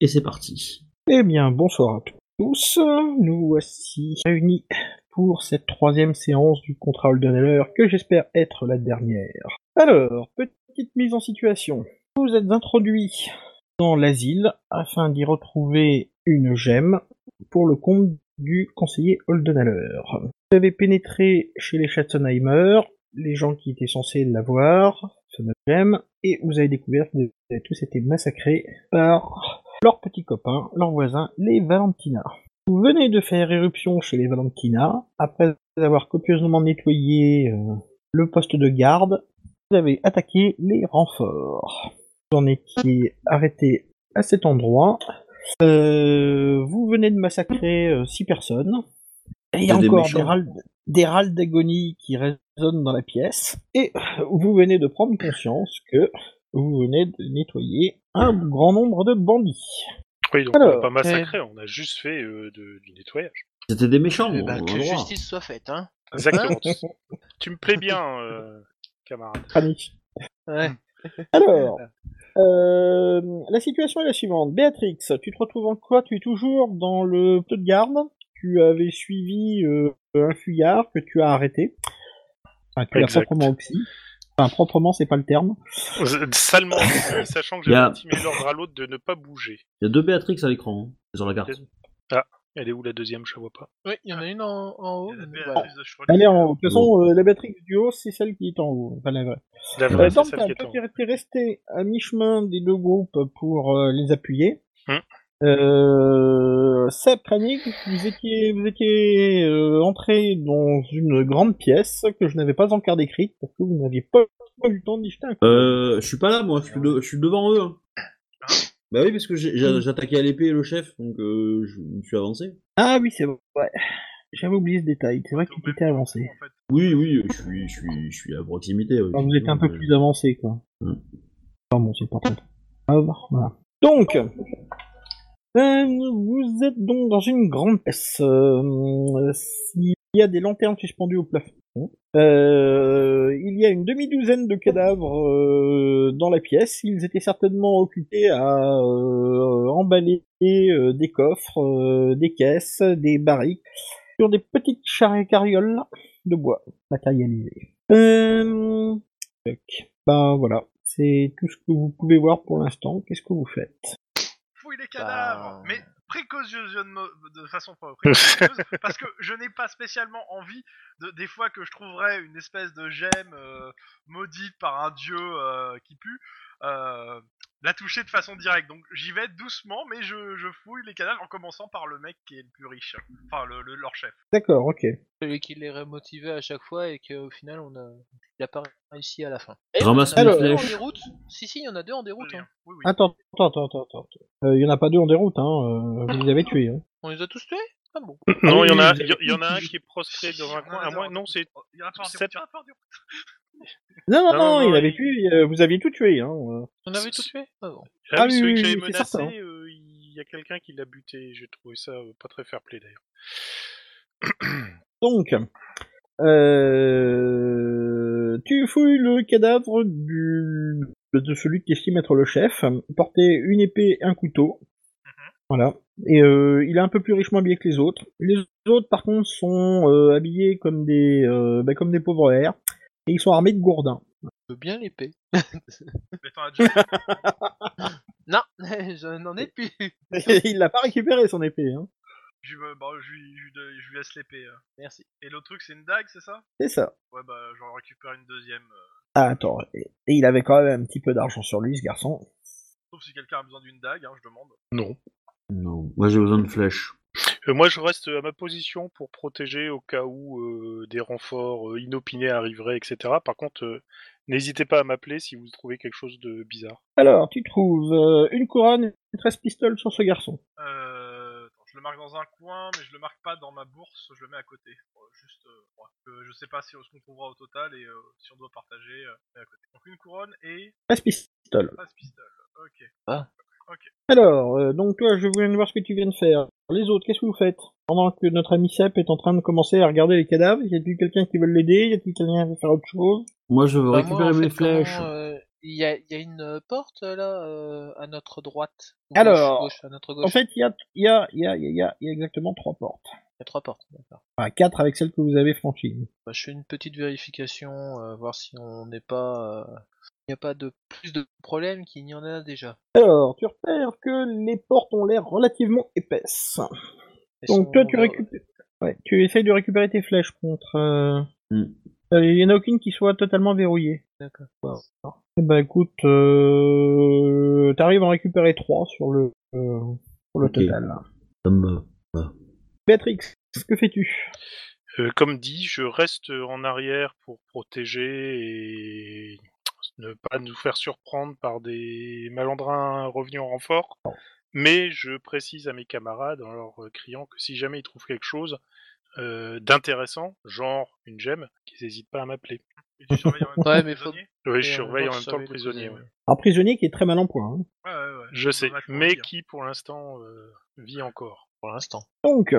et c'est parti. Eh bien, bonsoir à tous. Nous voici réunis pour cette troisième séance du contrat Holden Heller que j'espère être la dernière. Alors, petite mise en situation. Vous êtes introduits dans l'asile afin d'y retrouver une gemme pour le compte du conseiller Holdenhaler. Vous avez pénétré chez les Schatzenheimer, les gens qui étaient censés l'avoir, fameuse gemme, et vous avez découvert que vous avez tous été massacrés par leurs petits copains, leurs voisins, les Valentina. Vous venez de faire éruption chez les Valentina, après avoir copieusement nettoyé euh, le poste de garde, vous avez attaqué les renforts. Vous en étiez arrêté à cet endroit. Euh, vous venez de massacrer euh, six personnes. Et il y a Il y a des encore méchants. des râles, des râles d'agonie qui résonnent dans la pièce. Et vous venez de prendre conscience que vous venez de nettoyer un grand nombre de bandits. Oui, donc on Alors, n'a pas massacré, on a juste fait euh, de- du nettoyage. C'était des méchants, Eh on a ben, le que droit. justice soit faite, hein. Exactement. tu me plais bien, euh, camarade. Panique. Ouais. Alors, euh, la situation est la suivante. Béatrix, tu te retrouves en quoi Tu es toujours dans le peu de garde. Tu avais suivi euh, un fuyard que tu as arrêté. Enfin, tu l'as Exact. proprement oxy. Enfin, proprement, c'est pas le terme. Salement, euh, sachant que Yeah. j'avais intimé l'ordre à l'autre de ne pas bouger. Il y a deux Béatrix à l'écran, hein, sur la carte. Elle est où la deuxième Je la vois pas. Oui, il y en a une en, en haut. mais voilà. Oh, Allez, en, de toute façon, euh, la Béatrix du haut, c'est celle qui est en haut. Enfin, la vraie. La Ouais, Euh, vraie, c'est donc, celle qui est toi, en. t'es- t'es resté à mi-chemin des deux groupes pour euh, les appuyer. Hmm. Euh, Seb, Kranich, vous étiez, vous étiez euh, entré dans une grande pièce que je n'avais pas encore décrite parce que vous n'aviez pas, pas eu le temps d'y jeter un coup. Euh, je suis pas là, moi, je suis, de- je suis devant eux. hein. Ah. Bah oui, parce que j'ai- Mmh. j'a- j'attaquais à l'épée le chef, donc euh, je me suis avancé. Ah oui, c'est vrai. Ouais. J'avais oublié ce détail. C'est vrai que tu étais avancé. Oui, oui, je suis, je suis, je suis à proximité. oui. Enfin, vous étiez un peu Euh, plus avancé, quoi. Hmm. Enfin, bon, c'est pas très grave, voilà. Donc, euh, vous êtes donc dans une grande pièce. Euh, il y a des lanternes suspendues au plafond. Euh, il y a une demi-douzaine de cadavres euh, dans la pièce. Ils étaient certainement occupés à euh, emballer euh, des coffres, euh, des caisses, des barriques sur des petites charrettes carrioles de bois matérialisées. Euh, tac. Ben voilà, c'est tout ce que vous pouvez voir pour l'instant. Qu'est-ce que vous faites fouille les cadavres, Bah. mais précautieusement, de façon pas précautionneuse, parce que je n'ai pas spécialement envie de, des fois que je trouverais une espèce de gemme euh, maudite par un dieu euh, qui pue, euh, la toucher de façon directe. Donc j'y vais doucement, mais je, je fouille les cadavres en commençant par le mec qui est le plus riche, enfin le, le- leur chef. D'accord, ok. Celui qui les remotivait à chaque fois et qu'au final, on a... il a pas réussi à la fin. Et Ramasse il y en a mes deux en flèches. déroute. Si, si, il y en a deux en déroute. hein. Oui, Ah, oui. Attends, attends, attends, attends. Euh, Il y en a pas deux en déroute, hein. euh, vous les avez tués. Hein. On les a tous tués Ah bon Non, il y en a, Oui, oui, il y, y en a un qui est prostré dans un Il y en coin. a À deux, moi, en non, c'est. Il y en a pas un Sept. déroute, il y en a pas un déroute. Non, non, Non, non, non, il non, avait il- tué. euh, vous aviez tout tué. Hein. euh. On avait tout tué Ah bon. Ah Ah, oui, oui, celui oui, que j'avais oui, c'est menacé, certain. euh, il y a quelqu'un qui l'a buté. J'ai trouvé ça euh, pas très fair play d'ailleurs. Donc, euh, tu fouilles le cadavre du, de celui qui estime être le chef, portait une épée, un couteau. Voilà. Et euh, il est un peu plus richement habillé que les autres. Les autres, par contre, sont euh, habillés comme des, euh, bah, comme des pauvres airs. Et ils sont armés de gourdins. Je veux bien l'épée. Mais t'en as déjà eu. Non, je n'en ai plus. il l'a pas récupéré, son épée. Hein. je, lui- bon, je, lui- je lui- je lui laisse l'épée. euh. Merci. Et l'autre truc, c'est une dague, c'est ça C'est ça. Ouais, bah j'en récupère une deuxième. euh. Ah, attends. Et et il avait quand même un petit peu d'argent sur lui, ce garçon. Sauf si quelqu'un a besoin d'une dague, hein, je demande. Non. Non, moi j'ai besoin de flèches. Euh, moi, je reste à ma position pour protéger au cas où euh, des renforts euh, inopinés arriveraient, etc. Par contre, euh, n'hésitez pas à m'appeler si vous trouvez quelque chose de bizarre. Alors, tu trouves euh, une couronne et 13 pistoles sur ce garçon. Euh, attends, je le marque dans un coin, mais je le marque pas dans ma bourse, je le mets à côté. Euh, juste, euh, ouais, que je sais pas si, ce qu'on trouvera au total et euh, si on doit partager, euh, je mets à côté. Donc une couronne et 13 pistoles. 13 pistoles. Ok. Alors, euh, donc toi, je viens de voir ce que tu viens de faire. Les autres, qu'est-ce que vous faites Pendant que notre ami Sep est en train de commencer à regarder les cadavres, y a-t-il quelqu'un qui veut l'aider Y a-t-il quelqu'un qui veut faire autre chose Moi je veux Bah, moi, récupérer en mes fait, comment, flèches. euh, Il y a, il y a une euh, porte euh, là euh, à notre droite. Ou Alors, gauche, gauche, à notre gauche. En fait, il y a, il y, a, il y, a, il y, a, il y a exactement trois portes. il y a trois portes. D'accord. Enfin, quatre avec celle que vous avez franchie. Bah, je fais une petite vérification, euh, voir si on n'est pas, euh, il n'y a pas de plus de problèmes qu'il n'y en a déjà. Alors, tu repères que les portes ont l'air relativement épaisses. Elles sont- euh, Donc toi, tu récupères. Ouais, tu essayes de récupérer tes flèches contre. euh, Mm. Hmm. euh, Il y en a aucune qui soit totalement verrouillée. D'accord. Eh ben écoute, euh... t'arrives à en récupérer trois sur le euh, sur le Ok. total. Ça me va. Béatrix, que fais-tu Euh, comme dit, je reste en arrière pour protéger et ne pas nous faire surprendre par des malandrins revenus en renfort. Mais je précise à mes camarades en leur euh, criant que si jamais ils trouvent quelque chose euh, d'intéressant, genre une gemme, qu'ils n'hésitent pas à m'appeler. Et tu surveilles euh, en même temps Ouais, le mais faut- prisonnier Oui, Et je en surveille même en temps, même temps surveiller le le prisonnier. prisonnier, ouais. euh, Un prisonnier qui est très mal en point. hein. Ouais, ouais, ouais. Je sais, Dommage pour mais lui, hein. qui pour l'instant euh, vit encore. Pour l'instant. Donc,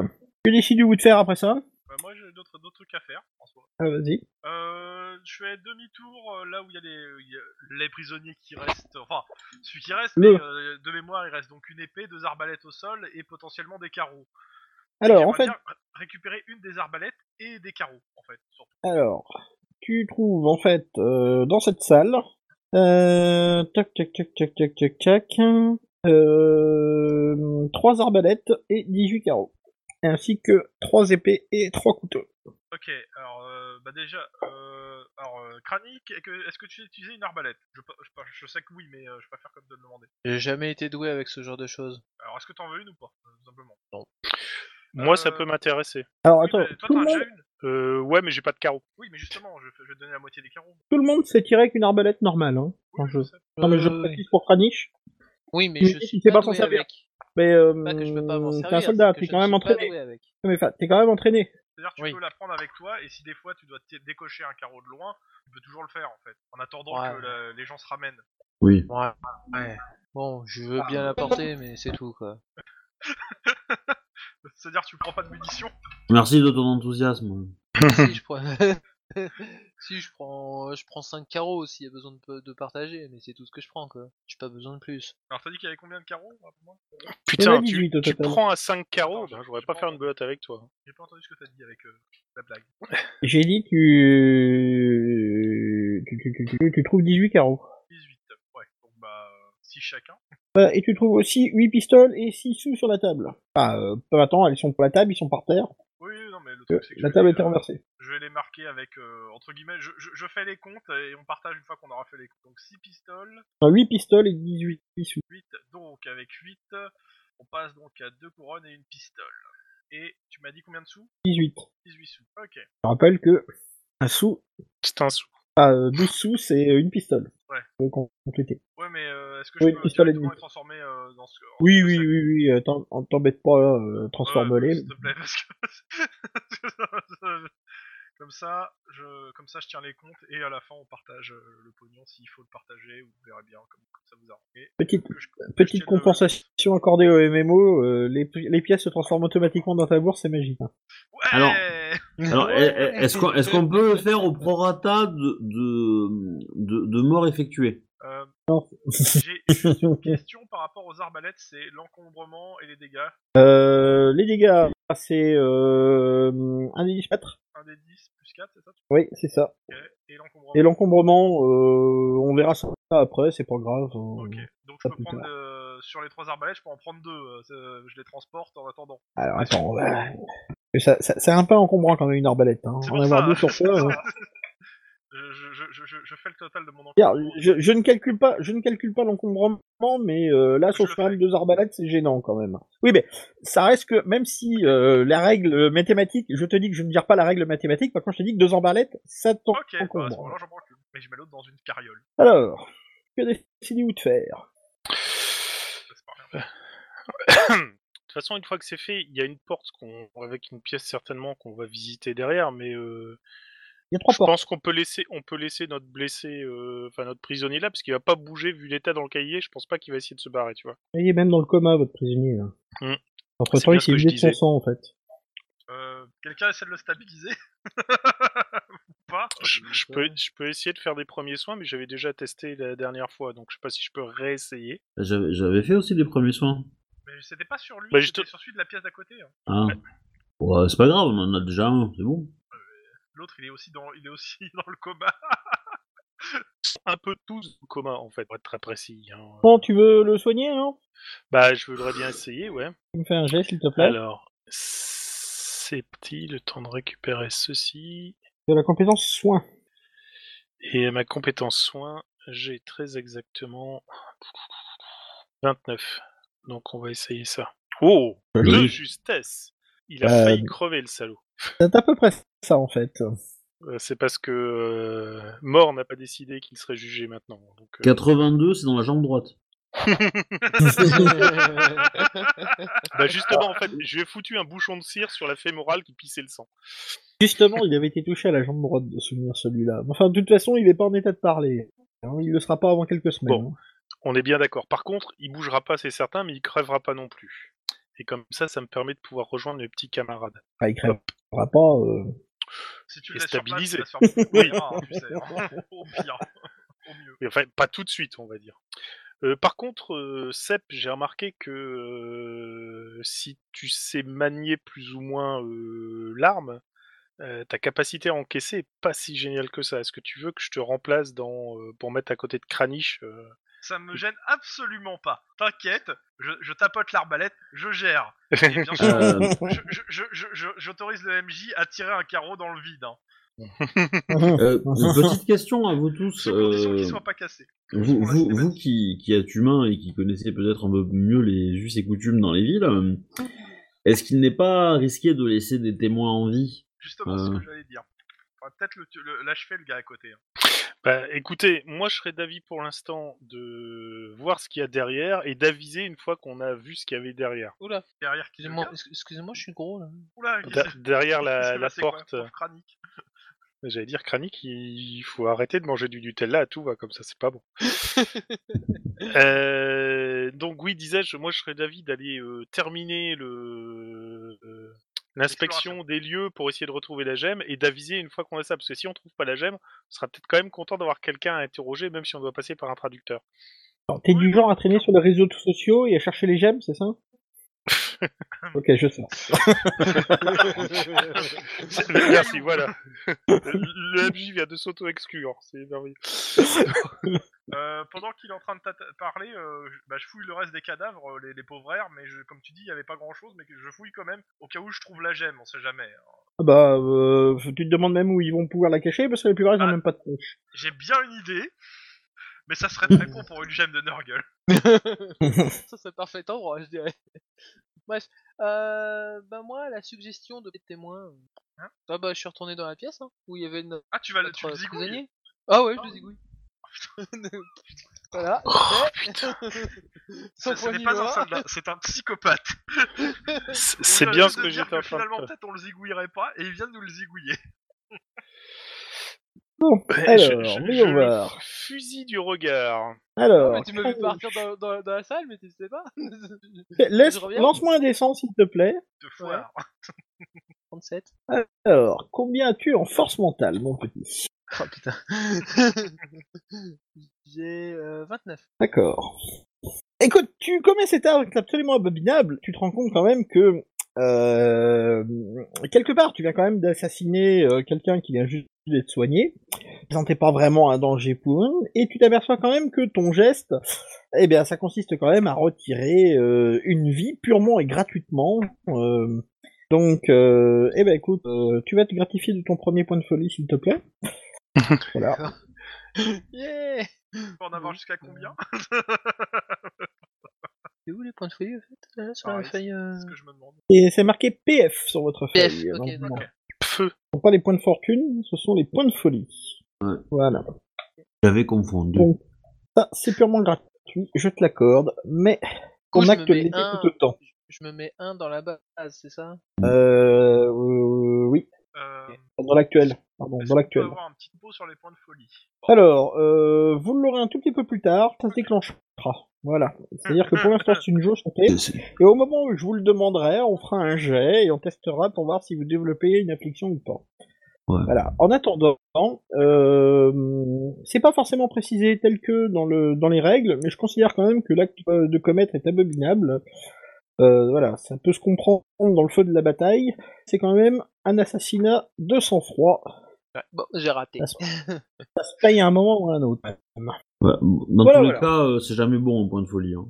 tu décides où de faire après ça Bah, moi, j'ai d'autres d'autres trucs à faire, en soi. Ah, Vas-y. Euh, je fais demi-tour euh, là où il y a les, où il y a les prisonniers qui restent. euh, Enfin, celui qui reste, Le- mais, euh, de mémoire, il reste donc une épée, deux arbalètes au sol et potentiellement des carreaux. Alors, en J'aimerais fait, bien ré- récupérer une des arbalètes et des carreaux, en fait. surtout. alors, tu trouves en fait euh, dans cette salle. Euh, tac, tac, tac, tac, tac, tac, tac. Euh, trois arbalètes et 18 carreaux. Ainsi que trois épées et trois couteaux. Ok, alors, euh, bah déjà, euh, alors, euh, Crani, qu'est- que- est-ce que tu as utilisé une arbalète je, pa- je pa- je sais que oui, mais euh, je préfère comme de le demander. J'ai jamais été doué avec ce genre de choses. Alors, est-ce que t'en veux une ou pas euh, tout simplement Moi, ça Euh, peut m'intéresser. Alors Oui, attends, mais Toi, tout t'en le as monde déjà une Euh, ouais, mais j'ai pas de carreau. Oui, mais justement, je, je vais te donner la moitié des carreaux. tout le monde s'est tiré avec une arbalète normale. Hein. Oui, Enfin, je... je sais. Non, mais je Euh, précise pour Kranich. Oui, mais Tu je me dis suis que t'es pas pas doué censé avec. Mais euh, Pas que je peux pas m'en servir. t'es un soldat, c'est que t'es je quand ne même suis pas entraîné. doué avec. Non, Mais enfin, t'es quand même entraîné. C'est-à-dire tu Oui. peux la prendre avec toi et si des fois tu dois t- décocher un carreau de loin, tu peux toujours le faire en fait, en attendant Ouais. que la- les gens se ramènent. Oui. Ouais, ouais. Bon, je veux bien la porter, mais c'est tout quoi. C'est-à-dire tu prends pas de munitions. Merci de ton enthousiasme. si je prends, si je prends, je prends 5 carreaux s'il y a besoin de, de partager, mais c'est tout ce que je prends quoi. J'ai pas besoin de plus. Alors t'as dit qu'il y avait combien de carreaux rapidement Il y en Putain, a tu, 18 au tu total. prends à 5 carreaux, Attends, ben, je- j'aurais je pas prends. faire une belote avec toi. J'ai pas entendu ce que t'as dit avec euh, la blague. J'ai dit tu... Tu, tu, tu, tu- tu trouves 18 carreaux. 18, ouais, donc bah 6 chacun. Voilà, et tu trouves aussi 8 pistoles et 6 sous sur la table. Enfin, euh, pas maintenant, elles sont pour la table, ils sont par terre. Oui, oui, non mais le Euh, truc c'est que la je vais, table était euh, renversée. Je vais les marquer avec, euh, entre guillemets, je, je- je fais les comptes et on partage une fois qu'on aura fait les comptes. Donc 6 pistoles, Enfin, 8 pistoles et 18 sous. 8, donc avec 8, on passe donc à 2 couronnes et une pistole. Et tu m'as dit combien de sous 18. 18 sous. Ok. Je rappelle que un sou, C'est un sou. ah, euh, 12 sous, c'est une pistole. Ouais. Faut qu'on- compléter. Ouais, mais euh, est-ce que Oui, je peux pistolet directement de les transformer euh, dans ce. Oui, en- oui, Ouais, oui, oui, euh, t'en- t'embête pas, là, euh, transforme-les. S'il te plaît, parce que. comme, ça, je... comme ça, je tiens les comptes et à la fin, on partage euh, le pognon s'il faut le partager, ou vous verrez bien comme, comme ça vous arrange. Et Petite, que je- que je tienne petite le- compensation accordée au MMO, euh, les, pi- les pièces se transforment automatiquement dans ta bourse, c'est magique. hein. Ouais Alors- Alors, Ouais. est- est- est-ce qu'on est-ce qu'on peut le faire au prorata de, de, de, de morts effectuées Euh, Non. J'ai juste une question par rapport aux arbalètes c'est l'encombrement et les dégâts. Euh, les dégâts, c'est euh, un des 4. 1 des 10 plus 4, c'est ça tu- Oui, c'est ça. ok. Et l'encombrement. Et l'encombrement, euh, on verra ça après, c'est pas grave. euh. Ok, donc je Ça peux peut prendre euh, sur les trois arbalètes, je peux en prendre deux. euh, c'est- je les transporte en attendant. Alors attends, euh, ça, ça- c'est un peu encombrant quand même une arbalète. Hein. C'est En pour avoir ça. deux sur soi. euh. je, je, je, je, je fais le total de mon emploi. Regarde, je, je ne calcule pas, je ne calcule pas l'encombrement, mais euh, là, Je sauf le quand fais. même deux arbalètes, c'est gênant quand même. Oui, mais ça reste que même si euh, la règle mathématique, je te dis que je ne gère pas la règle mathématique, par contre, je te dis que deux arbalètes, ça tombe. Ok, bah, à ce moment-là, j'en prends qu'une. Mais je mets l'autre dans une carriole. Alors, que décidez-vous de faire Ça, c'est pas rien. De toute façon, une fois que c'est fait, il y a une porte qu'on, avec une pièce certainement qu'on va visiter derrière, mais euh, Il y a trois je portes. pense qu'on peut laisser, on peut laisser notre blessé, euh, enfin notre prisonnier là, parce qu'il va pas bouger vu l'état dans le cahier. Je pense pas qu'il va essayer de se barrer, tu vois. Il est même dans le coma, votre prisonnier. Là. Hmm. Entre C'est temps, bien il ce s'est que je vidé de son disais. sang, en fait. Euh, Quelqu'un essaie de le stabiliser Pas Je, je peux, je peux essayer de faire des premiers soins, mais j'avais déjà testé la dernière fois, donc je sais pas si je peux réessayer. J'avais j'avais fait aussi des premiers soins. Mais c'était pas sur lui, Bah, c'était juste- sur celui de la pièce d'à côté. hein. Hein. Ouais, c'est pas grave, on en a déjà un, c'est bon. L'autre, il est aussi dans, il est aussi dans le coma. Un peu tous communs, en fait, pour être très précis. hein. Bon, tu veux le soigner, non Bah, je voudrais bien essayer, ouais. Tu me fais un jet, s'il te plaît. Alors, c'est petit, le temps de récupérer ceci. De la compétence soin. Et à ma compétence soin, j'ai très exactement 29. Donc on va essayer ça. Oh Oui. De justesse Il a Euh, failli crever le salaud. C'est à peu près ça, en fait. Euh, C'est parce que euh, Mort n'a pas décidé qu'il serait jugé maintenant. Donc, euh, 82, c'est dans la jambe droite. bah justement, en fait, j'ai foutu un bouchon de cire sur la fémorale qui pissait le sang. Justement, il avait été touché à la jambe droite de souvenir, celui-là. Enfin, de toute façon, il n'est pas en état de parler. hein. Il ne le sera pas avant quelques semaines. hein. Bon. On est bien d'accord. Par contre, il bougera pas, c'est certain, mais il crèvera pas non plus. Et comme ça, ça me permet de pouvoir rejoindre mes petits camarades. Enfin, il crèvera pas. euh. Si tu Et le laisses sur place, stabilisé. tu vas se faire beaucoup de mal, hein, tu sais, hein. Au pire. Au mieux. Mais Enfin, pas tout de suite, on va dire. Euh, par contre, euh, Sep, j'ai remarqué que euh, si tu sais manier plus ou moins euh, l'arme, euh, ta capacité à encaisser est pas si géniale que ça. Est-ce que tu veux que je te remplace dans euh, pour mettre à côté de Kranich euh, Ça me gêne absolument pas. T'inquiète, je, je tapote l'arbalète, je gère. Eh Et bien sûr, Euh, je- je- je- je- je- j'autorise le MJ à tirer un carreau dans le vide. Hein, euh, petite question à vous tous. sous condition qu'il euh, soit pas cassé. Vous, Pour la vous, cinématique. vous qui, qui êtes humain et qui connaissez peut-être un peu mieux les us et coutumes dans les villes, euh, est-ce qu'il n'est pas risqué de laisser des témoins en vie Justement, c'est ce euh. que j'allais dire. On va peut-être le- le- l'achever, le gars à côté. hein. Bah, écoutez, moi je serais d'avis pour l'instant de voir ce qu'il y a derrière et d'aviser une fois qu'on a vu ce qu'il y avait derrière. Oula, Derrière qui excusez-moi, excuse- excusez-moi, je suis gros là. Oula, Da- derrière la, qu'est-ce que la c'est, quoi, porte, pauvre crânique j'allais dire Kranich, il il faut arrêter de manger du Nutella à tout va comme ça, c'est pas bon. Euh, donc oui, disais-je, moi je serais d'avis d'aller euh, terminer le euh, l'inspection des lieux pour essayer de retrouver la gemme et d'aviser une fois qu'on a ça, parce que si on trouve pas la gemme, on sera peut-être quand même content d'avoir quelqu'un à interroger, même si on doit passer par un traducteur. Alors, T'es du genre à traîner sur les réseaux sociaux et à chercher les gemmes, c'est ça Ok, je sors. Merci, voilà. Le MJ vient de s'auto-exclure, c'est merveilleux. Euh, pendant qu'il est en train de t'atta- parler, euh, je, bah, je fouille le reste des cadavres, euh, les, les pauvres airs, mais je- comme tu dis, il n'y avait pas grand chose, mais que je fouille quand même, au cas où je trouve la gemme, on sait jamais. hein. Ah Bah, euh, tu te demandes même où ils vont pouvoir la cacher parce que les plupart ils n'ont Ah. même pas de poche. J'ai bien une idée, mais ça serait très con pour une gemme de Nurgle. Ça, c'est le parfait endroit, je dirais. Bref, euh, bah moi, la suggestion de témoin. Hein ah bah, je suis retourné dans la pièce hein, où il y avait une Ah, tu vas le, tu notre le zigouilles euh, prisonnier. Ah ouais, je Ah. Oh, le zigouille. voilà. Ce Sans ce point n'est ni pas un loi. soldat, c'est un psychopathe. C'est On bien vient ce de que dire j'étais en train de Finalement, faire. peut-être on le zigouillerait pas, et il vient de nous le zigouiller. Bon, Ouais, Eh, je- alors, je- voyons je le voir. Fusil du regard. Alors, Mais Ah tu m'as vu Oh. Kranich, partir dans, dans- dans la salle, mais tu sais pas. laisse- je reviens. lance-moi un dessin, s'il te plaît. De foire. 37. Alors, combien as-tu en force mentale, mon petit Oh putain. J'ai euh, 29. D'accord. Écoute, tu commets cet acte absolument abominable, tu te rends compte quand même que euh, quelque part, tu viens quand même d'assassiner euh, quelqu'un qui vient juste d'être soigné, qui présentait pas vraiment un danger pour eux, et tu t'aperçois quand même que ton geste, eh bien, ça consiste quand même à retirer euh, une vie purement et gratuitement. euh, donc, euh, eh ben écoute, euh, tu vas te gratifier de ton premier point de folie, s'il te plaît. voilà. Yeah On peut en avoir jusqu'à combien C'est où les points de feuille en fait Là, Sur Ah, la oui, feuille. euh, C'est ce que je me demande. Et c'est marqué PF sur votre PF, feuille. ok, normalement. d'accord. Feu. Ce sont pas les points de fortune, ce sont les points de folie. Ouais. Voilà. J'avais confondu. Bon. Ça, c'est purement gratuit, je te l'accorde, mais Coup, ton je acte me mets l'était un. tout autant. Je me mets un dans la base, c'est ça Euh, oui, Euh, Dans l'actuel. Pardon, est-ce dans qu'on peut l'actuel. avoir un petit pot sur les points de folie. Alors, euh, vous l'aurez un tout petit peu plus tard, ça se déclenchera. Voilà. C'est-à-dire que pour l'instant, c'est une jauge qu'on fait, Et au moment où je vous le demanderai, on fera un jet et on testera pour voir si vous développez une affliction ou pas. Ouais. Voilà. En attendant, euh, c'est pas forcément précisé tel que dans, le, dans les règles, mais je considère quand même que l'acte euh, de commettre est abominable. Euh, voilà, ça peut se comprendre dans le feu de la bataille. C'est quand même un assassinat de sang-froid. Bon, j'ai raté. Ça se, ça se paye à un moment ou à un autre. Ouais, Dans Voilà, tous les voilà. cas, euh, c'est jamais bon en point de folie. hein.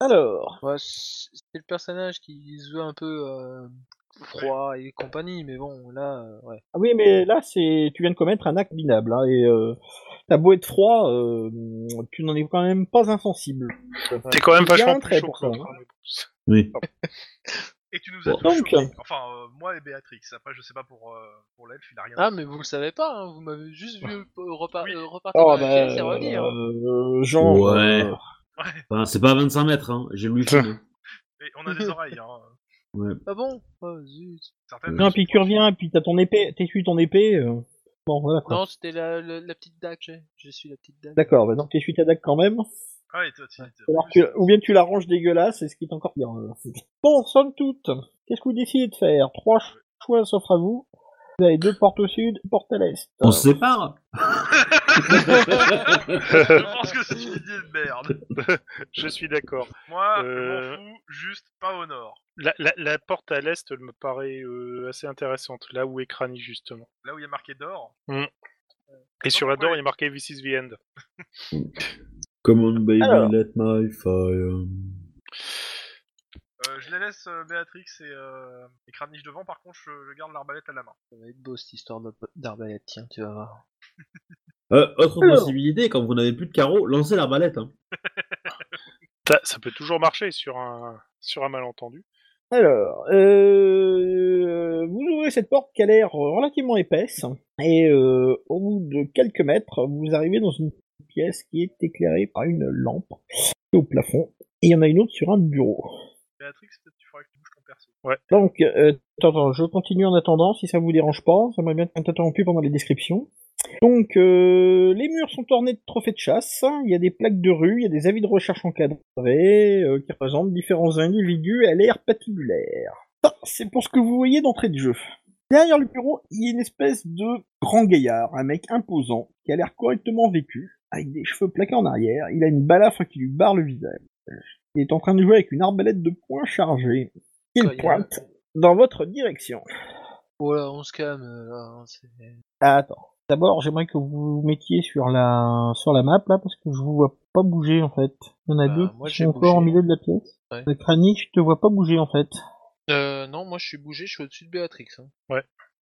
Alors, Ouais, c'est c'est le personnage qui se veut un peu euh, froid et compagnie, mais bon, là, euh, ouais. Ah oui, mais là, c'est tu viens de commettre un acte minable, hein, et euh, t'as beau être froid, euh, tu n'en es quand même pas insensible. T'es quand même Il y a un vachement plus trait chaud pour que ça, l'autre, hein. hein, mais bon, c'est- Oui. Et tu nous as Bon, tous donc. choqués. Enfin, euh, moi et Béatrix. Après, je sais pas pour, euh, pour l'elfe, il a rien. Ah, mais vous le savez pas, hein, vous m'avez juste vu euh, repa- Oui. euh, repartir Oh, dans hein. la bah, pièce et revenir. euh, genre, Ouais. euh, Enfin, c'est pas à 25 mètres, hein. j'ai lu le film, hein. Et on a des oreilles, hein. Ouais. Ah bon Oh, zut. Certaines. non, puis tu reviens, puis t'as ton épée, t'essuies ton épée. euh, Bon, voilà quoi. Non, c'était la, la, la petite dague, j'ai- je suis la petite dague. D'accord, bah donc t'essuies ta dague quand même. Ah, et toi, tu- tu- Alors tu- ou bien tu la ranges dégueulasse, et ce qui est encore pire. euh. Bon, somme toute, qu'est-ce que vous décidez de faire Trois ch- choix s'offrent à vous. Vous avez deux portes au sud, une porte à l'est. On se sépare Je pense que c'est une idée de merde. Je suis d'accord. Moi, Euh. je m'en fous, juste pas au nord. La, la- la porte à l'est elle me paraît euh, assez intéressante, là où est Crani justement. Là où il y a marqué d'or. Et sur la pourquoi door, il est marqué This is the end. Come on baby, Alors. let my fire. Euh, je les laisse euh, Béatrix et, euh, et Kranich devant, par contre, je, je garde l'arbalète à la main. Ça va être beau cette histoire d'ar- d'arbalète, tiens, tu vas voir. Euh, autre Alors. possibilité, quand vous n'avez plus de carreaux, lancez l'arbalète. Hein. Ça, ça peut toujours marcher sur un, sur un malentendu. Alors, euh, vous ouvrez cette porte qui a l'air relativement épaisse, et euh, au bout de quelques mètres, vous arrivez dans une pièce qui est éclairée par une lampe au plafond, et il y en a une autre sur un bureau. Béatrix, peut-être tu feras que tu bouges ton perso. Donc, euh, attends, attends, je continue en attendant, si ça vous dérange pas, ça m'a bien été interrompu pendant les descriptions. Donc, euh, les murs sont ornés de trophées de chasse, il y a des plaques de rue, il y a des avis de recherche encadrés, euh, qui représentent différents individus à l'air patibulaire. Ça, c'est pour ce que vous voyez d'entrée de jeu. Derrière le bureau, il y a une espèce de grand gaillard, un mec imposant, qui a l'air correctement vécu, avec des cheveux plaqués en arrière, il a une balafre qui lui barre le visage. Il est en train de jouer avec une arbalète de poing chargée. Il Incroyable. pointe dans votre direction. Oh là, on se calme, euh, là, hein, c'est- Ah, attends. D'abord, j'aimerais que vous vous mettiez sur la sur la map là parce que je vous vois pas bouger en fait. Il y en a Bah, deux moi, qui j'ai sont encore bougé. au milieu de la pièce. Ouais. Le crâne, je te vois pas bouger en fait. Euh, non, moi je suis bougé, je suis au-dessus de Béatrix. hein.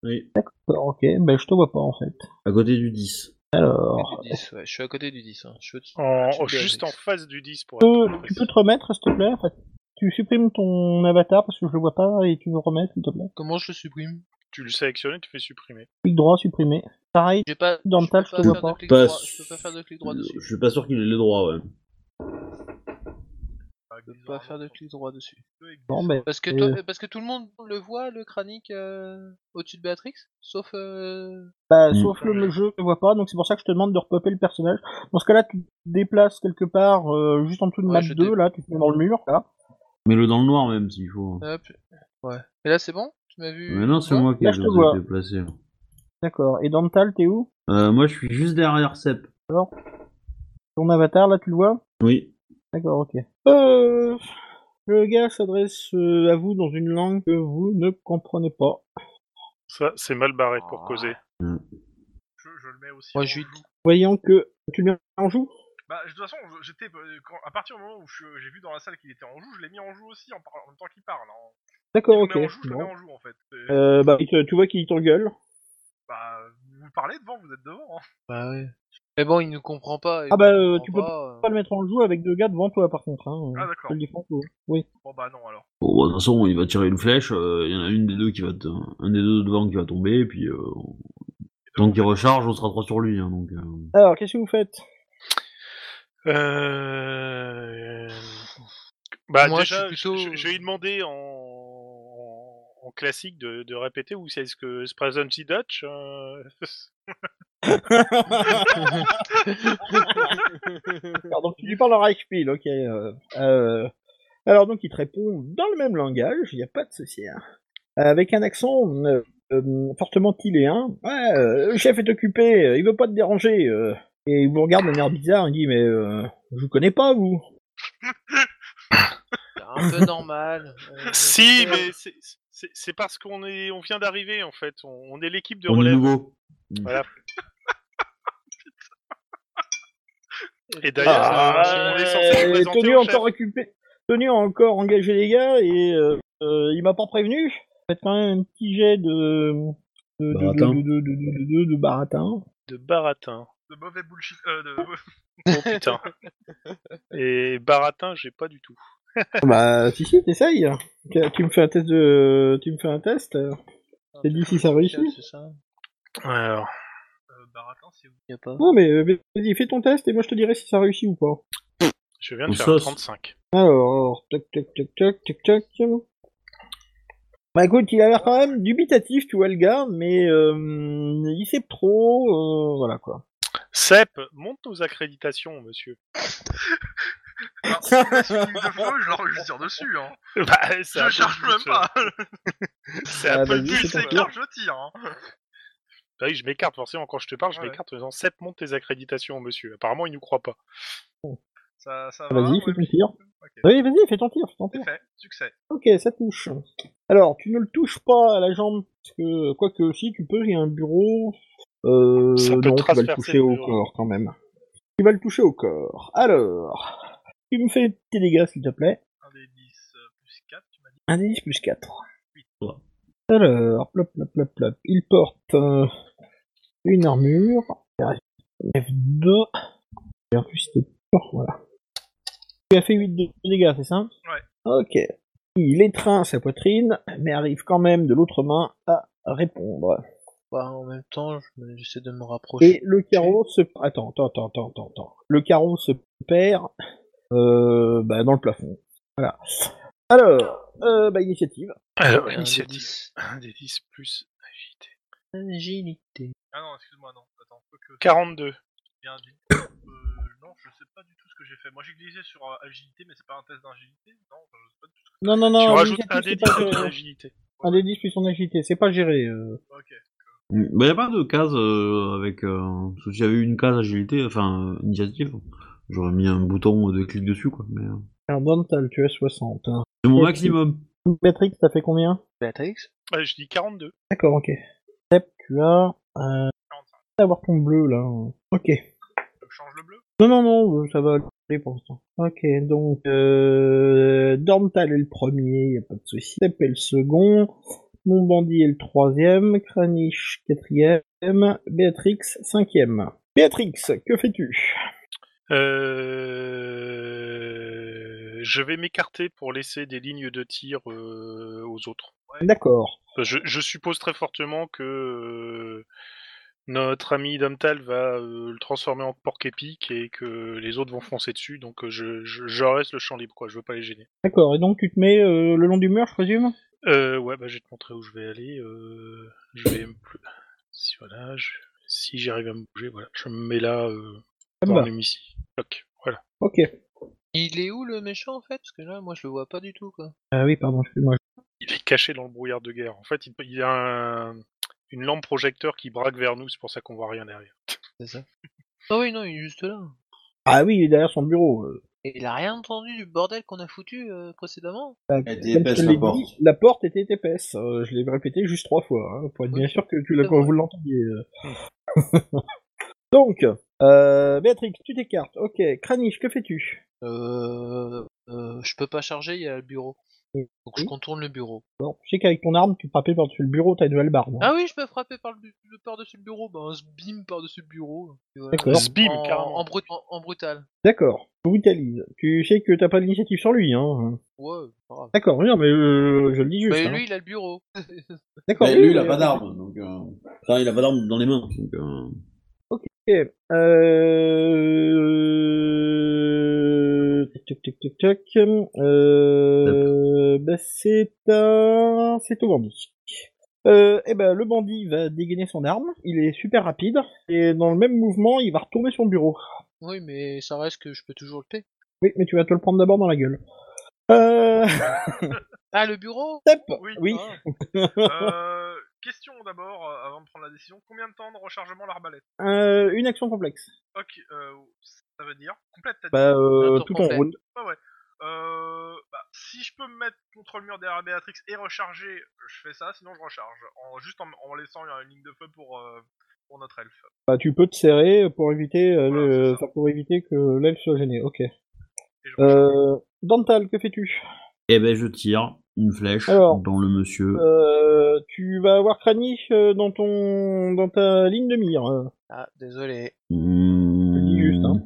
Oui. D'accord, ok, ben je te vois pas en fait. À côté du 10. Alors, Du 10, ouais, je suis à côté du 10. hein, Je suis au-dessus. Oh. En- Je suis juste en Béatrix. face du 10 pour tu être peux, plus tu peux te remettre s'il te plaît Enfin, Tu supprimes ton avatar parce que je le vois pas et tu veux remettre s'il te plaît. Comment je le supprime Tu le sélectionnes et tu fais supprimer. Clic droit, supprimer. Pareil, J'ai pas. Dans le je peux tas, je te vois faire de pas. clic Pas droit- Je peux pas faire de clic droit Euh, Je dessus. suis pas sûr qu'il ait les droits, ouais. Avec Je des peux pas oreilles faire de entre clic droit dessus. eux Bah, et que bon des- ben. Parce que, euh, toi, parce que tout le monde le voit, le cranique euh, au-dessus de Béatrix, sauf. Euh... Bah, Mm. sauf le jeu, je le vois pas, donc c'est pour ça que je te demande de repopper le personnage. Dans ce cas-là, tu te déplaces quelque part, euh, juste en dessous de Ouais, map je 2, dé- là, tu te mets dans le mur, là. Mets-le dans le noir même s'il faut. Euh, Hop. Ouais. Et là c'est bon Tu m'as vu Mais non, c'est Ouais. moi qui ai Là, je te vois. été déplacé. D'accord. Et Dantal, t'es où Euh, moi, je suis juste derrière Sep. Ton avatar, là, tu le vois Oui. D'accord, ok. Euh... Le gars s'adresse euh, à vous dans une langue que vous ne comprenez pas. Ça, c'est mal barré pour Ah. causer. je, je le mets aussi. Moi en je lui joue. dis. Voyant que... Tu le mets en joue Bah, de toute façon, je- j'étais. euh, quand- À partir du moment où je- j'ai vu dans la salle qu'il était en joue, je l'ai mis en joue aussi en, par- en même temps qu'il parle. hein. D'accord, je ok. le mets en joue, je le mets Bon. en joue en fait. Et- Euh, bah, il te- tu vois qu'il t'engueule. Bah, vous parlez devant, vous êtes devant. Hein. Bah ouais. Mais bon, il ne comprend pas. il Ah bah, nous euh, comprend tu peux pas, Faut pas le mettre en joue avec deux gars devant toi, par contre. Hein. Ah, d'accord. Je te le dis franco. Oui. Bon, bah non, alors. Bon, bah, de toute façon, il va tirer une flèche. euh, Il y en a une des deux qui va, t- un des deux devant qui va tomber, et puis euh, tant qu'il recharge, on sera trois sur lui. Hein, donc. euh. Alors, qu'est-ce que vous faites Euh... Bah Moi, déjà, Euh, je suis plutôt- Bah, je, je vais lui demander en... en- en classique de, de répéter ou c'est ce que se présente si Dutch euh, Alors, donc tu lui parles en Reichspiel, ok. euh, euh, alors donc il te répond dans le même langage, il n'y a pas de souci. hein. Euh, Avec un accent euh, euh, fortement tiléen. Ouais, euh, le chef est occupé, euh, il veut pas te déranger. euh. Et il vous regarde d'un air bizarre, il dit mais euh, je vous connais pas vous. C'est un peu normal. euh, Si, je- mais c'est- c'est c'est parce qu'on est, on vient d'arriver en fait. On, on est l'équipe de On est relève. nouveau. Voilà. Et d'ailleurs, Ah, on est censé Euh, se présenter Tony au a chef. encore occupé, Tony a encore engagé les gars et euh, euh, il m'a pas prévenu. Faites quand même un petit jet de de de Baratin. de de, de, de- de- de baratin. de Baratin. De mauvais bullshit. Euh, de... Oh putain. Et Baratin, j'ai pas du tout. Bah si si t'essayes. Tu- Tu me fais un test de. Tu me fais un test. euh. T'as dit si ça réussit C'est ça Alors, euh, baratin, c'est où y a pas. Non mais euh, vas-y fais ton test et moi je te dirai si ça réussit ou pas. je viens de On faire sauce. 35. Alors toc toc toc toc toc toc. Bah écoute il a l'air quand même dubitatif tu vois le gars mais euh, il sait trop euh, voilà quoi. Sep, monte nos accréditations, monsieur. Alors, si on a sur une ligne de flow, je leur je tire dessus. Hein. Bah, Je cherche même pas. euh, C'est Ah, un peu vas-y, le but. c'est ton Plus c'est tour. clair, je tire. Hein. Bah oui, je m'écarte forcément quand je te parle, je Ouais. m'écarte en disant Sep, monte tes accréditations, monsieur. Apparemment, il nous croit pas. Ça, ça va. Ah, Vas-y Ah, ouais, fais ton mais- tir. Ok, Oui vas-y fais ton tir fais ton tir. C'est fait, succès. Ok, ça touche. Alors, tu ne le touches pas à la jambe, parce que, quoique, si tu peux, il y a un bureau. Euh, Ça peut non, tu vas le transpercer toucher le au bureau. corps quand même. Tu vas le toucher au corps. Alors, tu me fais tes dégâts, s'il te plaît. 1 des 10 euh, plus 4, tu m'as dit. 1 10 plus 4. Ouais. Alors, plop, plop, plop, plop. Il porte euh, une armure. F2. Et En plus, c'était fort, voilà. Tu as fait 8 de de dégâts, c'est ça Ouais. Ok. Il étreint sa poitrine, mais arrive quand même de l'autre main à répondre. Bah, en même temps, je- j'essaie de me Et rapprocher. le carreau se... Attends, attends, attends, attends, attends, attends. Le carreau se perd euh, bah, dans le plafond. Voilà. Alors, euh, bah, initiative. Alors, Un des initiative. dix. Euh, Un des 10 plus agilité. Agilité. Ah non, excuse-moi, non. Attends, faut que. 42. Bien dit. Euh, non, je sais pas du tout ce que j'ai fait. Moi j'ai glissé sur euh, agilité, mais c'est pas un test d'agilité. Non, euh, enfin, je sais pas du tout ce Non, non, tu non, rajoutes l'initiative, un des c'est 10 pas euh, de ton géré. agilité. Un des 10 puis son agilité, c'est pas géré. euh. que. Ok. Mm. Mais y a pas de case euh, avec. Euh, parce que si j'avais eu une case agilité, enfin euh, initiative, j'aurais mis un bouton de clic dessus quoi. Mais euh, Alors, Dantal, tu as 60. hein. c'est mon Et maximum. Patrick, t'as fait combien Béatrix Ouais, je dis 42. D'accord, ok. Sep, tu as. Euh... t'as avoir ton bleu là. Ok. Je change le bleu Non, non, non, euh, ça va aller pour l'instant. Ok, donc. Euh... Dantal est le premier, y a pas de souci. Sep est le second. Mon bandit est le troisième. Kranich, quatrième. Béatrix, cinquième. Béatrix, que fais-tu Euh... Je vais m'écarter pour laisser des lignes de tir euh, aux autres. D'accord. Je, je suppose très fortement que euh, notre ami Domtal va euh, le transformer en porc épique et que les autres vont foncer dessus. Donc euh, je, je, je reste le champ libre, quoi. Je veux pas les gêner. D'accord, et donc tu te mets euh, le long du mur, je présume Euh, ouais, bah, je vais te montrer où je vais aller. Euh, je vais me... pl- Si voilà, je- si j'arrive à me bouger, voilà, je me mets là. Euh... Comme dans là. le Messi. Toc, voilà. Ok. Il est où le méchant en fait Parce que là, moi, je le vois pas du tout quoi. Ah oui, pardon, excuse-moi. Il est caché dans le brouillard de guerre. En fait, il, il y a un- une lampe projecteur qui braque vers nous, c'est pour ça qu'on voit rien derrière. C'est ça Ah oui, non, il est juste là. Ah oui, il est derrière son bureau. euh. Et il a rien entendu du bordel qu'on a foutu euh, précédemment Bah, Elle était comme je épaisse, te l'ai la dit, porte. la porte était épaisse. euh, je l'ai répété juste trois fois, hein, pour être bien sûr que tu l'as- C'est vrai. vous l'entendiez. euh. donc, euh, Béatrix, tu t'écartes. Ok, Kranich, que fais-tu Euh. euh, je peux pas charger, il y a le bureau. Oui. Donc je contourne le bureau. Bon, je sais qu'avec ton arme, tu frappais par-dessus le bureau, t'as une hallebarde. Ah oui, je peux frapper par le, bu- le- par-dessus le bureau. Bah, un sbim par-dessus le bureau. Et voilà. D'accord. Sbim, en, carrément. en brut- en- en brutal. D'accord, brutalise. Tu sais que t'as pas l'initiative sur lui, hein. Ouais, c'est pas grave. D'accord, oui, non, mais euh, je le dis juste. Mais hein. lui, il a le bureau. D'accord. Bah, oui, lui, il a mais- pas d'arme, donc. euh, Enfin, il a pas d'arme dans les mains, donc. euh, Ok, Euh... Tac, tac, tac, tac, tac. Euh... bah, c'est un... C'est au bandit. Euh, et ben, le bandit va dégainer son arme, il est super rapide, et dans le même mouvement, il va retourner son bureau. Oui, mais ça reste que je peux toujours le payer. Oui, mais tu vas te le prendre d'abord dans la gueule. Euh... Ah, le bureau Step Oui. Oui. Ah. Euh, question d'abord, euh, avant de prendre la décision, combien de temps de rechargement l'arbalète Euh, une action complexe. Ok, euh, ça veut dire complète ta Bah, euh, Un tour tout en complet. route. Euh, bah, si je peux me mettre contre le mur derrière Béatrix et recharger, je fais ça, sinon je recharge. En, juste en, en laissant une ligne de feu pour, euh, pour notre elfe. Bah, tu peux te serrer pour éviter, euh, Voilà, le- c'est ça. enfin, pour éviter que l'elfe soit gêné. Ok. Et je recharge. Euh, Dental, que fais-tu Eh ben, je tire une flèche Alors, dans le monsieur. euh, Tu vas avoir Kranich euh, dans ton, dans ta ligne de mire. euh. Ah, désolé. Mmh. je dis juste, hein.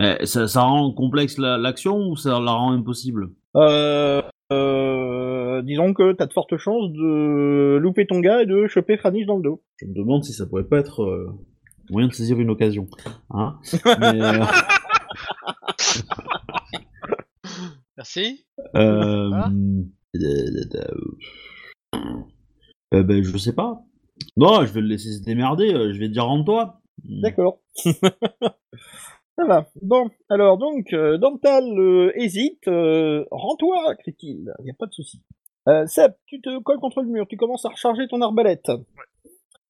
Eh, ça, ça rend complexe la- l'action ou ça la rend impossible Euh, euh, disons que t'as de fortes chances de louper ton gars et de choper Kranich dans le dos. Je me demande si ça pourrait pas être euh, moyen de saisir une occasion. Hein Mais, euh, Merci. euh, Ah. euh, euh, ben, je sais pas. Non, je vais le laisser se démerder. euh, Je vais dire rends-toi. D'accord. Ça va. Bon, alors donc, euh, Dental euh, hésite, euh, rends-toi, crie-t-il, il a pas de souci. Euh, Seb, tu te colles contre le mur, tu commences à recharger ton arbalète.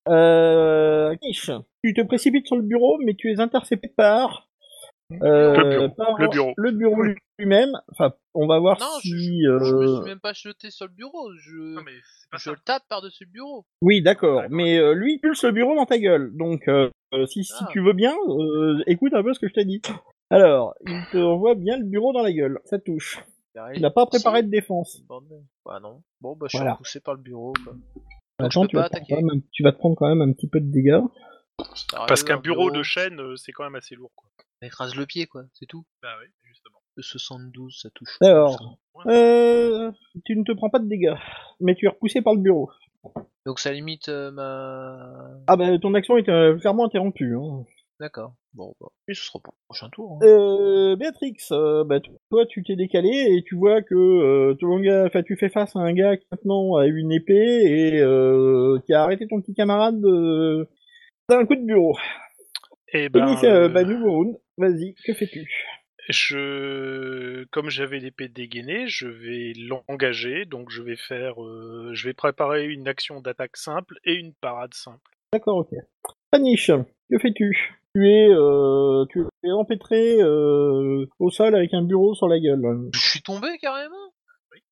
Euh, Niche, tu te précipites sur le bureau, mais tu es intercepté par... euh, Le bureau, par le bureau. le bureau lui-même. Enfin, on va voir Non, si... je, je- je me euh, suis même pas jeté sur le bureau. Je, Non mais c'est pas je ça. le tape par-dessus le bureau. Oui, d'accord, D'accord. mais euh, lui, il pulse le bureau dans ta gueule. Donc, euh, euh, si, si Ah. tu veux bien, euh, écoute un peu ce que je t'ai dit. Alors, il te envoie bien le bureau dans la gueule. Ça touche. Il n'a pas préparé de défense. Bordel. Bah non. Bon, bah je suis Voilà. repoussé par le bureau. Quoi. Attends, peux tu vas, pas te prendre attaquer. quand même un- tu vas te prendre quand même un petit peu de dégâts. Ça arrive, Parce un qu'un bureau de chaîne, euh, c'est quand même assez lourd. Quoi. On écrase le pied, quoi. C'est tout. Bah oui, justement. Le 72, ça touche. Alors, euh, tu ne te prends pas de dégâts, mais tu es repoussé par le bureau. Donc ça limite euh, ma. Ah bah, ton action est euh, clairement interrompue. Hein. D'accord. Bon, bah. Mais ce sera pour le prochain tour. hein. Euh, Béatrix, euh, bah, t- toi, tu t'es décalé et tu vois que euh, ton gars, enfin, tu fais face à un gars qui maintenant a une épée et euh, qui a arrêté ton petit camarade euh, d'un coup de bureau. Et ben, Initie- euh, euh, bah, nouveau round. Vas-y, que fais-tu je, comme j'avais l'épée dégainée, je vais l'engager, donc je vais faire, euh, je vais préparer une action d'attaque simple et une parade simple. D'accord, ok. Paniche, que fais-tu tu es, euh, tu es empêtré euh, au sol avec un bureau sur la gueule. Je suis tombé carrément.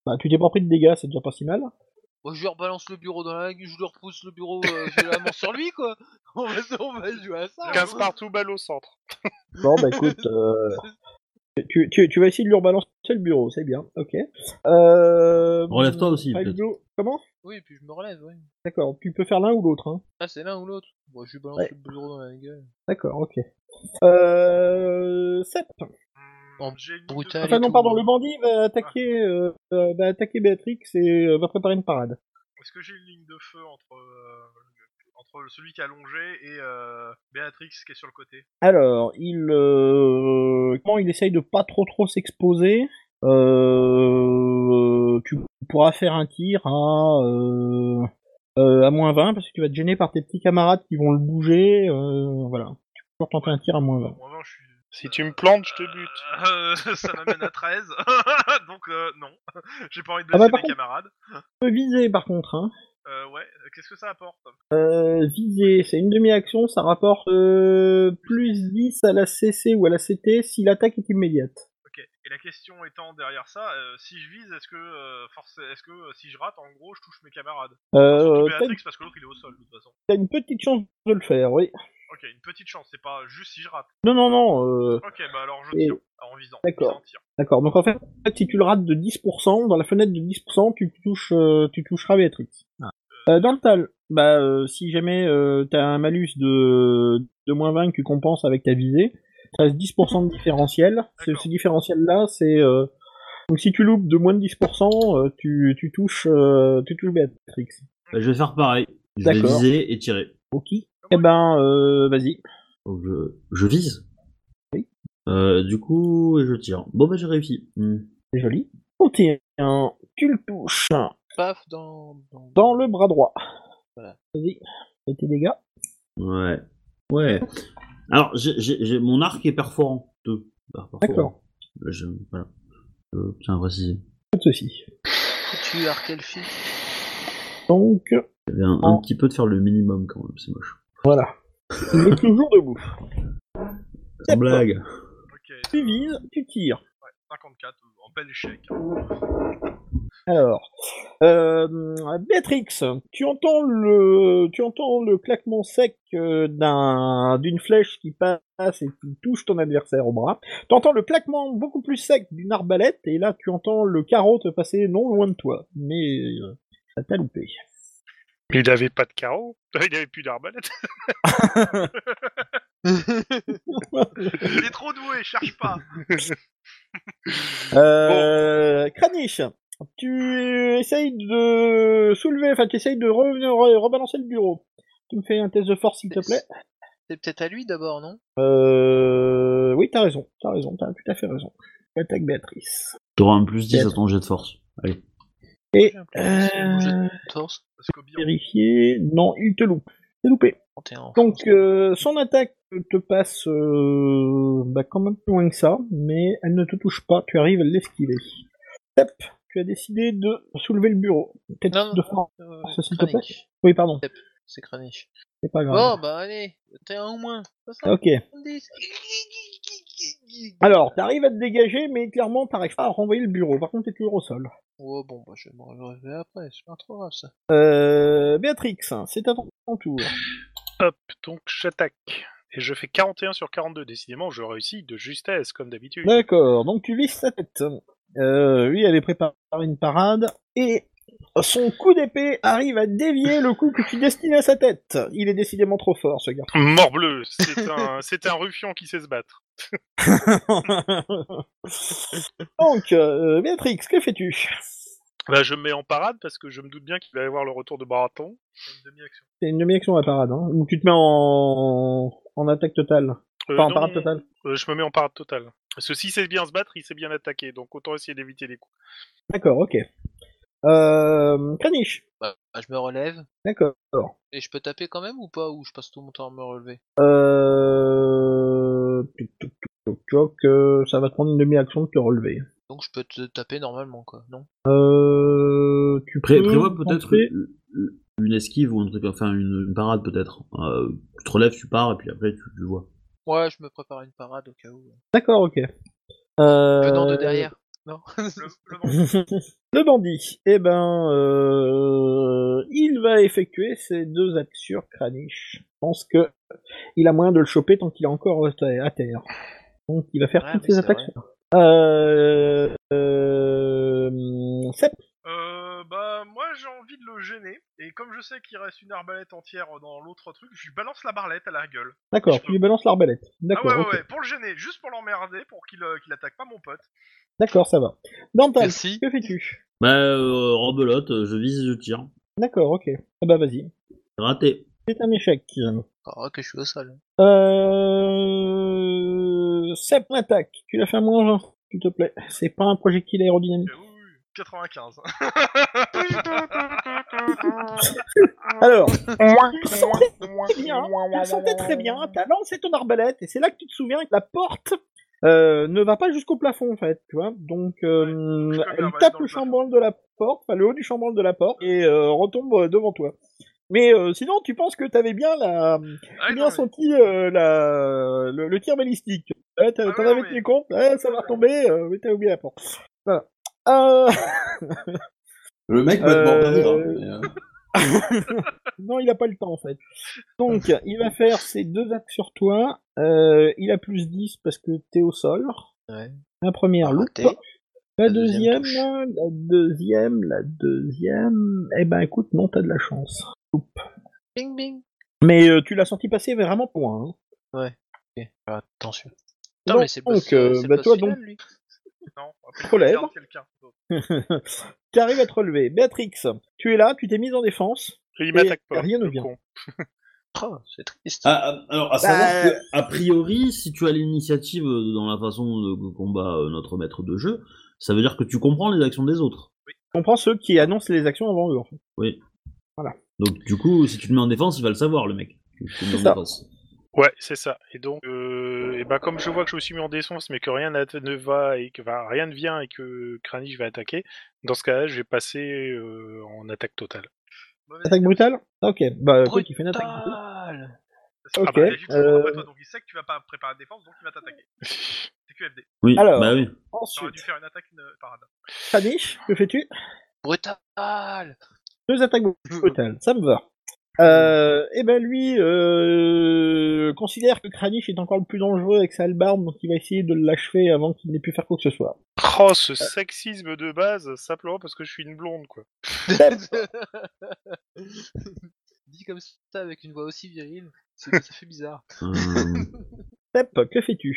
Bah, tu t'es pas pris de dégâts, c'est déjà pas si mal. Moi, je lui rebalance le bureau dans la gueule, je lui repousse le bureau euh, violemment sur lui, quoi. On va, on va jouer à ça. 15 hein. partout, balle au centre. Bon, bah écoute, euh, tu, tu, tu vas essayer de lui rebalancer le bureau, c'est bien, ok. Euh, Relève-toi aussi, Five peut-être. Blue- Comment Oui, et puis je me relève, oui. D'accord, tu peux faire l'un ou l'autre. Hein. Ah, c'est l'un ou l'autre. Moi, je lui balance Ouais. le bureau dans la gueule. D'accord, ok. Euh, Sep. Hmm, En j'ai mis brutal. deux- Enfin non, tout, pardon, ouais. le bandit va attaquer, euh, euh, va attaquer Béatrix et euh, va préparer une parade. Est-ce que j'ai une ligne de feu entre euh, entre celui qui a longé et euh, Béatrix qui est sur le côté Alors, il, euh, comment il essaye de pas trop trop s'exposer. Euh, tu pourras faire un tir à euh, euh, à moins 20 parce que tu vas te gêner par tes petits camarades qui vont le bouger. euh, voilà, tu peux toujours tenter un tir à moins 20. Bon, avant, je suis. Si tu me plantes, je te bute. Euh, ça m'amène à 13. Donc euh, non, j'ai pas envie de Ah bah, blesser par mes contre- camarades. Tu peux viser par contre. Hein. Euh, ouais, qu'est-ce que ça apporte Euh, viser, c'est une demi-action, ça rapporte euh, plus 10 à la CC ou à la CT si l'attaque est immédiate. Ok. Et la question étant derrière ça, euh, si je vise, est-ce que euh, force, est-ce que euh, si je rate, en gros, je touche mes camarades Surtout Euh, t'as Béatrix parce que l'autre il est au sol de toute façon. t'as une petite chance de le faire, oui. Ok, une petite chance, c'est pas juste si je rate. Non, non, non, euh, Ok, bah alors je Et- tire en visant. D'accord. visant, tire. D'accord, donc en fait, si tu le rates de 10%, dans la fenêtre de 10%, tu touches, euh, tu toucheras Béatrix. Euh, dans le tal, bah, euh, si jamais euh, t'as un malus de, de moins 20 que tu compenses avec ta visée, t'as 10% de différentiel. Ce, D'accord. ce différentiel-là, c'est... euh, donc si tu loupes de moins de 10%, euh, tu, tu touches, euh, tu touches Béatrix. Ben, je vais faire pareil. Je vais D'accord. viser et tirer. Ok. Eh ben, euh, vas-y. Donc, je, je vise. Oui. Euh, du coup, et je tire. Bon, bah, j'ai réussi. Hmm. C'est joli. Ton tir, un, tu le touches Paf dans. Dans, dans le bras droit. Voilà. Vas-y, fais tes dégâts. Ouais. Ouais. Alors, j'ai, j'ai, j'ai- mon arc est perforant. Deux. Par- perforant. D'accord. Euh, Je, voilà. Euh, tiens, préciser. Pas de soucis. Tu as quel fil Donc, Il y avait un, un En- petit peu de faire le minimum quand même, c'est moche. voilà. Il est toujours debout. Sans blague. Ok, Tu vises, tu tires. 54, en bel échec. Alors, euh, Béatrix, tu entends le, tu entends le claquement sec euh, d'un, d'une flèche qui passe et qui touche ton adversaire au bras. Tu entends le claquement beaucoup plus sec d'une arbalète et là tu entends le carreau te passer non loin de toi. Mais euh, ça t'a loupé. Il n'avait pas de carreau, il n'avait plus d'arbalète. Il est trop doué, cherche pas. Euh, Kranich, tu essayes de soulever, enfin tu essayes de revenir, re- rebalancer le bureau. Tu me fais un test de force s'il te plaît. C'est peut-être à lui d'abord, non Euh, oui, t'as raison, t'as raison, t'as tout à fait raison. Attaque Béatrice. T'auras un plus 10 à Bien. ton jet de force. Allez. Et J'ai un peu de euh, torse. Parce que bien, vérifier, non, il te loupe. C'est loupé. 31. Donc euh, son attaque te passe euh, bah, quand même plus loin que ça, mais elle ne te touche pas. Tu arrives à l'esquiver. Step, tu as décidé de soulever le bureau. Test Non, non, de force, Euh, s'il te plaît. Kranich. Oui, pardon. C'est craniche. C'est pas Bon, grave. bah allez, t'es un au moins. ok. 70. Alors, t'arrives à te dégager, mais clairement, t'arrives pas à renvoyer le bureau. Par contre, t'es toujours au sol. Oh bon, bah je vais me relever après, c'est pas trop grave ça. Euh, Béatrix, c'est à ton ton tour. Hop, donc j'attaque. Et je fais 41 sur 42, décidément, je réussis de justesse, comme d'habitude. D'accord, donc tu vises sa tête. Euh, lui avait préparé une parade, et son coup d'épée arrive à dévier le coup que tu destines à sa tête. Il est décidément trop fort, ce garçon. Morbleu, c'est un, c'est un ruffian qui sait se battre. donc, euh, Béatrix, que fais-tu Là, Bah, je me mets en parade parce que je me doute bien qu'il va y avoir le retour de Baraton. c'est une demi-action. C'est une demi-action la parade, hein, ou tu te mets en, en attaque totale. Euh, Enfin, en non, parade totale. euh, je me mets en parade totale. Parce que s'il sait bien se battre, il sait bien attaquer, donc autant essayer d'éviter les coups. D'accord, ok. Euh, Kranich, Bah, bah, je me relève. d'accord. Et je peux taper quand même ou pas Ou je passe tout mon temps à me relever Euh... toc, toc, toc, toc, euh, ça va te prendre une demi-action de te relever. Donc je peux te taper normalement quoi, non Euh... Tu Pré- peux prévois peut-être tenter- une, une esquive ou un truc, enfin une, une parade peut-être. Euh, tu te relèves, tu pars, et puis après tu, tu vois. Ouais, je me prépare une parade au cas où. D'accord, ok. Euh... Venant de derrière. Non Le, le vent. le bandit. Eh ben, euh... il va effectuer ses deux actions, Kranich. Je pense que il a moyen de le choper tant qu'il est encore à terre- à terre. Donc il va faire Ouais, toutes oui, ses c'est attaques. vrai. Euh... Euh... Sep. Euh, bah, moi j'ai envie de le gêner. Et comme je sais qu'il reste une arbalète entière dans l'autre truc, je lui balance la barlette à la gueule. D'accord, Je tu peux. lui balances l'arbalète. Ah ouais, D'accord, ouais, ok. ouais, pour le gêner, juste pour l'emmerder, pour qu'il euh, qu'il attaque pas mon pote. D'accord, ça va. Dental, Merci. que fais-tu Bah, euh, rebelote, euh, je vise, je tire. D'accord, ok. Ah bah vas-y. Raté. C'est un échec. Ah, que je suis au sol. Euh... Sep, attaque. Tu l'as fait à moins 20, s'il te plaît. C'est pas un projectile aérodynamique. Et Euh, oui, oui, 95. Ah. Alors, tu le sentais très bien, tu le sentais très bien, t'as lancé ton arbalète, et c'est là que tu te souviens que la porte euh, ne va pas jusqu'au plafond, en fait, tu vois. Donc, euh, Ouais, je connais elle l'arbalète tape dans le le plafond. chambranle de la porte, enfin, le haut du chambranle de la porte, et euh, retombe euh, devant toi. Mais euh, sinon, tu penses que t'avais bien la... Ah, J'ai non, bien mais- senti euh, la... le, le tir balistique. Ah, T'en Ah ouais, avais non, mais- tenu compte, ah, ça va retomber, euh, mais t'as oublié la porte. Voilà. Euh, Le mec va te Euh, mordre. hein, mais, euh, non, il a pas le temps en fait. Donc, il va faire ses deux actes sur toi. Euh, il a plus 10 parce que t'es au sol. Ouais. La première loupe. Raté. Ah, La La deuxième deuxième, la deuxième, la deuxième. Eh ben écoute, non, t'as de la chance. Loupe. Bing bing. Mais euh, tu l'as senti passer vraiment point. Hein. Ok, alors, attention. Putain, Donc, mais c'est le boss- donc, euh, c'est le bah, boss toi, final, donc- lui. Non, après, Relève. regarde quelqu'un d'autre. tu arrives à te relever. Béatrix, tu es là, tu t'es mise en défense. Il m'attaque Et pas. rien ne le vient. con. Oh, c'est triste. Ah, ah, alors, à savoir Bah, que, a priori, si tu as l'initiative euh, dans la façon de- de combat euh, notre euh, maître de jeu, ça veut dire que tu comprends les actions des autres. On prend ceux qui annoncent les actions avant eux, en fait. Donc du coup, si tu te mets en défense, il va le savoir, le mec. que tu te mets en C'est ça. défense. Ouais, c'est ça. Et donc, euh, et ben comme je vois que je me suis mis en défense, mais que rien n'a- ne va et que enfin, rien ne vient et que Kranich va attaquer, dans ce cas-là, je vais passer euh, en attaque totale. Mauvaise Attaque brutale Ok, bah écoute, il fait une attaque brutale. Brutal idée. ok, Ah bah, il a dit que tu comprends pas, euh, toi, donc il sait que tu vas pas préparer la défense, donc il va t'attaquer. C'est QFD. Oui, Alors. bah oui. T'aurais dû Ensuite, faire une attaque une parade. Kranich, que fais-tu Brutal Deux attaques brutales, ça me va. Euh, et ben lui euh, considère que Kranich est encore le plus dangereux avec sa hallebarde, donc il va essayer de l'achever avant qu'il n'ait pu faire quoi que ce soit. Oh, Euh. ce sexisme de base, simplement parce que je suis une blonde, quoi. Dit comme ça avec une voix aussi virile, c'est- ça fait bizarre. Euh, Step, que fais-tu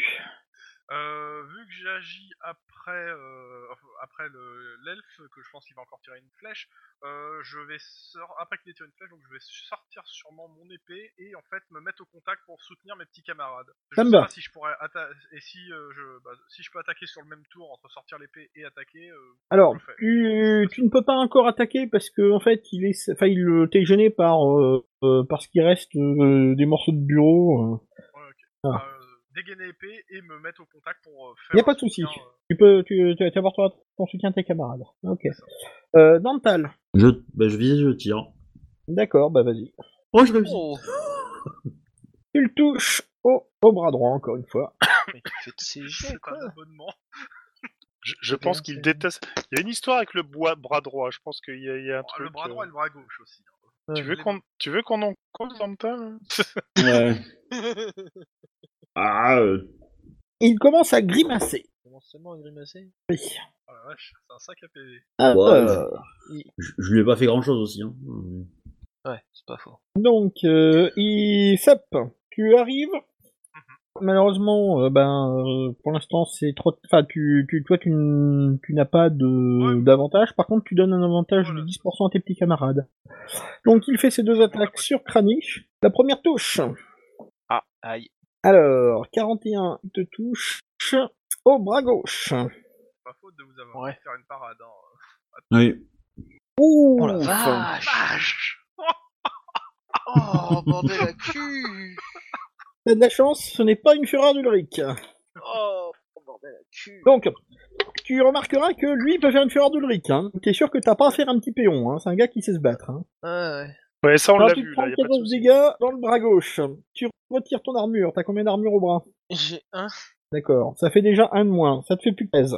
Euh, vu que j'agis après, euh, enfin, après le- l'elfe, que je pense qu'il va encore tirer une flèche, euh, je vais sor- après qu'il ait tiré une flèche, donc je vais sortir sûrement mon épée et en fait me mettre au contact pour soutenir mes petits camarades. Je Ça me sais va. pas si je pourrais atta- et si euh, je bah, si je peux attaquer sur le même tour entre sortir l'épée et attaquer. euh, Alors, je le fais. tu, tu ne peux pas encore attaquer parce que en fait, il est, enfin, il euh, t'es gêné par euh, euh, par ce qui reste euh, des morceaux de bureau. euh. Ouais, ok. Ah. Euh, dégainer l'épée et me mettre au contact pour euh, faire. Y a pas un de souci. soutien, euh, Tu peux, tu, tu vas avoir ton, ton soutien à tes camarades. Ok. Euh, Dantal, je, bah, je vise, je tire. d'accord, bah vas-y. Oh, je réussis. Oh Tu le touches au, au bras droit encore une fois. Mais tu fais de ces jets, c'est quoi un abonnement. Je, je pense bien, qu'il c'est- déteste. Il y a une histoire avec le bois bras droit. Je pense qu'il y, a- il y a un Oh, truc. le bras euh, droit et le bras gauche aussi. hein. Tu veux qu'on, tu veux qu'on en cause hein en même temps là Ouais. Ah, euh, Il commence à grimacer. commence seulement à grimacer. Oui. Ah, bah, Oh la vache, c'est un sac à PV. Alors, je, je lui ai pas fait grand chose aussi. Hein. Ouais, c'est pas faux. Donc, euh, il Sap, tu arrives. Malheureusement, euh, ben, euh, pour l'instant, c'est trop. Enfin, tu, tu, toi, tu, n- tu n'as pas de Ouais. d'avantage. Par contre, tu donnes un avantage Voilà. de 10% à tes petits camarades. Donc, il fait ses deux attaques sur Kranich. La première touche. Ah, aïe. Alors, 41 te touche au bras gauche. C'est Pas faute de vous avoir Ouais. fait faire une parade. Hein. Oui. Ouh, Oh la vache Oh, bordel la cul T'as de la chance, ce n'est pas une fureur d'Ulrich. Oh, bordel la cul Donc, tu remarqueras que lui peut faire une fureur d'Ulrich. Hein. T'es sûr que t'as pas à faire un petit péon. Hein. C'est un gars qui sait se battre. Hein. Ah, ouais. Ouais, ça on Alors, Bah, l'a tu te vu. prends Là, y a pas de 14 souci. dégâts dans le bras gauche. Tu retires ton armure. T'as combien d'armure au bras J'ai un. D'accord. Ça fait déjà un de moins. Ça te fait plus 13.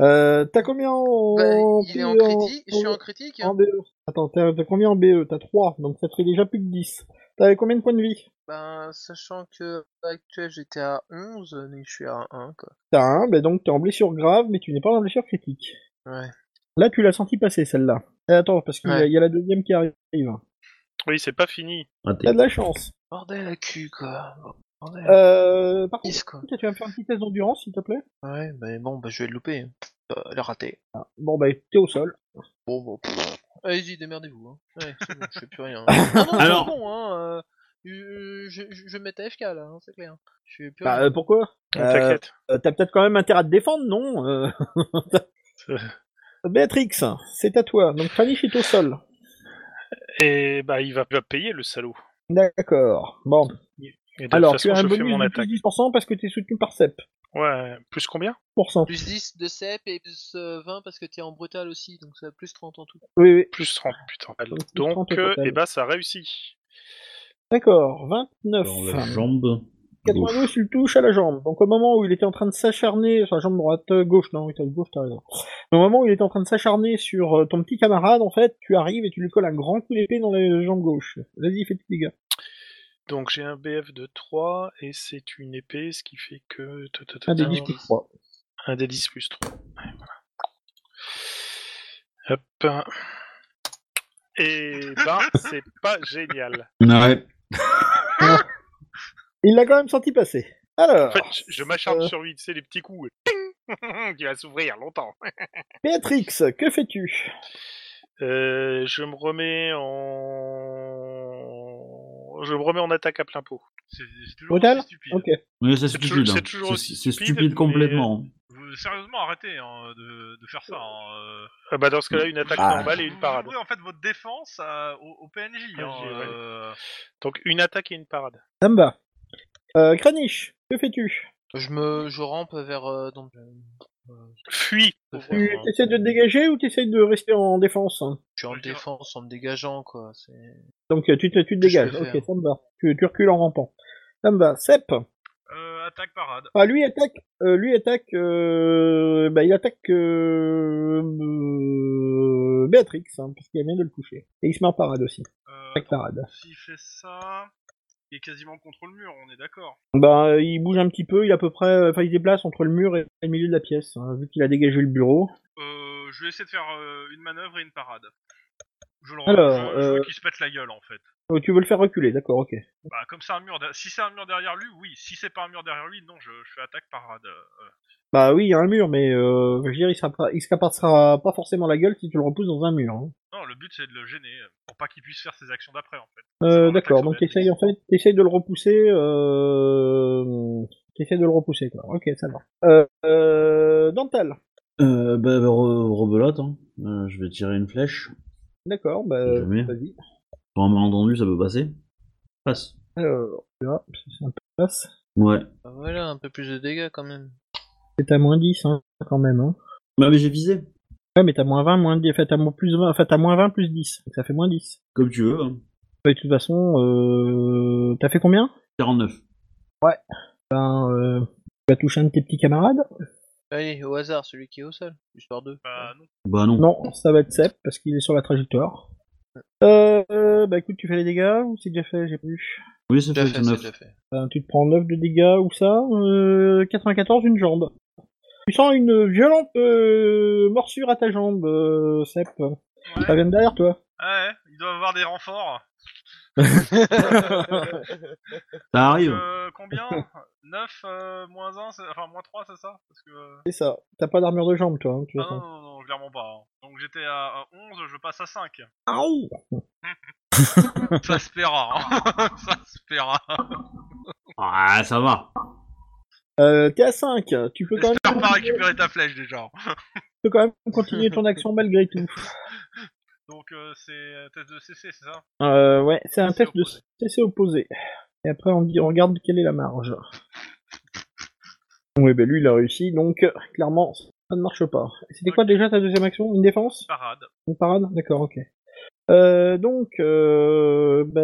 Euh, t'as combien en... E Bah, il est en critique. Je suis en critique. hein. en BE. E. Attends, t'as t'as combien en BE T'as 3, donc ça te fait déjà plus que 10. T'avais combien de points de vie Ben, sachant que à actuel j'étais à 11, mais je suis à 1, quoi. T'as un, bah donc t'es en blessure grave, mais tu n'es pas en blessure critique. Ouais. Là, tu l'as senti passer, celle-là. Et attends, parce qu'il y a- Ouais. il y a la deuxième qui arrive. Oui, c'est pas fini. Raté. T'as de la chance. Bordel la cul, quoi. Bordel la Euh, par contre, pisse, quoi. tu vas me faire un petit test d'endurance, s'il te plaît Ouais, mais bon, bah, je vais le louper. Euh, le raté. Bon, bah, t'es au sol. Bon, bon. pff. Allez-y, démerdez-vous. Hein. Ouais, c'est bon, je fais plus rien. Ah non, Alors- Alors... bon, hein. euh, euh, je, je, je vais me mettre AFK, là, hein, c'est clair. Je fais plus Bah, rien. euh, pourquoi Donc, Euh, T'inquiète. euh, T'as peut-être quand même intérêt à te défendre, non Euh, Béatrix, c'est à toi. Donc, Kranich est au sol. Euh. Et bah, il va, il va payer le salaud. D'accord. Bon, Et de alors, toute tu as façon, un je fais bonus mon de plus attaque. 10% parce que t'es soutenu par Sep. Ouais, plus combien Pour cent. Plus 10 de CEP et plus euh, 20 parce que t'es en brutal aussi, donc ça fait plus 30 en tout. Oui, oui. Plus 30, putain. Donc, plus 30 Donc, au euh, total. eh ben, ça réussit. D'accord, 29. Dans la jambe. gauche. 92, tu le touches à la jambe. Donc au moment où il était en train de s'acharner sur la jambe droite, euh, gauche, non, oui, t'as gauche, t'as raison. Au moment où il était en train de s'acharner sur euh, ton petit camarade, en fait, tu arrives et tu lui colles un grand coup d'épée dans la jambe gauche. Vas-y, fais tes dégâts. Donc, j'ai un BF de 3 et c'est une épée, ce qui fait que. ta, ta, ta, Un des ta, 10 plus 3. Un des 10 plus 3. Hop. Et ben, c'est pas génial. Ouais. Il l'a quand même senti passer. En Alors, fait, je- je m'acharne euh, sur lui, tu sais, les petits coups. Ting Qui va s'ouvrir longtemps. Béatrix, que fais-tu Euh, je me remets en. Je me remets en attaque à plein pot. C'est c'est toujours Brutal aussi stupide. Ok. Mais c'est C'est stupide. toujours- hein. c'est toujours C'est aussi c'est stupide, stupide mais- complètement. Vous, faut sérieusement arrêter hein, de, de faire ça. hein, euh. Ah bah dans ce cas-là, une attaque Ah. normale et une Vous parade. jouez, en fait votre défense à- au, au PNJ. hein, PNJ, ouais. euh. Donc une attaque et une parade. Ça me va. Euh, Kranich, que fais-tu Je me, je rampe vers. euh, donc, euh, Fuis de faire Tu Euh, un- essaies de te dégager ou tu essaies de rester en défense hein Je suis en défense en me dégageant quoi. c'est- Donc euh, tu te, tu te Je dégages, peux le ok, faire. ça me va. Tu, tu recules en rampant. Ça me va. Sep Euh, attaque parade. Ah, lui attaque, euh, lui attaque, euh, bah, il attaque euh, euh, Béatrix, hein, parce qu'il a bien de le toucher. Et il se met en parade aussi. Euh, Attaque parade. attends, S'il fait ça, il est quasiment contre le mur, on est d'accord. Bah, euh, il bouge un petit peu, il est à peu près, euh, enfin, il se déplace entre le mur et le milieu de la pièce, hein, vu qu'il a dégagé le bureau. Euh, je vais essayer de faire euh, une manœuvre et une parade. Je le Alors, je, je veux euh, qu'il se pète la gueule en fait. Euh, tu veux le faire reculer, d'accord, ok. Bah, comme c'est un mur, de- si c'est un mur derrière lui, oui. Si c'est pas un mur derrière lui, non, je, je fais attaque parade. euh, euh. Bah oui, il y a un mur, mais euh, je veux dire, il sera pas, il se capassera pas forcément la gueule si tu le repousses dans un mur. hein. Non, le but c'est de le gêner euh, pour pas qu'il puisse faire ses actions d'après en fait. Euh, C'est d'accord, vraiment donc la tête sur t'essayes en fait, t'essayes de le repousser, euh... t'essayes de le repousser quoi. Ok, ça va. Euh, euh, Dental. Euh, bah, bah, re- rebelote, hein. Euh, je vais tirer une flèche. D'accord, bah Jamais. vas-y. Pour un malentendu, ça peut passer. Passe. Alors, là, c'est un peu basse. Ouais. Ah, Voilà, un peu plus de dégâts quand même. C'est à moins 10 hein, quand même. Hein. Bah, mais j'ai visé. Ouais, mais t'as moins 20, moins 10, enfin t'as moins plus 20, enfin t'as moins 20 plus 10, donc ça fait moins 10. Comme tu veux. hein. Mais de toute façon, euh... t'as fait combien 49. Ben, euh... tu vas toucher un de tes petits camarades Allez, au hasard, celui qui est au sol, histoire d'eux. Bah, non. Bah non. Non, ça va être Sep, parce qu'il est sur la trajectoire. Euh, euh, bah écoute, tu fais les dégâts, ou c'est déjà fait, j'ai plus. Oui, ça Déjà fait fait, c'est 9. déjà fait. Ben, tu te prends 9 de dégâts ou ça, euh, 94 une jambe. Tu sens une violente euh, morsure à ta jambe, euh, Sep. Ça Ouais. vient de derrière toi. Ah ouais, il doit avoir des renforts. Ça arrive. Euh, combien 9 moins 1, enfin moins 3, c'est ça Parce que. euh, C'est ça. T'as pas d'armure de jambe, toi. hein, de toute Ah non, façon. non, non, non, clairement pas. hein. Donc j'étais à à 11, je passe à 5. Aïe Ça se paiera, hein. Ça se paiera. Ah, ça va. Euh, T'es à 5. Tu peux quand, même, J'espère pas récupérer ta flèche déjà. hein. tu peux quand même continuer ton action malgré tout. Donc euh, c'est euh, test de CC, c'est ça Euh, ouais, c'est un C'est test de CC opposé. Et après, on, dit, on regarde quelle est la marge. Ouais, ben lui, il a réussi, donc euh, clairement, ça ne marche pas. C'était quoi déjà ta deuxième action Une défense Parade. Une parade D'accord, ok. Euh, donc, euh, bah,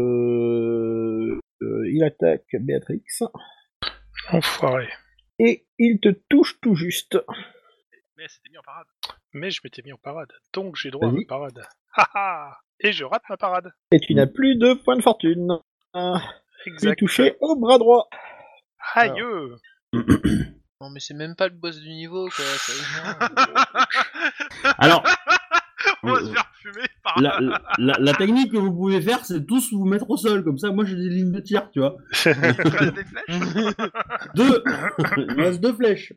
euh, euh, il attaque Béatrix Enfoiré. et il te touche tout juste. Mais c'était mis en parade. Mais je m'étais mis en parade, donc j'ai droit à Vas-y. ma parade. Ha ha Et je rate ma parade. Et tu n'as plus de points de fortune. Euh, tu es Exact. touché au bras droit. Aïe euh. non mais c'est même pas le boss du niveau quoi. ça- hein. Alors, Euh, On va se faire fumer par la, la- la technique que vous pouvez faire, c'est tous vous mettre au sol. Comme ça, moi, j'ai des lignes de tir, tu vois. Il reste des flèches. Deux. Il me reste deux flèches.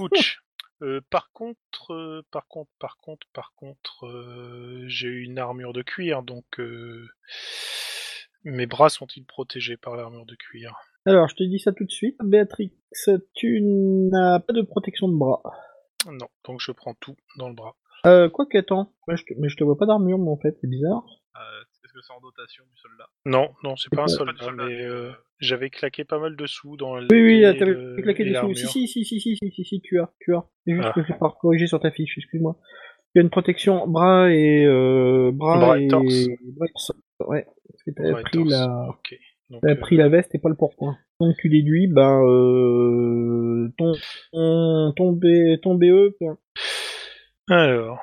Ouch. Euh, par contre, euh, par contre, par contre, par contre, euh, j'ai une armure de cuir, donc euh, mes bras sont-ils protégés par l'armure de cuir Alors, je te dis ça tout de suite. Béatrix, tu n'as pas de protection de bras. Non, donc je prends tout dans le bras. Euh, quoi qu'attends, mais je, te, mais je te vois pas d'armure, moi, en fait, c'est bizarre. Euh, Est-ce que c'est en dotation du soldat Non, non, c'est pas un Pas du soldat, soldat, mais mais, euh, euh, j'avais claqué pas mal de sous dans le. Oui, oui, et t'avais le- claqué et des sous. l'armure. Si, si, si, si, si, si, si, si, tu as, tu as. C'est juste Ah. que j'ai pas corrigé sur ta fiche, excuse-moi. Tu as une protection bras et euh, bras, Bras et et, torse. bras et torse. Ouais, parce que t'as Ouais, pris torse. la, Ok. Donc, t'as euh, pris la veste et pas le pourpoint. Donc tu déduis, ben, euh, ton, ton, ton, B- ton BE, point. Alors,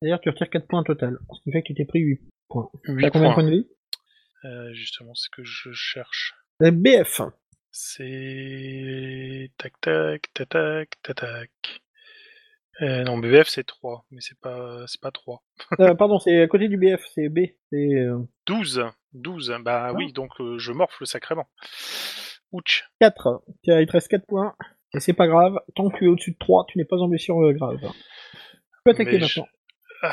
D'ailleurs, tu retires 4 points total, ce qui fait que tu t'es pris 8. huit T'as combien de points. points de vie Euh, justement, c'est ce que je cherche. La BF. C'est. Tac, tac, tac, tac, tac, tac. Euh, non, BF c'est 3, mais c'est pas, c'est pas 3. Euh, pardon, c'est à côté du BF, c'est B. C'est, euh, 12 12 Bah oui, donc euh, je morfle sacrément. Ouch 4. Tiens, il te reste 4 points. Et c'est pas grave. Tant que tu es au-dessus de 3, tu n'es pas en blessure euh, grave. Tu peux attaquer Mais je- maintenant. bah,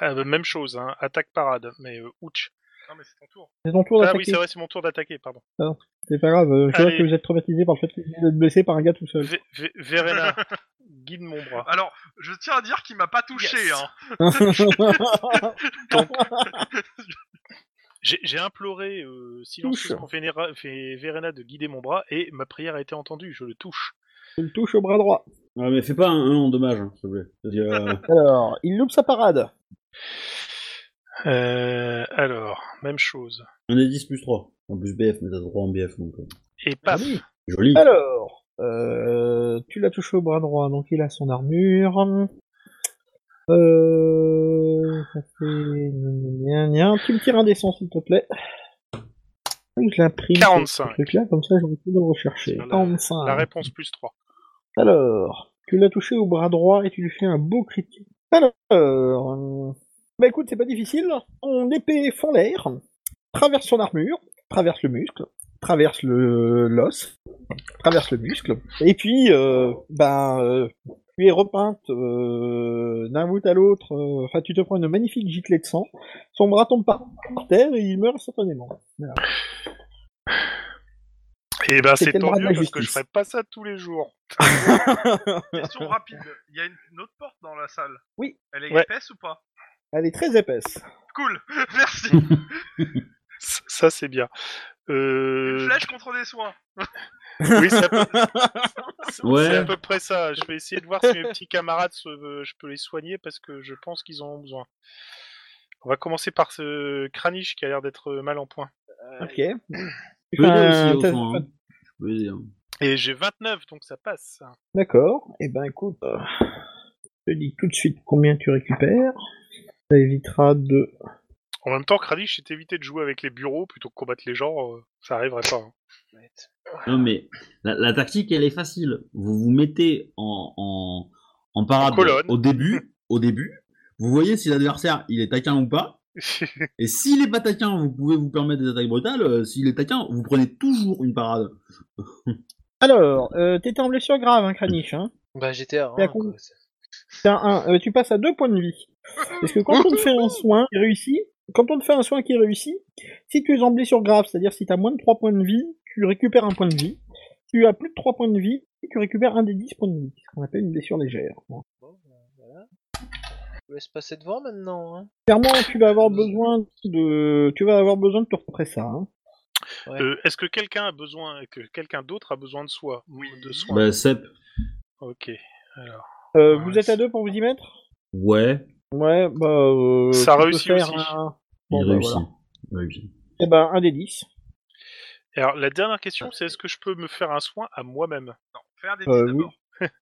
Ah, euh, Même chose, hein, attaque parade, mais euh, ouch Non, mais c'est ton tour. C'est ton tour Ah oui, d'attaquer. c'est vrai, c'est mon tour d'attaquer, pardon. c'est pas grave, euh, je vois Allez. que vous êtes traumatisé par le fait que vous êtes blessé par un gars tout seul. V- V- Verena, guide mon bras. Alors, je tiens à dire qu'il m'a pas touché. Yes. Hein. J'ai j'ai imploré euh, silencieusement Vénéra- Vé- Verena de guider mon bras et ma prière a été entendue, je le touche. Il le touche au bras droit. Ouais, mais fais pas un 1 en dommage, hein, s'il te plaît. Parce que, euh, Alors, il loupe sa parade. Euh, alors, même chose. un des 10 plus 3. En plus BF, mais t'as 3 en BF, donc. euh, Et paf Joli. Alors, euh, tu l'as touché au bras droit, donc il a son armure. Euh, ça fait... gna, gna, gna. Tu me tires un dessin, s'il te plaît. Faut que Je l'imprime. ce 45. truc-là, comme ça, j'aurais pu le rechercher. Sur la- 45. La réponse plus 3. Alors, tu l'as touché au bras droit et tu lui fais un beau critique. Alors, euh, bah écoute, c'est pas difficile. Ton épée fend l'air, traverse son armure, traverse le muscle, traverse le l'os, traverse le muscle, et puis, euh, ben, euh, tu es repeinte euh, d'un bout à l'autre. euh, Enfin, tu te prends une magnifique giclée de sang. Son bras tombe par terre et il meurt instantanément. Voilà. Et ben c'est C'était le bras de tendu la parce que je justice. ferai pas ça tous les jours. Question rapide. Il y a une, une autre porte dans la salle. Oui. Elle est Ouais. épaisse ou pas Elle est très épaisse. Cool. Merci. Ça, ça, c'est bien. Une Euh... flèche contre des soins. Oui, c'est à, peu... c'est à Ouais. peu près ça. Je vais essayer de voir si mes petits camarades, se- euh, je peux les soigner parce que je pense qu'ils en ont besoin. On va commencer par ce craniche qui a l'air d'être euh, mal en point. Ok. Tu Je peux fais aider un aussi, au test- fond, hein. Je peux aider, hein. Et j'ai 29, donc ça passe. D'accord. Eh ben écoute, euh, je te dis tout de suite combien tu récupères. Ça évitera de... En même temps, Kranich s'est évité de jouer avec les bureaux plutôt que combattre les gens. euh, ça arriverait pas. hein. Non, mais la, la tactique, elle est facile. Vous vous mettez en, en, en En parade colonne. au début. Au début. Vous voyez si l'adversaire, il est taquin ou pas. Et s'il est pas taquin, vous pouvez vous permettre des attaques brutales. Euh, S'il est taquin, vous prenez toujours une parade. Alors, euh, t'étais en blessure grave, hein, Kranich. Hein Bah, j'étais à T'es à 1. combien T'as un, euh, tu passes à deux points de vie. Parce que quand on te fait un soin qui réussit, quand on te fait un soin qui réussit, si tu es en blessure grave, c'est-à-dire si t'as moins de 3 points de vie, tu récupères un point de vie. Si tu as plus de 3 points de vie, tu récupères un des 10 points de vie. Ce qu'on appelle une blessure légère. Bon, ben, voilà. Je vous laisse passer devant maintenant. Hein. Clairement, tu vas avoir besoin de, tu vas avoir besoin de te reprendre ça. Hein. Ouais. Euh, Est-ce que quelqu'un a besoin, que quelqu'un d'autre a besoin de soi Oui. De soins. Bah, Sep. Ok. Euh, Ouais, vous êtes c'est- à deux pour vous y mettre Ouais. Ouais, bah. Euh, Ça tu peux réussit faire aussi. un- Il Bon, bah, réussit. voilà. Il réussit. Eh ben, un des dix. Alors, la dernière question, c'est est-ce que je peux me faire un soin à moi-même Non, faire des Euh, dix oui. d'abord.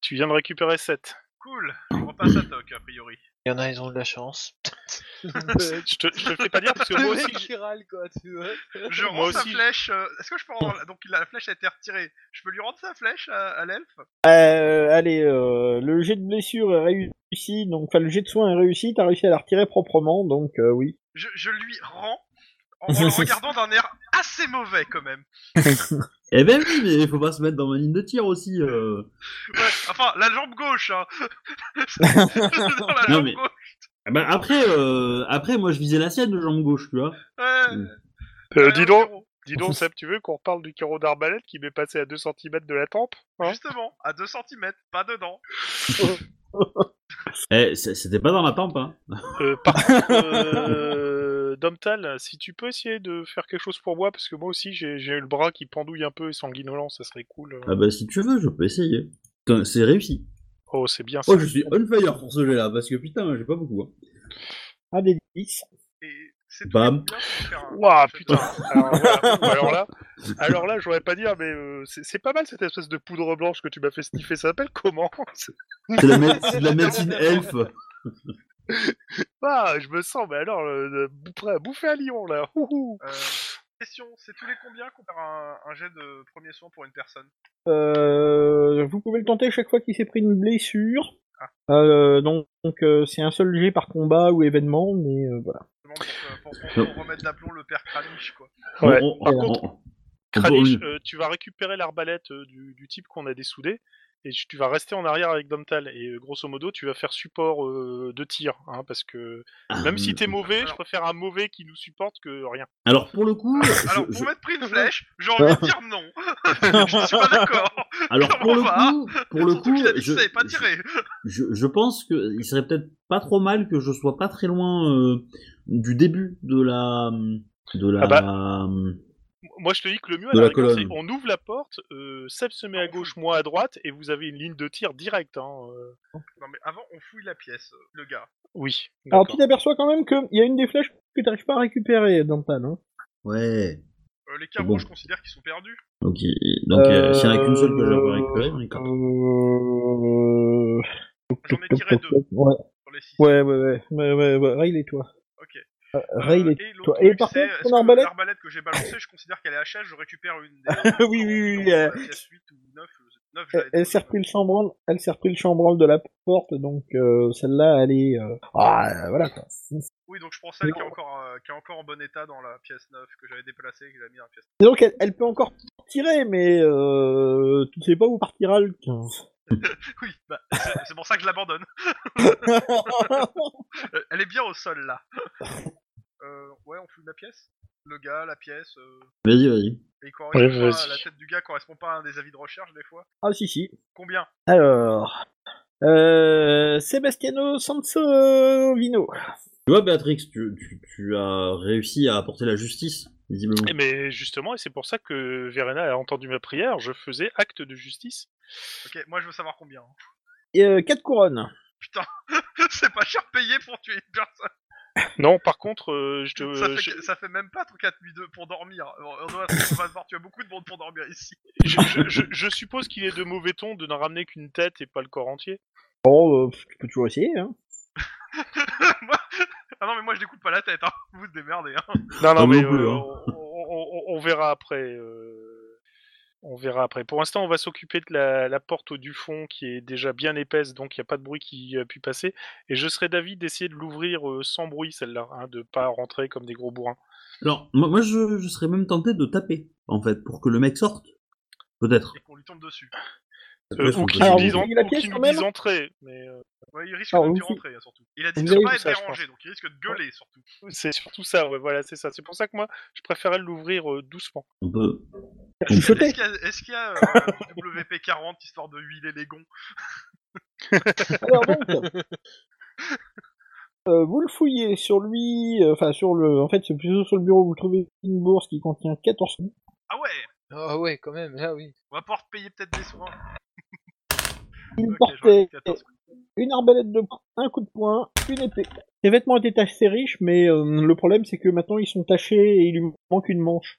Tu viens de récupérer 7. Cool. Je repasse à Toc, a priori. Il y en a, ils ont de la chance. Euh, je, te, je te le fais pas dire parce que moi aussi, j'ai- qui râle, quoi, tu vois. Je Moi rends sa aussi. flèche. euh, Est-ce que je peux rendre la- donc la flèche a été retirée Je peux lui rendre sa flèche à, à l'elfe Euh, allez, euh, le jet de blessure est réussi, donc enfin le jet de soin est réussi. T'as réussi à la retirer proprement, donc euh, oui. je, je lui rends en, en le regardant d'un air assez mauvais quand même. Eh ben oui, mais faut pas se mettre dans ma ligne de tir aussi. euh. Ouais, enfin, la jambe gauche. Hein. Dans la Non, jambe mais- gauche. Ah Bah, après, euh, après, moi, je visais la sienne de jambe gauche, tu vois. Ouais, Euh, ouais, dis donc, zéro. dis donc, Seb, tu veux qu'on reparle du carreau d'arbalète qui m'est passé à 2 cm de la tempe hein Justement, à 2 cm, pas dedans. Eh, c- c'était pas dans la tempe, hein. Euh, Par contre, euh, Domtal, si tu peux essayer de faire quelque chose pour moi, parce que moi aussi j'ai j'ai eu le bras qui pendouille un peu et sanguinolent, ça serait cool. euh. Ah bah, si tu veux, je peux essayer. Putain, C'est réussi. Oh, c'est bien ça. Oh, je suis on fire pour ce jeu-là, parce que putain, j'ai pas beaucoup. hein. Un des dix. Et c'est tout. Bam. Bien, je vais faire un- Ouah, je vais putain. faire un- Alors, voilà. Bon, alors là, alors là, j'aurais pas dire, mais euh, c'est c'est pas mal cette espèce de poudre blanche que tu m'as fait sniffer. Ça s'appelle comment C'est- C'est de la, mé- c'est de la médecine elfe. Ah, je me sens, mais alors, euh, de- prêt à bouffer un lion là. Ouhou. Euh, question, c'est tous les combien qu'on perd un, un jet de premier soin pour une personne Euh, vous pouvez le tenter chaque fois qu'il s'est pris une blessure. Ah. Euh, donc donc, euh, c'est un seul jet par combat ou événement, mais euh, voilà. Je demande pour, pour- pour- pour remettre d'aplomb le père Kranich, quoi. Ouais. On- on- Par on- contre, on- Kranich, on- euh, tu vas récupérer l'arbalète euh, du, du type qu'on a dessoudé et tu vas rester en arrière avec Domtal. Et euh, grosso modo, tu vas faire support euh, de tir, hein, parce que même si t'es mauvais, je préfère un mauvais qui nous supporte que rien. Alors pour le coup, je- Alors, je- pour m'être pris une flèche, j'ai envie de dire non. je suis pas d'accord. alors pour le Bah, coup, pour le Surtout coup, qu'il a dit que je, ça savait pas tirer. je, je pense que il serait peut-être pas trop mal que je sois pas très loin euh, du début de la de la Ah Moi, je te dis que le mieux, à De la la rigueur, c'est colonne. on ouvre la porte, euh, Seb se met à gauche, moi à droite, et vous avez une ligne de tir directe. Hein, euh. Non, mais avant, on fouille la pièce, euh, le gars. Oui. Alors d'accord. tu t'aperçois quand même qu'il y a une des flèches que t'arrives pas à récupérer, Dantan. Hein. ouais. Euh, les carreaux, Bon. je considère qu'ils sont perdus. Donc, il- donc euh, s'il y en a qu'une seule que j'avais récupérée, on est content. Euh... J'en ai tiré deux Ouais, sur les six. ouais, ouais, ouais, ouais, ouais, ouais. Riley, toi. Ok. Euh, Riley, et l'autre toi. truc, Et par c'est, contre, est-ce ton que arbalète- L'arbalète que j'ai balancée, je considère qu'elle est HS, je récupère une des. Oui, oui, oui, euh, euh, Elle- Elle s'est repris le chambranle, elle s'est repris le chambranle de la porte, donc euh, celle-là, elle est. euh, Ah, voilà quoi. Oui, donc je prends celle qui est, encore, euh, qui est encore en bon état dans la pièce 9 que j'avais déplacée et que j'ai mis dans la pièce Et donc elle, elle peut encore tirer, mais euh, tu sais pas où partira le 15. Oui, bah, c'est c'est pour ça que je l'abandonne. Euh, Elle est bien au sol là. Euh, ouais, on fout la pièce Le gars, la pièce. euh, Vas-y, vas-y. et il correspond Ouais, pas- vas-y. la tête du gars correspond pas à un des avis de recherche des fois ah si si. Combien Alors, euh, Sebastiano Sansovino. Tu vois, Béatrix, tu, tu, tu as réussi à apporter la justice, visiblement. Eh, Mais justement, et c'est pour ça que Verena a entendu ma prière, je faisais acte de justice. Ok, moi je veux savoir combien. Et, euh, quatre couronnes. Putain, c'est pas cher payé pour tuer une personne. Non, par contre, euh, je te- ça, fait, je- ça fait même pas 4 nuits de, pour dormir. Bon, on, doit- on va devoir tuer beaucoup de monde pour dormir ici. je- je- je- je suppose qu'il est de mauvais ton de n'en ramener qu'une tête et pas le corps entier. Oh, euh, pff, tu peux toujours essayer. Hein. Moi- Ah non, mais moi je découpe pas la tête, hein. vous vous démerdez. Hein. Non, Ah, non, mais non plus, euh, hein. on, on- on- on verra après. euh, On verra après. Pour l'instant, on va s'occuper de la, la porte du fond qui est déjà bien épaisse, donc il n'y a pas de bruit qui a pu passer. Et je serais d'avis d'essayer de l'ouvrir euh, sans bruit, celle-là, hein, de pas rentrer comme des gros bourrins. Alors, moi, moi, je, je serais même tenté de taper, en fait, pour que le mec sorte. Peut-être. Et qu'on lui tombe dessus. Euh, ou qui Alors, nous vous disent en- voyez la ou qui pièce, nous quand même disent entrer. Mais euh, Ouais, il risque Ah, de oui, dire si. rentrer hein, surtout. Il a dit Vous de ne avez pas vu être ça, je dérangé, donc il risque de gueuler surtout. c'est surtout ça, ouais, voilà, c'est ça. C'est pour ça que moi, je préférais l'ouvrir euh, doucement. On peut. Chuchoter. Est-ce qu'il y a, est-ce qu'il y a, euh, WP40 histoire de huiler les gonds Alors donc, euh, vous le fouillez sur lui, euh, enfin sur le, en fait c'est plutôt sur le bureau, vous trouvez une bourse qui contient 14 sous. Ah ouais Ah ouais, quand même, ah oui. On va pouvoir te payer peut-être des soins. Il Ok, j'en ai portait 14. une arbalète de poing, un coup de poing, une épée. Ses vêtements étaient assez riches, mais euh, le problème c'est que maintenant ils sont tachés et il lui manque une manche.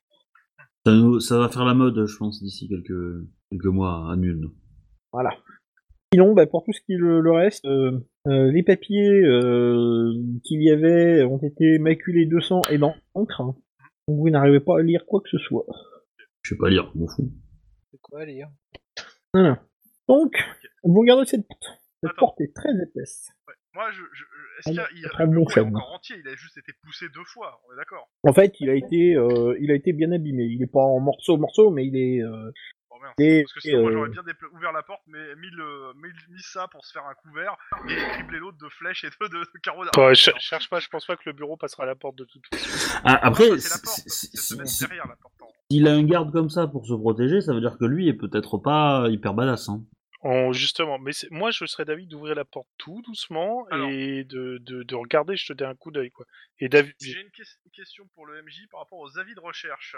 Ça, nous- ça va faire la mode, je pense, d'ici quelques, quelques mois, à nul. Voilà. Sinon, bah, pour tout ce qui le, le reste, euh, euh, les papiers euh, qu'il y avait ont été maculés de sang et d'encre. hein. Donc vous n'arrivez pas à lire quoi que ce soit. Je sais pas lire, je m'en fous. C'est quoi, hein. les gars Voilà. Donc, vous regardez cette porte. Cette Attends. porte est très épaisse. Ouais. Moi, je, je- je- est-ce qu'il y a, il, Très le bon bureau est film. encore entier Il a juste été poussé deux fois, on est d'accord En fait, il a été, euh, il a été bien abîmé. Il est pas en morceaux, morceaux, mais il est. euh, Bon, merde. Et- Parce que sinon, moi euh, j'aurais bien dépla- ouvert la porte, mais mis, le, mis, mis ça pour se faire un couvert et criblé l'autre de flèches et de, de, de carreaux d'armes. Bah, je, cherche pas, je pense pas que le bureau passera à la porte de toute façon. Ah, après, c'est la porte. si- si- C'est se mettre si- derrière la porte. hein. en- s'il a un garde comme ça pour se protéger, ça veut dire que lui est peut-être pas hyper badass. Hein. En- justement, mais c'est- moi je serais d'avis d'ouvrir la porte tout doucement Alors. et de, de, de regarder, je te donne un coup d'œil quoi. Et d'aviser. J'ai une, ques- une question pour le MJ par rapport aux avis de recherche.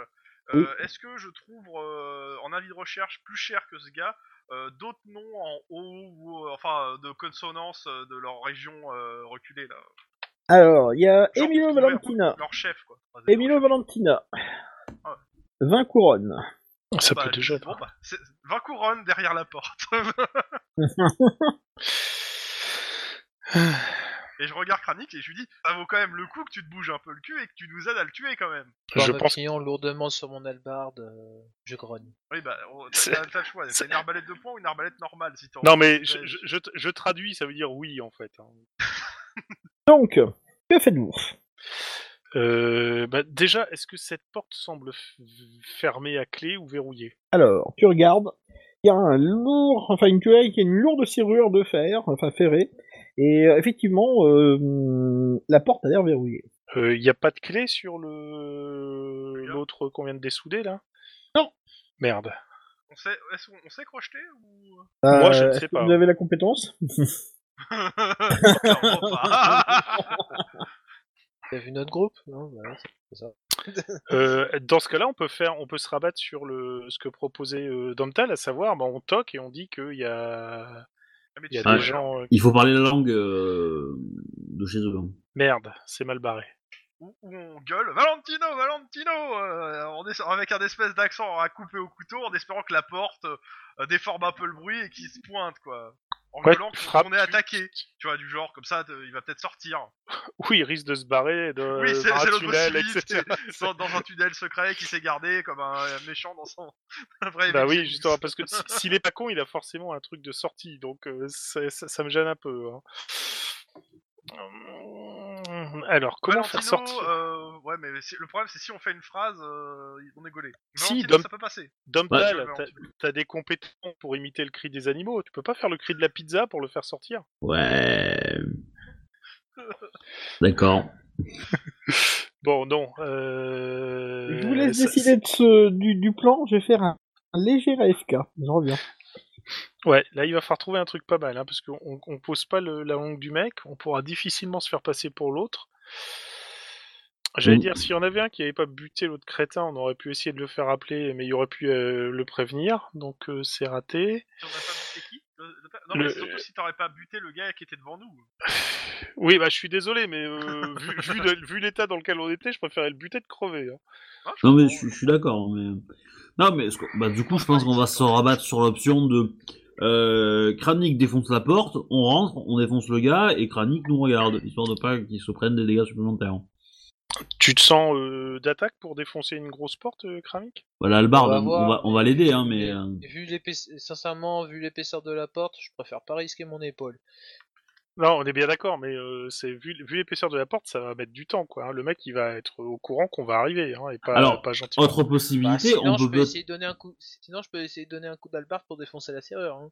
Euh, Oui. Est-ce que je trouve euh, en avis de recherche plus cher que ce gars euh, d'autres noms en haut ou euh, enfin euh, de consonance euh, de leur région euh, reculée là Alors, il y a Genre Emilio pour trouver Valentina. Leur chef quoi. Enfin, c'est Emilio leur chef. Valentina. Ah 20 couronnes. Ah, Ça Bah, peut déjà être. bon, bah, c'est 20 couronnes derrière la porte. et je regarde Kranik et je lui dis ça vaut quand même le coup que tu te bouges un peu le cul et que tu nous aides à le tuer quand même. Je Je pense- pense... lourdement sur mon albarde, euh, je grogne. Oui bah on- C'est- t'as t'as le choix. T'as c'est- une arbalète de poing ou une arbalète normale si t'en Euh, Non mais Ouais. je, je, je, je traduis, ça veut dire oui en fait. hein. Donc, que faites-vous Euh, bah, déjà, est-ce que cette porte semble f- fermée à clé ou verrouillée Alors, tu regardes. il y a un lourd, enfin une cuiraille qui a une lourde serrure de fer, enfin ferrée, et euh, effectivement, euh, la porte a l'air verrouillée. Il n'y Euh, a pas de clé sur le l'autre qu'on vient de dessouder là Non. Merde. On sait, est-ce qu'on- on sait crocheter ou Moi, je ne Euh, sais est-ce que pas. Vous avez la compétence Clairement pas. T'as vu notre groupe Non, bah, c'est ça. Euh, dans ce cas-là, on peut faire, on peut se rabattre sur le ce que proposait euh, Domtal, à savoir, bah, on toque et on dit qu'il y a, Mais il y tu a sais, des gens. euh, Il faut parler la langue euh, de chez eux. hein. Merde, c'est mal barré. où, où on gueule Valentino, Valentino euh, on est, Avec un espèce d'accent à couper au couteau en espérant que la porte euh, déforme un peu le bruit et qu'il se pointe quoi. En Ouais, gueulant qu'on- frappe, qu'on est tu- attaqué, tu vois, du genre comme ça, te- il va peut-être sortir. Oui, il risque de se barrer de, oui, c'est par un c'est l'autre tunnel, possibilité. etc. Dans, dans un tunnel secret qui s'est gardé comme un méchant dans son. un vrai Bah oui, Evil justement, Genius. parce que si- s'il est pas con, il a forcément un truc de sortie, donc euh, ça, ça- ça me gêne un peu. hein. Hum, Alors, comment faire Valentino, sortir euh, Ouais, mais si- le problème c'est si on fait une phrase, euh, on est gaulé. Si, Valentino, Dom- ça peut passer. Domtal, Ouais. t'as- t'as des compétences pour imiter le cri des animaux. Tu peux pas faire le cri de la pizza pour le faire sortir. Ouais. D'accord. Bon, non. euh, Je vous laisse ça- décider de ce, du, du plan, je vais faire un, un léger AFK, je reviens. Ouais, là il va falloir trouver un truc pas mal, hein, parce qu'on on pose pas le- la langue du mec, on pourra difficilement se faire passer pour l'autre. J'allais Mm. dire, s'il y en avait un qui avait pas buté l'autre crétin, on aurait pu essayer de le faire appeler, mais il aurait pu euh, le prévenir, donc euh, c'est raté. Si on n'a pas buté qui Euh, Le- le- Non, mais Le- surtout si t'aurais pas buté le gars qui était devant nous. Oui, bah je suis désolé, mais euh, vu, vu de- vu l'état dans lequel on était, je préférais le buter de crever. hein. Hein, Non mais comprends, je, suis- je suis d'accord. Mais... Non mais ce que- bah, du coup je pense qu'on va se rabattre sur l'option de euh, Kramnik défonce la porte, on rentre, on défonce le gars et Kramnik nous regarde, histoire de pas qu'il se prenne des dégâts supplémentaires. Tu te sens euh, d'attaque pour défoncer une grosse porte, euh, Kramik Voilà le bar, on va, voir, Bah, on va, on va mais l'aider vu- hein, mais euh, Vu l'épaisse- sincèrement, vu l'épaisseur de la porte, je préfère pas risquer mon épaule. Non, on est bien d'accord, mais euh, c'est vu, vu l'épaisseur de la porte, ça va mettre du temps, quoi. hein. Le mec, il va être au courant qu'on va arriver, hein, et pas, Alors, pas gentiment. autre Bah, possibilité, sinon, on je peut peux peut- essayer de donner un coup. Sinon, je peux essayer de donner un coup d'albarde pour défoncer la serrure. hein.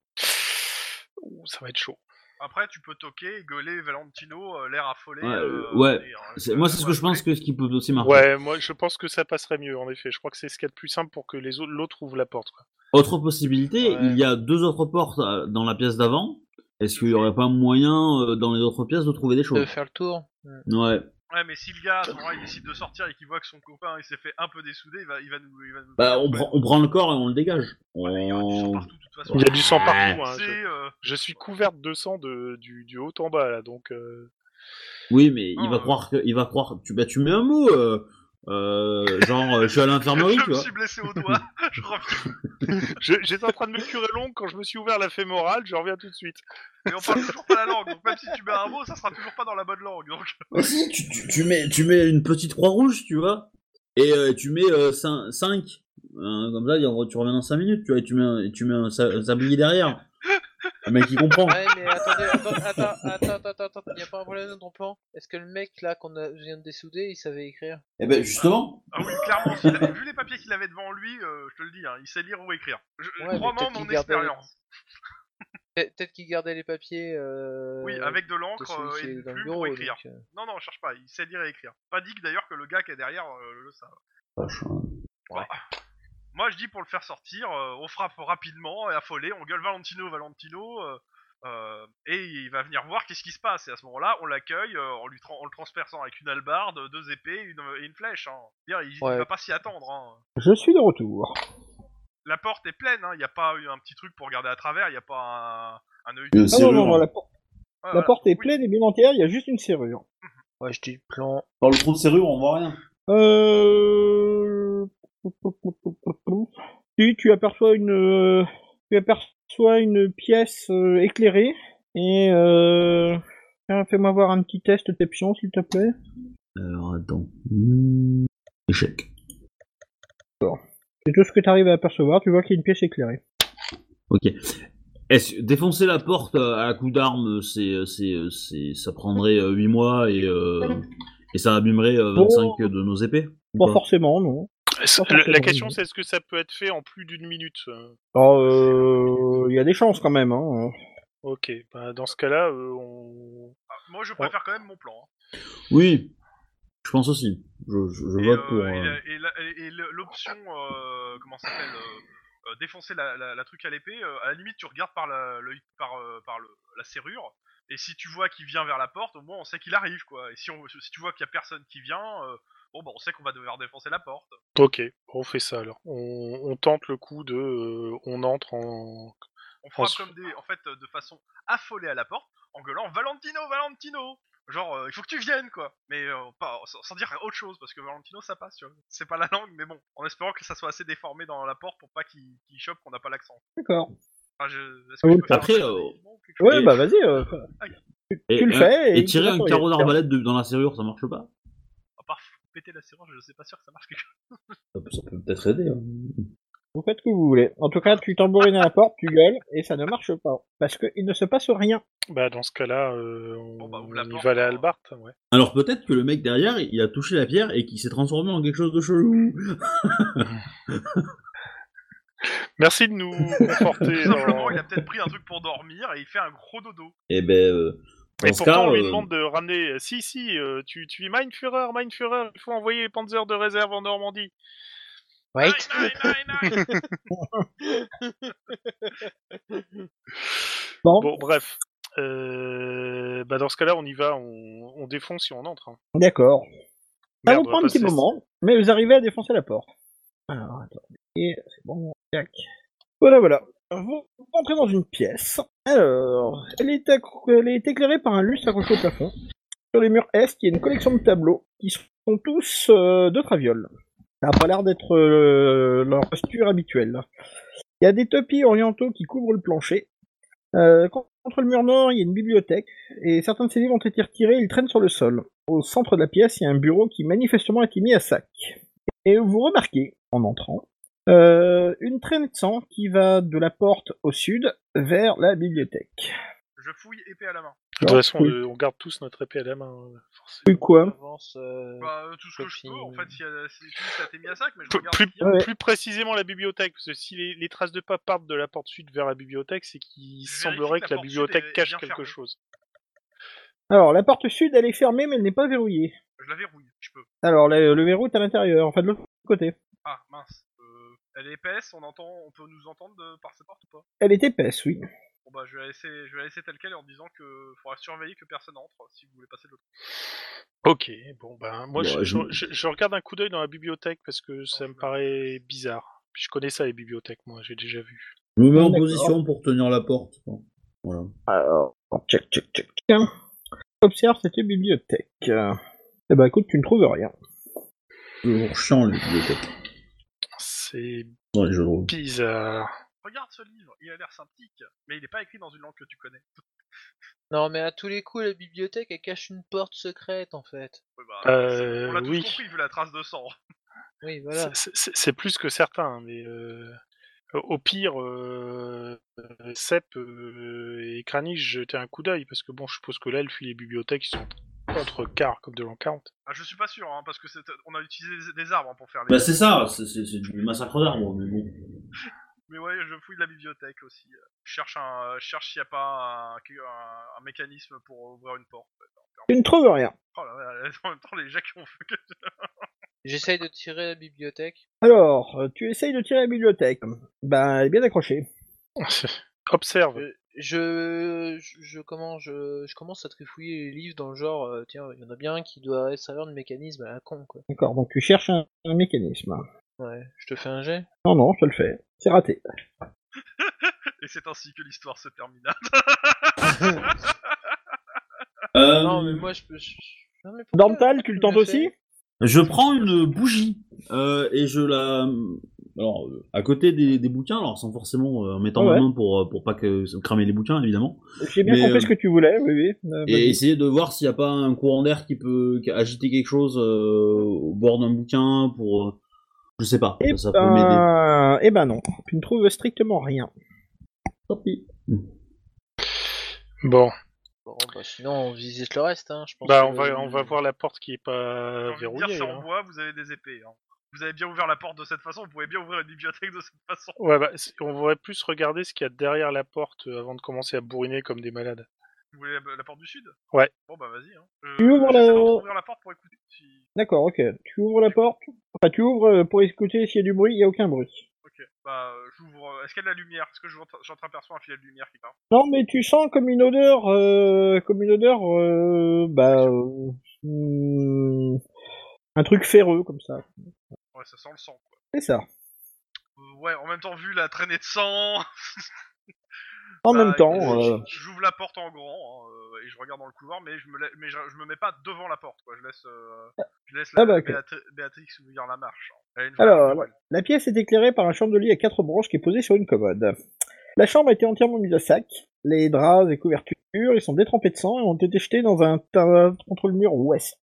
Ouh, ça va être chaud. Après, tu peux toquer, gueuler Valentino, euh, l'air affolé. Ouais, euh, ouais. et, euh, c'est- moi c'est ce que je ouais, pense que ce qui peut aussi marcher. Ouais, moi je pense que ça passerait mieux en effet. Je crois que c'est ce qu'il y a de plus simple pour que les autres l'autre ouvre la porte. quoi. Autre possibilité, Ouais. il y a deux autres portes euh, dans la pièce d'avant. Est-ce qu'il y aurait pas moyen euh, dans les autres pièces de trouver des De choses faire le tour. Hmm. Ouais. Ouais, mais si le gars, à ce moment-là, il décide de sortir et qu'il voit que son copain il s'est fait un peu dessouder, il va, il va nous. Il va nous Bah on Ouais. prend, on prend le corps et on le dégage. Ouais, mais il y aura du sang On- partout, de toute façon. Il y a du sang partout. hein, C'est, je, euh, je suis couverte de sang de, du, du haut en bas là, donc euh, Oui, mais Non, il va euh, croire que, il va croire. Tu bah tu mets un mot, euh, euh, genre euh, je suis à l'infirmerie, je tu me vois. suis blessé au doigt. je reviens. je- j'étais en train de me curer l'ongle quand je me suis ouvert la fémorale. Je reviens tout de suite. Et on parle toujours pas la langue, donc même si tu mets un mot, ça sera toujours pas dans la bonne langue. Donc, Ah, si, tu, tu, tu mets, tu mets une petite croix rouge, tu vois, et euh, tu mets 5, comme ça, il y en- tu reviens dans 5 minutes, tu vois, et tu mets, un- et tu mets un, sa- un sablier derrière. Le mec il comprend. Ouais, mais attendez, attends, attends, attends, attends, attends, il y a pas un problème dans ton plan Est-ce que le mec là qu'on a- vient de dessouder, il savait écrire Et ben justement, ah oui, clairement, s'il a- vu les papiers qu'il avait devant lui, euh, je te le dis, hein, il sait lire ou écrire. Je, Ouais, mais Crois-moi peut-être mon qu'il gardait- expérience. Pe- Peut-être qu'il gardait les papiers. euh, Oui, avec de de l'encre celui euh, qui et est une dans le plume bureau, pour écrire. donc, euh, Non, non, on cherche pas, il sait lire et écrire. Pas dit que d'ailleurs que le gars qui est derrière euh, le savent. Vache, hein. Moi, je dis pour le faire sortir, euh, on frappe rapidement et affolé, on gueule Valentino, Valentino, euh, euh, et il va venir voir qu'est-ce qui se passe. Et à ce moment-là, on l'accueille euh, en, lui tra- en le transperçant avec une albarde, deux épées une- et une flèche. Hein. Dire, il, il Ouais. va pas s'y attendre. Hein. Je suis de retour. La porte est pleine, hein. il n'y a pas eu un petit truc pour regarder à travers, il n'y a pas un, un œil. Une Ah non, serrure. non, non, la, por- Ouais, la voilà. porte est Oui. pleine et bien entière, il y a juste une serrure. Ouais, je dis le plan. Dans le trou de serrure, on voit rien. Euh... Tu, tu aperçois une, euh, tu aperçois une pièce euh, éclairée et euh... tiens, fais-moi voir un petit test de perception, s'il te plaît. Alors attends. Hmm, Échec. C'est tout ce que tu arrives à apercevoir. Tu vois qu'il y a une pièce éclairée. Ok. Est-ce défoncer la porte euh, à coups d'arme, c'est, euh, c'est, c'est, ça prendrait 8 mois et euh, et ça abîmerait euh, 25 de nos épées ou Pas pas forcément, non. C'est- Pas le- forcément la question, mieux. c'est est-ce que ça peut être fait en plus d'une minute euh, Alors, Oh, euh, il y a des chances quand même. Hein. Ok, bah, dans ce cas-là, euh, on... Ah, Moi, je préfère quand même mon plan. hein. Oui, je pense aussi. Je, je- je Et, vote euh, pour. et euh, la- et la- et- et le- l'option, euh, comment ça s'appelle euh, euh, Défoncer la, la- la truc à l'épée, euh, à la limite, tu regardes par la, l'œil- par, euh, par le, la serrure, et si tu vois qu'il vient vers la porte, au moins on sait qu'il arrive, quoi. Et si, on, si tu vois qu'il y a personne qui vient, euh, bon, bah on sait qu'on va devoir défoncer la porte. Ok, on fait ça alors. On, on tente le coup de... euh, on entre en... On frappe se- comme des. En fait, euh, de façon affolée à la porte, en gueulant Valentino, Valentino Genre, euh, il faut que tu viennes, quoi. Mais euh, pas, sans, sans dire autre chose, parce que Valentino, ça passe, tu vois. C'est pas la langue, mais bon. En espérant que ça soit assez déformé dans la porte pour pas qu'il qu'il chope qu'on n'a pas l'accent. D'accord. Enfin, je. Est-ce Ah oui, je peux faire après, un test euh, d'alignement ou quelque chose Ouais, bah vas-y. euh, tu le et- fais Et, et- tirer un et- carreau d'arbalète de- dans la serrure, ça marche pas À part péter la serrure, je sais pas sûr que ça marche quelque chose. Ça peut, ça peut peut-être aider. hein. Vous faites ce que vous voulez. En tout cas, tu tambourines à la porte, tu gueules, et ça ne marche pas. Parce qu'il ne se passe rien. Bah, dans ce cas-là, euh, on, Bon, bah, ouvre on la y porte, va à la hein. hallebarde, ouais. Alors peut-être que le mec derrière, il a touché la pierre et qu'il s'est transformé en quelque chose de chelou. Merci de nous conforter. Tout simplement, dans- il a peut-être pris un truc pour dormir et il fait un gros dodo. Et ben. euh, dans Et ce pourtant, cas, on lui euh, demande de ramener. euh, Si, si, euh, tu, tu es Mindfuhrer, Mindfuhrer, il faut envoyer les Panzers de réserve en Normandie. Right. Nein, nein, nein, nein. Bon, Bon, bref. Euh, bah, dans ce cas-là, on y va, on, on défonce et on entre. hein. d'accord. Ça Merde, vous on prend va un petit passer- moment, mais vous arrivez à défoncer la porte. Alors, attendez, c'est bon, tac. Voilà, voilà. Vous rentrez dans une pièce. Alors, elle est, acc- elle est éclairée par un lustre accroché au plafond. Sur les murs est, il y a une collection de tableaux qui sont tous euh, de traviole. Ça n'a pas l'air d'être euh, leur posture habituelle. Il y a des tapis orientaux qui couvrent le plancher. Euh, contre le mur nord, il y a une bibliothèque, et certains de ces livres ont été retirés, ils traînent sur le sol. Au centre de la pièce, il y a un bureau qui manifestement a été mis à sac. Et vous remarquez, en entrant, euh, une traînée de sang qui va de la porte au sud vers la bibliothèque. Je fouille épée à la main. De toute façon, Oui. on, on garde tous notre épée à la main. euh, forcément. Plus quoi Avance, euh, Bah, euh, tout ce que je peux, en Copine. fait, si, euh, si si ça t'est mis à sac, mais je Plus, regarde. plus- bien. Ouais. plus précisément la bibliothèque, parce que si les, les traces de pas partent de la porte sud vers la bibliothèque, c'est qu'il Je semblerait vérifie que la porte sud bibliothèque est- est cache bien quelque fermée. chose. Alors, la porte sud, elle est fermée, mais elle n'est pas verrouillée. Je la verrouille, je peux. Alors, le, le verrou est à l'intérieur, enfin de l'autre côté. Ah, mince. Euh, elle est épaisse, on entend, on peut nous entendre de- par cette porte ou pas Elle est épaisse, oui. Bon bah, je vais la laisser, je vais la laisser telle quelle en disant que faudra surveiller que personne entre si vous voulez passer de l'autre Ok, bon ben Bon, moi je, je- je- je- je regarde un coup d'œil dans la bibliothèque parce que ça je me me- paraît bizarre. Puis je connais ça les bibliothèques, moi j'ai déjà vu. Je me mets en D'accord. position pour tenir la porte. quoi. Voilà. Alors, check, check, check, check. Observe cette bibliothèque. Euh, Eh ben, écoute, tu ne trouves rien. Toujours chiant les bibliothèques. C'est Dans les jeux de rôle. bizarre. côté. Regarde ce livre, il a l'air sympathique, mais il est pas écrit dans une langue que tu connais. Non, mais à tous les coups, la bibliothèque, elle cache une porte secrète, en fait. Ouais, bah, Euh, c'est- on l'a tous oui. compris vu la trace de sang. Oui, voilà. C'est- C'est c'est plus que certain, mais euh, au pire, euh, euh, Sepp euh, et Kranich jetaient un coup d'œil parce que bon, je suppose que là, fuit les bibliothèques ils sont entre quarts comme de l'an 40. Ah, je suis pas sûr, hein, parce que c'est- on a utilisé des, des arbres hein, pour faire les. Bah c'est ça, c'est c'est- c'est du massacre d'arbres, mais bon. Mais ouais, je fouille de la bibliothèque aussi. Je cherche un, je cherche s'il y a pas un, un- un mécanisme pour ouvrir une porte. Tu ne trouves rien. Oh là là, en même temps, les gens qui ont fait que J'essaye de tirer la bibliothèque. Alors, euh, tu essayes de tirer la bibliothèque. Ben, elle est bien accrochée. Observe. Euh, Je, je, je- comment, je, je commence à trifouiller les livres dans le genre, euh, tiens, il y en a bien un qui doit servir de mécanisme à la con, quoi. D'accord, donc tu cherches un, un mécanisme. Ouais, je te fais un jet. Non, non, je te le fais. C'est raté. Et c'est ainsi que l'histoire se termine. Euh, Non, mais moi, je peux... je- Non, mais pourquoi Dental, tu le tentes l'as aussi fait Je prends une bougie euh, et je la... Alors, euh, à côté des, des bouquins, alors sans forcément euh, en mettant Ouais. la main pour, euh, pour pas que ça cramer les bouquins, évidemment. J'ai bien Mais, compris euh, ce que tu voulais, oui, oui. Euh, Et vas-y. essayer de voir s'il n'y a pas un courant d'air qui peut qui- agiter quelque chose euh, au bord d'un bouquin pour... euh, Je sais pas, Eh ça peut m'aider. ben... eh ben non, tu ne trouves strictement rien. Tant pis. Bon, Bon, bah, sinon, on visite le reste, hein, je pense. bah que- on va on va voir la porte qui est pas J'ai envie de verrouillée. dire, c'est en Euh, hein. bois, vous avez des épées. hein. vous avez bien ouvert la porte de cette façon, vous pouvez bien ouvrir une bibliothèque de cette façon. Ouais, bah, c- on voudrait plus regarder ce qu'il y a derrière la porte euh, avant de commencer à bourriner comme des malades. Vous voulez la, la porte du sud Ouais. Bon bah vas-y. Hein. Euh, Tu ouvres j'essaie la- d'ouvrir la porte pour écouter. si- D'accord, ok. Tu ouvres la porte. Enfin, tu ouvres euh, pour écouter s'il y a du bruit. Il y a aucun bruit. Ok. Bah euh, j'ouvre. Est-ce qu'il y a de la lumière Est-ce que je j'entreaperçois un filet de lumière qui part Non, mais tu sens comme une odeur, euh, comme une odeur, euh, bah, euh, hmm, un truc ferreux comme ça. Ouais, ça sent le sang. Quoi. C'est ça. Euh, ouais. En même temps, vu la traînée de sang. En bah, même temps, écoute, euh, j- J'ouvre la porte en grand hein, euh, et je regarde dans le couloir, mais je me la- mais je, je me mets pas devant la porte. Quoi. Je laisse. euh, Je laisse la Ah bah, ok. Béat- Béatrix ouvrir la marche. hein. Elle a une vraie Alors, gueule. la pièce est éclairée par un chandelier à quatre branches qui est posé sur une commode. La chambre a été entièrement mise à sac. Les draps et couvertures, ils sont détrempés de sang et ont été jetés dans un tas contre le mur ouest.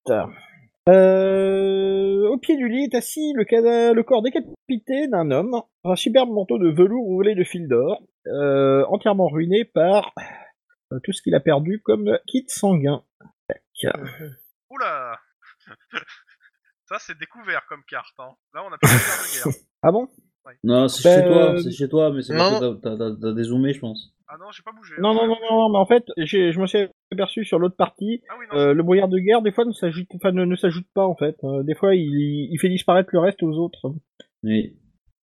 Euh, au pied du lit est assis le, cada- le corps décapité d'un homme, dans un superbe manteau de velours roulé de fil d'or, euh, entièrement ruiné par euh, tout ce qu'il a perdu comme kit sanguin. Tac. Oula Ça, c'est découvert comme carte. Hein. Là, on a pas de carte de guerre. Ah bon Non, c'est Ben, chez toi, euh, c'est chez toi, mais c'est non. parce que t'as- t'as- t'as t'as dézoomé, je pense. Ah non, j'ai pas bougé. Non, non, non, non, mais en fait, j'ai- je me suis aperçu sur l'autre partie Ah oui, non, Euh, le brouillard de guerre, des fois, ne s'ajoute, enfin, ne, ne s'ajoute pas, en fait. Euh, des fois, il, il fait disparaître le reste aux autres. Oui.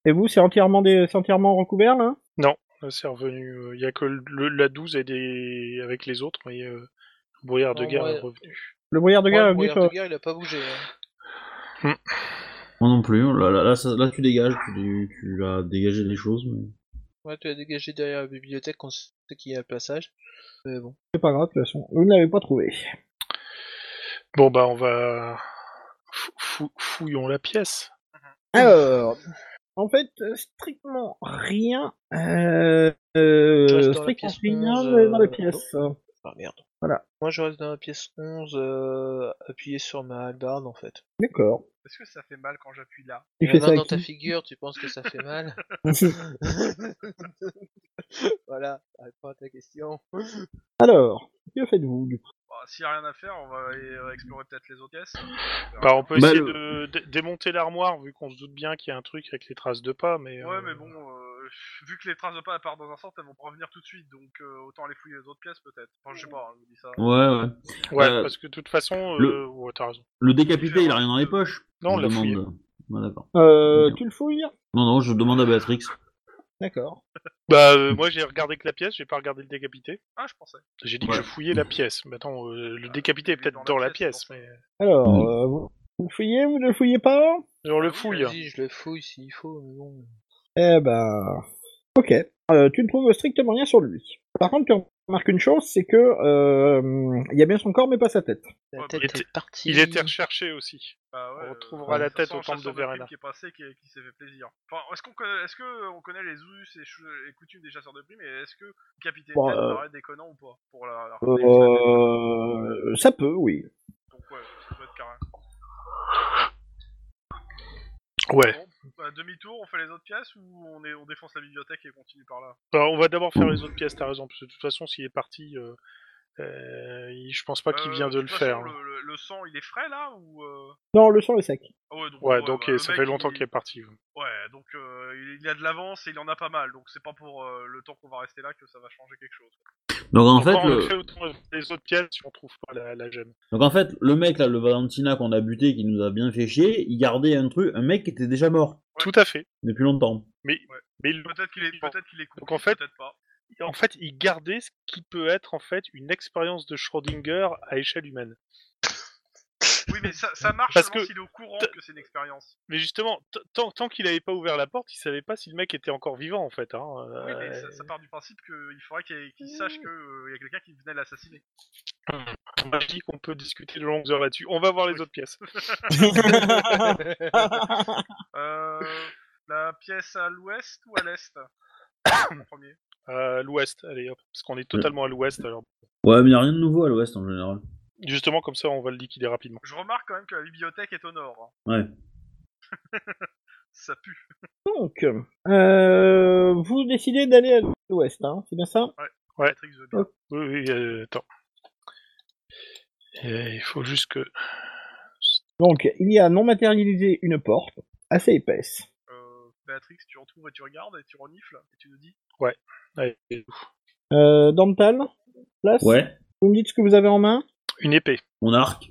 Et vous, c'est entièrement, des, c'est entièrement recouvert, là Là, c'est revenu. euh, Il y a que le- la 12 et des... avec les autres, mais euh, le brouillard de Non, guerre ouais. est revenu. Le brouillard de Ouais, guerre le est venu brouillard sur- de guerre, il a pas bougé. hein. Moi non plus, oh là, là, là, ça- là, tu dégages, tu, tu as dégagé des choses. mais- Ouais, tu l'as dégagé derrière la bibliothèque, on sait qu'il y a un passage. Mais bon. C'est pas grave, de toute façon. Vous ne l'avez pas trouvé. Bon, bah, on va. fou- fou- fouillons la pièce. Alors, en fait, euh, strictement rien. Euh, euh, Je reste dans la strictement pièce rien 11, dans la euh, pièce. Ah merde. Voilà. Moi je reste dans la pièce 11, euh, appuyé sur ma hallebarde en fait. D'accord. Est-ce que ça fait mal quand j'appuie là Tu Il y fais en a ça dans à ta qui figure, tu penses que ça fait mal Voilà, réponds à ta question. Alors, que faites-vous, du coup Bah, S'il y a rien à faire, on va aller euh, explorer peut-être les autres pièces. Bah, on peut Bah, essayer le- de dé- démonter l'armoire, vu qu'on se doute bien qu'il y a un truc avec les traces de pas, mais. Ouais, euh, mais bon, euh, vu que les traces de pas partent dans un sens, elles vont pas revenir tout de suite, donc euh, autant aller fouiller les autres pièces peut-être. Enfin, je sais pas, hein, je vous dis ça. Ouais, ouais. Ouais, Euh, parce que de toute façon. le- euh, ouais, t'as raison. Le décapité, il a rien dans les poches. Non, on Je l'a demande- fouillé. Ouais, d'accord. euh, Bien. Tu le fouilles Non, non, je demande à Béatrix. D'accord. Bah, Mm. euh, moi, j'ai regardé que la pièce, j'ai pas regardé le décapité. Ah, je pensais. J'ai dit Ouais. que je fouillais la pièce. Mais attends, euh, le décapité est il est peut-être dans, la pièce, c'est mais. Alors, Mm. euh, vous, vous le fouillez, vous ne le fouillez pas On le Oui, fouille. Vas-y, je le fouille s'il faut, mais bon. Eh ben, ok. Euh, tu ne trouves strictement rien sur lui. Par contre, tu remarques une chose, c'est que euh, il y a bien son corps, mais pas sa tête. La Ouais, tête il était- est partie. Il était recherché aussi. Bah On euh, retrouvera de la toute tête façon, au un temple de chasseur primes Verena. qui est passé, qui, qui s'est fait plaisir. Enfin, est-ce qu'on conna- est-ce que euh, on connaît les us et, ch- et coutumes des chasseurs de primes et est-ce que capitaine Bon, tête euh, paraît déconnant ou pas pour la, la Euh, ça peut, oui. Donc ouais, ça peut être carré. Ouais. Bon, bah, demi-tour, on fait les autres pièces ou on, est, on défonce la bibliothèque et continue par là Alors, Bah, on va d'abord faire les autres pièces, t'as raison. Parce que de toute façon, s'il est parti, euh, euh, il- je pense pas qu'il Euh, vient de le toute faire. hein. façon, le, le- le sang, il est frais là ou euh, Non, le sang est sec. ah ouais, donc, Ouais, donc bah, eh, le ça mec, fait longtemps il- qu'il est parti. ouais. Ouais, donc euh, il, il a de l'avance et il en a pas mal, donc c'est pas pour euh, le temps qu'on va rester là que ça va changer quelque chose. Donc en Encore, fait, on le... fait autant les autres pièces si on trouve pas la, la gemme. donc en fait, le mec là, le Valentina qu'on a buté, qui nous a bien fait chier, il gardait un truc, un mec qui était déjà mort Tout à fait. depuis longtemps. Mais il- Peut-être qu'il est, peut-être qu'il est coupé, Donc, en fait- peut-être pas. en fait, il gardait ce qui peut être en fait une expérience de Schrödinger à échelle humaine. Oui, mais ça, ça marche Parce seulement que- s'il est au courant T- que c'est une expérience. Mais justement, t- tant, tant qu'il n'avait pas ouvert la porte, il savait pas si le mec était encore vivant en fait. Hein. euh, Oui, mais ça, ça part du principe qu'il faudrait qu'il y ait- qu'il sache qu'il y a quelqu'un qui venait l'assassiner. Moi, je dis qu'on peut discuter de longues heures là-dessus. On va voir les autres pièces. Euh, la pièce à l'ouest ou à l'est En premier. Euh, l'ouest, allez hop, parce qu'on est totalement à l'ouest. Alors Ouais, mais y a rien de nouveau à l'ouest en général. justement, comme ça, on va le liquider rapidement. Je remarque quand même que la bibliothèque est au nord. hein. Ouais. ça pue. Donc, euh, vous décidez d'aller à l'ouest, hein, c'est bien ça Ouais. Patrick veut bien. Oui, oui, euh, attends. Et il faut juste que. Donc, il y a non matérialisé une porte, assez épaisse. Euh, Béatrix, tu retrouves et tu regardes et tu renifles et tu nous dis. Ouais. Et Euh, Dental, place. Ouais. Vous me dites ce que vous avez en main. Une épée. Mon arc.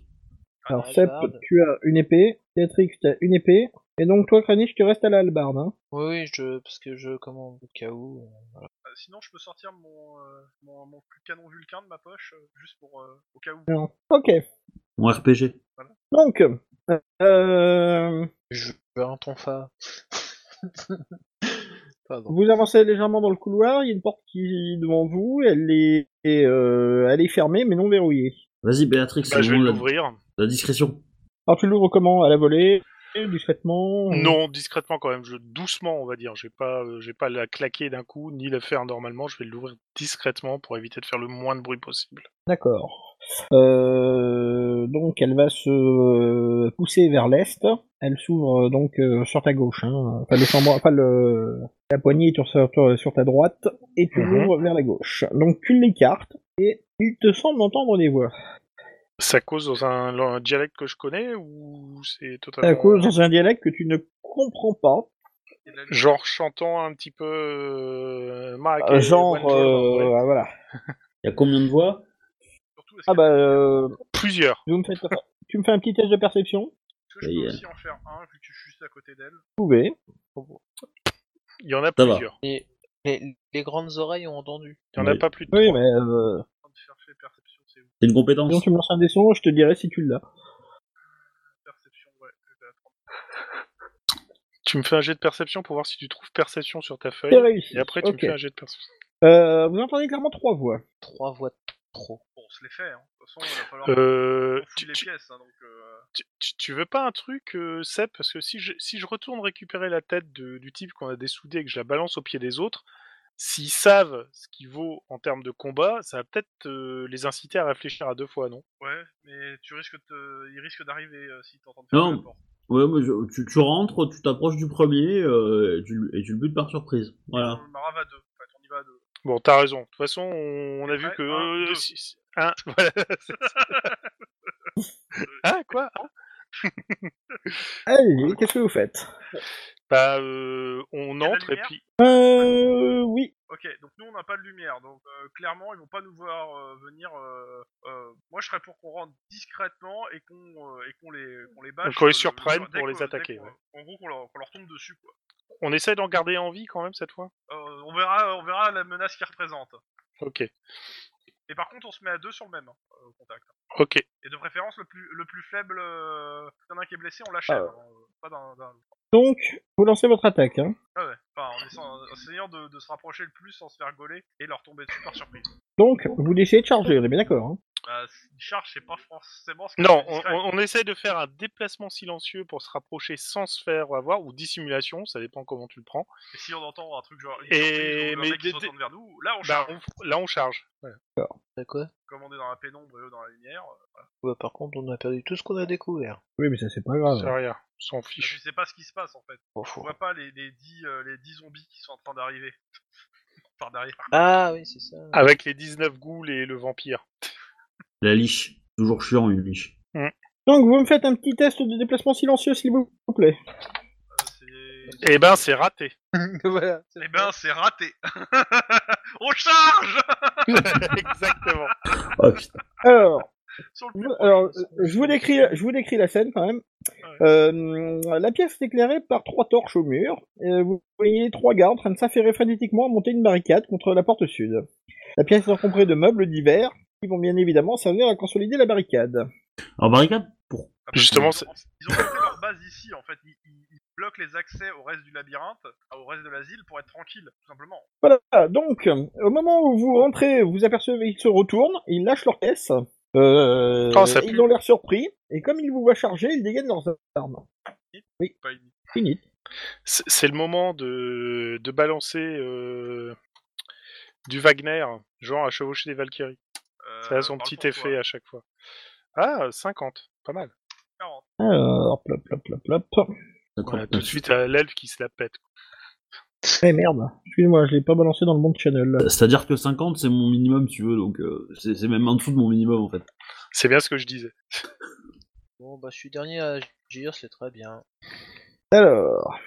Alors, la Sep, hallebarde. tu as une épée. Béatrix, tu as une épée. Et donc, toi, Kranich, tu restes à la hallebarde. Hein. Oui, oui, je, parce que je commande au cas où. euh, voilà. Euh, sinon, je peux sortir mon, euh, mon, mon canon vulcain de ma poche, euh, juste pour euh, au cas où. Non. Ok. Mon RPG. Donc, euh, Je veux un tonfa. Pardon. vous avancez légèrement dans le couloir. Il y a une porte qui est devant vous. Elle est, et, euh, elle est fermée, mais non verrouillée. Vas-y, Béatrix, Bah, c'est je vais bon, la, l'ouvrir. la discrétion. Alors, tu l'ouvres comment À la volée Discrètement Non, discrètement quand même, je, doucement on va dire. J'ai pas, euh, j'ai pas la claquer d'un coup ni la faire normalement. Je vais l'ouvrir discrètement pour éviter de faire le moins de bruit possible. D'accord. Euh, donc elle va se euh, pousser vers l'est. Elle s'ouvre euh, donc euh, sur ta gauche. Hein. Enfin, le chambre- enfin, le- la poignée est sur, sur- sur ta droite et tu Mhm. l'ouvres vers la gauche. Donc tu l'écartes et il te semble entendre des voix. Ça cause dans un, dans un dialecte que je connais ou c'est totalement. À cause Euh, dans un dialecte que tu ne comprends pas. Et de la lumière. Genre chantant un petit peu. euh, ah, Marrakech, Euh, genre One Dollar, ouais. euh, voilà. Il y a combien de voix Surtout, est-ce Ah que- bah euh, Plusieurs. vous me faites- tu me fais un petit test de perception. est-ce que ça je y peux est. aussi en faire un vu que je suis juste à côté d'elle Vous pouvez. Il y en va. a plusieurs. Les, les, les grandes oreilles ont entendu. Il y en a Oui. pas plus de Oui trois. mais euh, En train de faire fait perception, c'est où C'est une compétence. sinon tu me lances un dessin, je te dirai si tu l'as. Perception, ouais. je vais attendre. Tu me fais un jet de perception pour voir si tu trouves perception sur ta C'est feuille. réussi. Et après, tu Ok. me fais un jet de perception. Euh, vous entendez clairement trois voix. Trois voix de trop. Bon, on se les fait, hein. De toute façon, il va falloir Euh, qu'on fouille tu, les tu- pièces, hein, donc. euh, tu- tu- tu veux pas un truc, euh, Seb Parce que si je, si je retourne récupérer la tête de- du type qu'on a dessoudé et que je la balance au pied des autres, s'ils savent ce qu'il vaut en termes de combat, ça va peut-être euh, les inciter à réfléchir à deux fois, non Ouais, mais tu risques de te... il risque d'arriver euh, si t'entends de Non. fermer la porte. Ouais, mais je- tu, tu rentres, tu t'approches du premier euh, et, tu, le- et tu le butes par surprise. Voilà. On Mara va à deux. En fait, on y va à deux. Bon, t'as raison. De toute façon, on, on a vu Ouais, que... un, euh, deux. si- si- un, voilà. hein, quoi Allez, qu'est-ce que vous faites Bah, euh, on Y a la entre et lumière puis... Euh, oui. Ok, donc nous on n'a pas de lumière, donc euh, clairement ils vont pas nous voir euh, venir. euh, euh, moi je serais pour qu'on rentre discrètement et qu'on euh, et qu'on les qu'on les bâche. Qu'on les euh, surprenne le- dès pour les qu'on- dès attaquer, qu'on- ouais. En gros qu'on leur, qu'on leur tombe dessus quoi. On essaie d'en garder en vie quand même cette fois Euh, on verra on verra la menace qu'ils représentent. Ok. Et par contre on se met à deux sur le même hein, euh, contact. Ok. Et de préférence le plus le plus faible. Euh, S'il y en a un qui est blessé on Ah l'achève. hein, euh, pas d'un. d'un- Donc, vous lancez votre attaque. Hein. Ah ouais. Enfin en essayant, en essayant de, de se rapprocher le plus sans se faire gauler et leur tomber dessus par surprise. Donc, vous essayez de charger, on est bien d'accord. Hein. Bah, une charge c'est pas forcément ce qui Non, est on, discret. on- on essaie de faire un déplacement silencieux pour se rapprocher sans se faire avoir, ou dissimulation, ça dépend comment tu le prends. Et si on entend un truc genre. une Et- surprise ou un mais mec qui se dès- retourne vers nous, là on Bah, charge. on- là, on charge. Ouais. T'as quoi Comme on est dans la pénombre et eux dans la lumière. euh, Bah, Par contre, on a perdu tout ce qu'on a découvert. Oui, mais ça c'est pas C'est grave. rien, on s'en Bah, Je fiche. sais pas ce qui se passe en fait. Bon, On faut- voit pas les, les, 10, euh, les 10 zombies qui sont en train d'arriver. Par derrière. Ah oui, c'est ça. Avec les 19 ghouls et le vampire. La liche. Toujours chiant, une liche. Donc, vous me faites un petit test de déplacement silencieux, s'il vous plaît. Euh, c'est- Eh ben, c'est raté. voilà. c'est Eh ben c'est raté On charge Exactement. Oh, putain. Alors, Sur le vous- alors, euh, je vous décris, je vous décris la scène quand même. Euh, la pièce est éclairée par trois torches au mur. Euh, vous voyez trois gars en train de s'affairer frénétiquement à monter une barricade contre la porte sud. La pièce est encombrée de meubles divers qui vont bien évidemment servir à consolider la barricade. Alors, barricade pour... Après, Justement, ils ont, ils ont monté leur base ici en fait. Ils, ils- ils bloquent les accès au reste du labyrinthe, euh, au reste de l'asile pour être tranquille, tout simplement. Voilà, donc, au moment où vous rentrez, vous apercevez qu'ils se retournent, ils lâchent leur caisse, euh, Oh, ça ils pue. ont l'air surpris, et comme ils vous voient charger, ils dégainent leurs armes. Pas une- Fini. C'est c'est le moment de, de balancer euh, du Wagner, genre à chevaucher des Valkyries. Euh, Ça a son parle petit pour toi. effet à chaque fois. Ah, 50. Pas mal. 40. Alors, plop, plop, plop, plop. D'accord. Voilà, tout de suite, à l'elfe qui se la pète. Eh merde, excusez-moi, je l'ai pas balancé dans le bon channel. C'est-à-dire que 50, c'est mon minimum, si tu veux, donc euh, c'est c'est même en dessous de mon minimum, en fait. C'est bien ce que je disais. Bon, bah, je suis dernier à agir, c'est très bien. Alors,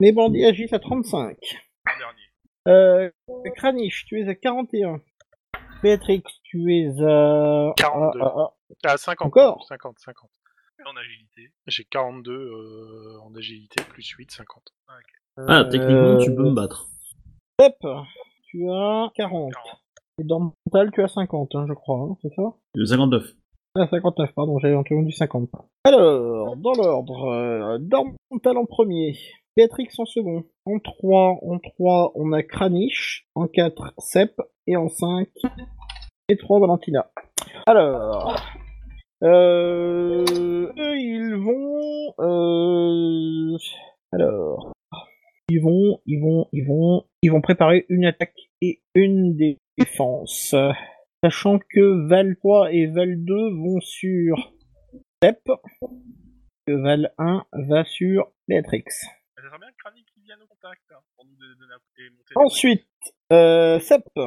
les bandits agissent à 35. le dernier. Euh, Kranich, tu es à 41. Béatrix, tu es à... 42. à- à- à- Ah, 50. Encore pardon, 50, 50. En agilité. J'ai 42 euh, en agilité, plus 8, 50. Ah, techniquement, tu euh, peux me battre. Step, tu as 40. 40. Et dans mental, tu as 50, hein, je crois, hein, c'est ça Le 59. Ah, 59, pardon, j'avais entendu 50. Alors, dans l'ordre, euh, Dormental en premier, Béatrix en second, en 3, en 3, on a Kranich, en 4, Sep, et en 5, et 3, Valentina. Alors, euh, eux, ils vont... Euh, alors, ils vont, ils vont, ils vont, ils vont préparer une attaque et une défense. Sachant que Val 3 et Val 2 vont sur Step, que Val 1 va sur Beatrix. Ça serait bien que Kranik qui vienne au contact hein, pour nous donner donner un coup et monter. les Ensuite, euh, Sep. Que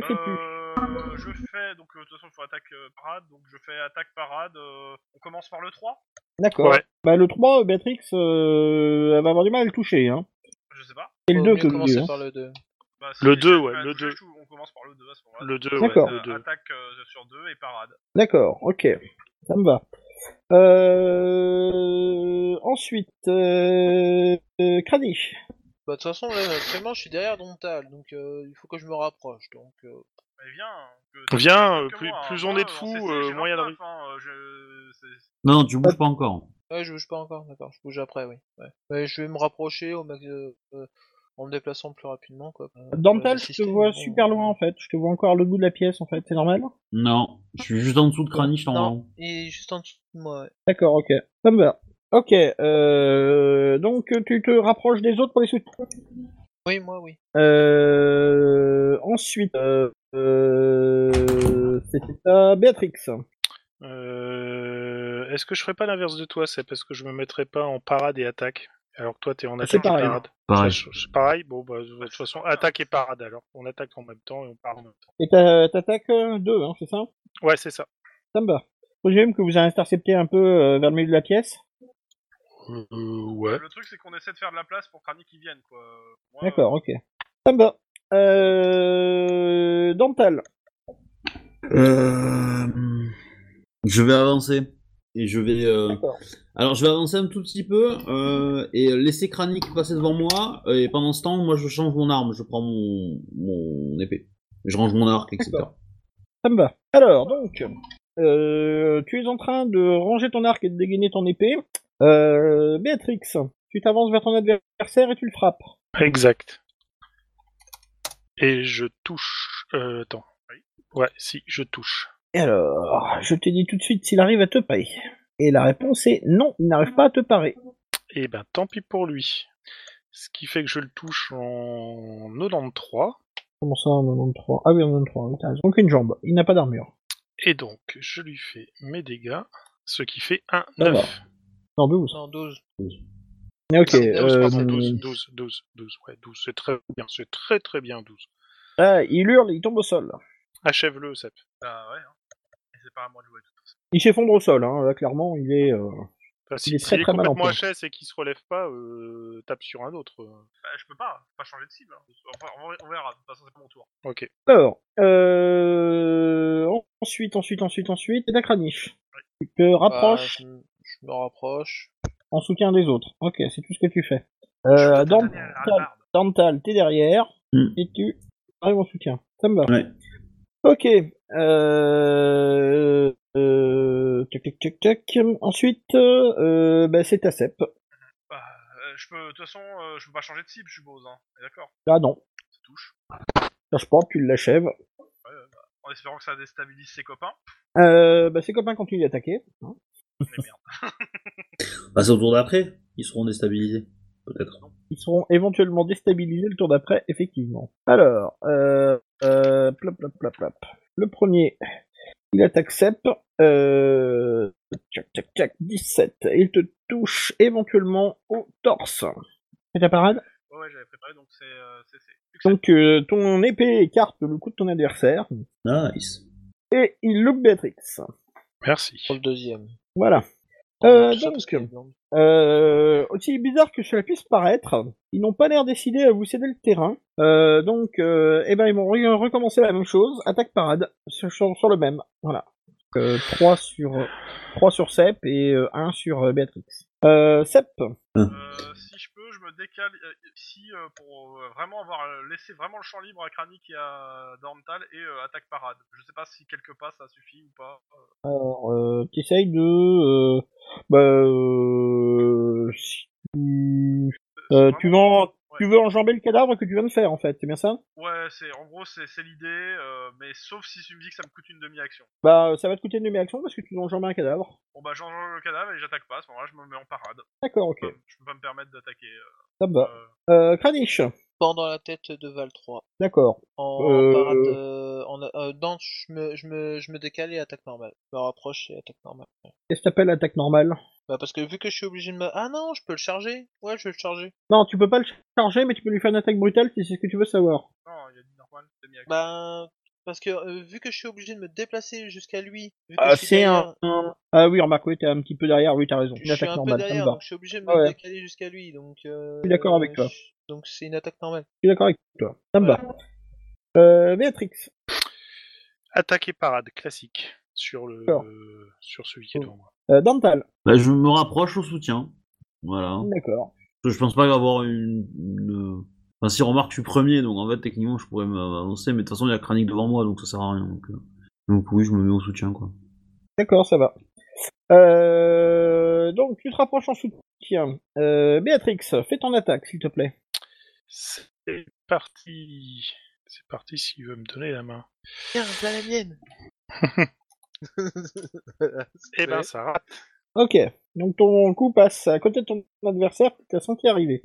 prix. fais-tu Euh, je fais donc euh, de toute façon il faut attaque euh, parade donc je fais attaque parade. euh, on commence par le 3 D'accord. ouais. Bah, le 3, Beatrix, euh, elle va avoir du mal à le toucher. Hein. Je sais pas. C'est le Faut 2 mieux que je dis. commencer hein. par le 2. Bah, si Le les deux, chefs ouais, peuvent le toucher, deux. je trouve- On commence par le 2 à ce moment-là. Le 2, ouais. D'accord. Euh, Le 2. attaque euh, sur 2 et parade. D'accord, ok. Ça me va. Euh... Ensuite, euh... euh, Kranich. Bah, de toute façon, là, actuellement, je suis derrière Dontal, donc euh, il faut que je me rapproche. Donc, euh, Mais viens. hein, que- Viens, que euh, plus, moi, hein. plus on Moi, est de en fous, CC, euh, j'ai moyen de... 29, hein, euh, je- c'est- Non, tu bouges pas encore. ouais, je bouge pas encore, d'accord, je bouge après, oui. Ouais. Mais je vais me rapprocher au max, euh, euh, en me déplaçant plus rapidement, quoi. Euh, Dental, Euh, je te vois super loin en fait. Je te vois encore le bout de la pièce en fait. C'est normal Non, je suis juste en dessous de Kranich normalement. Et juste en dessous de moi, ouais. D'accord, ok. Ça me va. Ok, euh, donc tu te rapproches des autres pour les soutenir. Oui, moi, oui. Euh, ensuite, euh, euh, c'était à Béatrix. Euh, Est-ce que je ferais pas l'inverse de toi C'est parce que je me mettrais pas en parade et attaque, alors que toi t'es en attaque et pareil. parade. Pareil. Ça, je- je- pareil, bon, bah, de toute façon, attaque et parade alors. On attaque en même temps et on part en même temps. Et t'as- t'attaques euh, deux, hein, c'est ça Ouais, c'est ça. Ça me va. Faut que j'aime que vous avez intercepté un peu euh, vers le milieu de la pièce. ouais. Le truc c'est qu'on essaie de faire de la place pour Kranik qui vienne quoi. Euh, moi, D'accord, ok. Ça me va. Euh, Dental. Euh, Je vais avancer. Et je vais. euh, D'accord. Alors, je vais avancer un tout petit peu euh, et laisser Kranik passer devant moi. Et pendant ce temps, moi, je change mon arme. Je prends mon, mon épée. Je range mon arc, etc. D'accord. Ça me va. Alors, donc, euh, tu es en train de ranger ton arc et de dégainer ton épée. Euh, Béatrix, tu t'avances vers ton adversaire et tu le frappes. Exact. Et je touche. Euh, attends. Ouais, si, je touche. Et alors, je te dis tout de suite s'il arrive à te parer. Et la réponse est non, il n'arrive pas à te parer. Et ben, tant pis pour lui. Ce qui fait que je le touche en 93. Comment ça, en 93 Ah oui, en 93, oui, t'as raison. Donc une jambe, il n'a pas d'armure. Et donc, je lui fais mes dégâts, ce qui fait un va. 9. Non, 12. Non, 12. Mais ok, Ah, 12, euh, pardon, 12, 12, 12, 12, ouais, 12, c'est très bien, c'est très très bien, 12. ah, il hurle, il tombe au sol. Achève-le, Sep. Bah ouais. Hein. Et c'est pas à moi de jouer. de toute façon. Il s'effondre au sol, hein. là clairement, il est... euh, Enfin, Il est très, si, s'il est très mal en complètement point. HS et qu'il se relève pas, euh, tape sur un autre. euh. Bah, je peux pas. Faut Pas changer de cible. hein. Enfin, on on verra. De toute façon c'est pas mon tour. Ok. Alors, euh... ensuite, ensuite, ensuite, ensuite, et la craniche. Tu te rapproches Bah, je, je me rapproche. en soutien des autres. Ok, c'est tout ce que tu fais. Euh, Je peux te Dant- donner la barbe. Dental, t'es derrière, Hmm. et tu arrives en soutien. Ça me va. Ouais. Ok. Euh... Euh... Tac, tac, tac, tac. Ensuite, euh... bah, c'est ta cep. Euh, je peux. De toute façon euh, je peux pas changer de cible je suppose. Hein. Et D'accord. Là, Ah non. Ça touche. Cherche pas, tu l'achèves. En espérant que ça déstabilise ses copains. Euh... Bah, ses copains continuent d'attaquer. hein. Mais merde. Bah, c'est au tour d'après. Ils seront déstabilisés. Peut-être. Ils seront éventuellement déstabilisés le tour d'après, effectivement. Alors, euh, euh, plop, plop, plop, plop. Le premier, il attaque Sep. Euh, tchac, tchac, tchac, 17. Et il te touche éventuellement au torse. C'est ta parade Ouais, ouais j'avais préparé donc c'est euh, c'est- c'est- succès. Donc, euh, ton épée écarte le coup de ton adversaire. Nice. Et il loupe Béatrix. Merci. Pour le deuxième. Voilà. Euh, tout ça donc, Oh, parce qu'il y a une viande. Euh, aussi bizarre que cela puisse paraître, ils n'ont pas l'air décidés à vous céder le terrain. Euh, donc, euh, eh ben, ils vont re- recommencer la même chose, attaque parade, sur, sur- sur le même. Voilà. Euh, 3 sur 3 sur Sep et euh, 1 sur euh, Béatrix. Euh, Sep, Euh, si je peux, je me décale euh, ici euh, pour euh, vraiment avoir euh, laissé vraiment le champ libre à Kranik et à Dorntal et euh, attaque parade. Je sais pas si quelques pas ça suffit ou pas. Euh, alors, euh, t'essayes de... euh, bah, euh, si tu, euh, c'est tu veux vraiment- en- ouais. tu veux enjamber le cadavre que tu viens de faire, en fait, c'est bien ça Ouais, c'est en gros c'est c'est l'idée, euh, mais sauf si tu me dis que ça me coûte une demi-action. Bah, ça va te coûter une demi-action parce que tu dois enjamber un cadavre. Bon bah j'enjambe le cadavre et j'attaque pas. À ce moment-là, je me mets en parade. D'accord, ok, Je peux pas- Je peux pas me permettre d'attaquer. euh, ça me va. euh, Euh, Kranich, Pendant la tête de Val 3. d'accord. En Euh. parade. euh, en, euh, non, je me, je, me, je me décale et attaque normale. Je me rapproche et attaque normale. Ouais. Qu'est-ce que t'appelles attaque normale Bah, parce que vu que je suis obligé de me. Ah non, je peux le charger Ouais, je vais le charger. Non, tu peux pas le charger, mais tu peux lui faire une attaque brutale si c'est ce que tu veux savoir. Non, il y a dit normal, demi-action. Bah. Parce que euh, vu que je suis obligé de me déplacer jusqu'à lui. Vu que Ah, je suis c'est derrière- un, un- Ah oui, remarque, oui, t'es un petit peu derrière, oui, t'as raison. Une Je suis attaque un peu normale, ça me derrière, va. donc je suis obligé de Ah me ouais. décaler jusqu'à lui, donc. Euh, suis d'accord avec toi. je- Donc c'est une attaque normale. Je suis d'accord avec toi. Ça me va. Euh, Béatrix, Attaque et parade, classique, sur le D'accord. sur celui qui est devant moi. euh, Dantal, Bah, je me rapproche au soutien. Voilà. d'accord. Parce que Je pense pas avoir une. une- Enfin, si remarque, je suis premier, donc en fait, techniquement, je pourrais m'avancer, mais de toute façon, il y a Kranik devant moi, donc ça sert à rien. Donc, euh, donc oui, je me mets au soutien, quoi. D'accord, ça va. Euh, donc, tu te rapproches en soutien. Euh, Béatrix, fais ton attaque, s'il te plaît. C'est parti. C'est parti s'il veut me donner la main. Tiens, voilà la mienne Eh ben ça rate. Ok, donc ton coup passe à côté de ton adversaire, de toute façon qui est arrivé.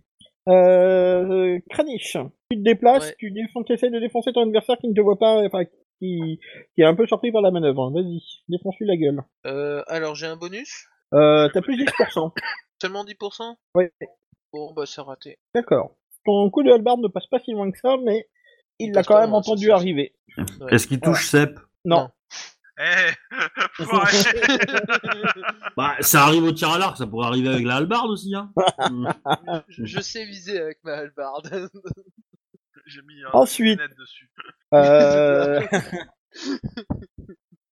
Euh, euh, Kranich, tu te déplaces, Ouais. tu essaies de défoncer ton adversaire qui ne te voit pas, enfin, qui, qui est un peu surpris par la manœuvre. hein. Vas-y, défonce-lui la gueule. Euh, alors j'ai un bonus Euh, t'as plus 10%. Seulement 10% Ouais. Bon, bah c'est raté. D'accord. Ton coup de hallebarde ne passe pas si loin que ça, mais il Il l'a passe quand pas même loin, ça, entendu ça. arriver. Ouais. Est-ce qu'il touche Sep Non. Eh, foiré. Bah, ça arrive au tir à l'arc, ça pourrait arriver avec la hallebarde aussi, hein. Mm. Ah. je, je sais viser avec ma hallebarde. J'ai mis un Ensuite. net dessus. Euh... Ah,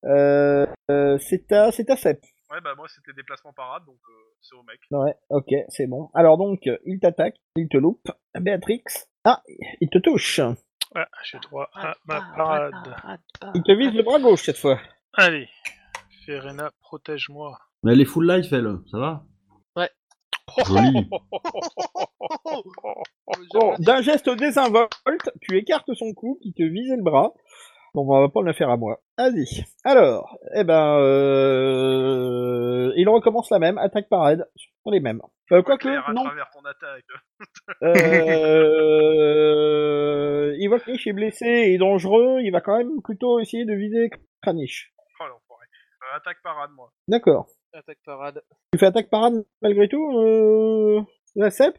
euh, euh, c'est à, c'est à Sep. Ouais bah moi c'était déplacement parade donc euh, c'est au mec. Ouais, ok, c'est bon. Alors donc, euh, il t'attaque, il te loupe. Béatrix, ah, il te touche. Ah, j'ai droit à ma parade. Il te vise le bras gauche cette fois. Allez, Ferena, protège-moi. Mais elle est full life, elle, ça va Joli. Oh, D'un geste désinvolte, tu écartes son cou qui te vise le bras. Bon, bah, on va pas le faire à moi. Vas-y. Alors, eh ben, euh... il recommence la même, attaque parade, sur les mêmes. Euh, Quoique, Claire, à non. travers ton attaque. Euh... il voit que Niche est blessé et dangereux, il va quand même plutôt essayer de viser Kranich. Oh l'enfoiré. Euh, attaque parade moi. D'accord. Attaque parade. Tu fais attaque parade malgré tout, euh... la CEP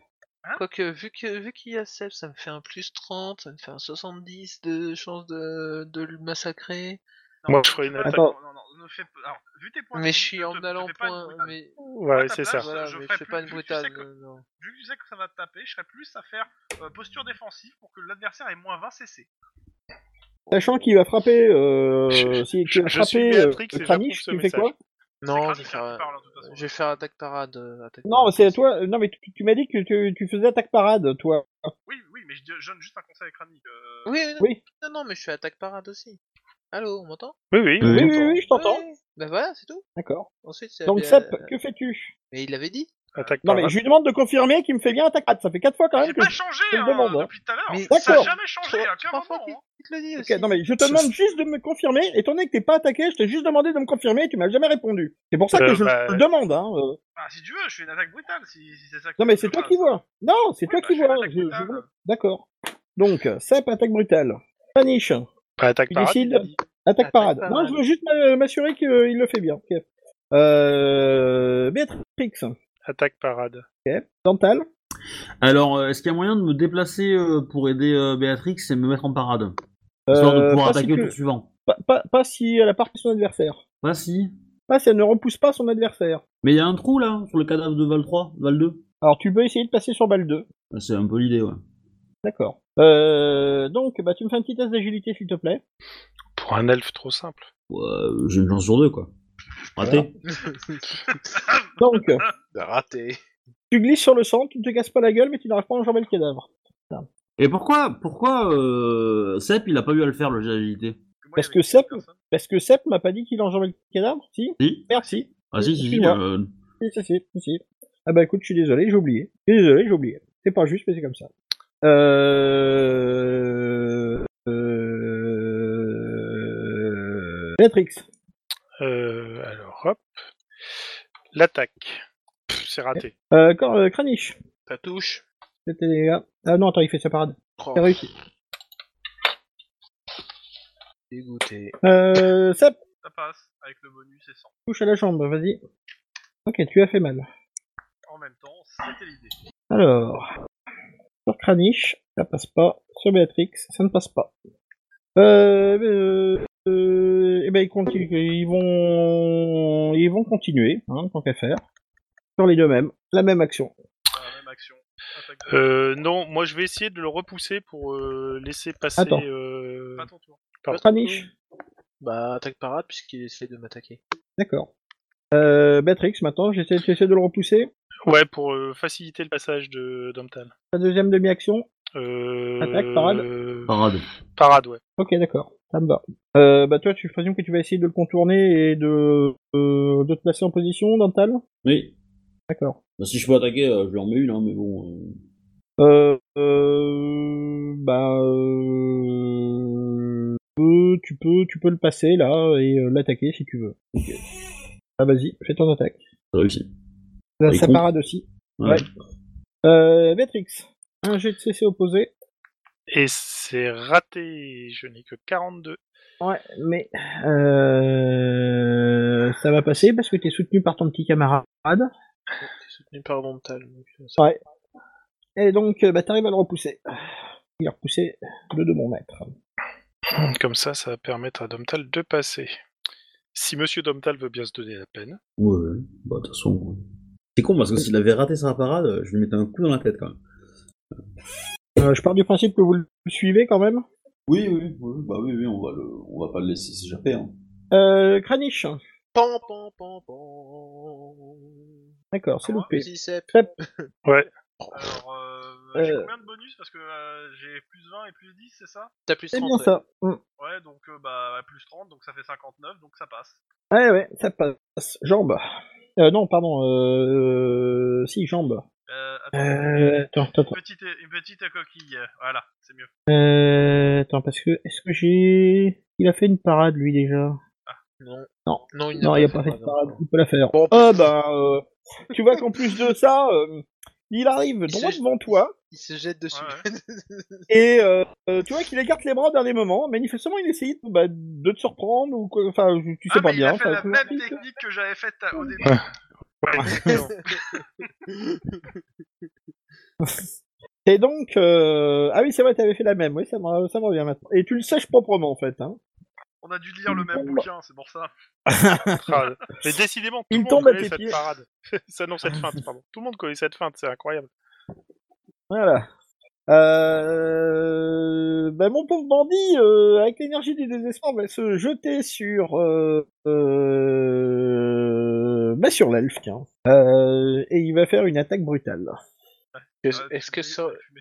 Quoique, vu que vu qu'il y a Seb, ça me fait un plus 30, ça me fait un 70 de chance de, de le massacrer. Non, Moi, ne je ferai une fais pas- attaque. Non, non, non, ne fais pas. Alors, vu tes points. Mais de je vie, suis ne en te- ne allant fais pas une point. brutale. Mais... Ouais, ta c'est ça. place, Voilà, je mais ferai c'est plus- pas une plus- tu sais brutale. que- euh, non. Vu que tu sais que ça va te taper, je serais plus à faire euh, posture défensive pour que l'adversaire ait moins 20 CC. Sachant qu'il va frapper, euh, Je- s'il je- va je suis frapper euh, Béatrix et Kranich, j'approuve tu ce fais quoi Non, grave, je vais c'est un qui faire, parle, hein, de toute façon. je vais faire attaque parade. euh, attaque Non, parade, c'est comme ça. toi. euh, Non, mais tu, tu m'as dit que tu, tu faisais attaque parade, toi. Oui, oui, mais je dis- je donne juste un conseil à Kranich. euh, Oui, oui, non, Oui. non, non, mais je fais attaque parade aussi. Allô, on m'entend Oui, oui. Oui, Oui, oui, j'entends. oui, je t'entends. Ouais. Bah voilà, c'est tout. D'accord. Ensuite, c'est Donc, la- Sep, que fais-tu euh, Mais il l'avait dit. Attaque Non, par mais je lui demande de confirmer qu'il me fait bien attaque parade. Ça fait quatre fois quand J'ai même que. pas changé je te hein, demande, hein. depuis tout à l'heure. Mais- Ça a D'accord. jamais changé, à aucun Trois fois moment. qu'il hein. qu'il te le dit Ok, aussi. non, mais je te demande juste de me confirmer. Étant donné que t'es pas attaqué, je t'ai juste demandé de me confirmer et tu m'as jamais répondu. C'est pour ça que Euh, je bah, te le demande. Hein. euh. Bah, si tu veux, je fais une attaque brutale si, si c'est ça que Non, tu mais veux, c'est toi hein. qui vois. Non, c'est Oui, toi bah, qui je fais une vois. attaque Je- je brutale. vois. D'accord. Donc, Sep, attaque brutale. Paniche, Pas attaque Tu parade. décides. il a dit. attaque Attaque parade. parade. Non, je veux juste m'a- m'assurer qu'il le fait bien. Ok. Euh... Béatrix, Attaque parade. Dental. Alors, euh, est-ce qu'il y a moyen de me déplacer euh, pour aider euh, Béatrix et me mettre en parade Histoire de Euh, pouvoir pas si attaquer au tu- tour suivant. pas, pas, pas si elle a pas repoussé son adversaire. Bah si. Pas si elle ne repousse pas son adversaire. Mais il y a un trou là, sur le cadavre de Val 3, Val 2. Alors tu peux essayer de passer sur balle 2. Ah, C'est un peu l'idée, ouais. D'accord. Euh, donc bah tu me fais un petit test d'agilité s'il te plaît. Pour un elfe trop simple. Ouais, euh, J'ai une chance sur deux, quoi. Raté. Donc Raté. tu glisses sur le sang, tu ne te casses pas la gueule mais tu n'arrives pas à enjamber le cadavre. Et pourquoi, pourquoi euh, Sepp, il a pas eu à le faire, le jet d'agilité Parce que Sepp- Parce que Sepp m'a pas dit qu'il enjambait le cadavre, si Si Merci. Ah si, si, si. Excuse-moi. euh, Si, si, si, si, si. Ah bah écoute, je suis désolé, j'ai oublié. Je suis désolé, j'ai oublié. C'est pas juste, mais c'est comme ça. Euh... Euh... Matrix. Euh, alors, hop. L'attaque. Pff, C'est raté. Euh, quand, euh, Kranich. Ça touche. C'était les gars. Ah non, attends, il fait sa parade. Oh, C'est réussi. dégoûté. Euh... Ça Ça passe, avec le bonus et 100. touche à la jambe, vas-y. Ok, tu as fait mal. En même temps, c'était l'idée. Alors... Sur Kranich, ça passe pas. Sur Béatrix, ça ne passe pas. Euh... euh... euh, eh ben ils, continuent, ils vont ils vont continuer hein, tant qu'à faire sur les deux mêmes la même action Dans la même action. Attaque de... Euh, non, moi je vais essayer de le repousser pour euh, laisser passer. Attends. euh, Pas ton tour. pardon. Kranich Bah, attaque parade puisqu'il essaie de m'attaquer. D'accord. Euh, Batrix, maintenant, j'essaie j'essaie de le repousser. Ouais, pour euh, faciliter le passage de d'Omtal. La deuxième demi-action. Euh, Attaque, parade euh, Parade. parade, ouais. Ok, d'accord. Ça me va. Euh, bah toi, tu je présume que tu vas essayer de le contourner et de, euh, de te placer en position dentale Oui. D'accord. Bah, si je peux attaquer, euh, je lui en mets une, hein, mais bon. euh, Euh, euh, bah... Euh, euh, tu, peux, tu peux le passer, là, et euh, l'attaquer, si tu veux. Ok. Ah, vas-y, fais ton attaque. ça réussit. Là, Il Bah, ça compte. parade aussi. Euh, Batrix, un jet de CC opposé. Et c'est raté. Je n'ai que 42. Ouais, mais euh, ça va passer parce que t'es soutenu par ton petit camarade. T'es soutenu par mental. Donc, euh, ça- Ouais. Et donc, euh, bah, t'arrives à le repousser. Il est repoussé de 2 mon mètre. Comme ça, ça va permettre à Domtal de passer. Si Monsieur Domtal veut bien se donner la peine. Ouais, ouais. Bah, de toute façon. euh, C'est con parce que s'il avait raté sa parade, euh, je lui mettais un coup dans la tête quand même. Euh, je pars du principe que vous le suivez quand même. Oui, oui, oui, bah oui, oui, on va le, on va pas le laisser s'échapper. Hein. Euh, Kranich, Pan, pan, pan, pan. d'accord, c'est loupé. Petit cep. Alors, euh, j'ai Euh. combien de bonus Parce que euh, j'ai plus 20 et plus 10, c'est ça T'as plus C'est 30. bien ouais. ça. Mm. Ouais, donc euh, bah, plus 30, donc ça fait 59, donc ça passe. Ouais, ouais, ça passe. Jambe. Euh, non, pardon. Euh... Si, jambe. Euh, attends. Euh, attends, attends, attends. Une petite, une petite coquille, euh, voilà, c'est mieux. Euh, attends, parce que... Est-ce que j'ai... Il a fait une parade, lui, déjà. Non. Non. Non, il n'a Non, il n'y a pas de fait de parade parade, encore. il peut la faire. Bon. Ah bah, euh, tu vois qu'en plus de ça, euh, il arrive droit s'est- devant toi, Il se jette dessus. et euh, euh, tu vois qu'il écarte les bras au dernier moment, manifestement il essaye bah, de te surprendre, ou quoi, enfin, je- tu sais ah, pas mais bien. il a fait enfin, la tu même vois, technique que j'avais faite à- au début. Et donc, euh, ah oui, c'est vrai, t'avais fait la même, oui, ça me ça me revient maintenant. Et tu le sèches proprement, en fait. Hein. On a dû lire le même Bon, bah. bouquin, c'est pour ça. Ah, Mais décidément, tout Il le monde tombe à connaît tes cette pieds. parade. ça, non, cette feinte, pardon. Tout le monde connaît cette feinte, c'est incroyable. Voilà. Euh... Bah, mon pauvre bandit, euh, avec l'énergie du désespoir, va se jeter sur... Euh... euh, Bah, sur l'elfe, tiens. Euh... Et il va faire une attaque brutale. Est-ce- Euh, Est-ce que tu- ça. tu mets-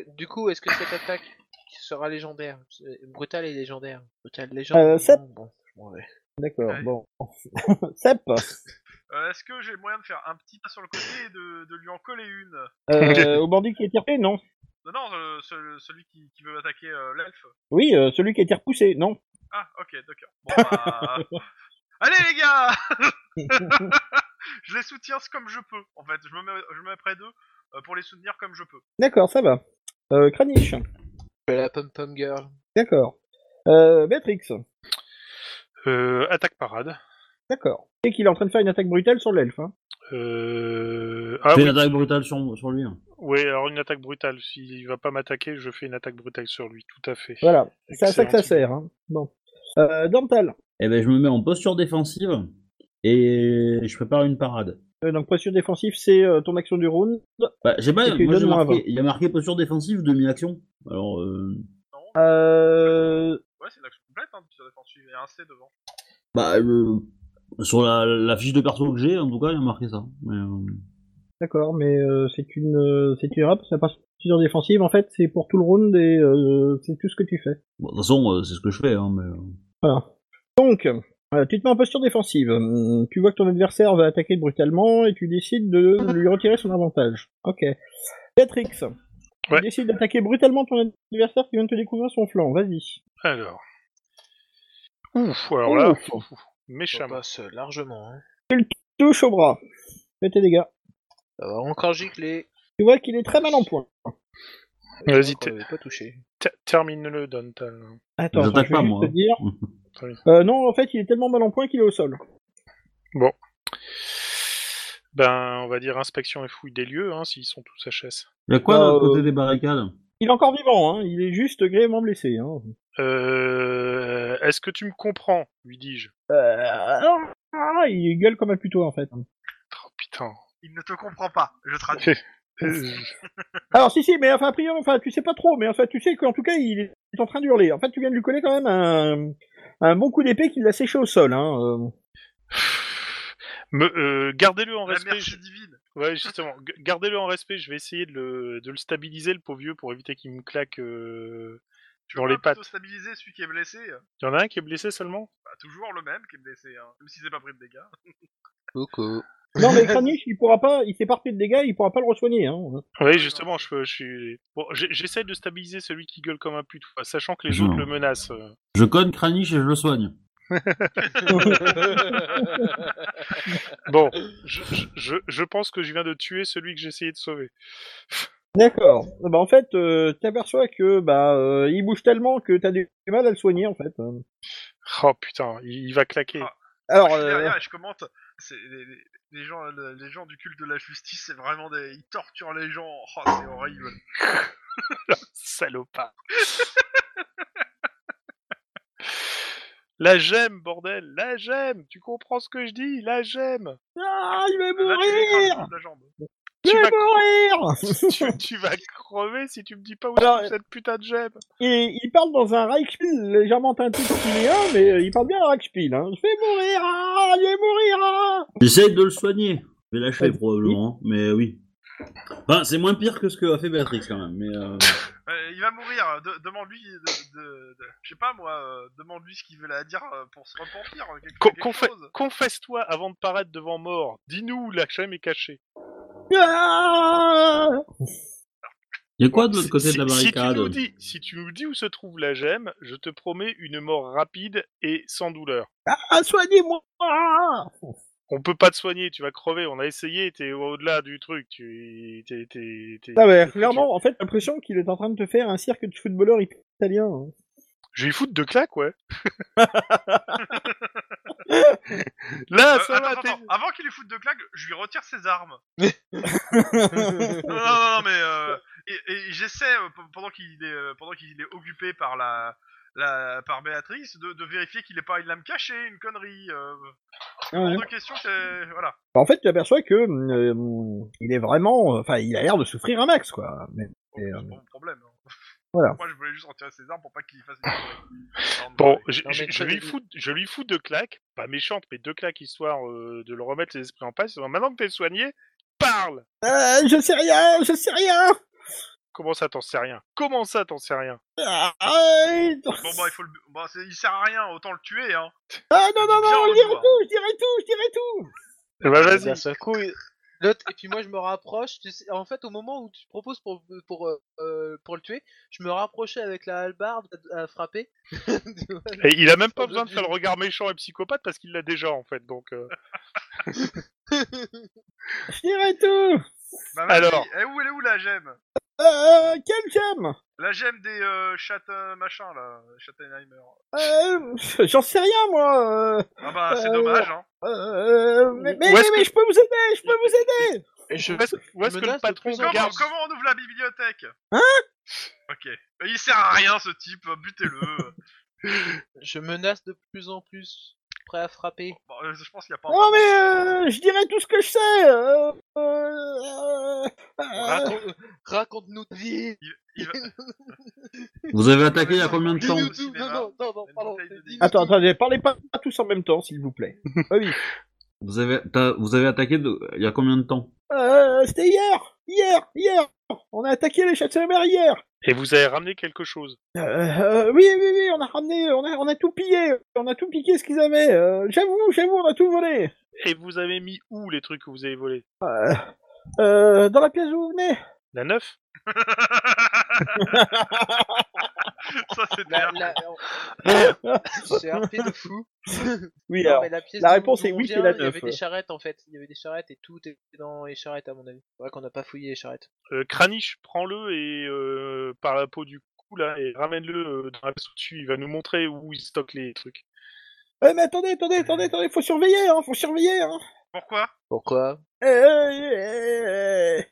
Euh, Du coup, est-ce que cette attaque sera légendaire C'est- Brutale et légendaire. Brutale, Euh, légendaire. sept. Bon, je m'en vais. D'accord, Ouais. bon. Sep Euh, Est-ce que j'ai moyen de faire un petit pas sur le côté et de, de lui en coller une euh, Au bandit qui est tiré, non. Non, non, euh, ce- celui qui, qui veut attaquer euh, l'elfe. Oui, euh, celui qui a été repoussé, non. Ah, ok, d'accord. Bon, bah... Allez, les gars Je les soutiens comme je peux, en fait. Je me mets, je me mets près d'eux euh, pour les soutenir comme je peux. D'accord, ça va. Euh, Kranich, Je fais la pom pom girl. d'accord. Euh, Matrix, Euh, attaque parade. d'accord. Et qu'il est en train de faire une attaque brutale sur l'elfe. Hein. Euh... Ah Fais oui, une attaque brutale sur, sur lui. hein. ouais, alors une attaque brutale. S'il va pas m'attaquer, je fais une attaque brutale sur lui, tout à fait. Voilà, c'est à ça que ça Excellent. sert. Hein. Bon. Euh, Dental. Eh ben, je me mets en posture défensive et je prépare une parade. Euh, donc, posture défensive, c'est euh, ton action du round. Bah, j'ai pas. Et tu Moi, j'ai donnes moins marqué- 20. il y a marqué posture défensive, demi-action. Alors, euh, Ah. Euh... Ouais, c'est une action complète, hein, sur défensive, et un C devant. bah, euh, sur la, la fiche de perso que j'ai, en tout cas, il y a marqué ça. Mais, euh, D'accord, mais euh, c'est une euh, c'est une rap, ça passe sur défensive en fait, c'est pour tout le round et euh, c'est tout ce que tu fais. bon, de toute façon, euh, c'est ce que je fais. Hein, mais, euh, Voilà. Donc, euh, tu te mets en posture défensive. Hum, Tu vois que ton adversaire va attaquer brutalement et tu décides de lui retirer son avantage. Ok. Patrix, Ouais. tu décides d'attaquer brutalement ton adversaire qui vient de te découvrir son flanc. Vas-y. Alors. Ouf, alors là, Ouf. ouf, Ça méchamment. passe largement. Hein. Touche au bras. Fais tes dégâts. Ça va encore gicler. Tu vois qu'il est très mal en point. Vas-y, Je t'es- l'avais pas touché. ter- termine-le, Dantal. Attends, attends, Je l'attaque je vais pas, juste moi, hein. te dire. Très bien. Euh, non, en fait, il est tellement mal en point qu'il est au sol. Ben, on va dire inspection et fouille des lieux, hein, s'ils sont tous HS. Il y a quoi Bah, de l'autre euh, côté des barricades Il est encore vivant, hein. Il est juste gréement blessé. Hein. Euh, Est-ce que tu me comprends lui dis-je. Euh, ah, ah, il gueule comme un putois en fait. Oh putain. Il ne te comprend pas, je traduis. Euh, Alors si si, mais enfin a priori, enfin tu sais pas trop, mais enfin tu sais qu'en tout cas il est en train d'hurler. En fait, tu viens de lui coller quand même un, un bon coup d'épée qui l'a séché au sol. Hein. euh. me- euh, Gardez-le en La respect. merci je- divine. Ouais, justement. g- Gardez-le en respect. Je vais essayer de le, de le stabiliser, le pauvre vieux, pour éviter qu'il me claque euh, Tu dans peux les pas pattes. plutôt stabiliser celui qui est blessé. euh, Il y en a un qui est blessé seulement Bah, toujours le même qui est blessé, hein. même si c'est pas pris de dégâts. Coco. Non mais Kranich, il pourra pas, il s'est parti de dégâts, il pourra pas le re-soigner. Hein. Oui, justement. Je, peux- je suis. Bon, j'ai- j'essaie de stabiliser celui qui gueule comme un pute, sachant que les Genre. autres le menacent. euh. Je conne Kranich et je le soigne. Bon, je, je- je, je pense que je viens de tuer celui que j'essayais de sauver. D'accord. Bah en fait, euh, t'aperçois que bah euh, il bouge tellement que t'as du du mal à le soigner en fait. hein. Oh putain, il, il va claquer. Ah. Alors je suis euh, derrière et je commente. C'est les, les- les gens, le- les gens du culte de la justice, c'est vraiment des, ils torturent les gens. Oh, c'est horrible. Salopard. La gemme, bordel, la gemme, tu comprends ce que je dis, la gemme. ah, il va Là, tu l'écrases au mourir, bout de la jambe. il Tu va vas, mourir. tu, tu vas crever si tu me dis pas où Alors, se trouve cette putain de gemme. Et il parle dans un Reichspiel légèrement teinté de chiléen, mais euh, il parle bien un Reichspiel. Hein. Je vais mourir, ah, je vais mourir. ah. J'essaie de le soigner. Je vais lâcher Vas-y. probablement, hein, mais oui. Enfin, c'est moins pire que ce que a fait Béatrix quand même. Mais euh, Euh, il va mourir. De- demande-lui, de, de- de- je sais pas moi, euh, demande-lui ce qu'il veut à dire euh, pour se repentir. euh, Quelque, Con- quelque confe- chose. Confesse-toi avant de paraître devant mort. Dis-nous où la gemme est cachée. Ah il y a quoi de l'autre côté Si- de la si- barricade si tu, nous dis, si tu nous dis où se trouve la gemme, je te promets une mort rapide et sans douleur. Ah, soignez-moi ah. On peut pas te soigner, tu vas crever. On a essayé, t'es au-delà du truc. Tu, t'es, t'es- t'es- Ah ouais, t'es foutu. clairement, en fait, j'ai l'impression qu'il est en train de te faire un cirque de footballeur italien. hein. Je vais lui foutre deux claques, ouais. Là, Euh, Ah, ça attends, va, attends, t'es- attends, avant qu'il lui foute de claque, je lui retire ses armes. Non, non, non, non, mais euh, et, et j'essaie euh, p- pendant qu'il est euh, pendant qu'il est occupé par la, la par Béatrice de, de vérifier qu'il n'est pas une lame cachée, une connerie. Euh, Ah ouais. Bah, Hors de question, c'est voilà. En fait, tu aperçois que euh, il est vraiment, enfin, il a l'air de souffrir un max, quoi. Mais- Bon, Et, euh, c'est pas mon problème. hein. voilà. Moi, je voulais juste retirer ses armes pour pas qu'il fasse. une connerie. Alors, Bon, non, je, Non, je- mais je t'es- lui fous, je lui fous deux claques, pas méchantes, mais deux claques histoire euh, de le remettre les esprits en passe. Maintenant que t'es soigné, parle. Ah, je sais rien, je sais rien. Comment ça, t'en sais rien Comment ça, t'en sais rien Ah, ah, Bon bah il faut le bu- bah, c'est- il sert à rien, autant le tuer hein. ah, non, non, Viens, non, je on y dirai va. tout, je dirai tout, je dirai tout. Eh ben, Eh Vas-y. bien, ça couille. L'autre, et puis moi je me rapproche. tu sais- en fait, au moment où tu proposes pour, pour, euh, euh, pour le tuer, je me rapprochais avec la hallebarde à, à frapper. Et il a même pas Sans besoin de doute, faire le regard méchant et psychopathe parce qu'il l'a déjà en fait. Donc euh, Je dirai tout Bah, vas-y. Alors. Eh, où elle est où la gemme euh, Quelle gemme La gemme des euh, chats euh, machin là, Schattenheimer. euh, J'en sais rien, moi euh, Ah bah c'est Euh, dommage hein. euh, Mais, mais, Où est-ce mais je peux vous aider, je peux vous aider Et je où est-ce où est-ce que le menace de patron prison. Comment, regarde comment on ouvre la bibliothèque Hein Ok. Il sert à rien ce type, butez-le. Je menace de plus en plus. prêt à frapper. Bon, euh, je pense qu'il n'y a pas. Non mais euh, je dirais tout ce que je sais. euh, euh, euh, euh, Raconte- Raconte-nous ta vie. Il va- Vous avez attaqué il y a combien de temps Dis-nous Attends. tout. Non, non, non, non, Une pardon. bouteille de dis-nous Attends, tout. attendez, parlez pas tous en même temps, s'il vous plaît. Ah oui. Vous avez, t'as- vous avez attaqué de- il y a combien de temps Euh, C'était hier, hier, hier. On a attaqué les chats de mer hier. Et vous avez ramené quelque chose. Euh, euh, oui, oui, oui, on a ramené, on a, on a tout pillé, on a tout piqué ce qu'ils avaient. euh, j'avoue, j'avoue, on a tout volé. Et vous avez mis où les trucs que vous avez volés Euh, euh, dans la pièce où vous venez. La neuf Ça, c'est La- clair. la- J'ai un de fou. Oui, Non, alors. mais la, pièce la d'où- réponse d'où est on oui, vient, c'est la Il y avait neuf. des charrettes en fait. Il y avait des charrettes et tout était dans les charrettes à mon avis. C'est vrai qu'on n'a pas fouillé les charrettes. euh, Kranich, prends-le et euh, par la peau du cou là et ramène-le euh, dans la pièce au-dessus. Il va nous montrer où il stocke les trucs. Ouais, Euh, mais attendez, attendez, attendez, attendez, faut surveiller, hein, faut surveiller, hein. Pourquoi Pourquoi Eh, eh, eh, eh.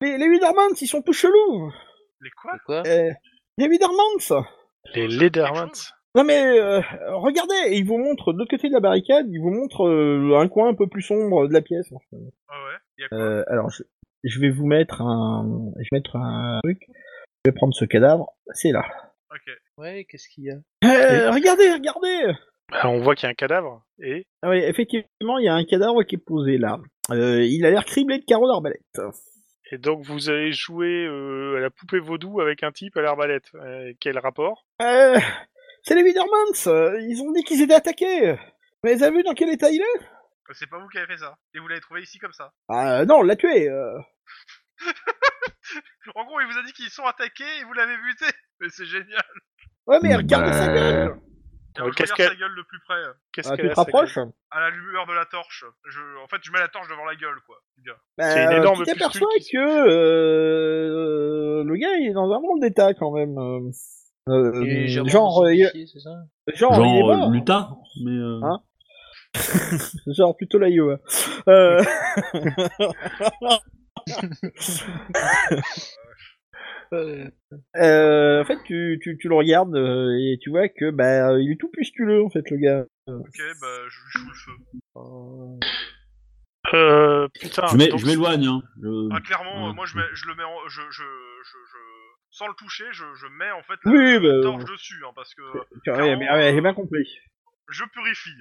Les, les Widermans, ils sont tous chelous. Les quoi Pourquoi Eh, les Widermans. Les Ledermans. Non mais euh, regardez, ils vous montrent de l'autre côté de la barricade, ils vous montrent euh, un coin un peu plus sombre de la pièce. Ah ouais. Il y a quoi Euh, alors je, je vais vous mettre un, je vais mettre un truc. Je vais prendre ce cadavre. C'est là. Ok. Ouais, qu'est-ce qu'il y a Euh, regardez, regardez. Bah, on voit qu'il y a un cadavre. Et Ah oui, effectivement, il y a un cadavre qui est posé là. Euh, il a l'air criblé de carreaux d'arbalète. Et donc vous avez joué euh, à la poupée vaudou avec un type à l'arbalète. Euh, quel rapport Euh, c'est les Widermans. euh, Ils ont dit qu'ils étaient attaqués. Mais vous avez vu dans quel état il est Euh, C'est pas vous qui avez fait ça. Et vous l'avez trouvé ici comme ça. Ah non, on l'a tué. euh. En gros, il vous a dit qu'ils sont attaqués et vous l'avez buté. Mais c'est génial. Ouais, mais regardez sa gueule. Je Euh, qu'est-ce regarde qu'elle- sa gueule de plus près. Qu'est-ce Ah, qu'elle tu a, te sa rapproches gueule À la lueur de la torche. Je... En fait, je mets la torche devant la gueule, quoi. Du gars. Bah, C'est une énorme tu t'aperçois pustule qui- que euh, le gars il est dans un monde d'état quand même. euh, euh, Il est légèrement genre, euh, il- zombifié, c'est ça genre, il est Genre mort. euh, Luta mais euh, Hein genre plutôt la Iowa. Euh... euh, en fait, tu, tu, tu le regardes euh, et tu vois que bah il est tout pustuleux en fait le gars. Ok, bah, je, je fous le feu. Euh, Euh, putain. Je m'é- donc- je m'éloigne. Hein. Je- Ah, clairement, Ouais. euh, moi, je, mets- je le mets en. Je, je, je, je- Sans le toucher, je, je mets en fait la, Oui, la bah, torche dessus. Hein, parce que Tu- ouais, mais- ouais, j'ai bien compris. je purifie.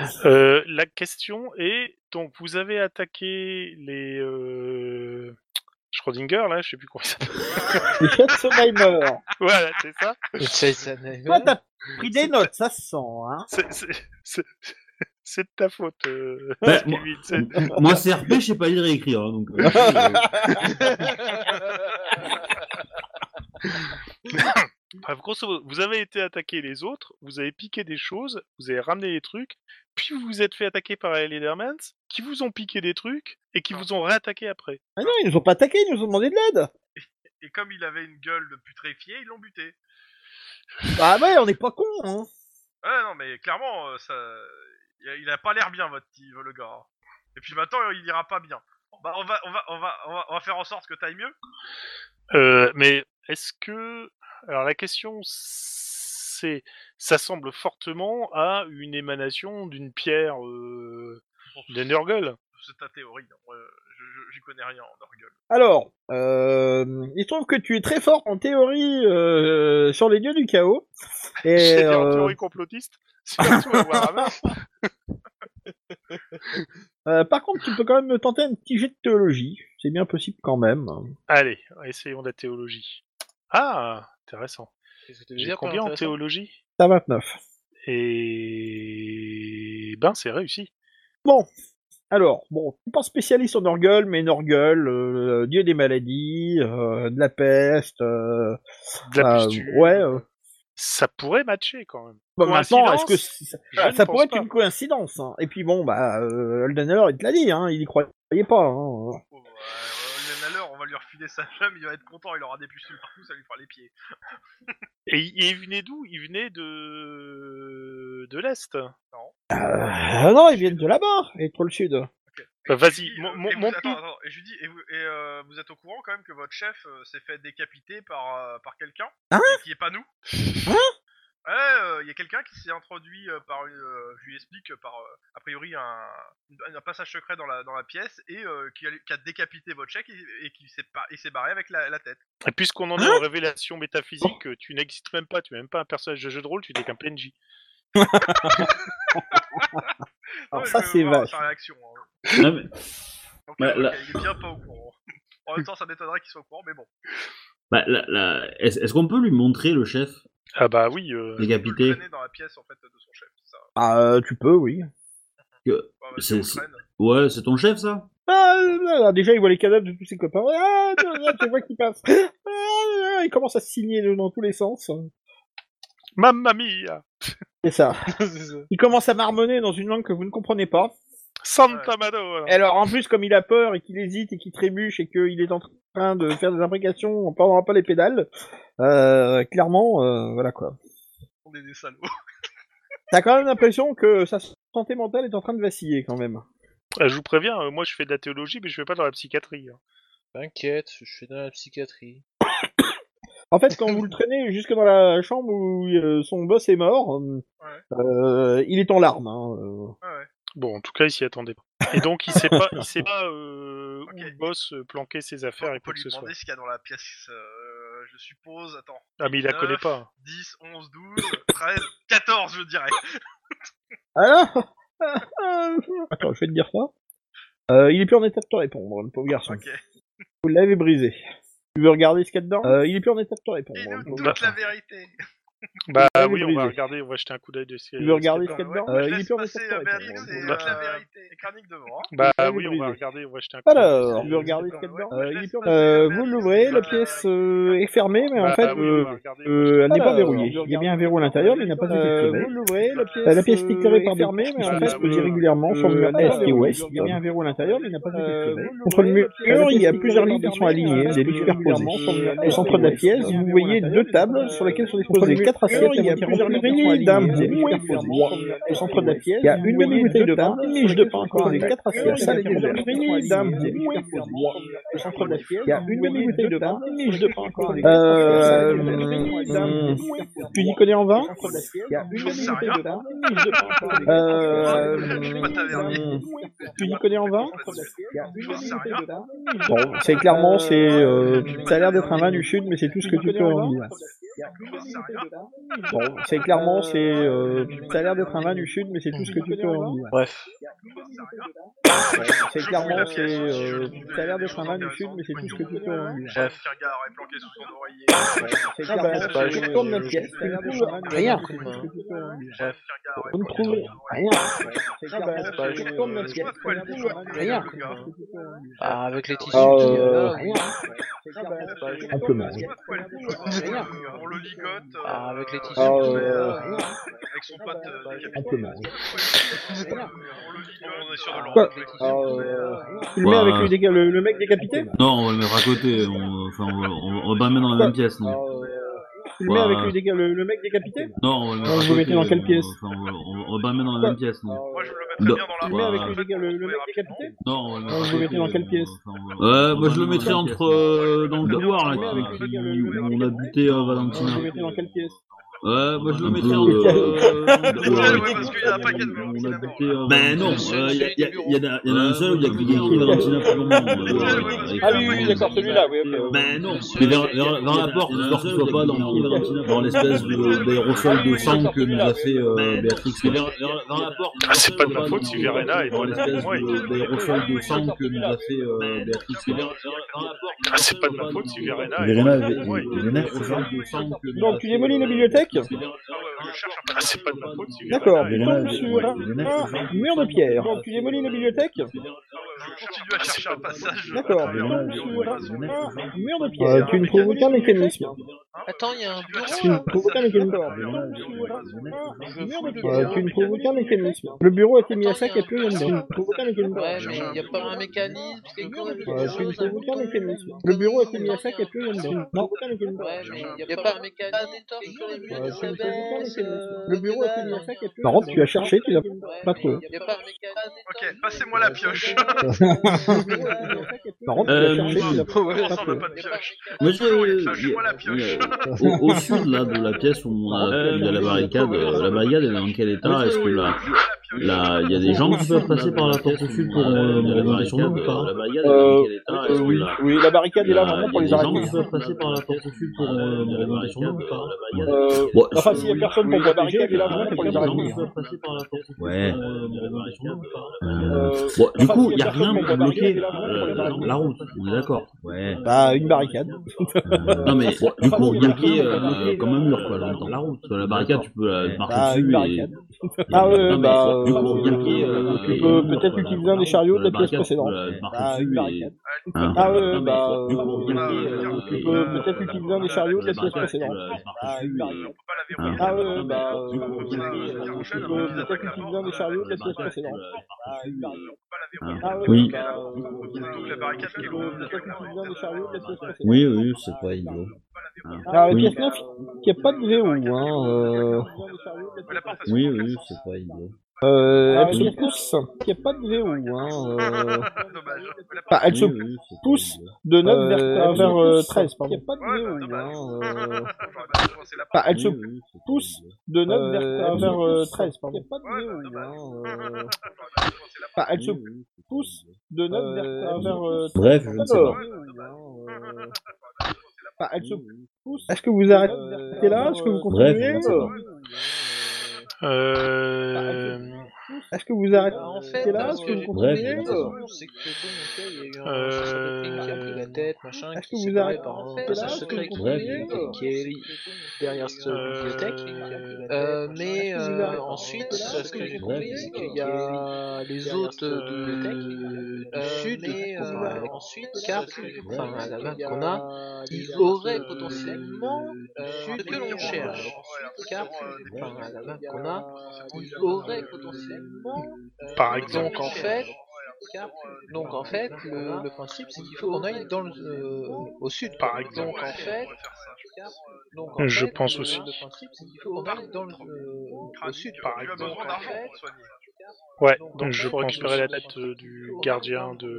Hein. Euh, la question est donc vous avez attaqué les euh... Schrödinger là, je sais plus comment il s'appelle. Les Schatzenheimer. voilà, c'est ça. Jason Toi Aaron. t'as pris des notes, ça se sent hein. C'est- c'est- C'est c'est de ta faute. Euh... Bah, moi- Kevin, c'est- Moi, CRP, je sais pas lire et écrire. hein, donc, euh, euh, Bref, grosso modo, vous avez été attaqué les autres, vous avez piqué des choses, vous avez ramené des trucs, puis vous vous êtes fait attaquer par les Leathermans, qui vous ont piqué des trucs et qui vous ont réattaqué après. Ah non, ils nous ont pas attaqué, ils nous ont demandé de l'aide. Et comme il avait une gueule de putréfié, ils l'ont buté. Bah ouais, on n'est pas con hein. Ah non, mais clairement, euh, ça... il a- il a pas l'air bien, votre petit- le gars. hein. Et puis maintenant, il ira pas bien. Bah, on va, on va, on va, on va, on va faire en sorte que t'ailles mieux. Euh, mais est-ce que. Alors la question, c'est. Ça semble fortement à une émanation d'une pierre euh, d'un Nurgle. C'est ta théorie. hein. Euh, je- je- J'y connais rien en orgueil. Alors, euh, il se trouve que tu es très fort en théorie euh, sur les dieux du chaos. Et, C'est en euh, théorie complotiste. C'est surtout à Warhammer. euh, par contre, tu peux quand même me tenter un petit jet de théologie. C'est bien possible quand même. Allez, essayons de la théologie. Ah, intéressant. Qu'est-ce que tu veux J'ai dire par combien en intéressant théologie T'as 29. Et ben c'est réussi. Alors, bon, tu pas spécialiste en orgueil, mais Norgul, euh, dieu des maladies, euh, de la peste, euh, De la euh, pustule. ouais. euh, Ça pourrait matcher quand même. Bah, maintenant, est-ce que Coïncidence c- Je ne Ah, ça pense pourrait être pas. une coïncidence hein. Et puis bon, bah, euh, Aldenauer, il te l'a dit, hein, il y croyait pas. Hein. Oh, bah, euh, Lionel Haller, on va lui refiler sa femme, il va être content, il aura des pustules partout, ça lui fera les pieds. Et, il- et il venait d'où Il venait de de l'est. Ah non, ils viennent de là-bas, et trop le sud. Bah, Et vas-y, je lui dis, mon, euh, mon, et vous- mon petit- attends, attends, et je lui dis, et, vous, et, euh, vous êtes au courant quand même Ah que votre chef euh, s'est fait décapiter par, euh, par quelqu'un Hein et Qui est pas nous Ouais, euh, il y a quelqu'un qui s'est introduit euh, par une. euh, je lui explique euh, par euh, a priori un, un passage secret dans la, dans la pièce et euh, qui, a, qui a décapité votre chèque et, et qui s'est pas- il s'est barré avec la, la tête. Et puisqu'on en est Hein en révélation Oh. métaphysique, euh, tu n'existes même pas, tu n'es même pas un personnage de jeu de rôle, tu n'es qu'un PNJ. Alors Ouais, Ah, ça, je veux c'est voir vache. Sa réaction. hein. Non, mais- Donc, Bah, euh, là- Il est bien pas au courant. En même temps, ça m'étonnerait qu'il soit au courant, mais bon. bah, la- la- Est-ce est-ce qu'on peut lui montrer le chef Ah bah oui, euh, Vous décapité le traînez dans la pièce en fait de son chef. c'est Ça. Ah, euh, tu peux, oui. Enfin, C'est- on le c'est- traîne. Ouais, c'est ton chef ça Ah, là, là, déjà, il voit les cadavres de tous ses copains. Ah, tu vois, tu vois qu'il passe. Ah, là, là, il commence à signer dans tous les sens. Mamma mia C'est ça. C'est ça. Il commence à marmonner dans une langue que vous ne comprenez pas. Santa Madonna Et Alors en plus, comme il a peur et qu'il hésite et qu'il trébuche et qu'il est en train de faire des imbrications, on prendra pas les pédales. Euh, clairement, euh, voilà quoi. On est des salauds. T'as quand même l'impression que sa santé mentale est en train de vaciller quand même. Ah, Je vous préviens, euh, moi je fais de la théologie, mais je fais pas dans la psychiatrie. hein. T'inquiète, je suis dans la psychiatrie. En fait, quand vous le traînez jusque dans la chambre où euh, son boss est mort, euh, euh, il est en larmes. hein, euh. Bon, en tout cas, il s'y attendait pas. Et donc, il sait pas, il sait pas euh, Ok. où le boss euh, planquait ses affaires On et peut quoi que lui ce soit. demander ce qu'il y a dans la pièce. euh, je suppose. Attends. Ah, mais il la Neuf. connaît pas. 10, 11, 12, 13, 14, je dirais. Ah là Attends, je vais te dire ça. Euh, il est plus en état de te répondre, le pauvre garçon. Ok. Vous l'avez brisé. Tu veux regarder ce qu'il y a dedans Euh, Il est plus en état de te répondre. Il le nous pauvre toute garçon. la vérité. Bah Il est oui, on va brisé. regarder, on va jeter un coup d'œil de ce Tu veux regarder ce ce qu'il y a dedans Ouais, Euh, je Il est laisse plus en Bah. état passer, de te euh, répondre. Béatrix le et pauvre garçon. euh, toute la vérité. Et Kranich devant. hein. Bah Il est oui, on va brisé. regarder, on va jeter un euh, coup Alors, d'œil. tu veux regarder ce qu'il y a dedans Euh, Ouais, je il est laisse plus en- Euh, passer, euh, Vous Béatrix, l'ouvrez, la euh, pièce euh, est fermée, mais en Bah fait, oui, euh, on va regarder, on euh, va elle n'est pas Alors, verrouillée. je Il y a bien un regarde- verrou à l'intérieur, mais il n'a pas été Euh, activé. vous l'ouvrez, la pièce, Euh, la pièce euh, déclarée par est fermée, mais en en fait, fait, euh, régulièrement sur le mur est euh, et alors, ouest. je Il y a bien un verrou à l'intérieur, mais il n'a pas été Euh, activé. vous Contre le mur, l'ouvrez, la pièce il y a est plusieurs fermée, éditions mais en alignées, hein, fait, des luttes régulièrement superposées. sur le mur Au est centre de la ouest. pièce, Il y a vous un voyez verrou à deux tables l'intérieur, sur lesquelles sont Contre le disposées mur, quatre assiettes il y a avec plusieurs ouvriers ouvriers d'âme, d'âmes, des des luttes luttes superposées. superposées. Au centre de la pièce, Il y a une demi-bouteille de vin, une miche de pain encore Contre avec les quatre quatre assiettes. assiettes, Ça, ça, les les ouvriers d'âme, ouvriers d'âmes, des des luttes luttes superposées. Au centre de la pièce, Il y a une demi-bouteille de pain, une miche de pain encore avec quatre Euh, assiettes. euh, Tu dis dis connais en vin Il y a une J'en sais demi-bouteille rien. de pain, une miche de pain encore avec quatre Euh, assiettes. Je suis pas tavernier. Tu dis connais en vin Il y a une J'en sais demi-bouteille rien. de pain, Bon, c'est clairement, c'est, euh, Euh, ça a l'air d'être un vin du sud, mais c'est tout ce que tu peux en dire. Il y a une demi-bouteille de pain, Bon, c'est clairement, c'est, euh, ça a l'air d'être un vin du sud, mais c'est tout ce que tu peux en dire. Bref. C'est Je clairement, fouille c'est, la pièce, je euh, trouve des- ça a l'air des d'être un choses vin du sud, mais c'est tout ce que tu peux en dire. J'aime qui regarde est planqué sous son oreiller. C'est Ah bah, clairement, c'est c'est, euh, pas- tu retournes la pièce, je- tu ne trouves rien. Rien. C'est tout ce que tu peux en dire. J'aime qui regarde Vous ne planqué sous trouvez son oreiller. rien. C'est Ah bah, clairement, bah, tu je- retournes la je pièce, vois de tu quoi elle ne dit, trouves quoi. rien. Rien. C'est tout ce que tu peux en dire. Bah, avec les tissus Ah, qu'il y a euh, là, rien. C'est Ah clairement, bah, c'est- je- Simplement. Je vois de quoi elle dit, Rien. euh, On le ligote. euh, bah, avec les tissus qu'il y Ah, a euh, là, Avec son bah, pote euh, Ah, décapité. Simplement. On le ligote. On est sûr de le Quoi rendre, euh, Ah, euh, Tu le mets avec le, déca- le- le mec décapité Non, on va le mettre à côté, on, enfin, on, va- on, on va pas le mettre dans la même pièce, Euh, non. Tu le mets Ouais. avec le, déca- le- le mec décapité Non, on va le mettre Ah, à vous côté, mettez dans quelle on- pièce enfin, on, va- on, va- on va pas le mettre dans la même pièce, non. Moi, je le Non. mettrais bien dans la Tu le mets avec Ouais. le, déca- le- le mec décapité Non, on va le mettre Ah, à vous côté, mettez dans quelle on- pièce enfin, on va- Ouais, moi je le mettrais entre euh, dans le couloir là, Ouais, avec le qui- déca- le- où le on a mec buté euh, Ah, Vous Valentina. le mettez dans quelle pièce Ouais, moi je le Un mettrais peu, en. Ouais, Euh, ouais, parce qu'il y a un paquet de on a Valentina buté. morts, euh, Ben non, il Celui- y, a- celui y, a- du bureau. y en a y en a un seul où il y a que Geki et Valentina pour le moment. euh, Ah oui, oui, avec- d'accord, celui-là, oui, Ben non, Celui- mais vers, celui- vers, vers la porte, j'espère qu'il soit pas dans, dans l'espèce de- Ah d'aérosol oui, de oui, sang que oui, nous oui, a oui, fait euh, Béatrix. Mais vers, la porte. Ah, c'est pas de ma faute si Verena est dans bonne l'espèce pour de- moi, il- d'aérosol de oui, sang que nous a fait euh, Béatrix. Ah, c'est pas de ma faute si Verena est Ah, Verena, bonne pour moi. Verena, Verena, Aérosol hein. de sang que nous Donc, a tu fait, démolis euh, la bibliothèque Béatrix. je cherche un Ah, c'est pas de ma faute si D'accord, Verena tu est Verena, tombes bonne elle- sur un, hein. un mur de pierre. Donc, tu démolis la bibliothèque Je continue à chercher un passage. D'accord, Ah, à tu travers tombes le sur bureau, de un, façon- un mur de Euh, pierre. tu ne trouves aucun mécanisme. Attends, il y a un bureau Tu ne là trouves aucun mécanisme. D'accord, Verena, elle- Je fous le Euh, bureau. tu ne trouves aucun mécanisme. Le bureau a été mis à Attends, sac et plus rien dedans. Tu ne trouves aucun euh, mécanisme. Ouais, mais il n'y a pas un mécanisme, quelque chose, Euh, tu ne quelque chose, un trouves aucun bouton. mécanisme. Le bureau a été mis à sac et plus rien dedans. Non, aucun mécanisme. Ouais, mais il n'y a pas un mécanisme, quelque Euh, tu ne trouves chose, quelque aucun chose, mécanisme. euh, Le bureau a été mis à dalle, sac et plus rien dedans. rien. Par contre, tu as cherché, tu l'as Ouais, pas mais trouvé. il n'y a pas un mécanisme. Ok, passez-moi la pioche. Par contre, Euh, tu l'as cherché, oui. tu l'as pas Ouais, On s'en trouvé. veut pas de pioche. Moi, Toujours, il y a- je- chez moi, la pioche. au, au sud là de la pièce où on a, Euh, il y a la barricade, euh, la barricade elle est dans quel état Est-ce que là, là, il y a des gens qui peuvent passer par la porte au sud pour euh, pour monter sur nous ou pas La barricade elle est dans quel état Est-ce Euh, que oui, là, oui, la barricade est là il y a- vraiment pour Bah, il y les a des gens arrêter. hein. qui peuvent passer par la porte au sud pour euh, pour monter sur nous ou pas Euh, Bon, enfin, je- s'il y a personne pour la barricade, elle est là Ah, vraiment pour il les y a des gens arrêter. hein. qui peuvent passer par la porte au sud pour, euh, pour monter sur nous ou pas Euh, Euh, Bon, du enfin, coup, s'il y a il n'y a personne rien pour la pour bloquer barricade, elle est là euh, pour les la route, on est d'accord. Ouais. Bah, une barricade. Non Enfin, mais du coup, s'il y a bloquer personne pour la euh, quand même leur quoi, j'entends. La route, la barricade, tu peux la marcher Bah, une dessus et barricade. Ah ouais, Non, mais, bah, du coup, euh, bloquer, euh, tu les- peux les- peut-être la- utiliser un des chariots de la pièce barricade, précédente. tu peux la marcher Bah, une dessus et- barricade. Hein. Ah ouais, Non, mais, bah, du euh, coup, bloquer, euh, euh, tu les- peux euh, peut-être la- utiliser un des chariots de la pièce barricade, tu précédente. la marches Bah, une dessus et- barricade. Ah, Ah ouais, bah, euh, du euh, coup, bloquer, bloquer, euh, euh, tu tu peux peux peut-être peut-être utiliser utiliser un des chariots de la pièce précédente. bah, une barricade. Ah, Ah ouais, Oui. bah, euh, Donc, la barricade tu qui est peux loin, peut-être utiliser un des chariots de la pièce précédente. Oui, oui, c'est pas idiot. Hein. Ah, Oui. pièce 9, qui a pas de VO, hein. Euh, la porte, elle se Oui, trouve dans oui, quel sens c'est pas idiot. euh, Ah, elles oui. sont tous, qui a pas de VO, hein. Euh, Dommage. La porte, enfin, elles se Oui, oui, c'est pas poussent idiot. de 9 Euh, vers, elles vers sont euh, tous- 13, pardon. pas de Ouais, bah, néo, dommage. hein, euh, j'aurais pas dû penser la porte. Enfin, elles se Oui, oui, c'est pas poussent idiot. de 9 Euh, vers, elles vers sont euh, tous- 13, pardon. pas de néo, Ouais, bah, hein, euh, J'aurais pas dû penser la Enfin, elles se Oui, oui, c'est pas poussent idiot. de 9 vers, Euh, vers euh, Bref, je ne sais Alors. pas. Enfin, elles se Oui, oui. poussent. Est-ce que vous arrêtez Euh, là Est-ce que vous Bref, continuez je ne sais pas. Euh... Est-ce que vous arrêtez Bah, en fait, là ce Est-ce que j'ai que vous Bref, trouvé, continuez de toute façon, c'est que bon, ok, il y a eu Euh, un chasseur de primes qui a pris la tête, machin, Est-ce que qui vous s'est barré arrêtez par un là passage Est-ce que secret vous qui, continuez qui est derrière cette bibliothèque. euh, Euh, mais Est-ce que vous euh, arrêtez ensuite, là ce que j'ai Bref. compris, c'est qu'il y a les euh, hôtes de, du Euh, sud, mais, enfin, euh, avec ensuite, carte, ce que j'ai enfin compris, la c'est map qu'il y a qu'on a, qui euh, auraient potentiellement euh, ce que l'on cherche. Ensuite, carte, euh, enfin la map qu'on a, ils auraient potentiellement. euh, Par exemple. Donc en euh, fait, donc en fait, le, le principe c'est qu'il faut qu'on aille dans le, euh, au sud. Par exemple. Donc en fait, Euh, donc en Je fait, pense le- aussi. Le principe c'est qu'il faut qu'on aille dans le, euh, au sud. Par Tu as exemple. besoin Donc en d'argent fait, pour te soigner. Ouais, Donc, donc je en fait, peux récupérer la le- tête euh, du gardien de...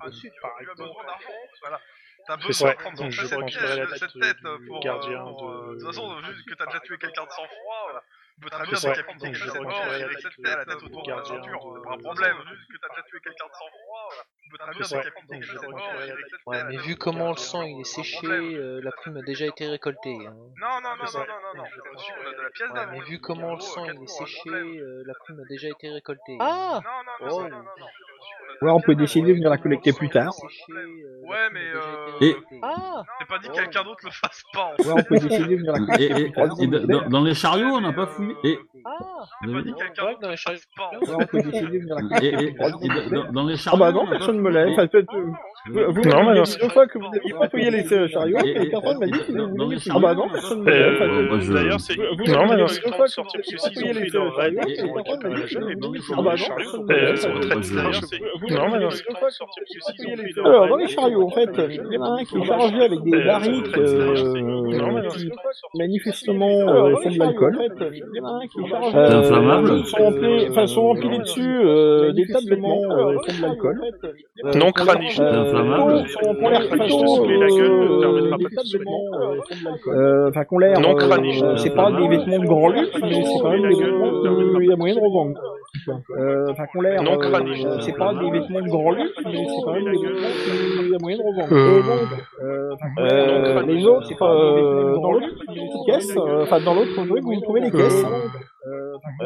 Ah, si, tu Par tu as exemple. besoin d'argent. Voilà. T'as C'est besoin ça. de prendre Donc, ton je cette pense pièce, que la de- tête cette tête du pour. gardien pour, de- euh, De toute façon, vu que t'as déjà tué quelqu'un de sang-froid, euh, peut très bien C'est ça. décapiter Donc, je quelqu'un de reprends mort la et tête avec cette tête à la de- tête autour du de la gardien ceinture. de- C'est pas un problème, vu que t'as déjà tué quelqu'un de sang-froid, euh, peut très bien C'est ça. décapiter Donc, je quelqu'un de reprends mort et la avec tête cette Ouais, tête à la mais tête vu autour de la comment le sang ceinture. il est C'est pas un séché, problème. euh, la prime a déjà été récoltée. hein. Non, non, non, C'est non, ça. non, non, non, je suis de la pièce Ouais, d'avant. mais vu donc, comment en le gros, sang quatre il est jours, un séché, problème. euh, la prime a déjà été récoltée. Ah Non, non, non, Oh. non, non, non, non. Ouais, on peut Ouais, décider de venir la comment le collecter sang plus il tard. est séché, euh, la Ouais, prime a mais déjà euh, été Et- récoltée. Ah C'est pas dit que Oh. quelqu'un d'autre le fasse pas en fait. Ouais, on peut décider de venir la Et, collecter et- plus tard. et dans, dans les chariots, on n'a pas fouillé. Et, vous Ah C'est pas avez dit vu que quelqu'un Ouais, d'autre dans les le fasse Euh, pas en Ouais, fait. Euh, on peut décider de venir la et, collecter et- plus et tard. s'il vous plaît. dans, dans les Ah chariots. bah on non, n'a pas personne ne me fouillé. l'a. Enfin, peut-être, euh, vous vous Non, mais m'avez non, dit c'est- deux fois que vous n'aviez pas fouillé les euh, chariots et personne m'a dit que vous Dans- dans vouliez les fouiller. Ah bah chariots, on non, a pas personne ne me l'a. fouillé. Euh, Enfin, euh, ouais, moi, je- D'ailleurs, c'est. vous- vous Non, mais n'avez non, pas eu le c'est temps de sortir parce que parce que s'ils ont les euh, pris leur chariots, raid, ils et ont Ah bah récupéré la personne gemme n'a et donc dit- Ah ils ont pris bah non, les chariots. personne ne Euh, l'a fait. D'ailleurs, c'est. D'ailleurs, c'est- Non, mais non, vous- c'est pas sortir parce que s'ils ont pris leur Alors, raid, dans les ils ont chariots, en fait, récupéré la il gemme. y en a un Eh, qui est Ah, chargé avec des Euh, barriques c'est- Non, euh, mais non, qui c'est pas sortir manifestement Alors, euh, dans les font de chariots, l'alcool. en fait, il y en a un qui est chargé- C'est inflammable Euh, sont empilés- Enfin, sont empilés dessus euh, des tas de vêtements, euh, font de l'alcool. Euh, Non font de la- cranique. euh, Inflammable. plutôt- font- font l'air plutôt, Non cranique, te soulever la gueule ne euh, permettra des pas de tas te de soigner. vêtements, euh, font de l'alcool. Euh, Enfin, qu'on l'air. Non euh, cranique. euh, c'est pas des vêtements de grand luxe, mais c'est quand euh, même des vêtements qu'il y a moyen de revendre. Euh, Enfin, qu'on l'air. Non euh, cranique. c'est pas des vêtements de grand luxe, mais c'est quand même des vêtements qu'il y a moyen de revendre. Euh, Euh, bon, euh, non euh, cranique. les autres, euh, dans l'autre caisse, euh, enfin dans l'autre truc, vous trouvez les caisses. Euh, Non et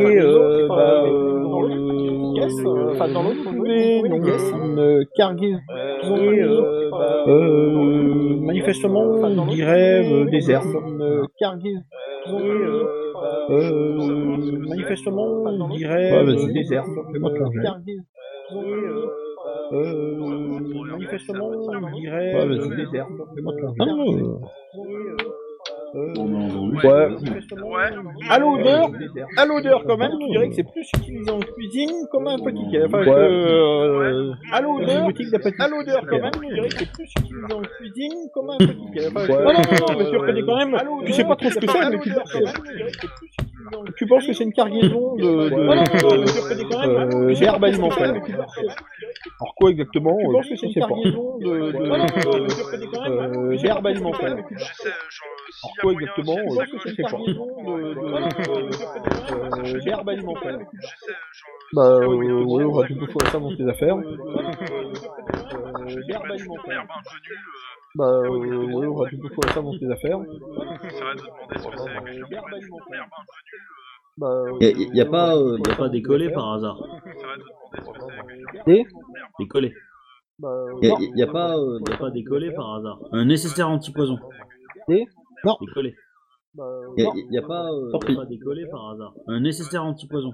cranique. euh, bah, euh, dans l'autre caisse, euh, enfin dans l'autre, vous trouvez non, une cargaison et euh, bah, euh, manifestement, on dirait euh, des herbes. Une cargaison et euh, bah, euh, manifestement, on dirait Ouais, vas-y. euh, des herbes. Fais-moi ton jet. Une cargaison et euh, euh, manifestement, on dirait Ouais, euh, vas-y. des herbes. Fais-moi ton jet. Ah, ouais. Euh, On a entendu. Ouais. Ouais. À l'odeur, à l'odeur quand même, tu dirais que c'est plus utilisé en cuisine comme un apothicaire. Enfin, Ouais. que, euh, à Une l'odeur, boutique d'apothicaire. à l'odeur quand même, tu dirais que c'est plus utilisé en cuisine comme un apothicaire. Enfin, que- Non, non, non, non, mais tu reconnais quand même, tu sais pas trop ce que c'est, mais tu sais que c'est. Tu penses que c'est une cargaison de, de, Non, non, non, non, mais tu reconnais quand même, hein. de- euh, Mais tu d'herbe reconnais quand alimentaire. même, tu le reconnais. Alors quoi exactement Tu euh, penses que c'est je une sais pas. cargaison de- de- Euh, Non, non, non, mais tu reconnais quand même, hein. euh, Tu d'herbe reconnais quand alimentaire. même, tu le Je sais, genre, s'il y reconnais. a Pourquoi moyen, exactement, j'ai une euh, sacoche, c'est je prends. cargaison Ouais, ouais, Non, non, non, ouais, mais ouais, ouais. tu reconnais quand même, hein. Euh, d'herbe alimentaire. Je sais, genre, Bah euh, s'il y a moyen, j'ai ouais, une on va tout sacoche, trouver ça dans tes affaires. Non, non, non, mais tu reconnais quand même, hein. je Euh, dis pas d'herbe du tout, alimentaire. merde, un peu nul, euh, Bah euh, ouais, on va tout trouver ça dans tes affaires. ça va te demander ce que c'est, quelqu'un qui D'herbe alimentaire. pourrait dire, merde, un peu nul, Bah, euh, Y a, y a pas, ouais, on va euh, tout y a trouver ça pas dans tes décollé affaires. par hasard. ça va te demander ce que hein. c'est, quelqu'un qui Et Décollé. bah, euh, Y a, ouais, y a on va tout pas, euh, y trouver a ça dans pas tes décollé affaires. par hasard. Un nécessaire antipoison. Décollé. Bah, euh, Y a, non. y a pas, euh, Tant y a pis. pas décollé par hasard. Un nécessaire antipoison.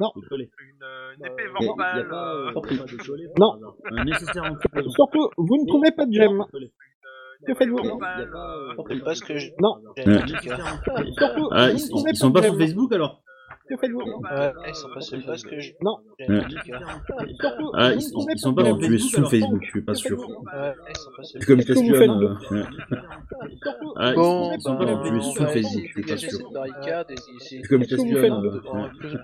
Non. Décollé. une, euh, une épée Y a, y a verbale, pas, euh, euh, y a pas décollé par Non. hasard. Un nécessaire antipoison. Surtout, vous ne trouvez pas de gemme. Décollé. Que une faites-vous épée Y a- y a verbale, pas, euh, euh, C'est pas ce que je- Non. J'ai Ouais. un truc, hein. Surtout, Ah, vous ils, ne trouvez ils pas sont de pas gemme. sur Facebook alors Que faites-vous Ouais, verbale, euh, ils sont pas, c'est pas ce que je. Non. J'ai un truc, hein. Surtout, Ah, vous ils, ne trouvez ils- ils sont pas pas de sur gemme. tu es sous Facebook, je suis pas sûr. Ouais, ils sont pas ce C'est comme Qu'est-ce que vous t'espionnes. faites euh, ouais. Surtout, Ah, ils, Bon, sont- ils sont pas bah, sur tu es on sous va Facebook, je essayer suis de pas dégager sûr. cette barricade et essayer- Qu'est-ce C'est comme que vous t'espionnes. faites euh, ouais.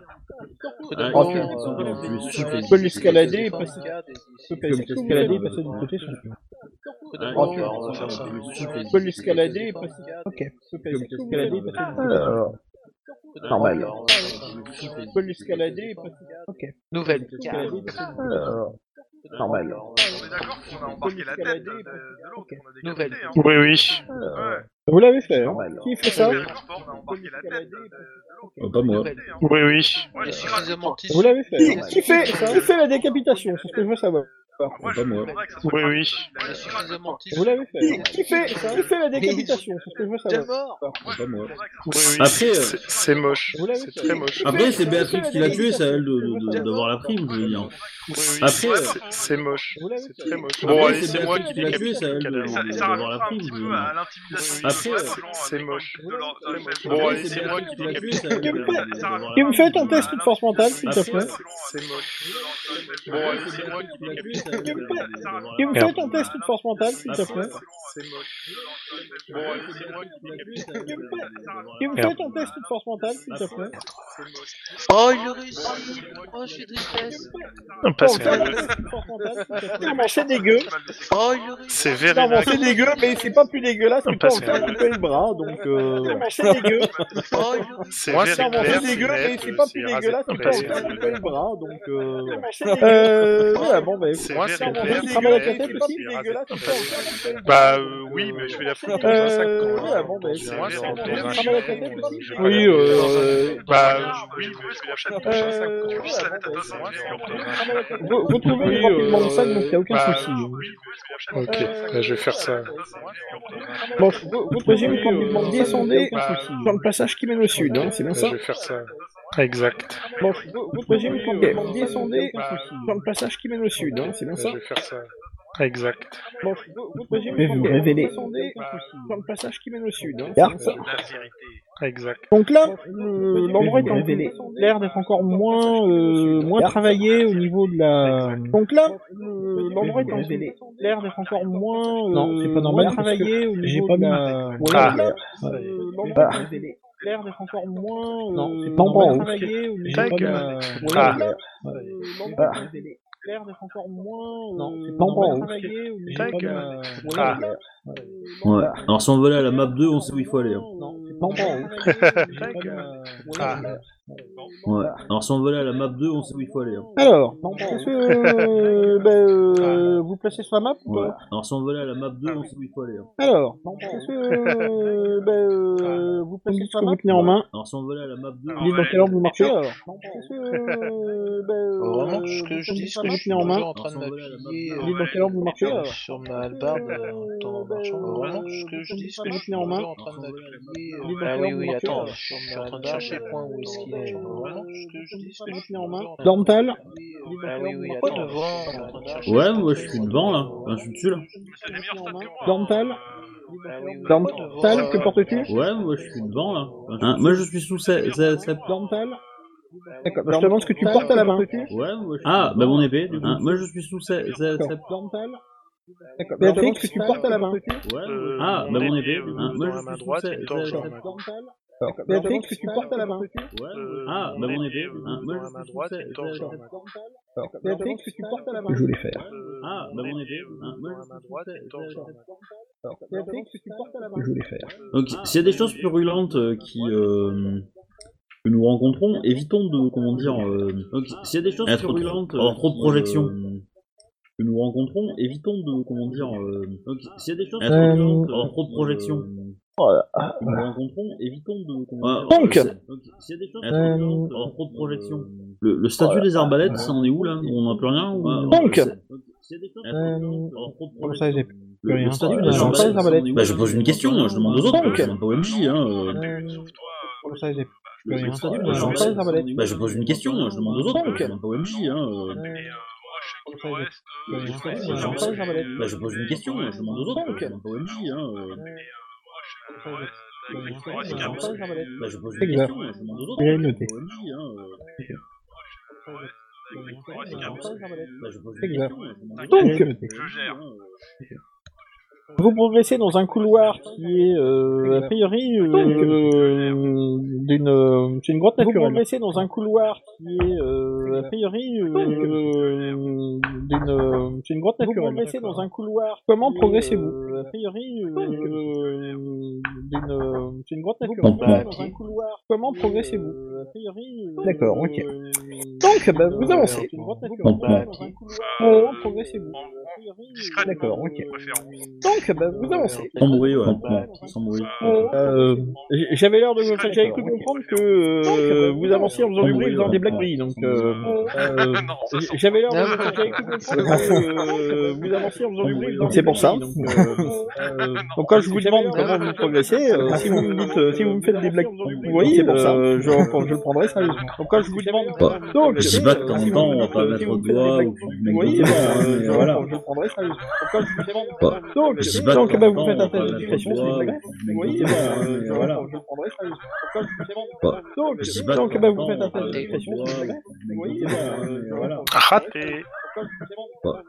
Tout Ah, ils sont pas sur d'abord, euh, tu es sous ouais, Facebook. peux l'escalader et cette passer- barricade et tu peux essayer- Comme escalader et t'espionnes, passer de euh, l'autre côté. sans problème. Tout Ah, d'abord, tu- bah, on va faire ça. tu- tu- Ouais, tu peux l'escalader et cette passer- barricade Ok. et- Tu peux Comme escalader et t'escalades. passer de l'autre Alors, côté. Tout d'abord, Normal. bah, on va faire- Tu peux l'escalader et passer. Ok. nouvelle carte. Escalader et passer de l'autre côté. Alors, Bah, normal. on on est va- d'accord qu'on a embarqué la tête de, de- de l'autre, Ok. on a Nouvelle. décapité, hein. Oui, oui. Ouais, Vous l'avez fait, hein Normal. Qui fait ça Super Transport, on a embarqué la tête de, de l'autre. hein. Oh, Pas moi. Nouvelle. Oui, oui. Ouais, Il y a je suis suffisamment de tissu. Vous l'avez fait. hein. Normal. Qui fait qui fait la décapitation C'est ce que je veux savoir. ravi. Moi, Pas je moi. voudrais que ça soit Oui, pas- oui. Il y a suffisamment de tissu. Vous l'avez fait. hein. Qui fait qui fait la décapitation C'est ce que je veux Déjà savoir. mort Moi, je Pas moi. voudrais que ça Oui, soit- oui. Après, euh, C'est- c'est moche. Vous l'avez C'est fait. très moche. Qui Après, fait- c'est qui Béatrix fait qui l'a tué, c'est à elle de- décapitation de- de- d'avoir la prime, je veux dire. Après, Oui, oui. C'est- euh, c'est- c'est moche. Vous l'avez C'est fait. très moche. Après, Bon, allez, c'est c'est moi Béatrix qui qui l'a décapite tué, ça, le elle, Et le- cadavre. ça, et ça D'avoir la rajoutera un prime, petit de- peu à l'intimidation. Après, de- euh, genre, c'est euh, moche. de leur- de leur- Après, Bon, allez, c'est c'est Béatrix moi qui qui l'a tué, décapite. c'est à elle de- de- d'avoir la Et vous me prime, faites un je veux test dire. de force mentale, s'il te plaît. Bah, C'est moche. Bon, Bon, allez, c'est moi qui Après, c'est Béatrix qui l'a décapite. tué, c'est à elle de- d'avoir la Et vous me prime. faites un test de force mentale, s'il te plaît. C'est moche. Bon, Après, allez, c'est moi qui décapite. c'est Béatrix qui l'a tué, c'est à elle de- d'avoir la Et vous me faites un test de force mentale, s'il te plaît. Oh, il le réussit Oh, je suis tristesse Bon, faites un test de force mentale, s'il te plaît. Clairement, c'est dégueu. Oh, il le réussit C'est Clairement, Vérénac. c'est dégueu, mais c'est pas plus dégueulasse que quand Pas on sûr. fait couper le bras, donc euh... Clairement, c'est dégueu. Oh, il le réussit C'est Moi, Vérénac. clairement, c'est dégueu, mais c'est pas plus rasé dégueulasse que de quand on près, fait couper le bras, donc euh... Clairement, c'est dégueu. Euh, voilà, bon, bah, C'est moi, vrai, c'est Clairement, c'est c'est dégueu, vrai. mais c'est pas plus C'est dégueulasse que quand on fait couper le bras. Bah euh, oui, mais je vais la foutre dans un sac Euh, quand ah voilà, même. bon, bah, C'est moi, vrai, c'est c'est bon, vrai. on travaille avec la tête, Je- je- je- Oui, je- euh, Bah euh, oui, euh, mais je vais la foutre euh, dans un sac quand euh, ah même. C'est voilà, bon, vrai, bah, c'est moi, vrai. Euh, Vous, vous trouvez Oui, rapidement euh, le sac, donc il n'y a aucun Bah, souci. oui, ok, Euh, bah, je vais faire ça. Bon, vous, vous trouvez Oui, euh, rapidement descendez bah, dans le passage qui mène au sud, hein, c'est bien ça Je vais faire ça. Exact. Bon, vous, vous trouvez rapidement descendez dans le passage qui mène au sud, hein, c'est bien Je ça vais faire ça. Exact. Bon, vous, vous trouvez rapidement descendez dans le passage qui mène au sud, hein, c'est bien ça euh, Exact. Donc là, le- Euh, l'endroit est en l'air d'être encore moins, euh, moins travaillé au niveau de la. Donc là, le- l'endroit est en l'air d'être encore moins, euh, Non, c'est pas normal, moins travaillé au j'ai niveau pas de mis la. Ah. Là, Ça y est. euh, l'endroit Bah. est en l'air d'être encore moins, euh, Non, c'est pas moins normal. travaillé au niveau Ta de gueule. la. Ah. Là, Ouais. euh, l'endroit Bah. est en l'air d'être encore moins, Non, euh, c'est pas moins normal. travaillé au Ta niveau de la. Ah. Là, Ouais. Alors, si on veut aller à la map 2, on sait où il faut aller. hein. Non, c'est pas normal. pas normal. Ah. Ouais. Alors, si on veut aller à la map 2, on sait où il faut aller. hein. Alors, qu'est-ce que euh, bah, Ah. euh, vous placez sur la map ou Ouais. pas Alors, si on veut aller à la map 2, on sait où il faut aller. hein. Alors, qu'est-ce que euh, ben, bah, euh, vous placez sur la map vous tenez en main Alors, si on veut aller à la map 2, Alors, on Vous dites dans quelle ordre vous marchez alors Qu'est-ce Qu'est-ce que euh, bah, euh, Oh, Vraiment, ce que vous je tenez dis, ce sur que la je map, suis tenez en toujours main en train de m'appuyer Vous dites dans quelle ordre vous marchez euh, alors sur ma hallebarde euh, tout en marchant. Vraiment, ce que je dis, ce que je suis toujours en train de m'appuyer. euh, Ah oui, oui, attends, je suis en train de chercher le point où est-ce qu'il est. Vraiment, ce que je dis, ce que je suis toujours en train de Dental m'appuyer, euh, Ah oui, oui, Pourquoi attends, devant je suis en train de chercher Ouais, le point moi où je est-ce suis qu'il est. devant là, enfin Ah, je suis dessus là. C'est des meilleurs stats que moi. Dental Euh, Ah oui, oui, Dental, attends, euh, que portes-tu hein. Ouais, moi je suis devant là. Hein, moi je suis sous cette. Euh, Dental D'accord, bah, je te demande ce que tu portes à la main. Ouais, moi je suis Ah, bah mon épée. Hein, moi je suis sous cette. Dental D'accord, bah, je te demande ce que tu portes à la main. Ouais, Euh, ah, bah mon mon épée, épée. euh, hein, moi dans je la main suis sous droite et cette. le torchon dans la main Dental Alors, Mais Béatrix, que tu portes à la main. Euh, Ah, mon bah, mon épée, euh, hein, moi, dans je la sais main ce que droite c'est, et une torche c'est dans la la main gauche. Alors, Béatrix, que tu portes à la main. Je voulais faire. Euh, Ah, bah, mon épée, euh, hein, moi, dans je sais la main ce que droite c'est, et une c'est torche la dans la main gauche. Alors, Béatrix, que tu portes à la main. Je voulais faire. euh, Donc, Ah, s'il y a des choses purulentes euh, qui euh, que nous rencontrons, évitons de comment dire. euh, donc, s'il y a des choses Être trop- purulentes, euh, hors trop qui, projection. euh, que nous rencontrons, évitons de comment dire. euh, donc, s'il y a des choses Être purulentes, trop- hors trop projection. que nous rencontrons, évitons de comment dire. Donc, euh, donc, s'il y a des choses euh, purulentes, hors trop projection. Le, le statut Voilà. des arbalètes, ça en est où là On n'a plus rien ou... Donc, s'il y a des choses euh, purulentes, hors trop comme ça, j'ai projection. plus Le- rien. le statut Voilà, des ils ont pas arbalètes, les arbalètes. ça en est où, Bah, je là pose une question, hein, je demande aux Ah, autres, Donc. je demande pas au MJ. Hein. euh. Euh, Comme ça, j'ai plus Le- rien. le statut des Ils ont pas les arbalètes. Bah, je pose une question, hein, je demande aux autres, Donc. je demande pas au MJ. Hein. euh. Euh, moi, je sais Comme ça, j'ai- Ouais, qu'il me reste. euh, j'ai je pas- sais j'ai pas pas si les arbalètes. j'ai- Bah, je pose une question, hein, je demande aux autres, Donc. je demande pas au MJ. Hein. euh. Moi, je sais qu'il me Comme ça, j'ai- j'ai reste, euh, il me pas les reste qu'un arbalètes. peu, euh, Bah, je pose une Exact. question, hein, je demande aux autres, Il a je demande noté. pas au MJ. Hein. euh. il me reste qu'un peu. Bah, je pose une Exact. question, hein, je demande aux autres, Donc, Je gère. hein, euh, Vous progressez dans un couloir qui est euh, a priori euh, Donc, euh, d'une euh, c'est une grotte Ah, Vous naturelle. progressez dans un couloir qui est euh, a priori Ah, euh, d'une euh, c'est une grotte Vous naturelle. progressez dans un couloir. Comment qui est, progressez-vous euh, A priori euh, d'une euh, c'est une grotte naturelle. Donc, bon. Dans un couloir. Comment progressez-vous A priori. euh, D'accord, ok. euh, Donc, bah, vous euh, avancez. c'est une grotte naturelle. Donc, bon. Dans un couloir. Euh, Comment Oh, progressez-vous en- en- A priori, euh, discrètement, D'accord, ok. de préférence. Donc, bah, vous avancez. Sans bruit, ouais. bon, Sans Oh. bruit. Euh, Euh, j- j'avais l'air de j'avais cru D'accord, comprendre que euh, vous avanciez en faisant du bruit en faisant des blagueries donc euh, euh, Ah, Non, ça sent j'avais l'air de pas. j'avais cru comprendre que euh, vous avanciez en faisant du bruit en faisant des C'est pour ça. blagueries, donc, euh, euh, Non, donc quand je vous j'avais demande l'air de- comment vous progressez euh, si vous me dites euh, si vous me faites des blagues vous voyez C'est pour ça. euh, je, je le prendrai sérieusement donc quand je vous demande Bah, donc Je dis pas que de temps en temps, on va pas euh, mettre si au vous me faites des doigt blagues ou du mec oui, dedans, bah, hein, mais je, voilà. je le prendrai sérieusement. Pourquoi je vous demande Bah, Donc, Je dis pas donc que de bah, temps en vous temps, faites on un va test pas mettre au d'éducation, c'est doigt une blague. ou du mec Oui, dedans, bah, hein, mais je, voilà. je le prendrai sérieusement. Pourquoi je vous demande Bah, Donc, Je dis pas euh, donc que de bah, temps en vous temps, faites on un va test pas mettre au d'éducation, doigt c'est ou une blague. du mec Oui, dedans, bah, hein, je, mais je voilà. le Raté.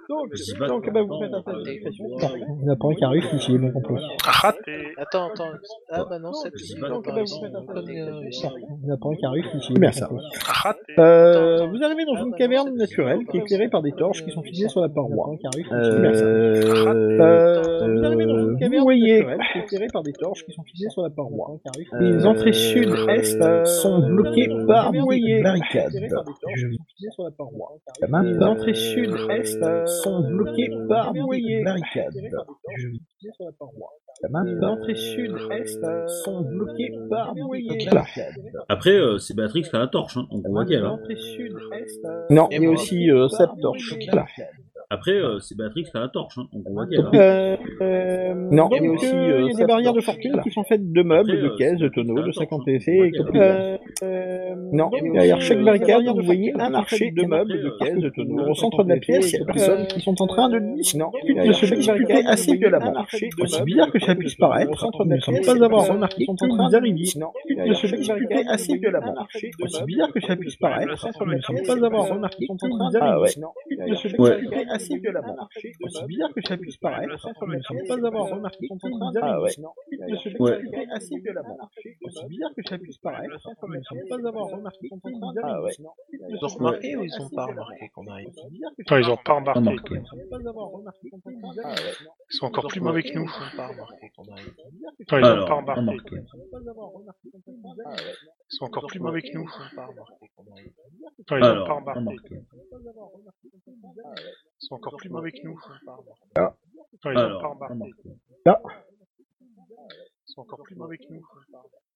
Donc, Je dis pas euh, donc que bah, de vous euh, temps faites un en temps, on va mettre test d'éducation. au doigt. Il n'y en a pas un qui arrive si j'ai bien compris. Raté. Attends, attends. Ah bah non, c'est Je qui dis va pas par que de ici. temps en temps, on va Connerie, mettre au euh, doigt. Il n'y en a pas un qui arrive si j'ai Bien bien ça. compris. Raté. Euh, vous arrivez dans une caverne naturelle qui est éclairée par des torches qui sont fixées sur la paroi. Euh... Euh, vous arrivez dans une vous caverne voyez. naturelle qui est éclairée par des torches qui sont fixées sur la Hein, paroi. Les euh, entrées sud-est sont bloquées par Vous voyez. des barricades. Éclairée par des torches qui sont fixées sur la Hein, paroi. La map Les entrées sud-est euh, sont bloquées par des barricades. La map Les entrées sud-est euh, sont bloquées par des Voilà. barricades. Après, euh, c'est Béatrix qui a la torche, hein, donc on va Les dire. hein. entrées sud-est. euh, Non, Et il y a moi. aussi euh, sept torches. Voilà. Après, euh, c'est Béatrix qui a la torche, hein, donc on va dire. hein. Euh, euh, Non, donc, il y a euh, aussi, il euh, y a des sept barrières de torches. fortune Voilà. qui sont faites de meubles, Après, de euh, caisses, de c'est tonneaux, pas de torche, 50 hein. essais Ouais, et il y a compagnie. pas Euh, euh, Non, donc, derrière euh, chaque des barricade, barrières de vous voyez fortune un qui sont marché faites de meubles, meubles, de caisses, de euh, tonneaux. Au centre de la pièce, il y a des personnes qui sont en train de Une discuter de se disputer assez violemment. Aussi bizarre que ça puisse paraître, nous ne semble pas avoir remarqué que vous arriviez. Une de se disputer assez violemment. Aussi bizarre que ça puisse paraître, nous ne semble pas avoir remarqué que vous Ah ouais. arriviez. Une de se Ouais. disputer assez violemment. Aussi bizarre que ça puisse paraître, nous ne semble pas avoir remarqué que vous Ah ouais. arriviez. Une de se Ouais. disputer assez violemment. Aussi bizarre que ça puisse paraître, nous ne semble pas avoir remarqué que vous arriviez. Ah ouais. Ils ont remarqué ou ils ont pas remarqué qu'on arrive Non, ils ont pas Ah, Pas remarqué. marqué. Ils sont encore Ils ont plus mauvais que remarqué ou nous. Ils ont pas remarqué qu'on arrive Enfin, ils ont Alors, pas pas remarqué. marqué. Ils sont encore plus mauvais que nous. Ils ont pas remarqué qu'on arrive Enfin, ils ont pas ah, Alors, pas remarqué. marqué. Ils sont encore plus mauvais que nous. Ah. Enfin, ils ont pas Alors, euh, pas remarqué. marqué. Ils sont encore plus mauvais que nous.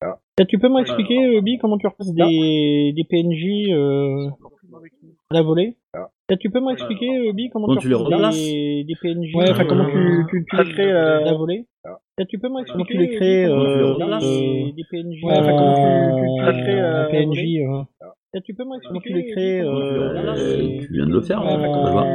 Là, tu peux m'expliquer, Obi, comment tu repasses Ah. des, des PNJ euh, Encore plus mauvais que nous. à la volée Ah. Là, tu peux m'expliquer, Obi, comment Quand tu tu les repasses replaces des, des PNJ Ouais, enfin, euh, comment tu, tu, tu les crées, à la euh, volée Là, tu peux comment m'expliquer tu les crées, Obi, comment tu euh, replaces euh, des, des PNJ ouais, enfin, comment tu- tu- tu les en- crées, euh, en PNJ euh. Là, tu peux comment m'expliquer tu les crées, Obi, euh, comment ben, tu viens de le faire, hein, je vois.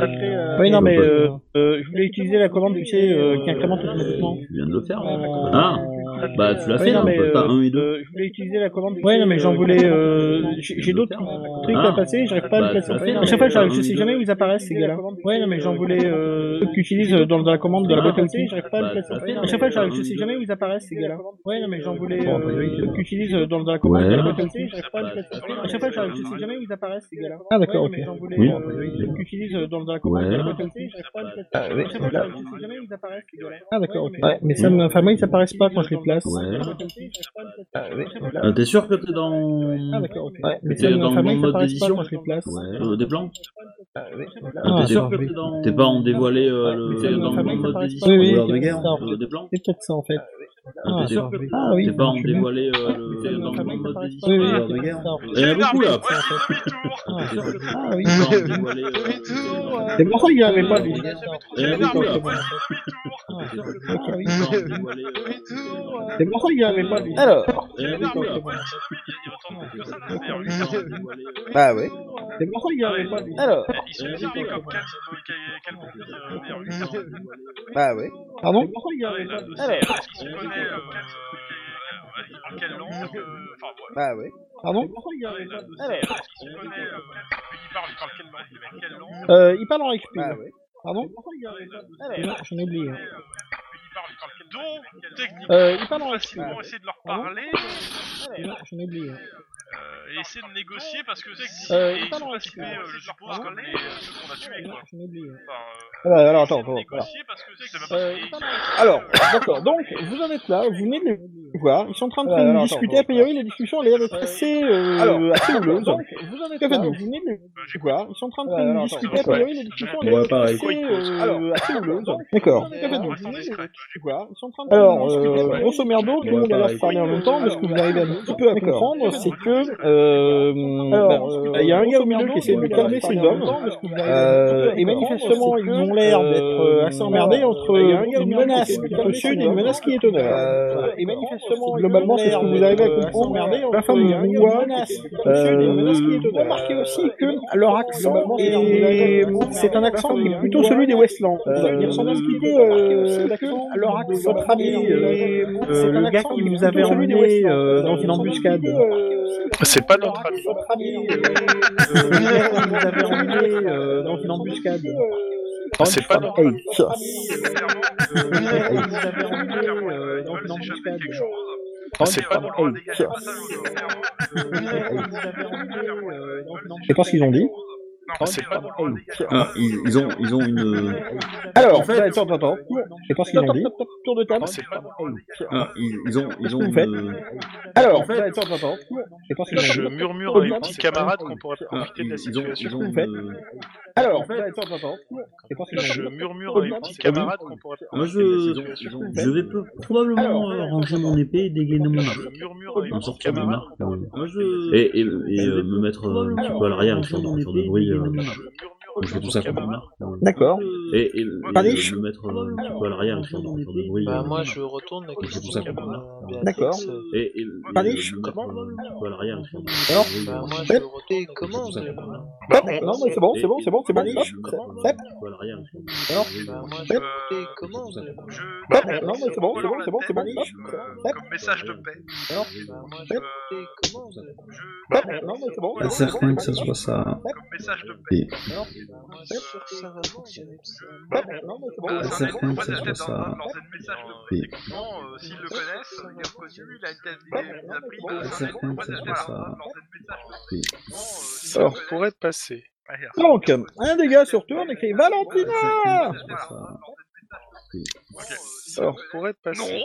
Euh... Oui, non, mais euh, euh, je voulais utiliser la commande, tu sais, euh, qui incrémente automatiquement. Euh, tu viens de le faire, hein. Euh, Ah, bah tu l'as oui, fait, non, hein, là, on mais, peut pas euh, 1 et 2. euh, je voulais utiliser la commande. Ouais, non, mais j'en voulais. Euh, j'ai j'ai d'autres trucs à passer, j'arrive pas à Bah, le placer. tu l'as fait, À chaque fois, mais, j'arrive- euh, je sais jamais où ils apparaissent, ces gars-là. Ouais, non, mais j'en voulais. Euh, ceux que tu utilises dans, dans la commande de la Ah, boîte à outils, j'arrive pas à bah, le tu placer. l'as fait, À chaque fois, mais, j'arrive- je euh, sais jamais où ils apparaissent, ces gars-là. Ouais, non, mais j'en voulais. Bon, bah, oui, Euh, ceux euh, que tu utilises dans, dans la commande de la boîte à outils, j'arrive pas à le Ouais. placer. À chaque fois, j'arrive- je sais jamais où ils apparaissent, ces gars-là. Ah, d'accord, Ouais, ok. non, mais j'en voulais, Oui. euh, ceux que tu utilises dans, dans la commande de la Ouais. boîte à outils, j'arrive pas à le placer. Ah, oui, À chaque fois, là. j'arrive- je sais jamais où ils apparaissent, ces gars-là. Ah, d'accord, ok. Ouais, mais ça me... Enfin, moi, ils apparaissent pas quand je les place. Ouais. Ah, oui, là. Euh, T'es sûr que t'es dans... Ah, d'accord, ok. Ouais, mais T'es ça, dans le enfin, moi, bon ils mode apparaissent pas d'édition quand je les place. Ouais, euh, des plans Ah, oui, là. Euh, Ah, T'es sûr attends, que je vais- t'es dans... T'es pas en dévoilé euh, mais c'est le... dans une le bon famille, ça mode paraît d'édition pas- Oui, ou alors oui, de guerre c'est ça. euh, Des plans C'est peut-être ça en fait. Euh, Ah, T'es sûr que d'accord. Ah oui, t'es pas non, en je suis bien. dévoilé euh, mais c'est le... dans le une bon famille, ça mode paraît d'édition euh, pas- ou Oui, oui, alors de c'est guerre ça en fait. Il y en a beaucoup là demi-tour Ah, T'es sûr que t'es Ah oui. pas en dévoilé, euh, le- Demi-tour, ouais. C'est pour ça qu'il n'y Euh, avait pas il lui. y a jamais trop Eh oui, de gens. voilà. demi-tour Ah, T'es sûr que t'es Ah oui. pas en dévoilé, euh, Demi-tour, ouais. C'est pour ça qu'il n'y avait pas lui. Alors, Eh oui, voilà. hein. bah ouais. C'est pour ça qu'il n'y avait pas lui. Alors, Ils sont équipés comme Euh, Calbon, bah ouais. Pardon C'est pour ça qu'il n'y avait pas lui. Est-ce qu'on connaît euh, en quelle langue euh, Enfin, bref. Bah ouais. Pardon Est-ce qu'on connaît euh, Ils parlent quelle langue Les mecs, quelle langue Euh, il parle en XP. Bah ouais. Pardon euh, Non, j'en ai oublié. Donc, Euh, il parle en XP. techniquement, essayer de leur parler euh, Non, j'en ai oublié. et essayer de négocier parce que si Euh, ils il parle sont en pas XP. ciblés, je suppose, comme les ceux qu'on a tués, Non, quoi. euh, j'en ai oublié. Ah bah, Alors, alors, attends, attends, attends. Négocier parce que c'est même Euh, pas Alors, D'accord, donc vous en êtes là, vous venez de les voir, ils sont en train de Alors, alors, discuter, attends, a priori la discussion a l'air d'être assez, bah. euh, Alors, assez houleuse. donc, vous en êtes Euh, là, vous venez de les voir, ils sont en train de Alors, alors, attends, discuter, a attends, priori la discussion a Ouais, l'air d'être pareil. assez, euh, Alors, assez houleuse. d'accord. Vous en êtes là, vous Restons venez de discrets. les voir, ils sont en train de Alors, discuter, a euh, priori, grosso merdo, tout le monde a l'air de parler en même temps, mais ce que vous arrivez un petit peu à D'accord. comprendre, c'est que, euh, Alors, bah, euh, il y a un gars au milieu grosso qui essaie de merdo, calmer tout ses le monde a l'air de hommes, parler en même temps, euh, et D'accord. manifestement C'est ils que, ont l'air d'être euh, euh, assez emmerdés alors, entre il y a un gars au une milieu qui menace essaie de qui est calmer au ses sud et hommes. une menace qui est au nord. Euh, Voilà. Et manifestement, c'est globalement, c'est ce que vous arrivez à comprendre. La femme du rouage, euh, vous remarquez aussi que leur accent est... C'est un accent qui est plutôt celui des Westlands. Euh, Il ressemble un petit peu euh, l'accent de leur accent votre ami, euh, est- euh, le gars qui vous avait emmené euh, dans une embuscade. euh, C'est pas notre ami. Votre ami, euh, le gars qui vous avait emmené euh, dans une embuscade. Euh, Ah, C'est pas notre ami. euh, C'est pas notre ami. Je sais pas ce qu'ils ont dit. C'est pas notre ami. Ah, ils, ils ont, ils ont une... Alors, En fait- attends, attends, attends. Je sais pas ce qu'ils ont dit. Tour de table. C'est pas notre ami. Ah, ils, ils ont, ils ont Qu'est-ce que vous une... Alors, attends, attends, attends. Je sais pas ce qu'ils Je ont dit. murmure à mes petits camarades qu'on pourrait Ah, profiter de ils, la ils ont, ils situation. ont vous faites. une... ah, Alors, attends, attends. Je sais pas ce Je qu'ils ont dit. murmure à mes petits camarades qu'on pourrait Moi, profiter de la je, situation. je vais peu- probablement euh, ranger mon épée et dégainer mon arc. Je murmure à mes En petits sortir mes camarades marques. qu'on pourrait Moi, je... Et, et, et euh, me mettre euh, un petit peu à l'arrière, histoire de pas faire de bruit. Euh, Je quand je fais tout murmure ça à contre camarades. ma marque. D'accord. Et, et, et Parish. euh, me mettre euh, un petit peu à l'arrière, histoire de pas faire de bruit. Bah, euh, moi, je retourne la je fais tout question. ça contre ma marque. euh, D'accord. Béatrix, euh, Et, et, et, euh, Parish. me mettre euh, un petit peu à l'arrière, histoire de pas faire de Alors, bruit. Bah, euh, moi, Faites. je retourne la tout ça contre ma commande. marque. Bah, on- Non, mais c'est bon, c'est bon, c'est bon, c'est bon. Et- et- Faites. un peu à l'arrière, histoire de pas faire Alors, de bruit, Bah, euh, moi, je Faites. retourne la Euh, commande. Bah, Non, mais c'est bon, c'est bon, c'est bon, c'est bon. euh, Comme message de paix. euh, Bah, moi, je Faites. retourne la commande. Bah, Non, mais c'est bon. Ah, certain que ça soit ça. Comme message de paix. Bah, moi, je sûr que ça va fonctionner. parce que- Non, mais c'est Ah, bon. c'est certain un- que moi, ça la tête soit d'un- ça. d'un de leurs ennemis, message de Oui. Techniquement, euh, s'ils le connaissent, il a connu, il a une tête Ouais, il a pris. ouais, euh, ouais, c'est un certain que ennemi- moi, ça la soit tête ça. d'un de leurs ennemis, message de Oui. paix. Techniquement, euh, s'ils Ça le pourrait passer. connaissent- Ouais, Donc, un des gars se retourne et crie Valentina la tête d'un de leurs ennemis, Ça pourrait passer.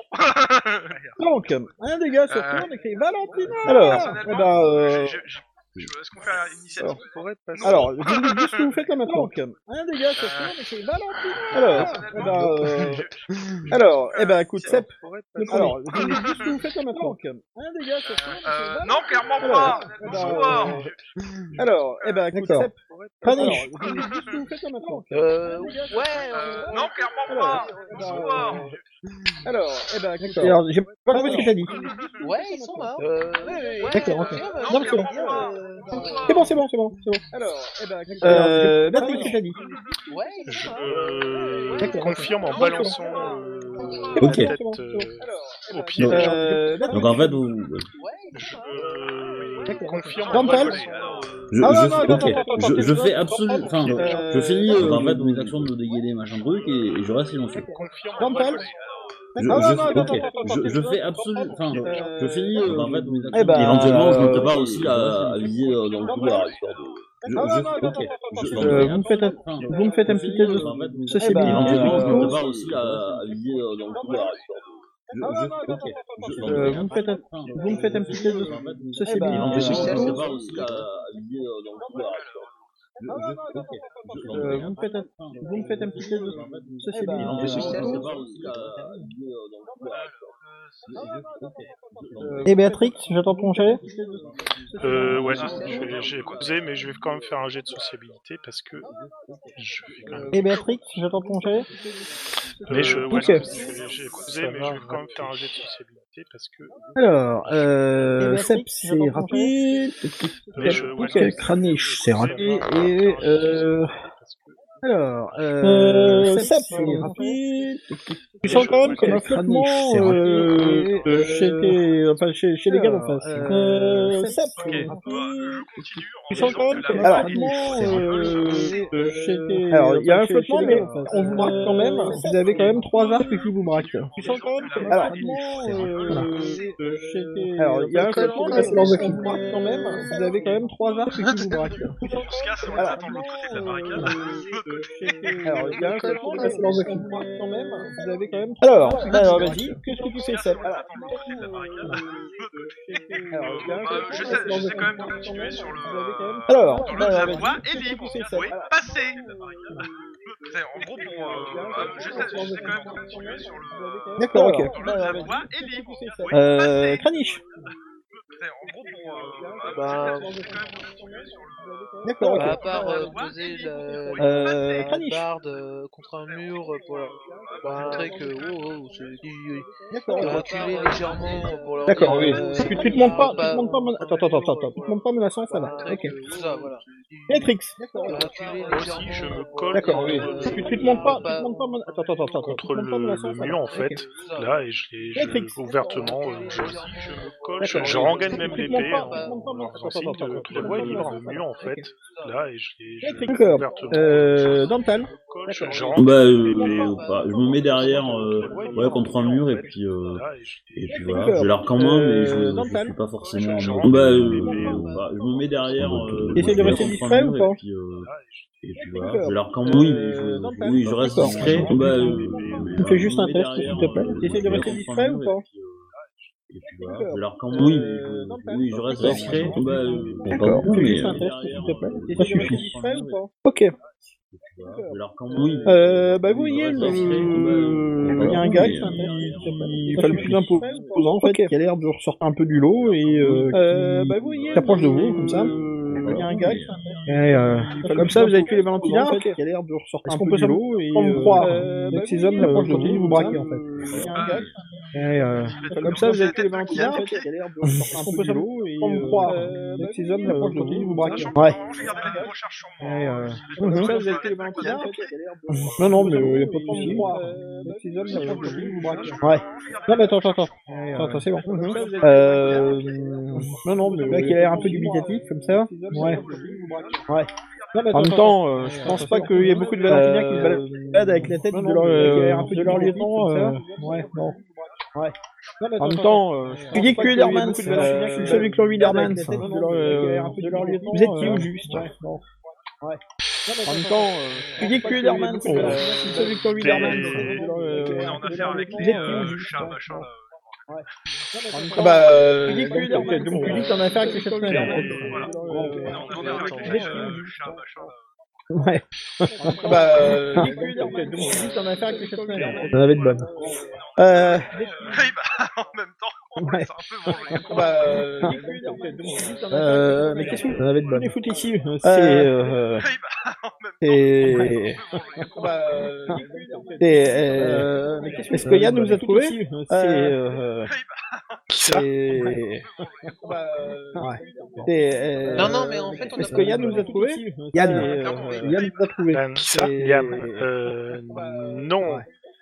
Donc, un des gars se Ah. retourne et crie Valentina Alors, Eh ben, euh, message de paix. Je- je- je- Est-ce qu'on fait un Ça initiative pourrait passer. alors, je vous dis ce que vous faites là maintenant. Un des gars se retourne et crie Valentina Alors, eh ben, euh, alors, eh ben, écoute, Sep, le premier. Alors, je vous dis ce que vous faites là maintenant. Un des gars se retourne et crie Euh, Valentina non, clairement pas. Alors, eh ben, Bonsoir. euh, Alors, eh ben, écoute, Sep, forêt. Panique Alors, je- qu'est-ce que vous faites là maintenant Euh, ouais, Euh, non, clairement pas. Bonsoir. Alors, eh ben, alors, j'ai pas compris ce que t'as dit. ouais, ils sont morts. Euh, ouais, ouais, D'accord, ok. ouais, Non, ouais, c'est bon. euh, C'est bon, c'est bon, c'est bon, c'est bon. Alors, eh ben, euh, pas compris ce que t'as dit. Ouais, ils Je sont morts. euh, D'accord. confirme en D'accord. balançant euh, Ok. la tête euh, au pied des gens. Euh, d'accord. Donc en fait, vous... Ouais, ils Je sont morts. euh, D'accord. confirme en Grand Pal. balançant. euh, Je, Ah, je, non, non, ok. non, non, non, je, non, je non, fais non, absolument. Enfin, non, je, non, je finis non, euh, non, en fait mes actions de dégainer machin truc et, et je reste silencieux. Confirme en Grand Pal. balançant. Je, Ah, non, je, non, non, ok. non, non, non, je, je non, fais non, absolument. non, Enfin, je, euh, je finis euh, en fait mes actions. eh ben, Éventuellement, je me euh, prépare oui, aussi et à, à voilà, viser euh, dans le Grand couloir, Pal. histoire de. Je, Ah, je, non, non, non, ok. non, non, Je- non, je- euh, vous me faites un- enfin, je- vous me faites un je petit finis, test de euh, en fait, mes- sociabilité, Éventuellement, je me eh ben, euh, prépare aussi à, à viser euh, dans le couloir, histoire de. Je, je, ok. Je- Euh, vous me faites un- vous me faites un petit test de Eh ben, sociabilité éventuellement, sociale. je me prépare aussi à, à viser euh, dans le couloir, histoire de. Je- je- ok. Je- Euh, vous me faites un- vous me faites un petit test de Eh sociabilité. ben, euh, Et euh, Et Eh, Béatrix, j'attends ton chalet hein. Euh, ouais, je vais- j'ai causé, mais je vais quand même faire un jet de sociabilité parce que je vais quand même. Et Eh, Béatrix, j'attends ton chalet Mais je, ouais, ok. je- j'ai- j'ai causé, mais je vais quand même faire un jet de sociabilité parce que. Alors, Et euh, Béatrix, Sep, j'attends c'est ton rapide. Mais je, ouais, Ok, Kranich, c'est raté. Et, euh, alors, Euh, euh, Sep, Sep, c'est rapide. Tu sens quand même comme un flottement euh, euh, chez, tes- enfin, chez, chez les gars d'en face. Euh, Sep, Ok, rapide. euh, je continue. en Tu sens disant quand que même la comme un balle Alors, flottement est- euh, euh, chez tes- Alors, il y a enfin, un chez- flottement, chez les mais gars d'en face. on vous marque quand même. Euh, Vous avez quand même trois arcs qui vous marquent. Tu sens quand même comme un Alors, flottement c'est- voilà. euh, euh, chez tes- Alors, il y a un enfin, chez flottement, les mais gars c'est dans d'en le face. film. On vous marque quand même. Vous avez quand même trois arcs qui vous braquent. On se casse et on les attend de l'autre côté de la barricade. Euh, Alors, il y a un seul point, mais c'est dans le film. Quand même, vous avez quand même- Alors, alors, vas-y. vas-y, qu'est-ce que tu On se fais, casse Seb et on les Alors, attend de l'autre côté de la barricade. Euh, J'essaie alors, il y a un seul point, mais c'est dans j'essaie le quand même de film. continuer sur le. Vous avez quand même- Alors, Dans le, bah, la vas-y, voie qu'est-ce est que libre. tu fais, Vous pouvez Seb passer la barricade. C'est en gros pour. Euh, Alors, euh, J'essaie j'essaie quand même de continuer sur le. D'accord, ok. Dans le, la voie est libre. Vous pouvez Euh, passer. Kranich. C'est en gros pour. Euh, Bah, j'essaie- j'essaie quand même de continuer sur le. D'accord, Bah, à ok. part Dans la euh, voie est poser libre. la, Vous pouvez Euh, passer. la Kranich. barde euh, contre un mur euh, pour leur pour Bah, leur montrer euh, que oh, oh c'est D'accord, de ok. reculer légèrement pour leur dire, D'accord, oui. euh, Parce que tu te montes pas, ah, tu te bah, montes pas, mon- attends, attends, attends, attends, tu te montes pas menaçant, ça Bah, pour va. montrer euh, Ok. que- tout Bah, euh, ça, voilà. Matrix. De reculer Moi aussi, je légèrement me pour- colle D'accord, Bah, euh, oui. bah, Parce que tu te montes pas, tu te montes pas menaçant. Attends, attends, attends, attends. tu te contre montes pas le, menaçant, le ça mur va. en fait, Ok. tout ça, voilà. là, et je les Matrix. je, ouvertement, euh, je dis, je me colle, je, D'accord, je oui. rengaine Parce même que tu te montes l'épée pas, en, tu te montes pas en leur menaçant. faisant Attends, signe attends, de que attends. Tu la te voie est montes pas libre, menaçant, le ça mur va. en fait, Ok. là, et je les je, D'accord. ouvertement, Euh, Dental. je me colle, je, d'accord. je Bah, rengaine euh, l'épée en bah, je me mets derrière, euh, ouais, contre un mur, et puis, euh, là, et je les et puis voilà. J'ai l'arc en main, Euh, mais je, je suis pas forcément. Bah, euh, bah, je me mets derrière. Euh, T'essayes de je vais rester contre discret un mur, ou pas et puis, euh, et puis voilà, j'ai l'arc en main, Euh, oui, mais non, je, pas- oui, je reste d'accord. discret. Bah, euh, Tu fais juste je me un mets test, s'il te plaît. derrière, euh, T'essayes de je vais contre rester un discret mur, ou pas et puis, euh, et puis voilà, j'ai l'arc en main, Euh, oui, mais je, non, pas- oui, je reste d'accord. discret. Bah, euh, pas D'accord. beaucoup, Fais mais. juste un euh, test, s'il te plaît. je Ça vais suffit. contre un mur, et Ok. Voilà, Alors quand oui, Euh, bah, vous voyez, il le- euh, il y a un gars qui qui fait le plus imposant, en fait, qui a l'air de ressortir un peu du lot et euh, Euh, qui bah, vous voyez, s'approche de vous, le- comme ça. il Il y y a un gars gars qui qui Comme ça, vous avez tué les Valentina, en fait, qui a l'air de ressortir Euh, Est-ce un qu'on peu peut du se- lot et... prendre euh, croire euh, que bah, ces oui, hommes euh, approchent de continuent nous, de comme vous braquer, ça. en fait. Il y a un Ah, gars Et, euh, Comme ça, vous avez tué les Attaque Valentina, en fait, qui a l'air de ressortir un peu du lot et... prendre euh, croire euh, bah, que ces oui, hommes euh, approchent de nous, continuent de vous vous braquer. braquer. Ouais. Sachant que normalement, j'ai gardé la même recherche sur moi. Et, euh, hein. Comme Mhm. ça, vous avez tué les Valentina, en fait, qui a l'air de... Non, non, mais il n'y a pas de Prendre souci. croire que ces hommes approchent de nous, vous braquer. Ouais. Non, mais attends, attends, attends. Attends, attends, c'est bon. Euh, Non, non, mais... le mec, il a l'air un peu dubitatif, comme ça. Ouais. Ouais. Non, mais En attends, même temps, euh, je pense pas qu'il y ait beaucoup de Valentina qui se baladent balade avec la tête Non, de non, leur, mais il y a un euh, peu de leur de lieutenant. comme ça. euh, Ouais, non. En même temps, euh, je Tu pense dis pas que qu'il y ait Uderman, beaucoup de Valentina qui se je suis baladent celui avec que hein. la Uderman. tête de leur, euh, De leur lieutenant. Vous êtes qui euh, au juste Ouais, non. En même temps, euh, Tu dis que Uderman, Oh. c'est celui que Uderman. Des- C'est euh, en affaire avec Vous les êtes qui au euh, juste chats, machin, là. Ah bah, euh, donc, donc tu dis qu'on a affaire avec le chef Et- Voilà. On est en on est en affaire avec les euh, chats, machin, là. Ouais. bah, euh, donc tu dis qu'on a affaire avec le chef J'en avais de bonnes. Euh, Oui, bah, en même temps. On les a un peu mangés. Ah Bah, euh, hein. Euh, mais qu'est-ce que vous avez de vous bonne les foutez ici euh, C'est, C'est... euh, Oui, bah, en même temps, c'est- on les a un peu mangés. Bah, euh, Euh, c'est, euh, mais qu'est-ce que est-ce vous que avez Yann de nous a bonne trouvé foutue C'est, Euh, euh, Qui ça c'est, Ah bah, ouais. C'est, euh, euh, Non, non, mais en fait, on a est-ce pas que de Yann nous a bonne trouvé Yann. C'est, euh, Yann nous a trouvé. Yann, Qui ça C'est- Yann, euh, non. Ouais.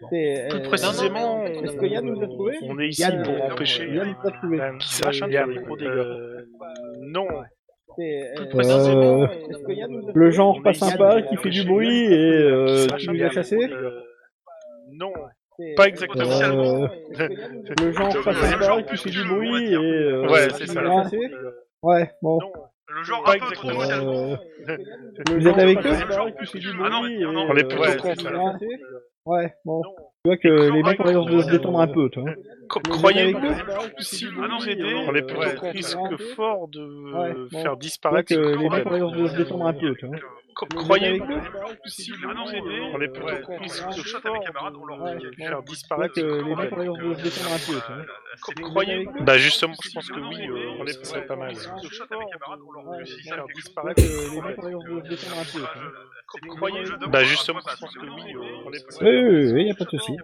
C'est, Plus euh, précisément, non, mais en fait, Est-ce que Yann euh, nous a trouvé on est ici Yann, pour euh, empêcher Yann nous a trouvé. un Qui machin ça de Yann, faire des gros dégâts. Euh, non. C'est, euh, précisément, est-ce que Yann nous a Le trouvé genre pas sympa euh, qui fait du bruit et euh, Machin tu de nous as faire des chassé gros dégâts. euh, Non. C'est, Pas euh, exactement. Officiellement. Le genre Le pas genre sympa plus qui fait nul, on du va bruit et dire. euh, Ouais, tu c'est nous ça. as là. chassé Euh, Ouais, bon. Non. Le genre Pas un peu trop exactement. mondialement. Euh, Le Vous genre êtes avec pas eux Bah, sympa. genre plus nul. Ah non, mais Et, Ah non, On est euh, plutôt ouais, contre, c'est alors. bien. Ouais, bon. Non. Tu vois que Et les Clore mecs ont l'air de se Ragnarok. détendre un peu, hein. tu vois. Co- Mais Croyez-moi, vous êtes si vous Ah non, nous mais aidez, non. on est plutôt Ouais. contre risque fort de hein. Ouais, bon. faire Tu vois disparaître que ce les mecs problème. ont l'air de se détendre un peu, tu vois. Co- vous êtes Croyez-moi, avec si vous Ah non, nous euh, aidez, on est plutôt ouais, contre non, risque je fort chatte à mes camarades, on leur de dit qu'il y a euh, faire un disparaître que ce les mecs problème. ont l'air de se détendre un peu, tu vois. Co- C'est Croyez-moi. Bah justement, je pense que oui, euh, on est Ouais, ce serait pas mal. Je chatte à mes camarades, on leur dit qu'ils savent Faire quelque chose. disparaître Euh, ce les mecs problème. ont l'air de se détendre un peu, tu vois. Croyez-moi. Bah justement, je pense que oui, euh, on est Oui, plutôt oui, oui, y a pas de souci.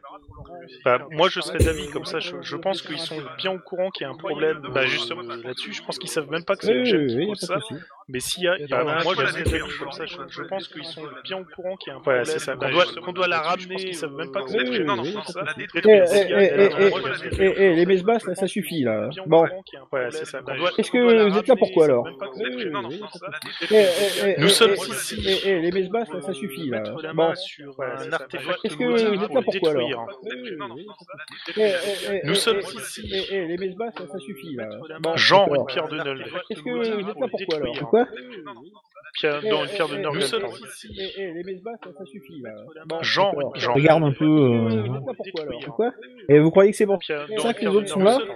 Bah, moi je serais d'avis comme ça, je, je pense qu'ils sont euh, bien au courant qu'il y a un problème bah, justement euh, là-dessus, je pense qu'ils savent même pas que c'est le Oui, GM oui, qui oui, y a cause pas de ça, souci. mais s'il y a, Et bah, on a un moi choix je à serais détruire, d'avis comme ça, je, je pense qu'ils sont Voilà, bien au courant qu'il y a un Voilà, problème, c'est ça. qu'on Bah, doit, justement, qu'on doit la là-dessus, je ramener, pense qu'ils savent euh, même pas que au c'est le GM GM. Non, non, qui non, cause ça. la Eh, détruire. eh, s'il y a- eh, eh, eh, Moi, je la eh, détruire. eh, les mesbasses, là, ça suffit, là. Bien au Bon. courant qu'il y a un problème, c'est ça. qu'on doit- Est-ce qu'on doit que la vous êtes là ramener, pourquoi, ils savent alors même pas que c'est le Détruire, GM. Non, non, non, la Eh, détruire. eh, eh, Nous eh, sommes eh, ici. eh, eh, les mesbasses, là, ça suffit, là. Mettre la Bon. main sur Ouais, c'est un ça. artefact Est-ce bah, que maudit vous êtes pour là le pourquoi, alors détruire. Non, non, non, la Eh, eh, détruire. eh, Nous eh, sommes eh, ici. eh, eh, les mesbasses, là, ça suffit, là. Bon. Genre une alors. pierre de Nolde. Est-ce que vous êtes là pourquoi, alors Détruire. Pourquoi Pierre- Eh, Non, une eh, pierre de eh, Nolde. eh, pardon. eh, eh, eh, les mesbasses, là, ça suffit, Euh, là. Bon. Genre, Alors, genre. Regarde un peu. Est-ce que euh, vous êtes là pourquoi, alors Détruire. Pourquoi Et vous croyez que c'est pour Pierre- C'est non, ça que Pierre les autres de sont Nolde. là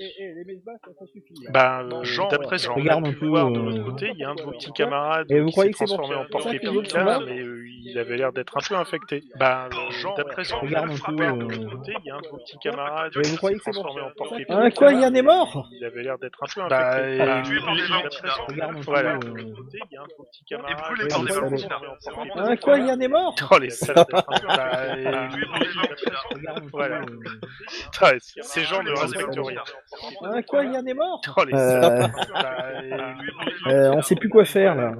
Eh, eh, les mesbasses, là, ça suffit, là. Bah, Bon. euh, Jean, d'après Jean, on a Regarde pu un peu, voir de l'autre euh, côté, il y a un de vos petits camarades Et vous qui s'est croyez que c'est pour transformé en ça que les porc-épic autres là, sont là mais euh, il avait l'air d'être un peu infecté. Bah, euh, d'après Jean, on a Regarde pu un peu, voir de l'autre euh, côté, il y a un de vos petits camarades Et vous qui s'est croyez que c'est pour transformé en porc-épic. Ah, quoi, Yann est mort Il avait l'air d'être un peu Bah, infecté. euh, Bah, tué par des il- gens. d'après Jean, Regarde un peu, voilà, de euh, l'autre côté, il y a un de vos petits camarades brûlé qui par s'est des transformé Valentines. en C'est porc-épic. vraiment Ah, quoi, Yann est mort Oh les salopes Bah, euh, Tué par des Valentines. Regarde un peu, Voilà. euh, Putain, Ces gens ne respectent rien. Ah, quoi, Yann est mort Oh les Euh, salopes Bah, euh, Euh, on sait plus quoi faire là.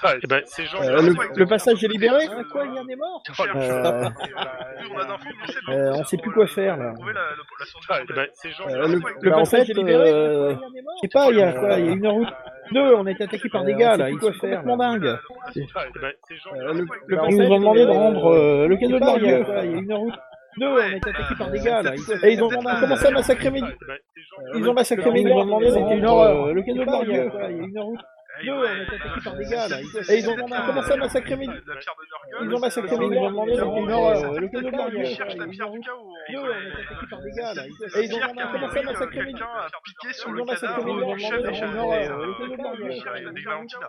putain, eh ben, Ces gens Euh, ne le, le passage est libéré Ah, quoi, Yann est mort Oh, les Euh, salopes. Plus on a d'infos, mieux c'est. Euh, on sait plus quoi faire, là. Trouver la la- la source du Ah, eh problème. ben, ces gens- Euh, le, le Bah, passage en fait, est libéré euh, Je sais pas, il y a quoi Il y a une heure ou deux, Euh, on a été attaqué Euh, par des gars là, ils ils sont sont complètement dingues. Ah, eh ben, ces gens- Euh, le- Euh, Le Bah, passage ils nous ont demandé de rendre euh, le cadeau cadeau de leur lieu. Il y a une heure ou deux, on a été attaqué par des euh, gars là. c'est- Et ils ont c'est- commencé à massacrer mes Ah, eh ben, ces gens- Ils ont massacré mes ils nous ont gars. demandé de C'était une rendre, horreur. euh, Le cadeau de leur lieu. Il y a une heure ou Hey, deux, on ouais, a été attaqué bah, par des gars là. c'est- Et ils ont c'est- commencé à massacrer mes La pierre de Nurgle, Ils ont massacré c'est- mes gars. Ils ont demandé de c'est- rendre une c'est- horreur. c'est- Le cadeau de leur lieu. Ils Il cherchent la y a pierre du chaos. deux, on a été attaqué par des gars là. Et ils ont C'est Pierre commencé qui a à voulu, euh, massacrer mes Quelqu'un a piqué sur Ils le ont massacré mes cadavre gars. du chef des chefs Ils ont massacré des, euh, mes gars. du shérif des Valentina.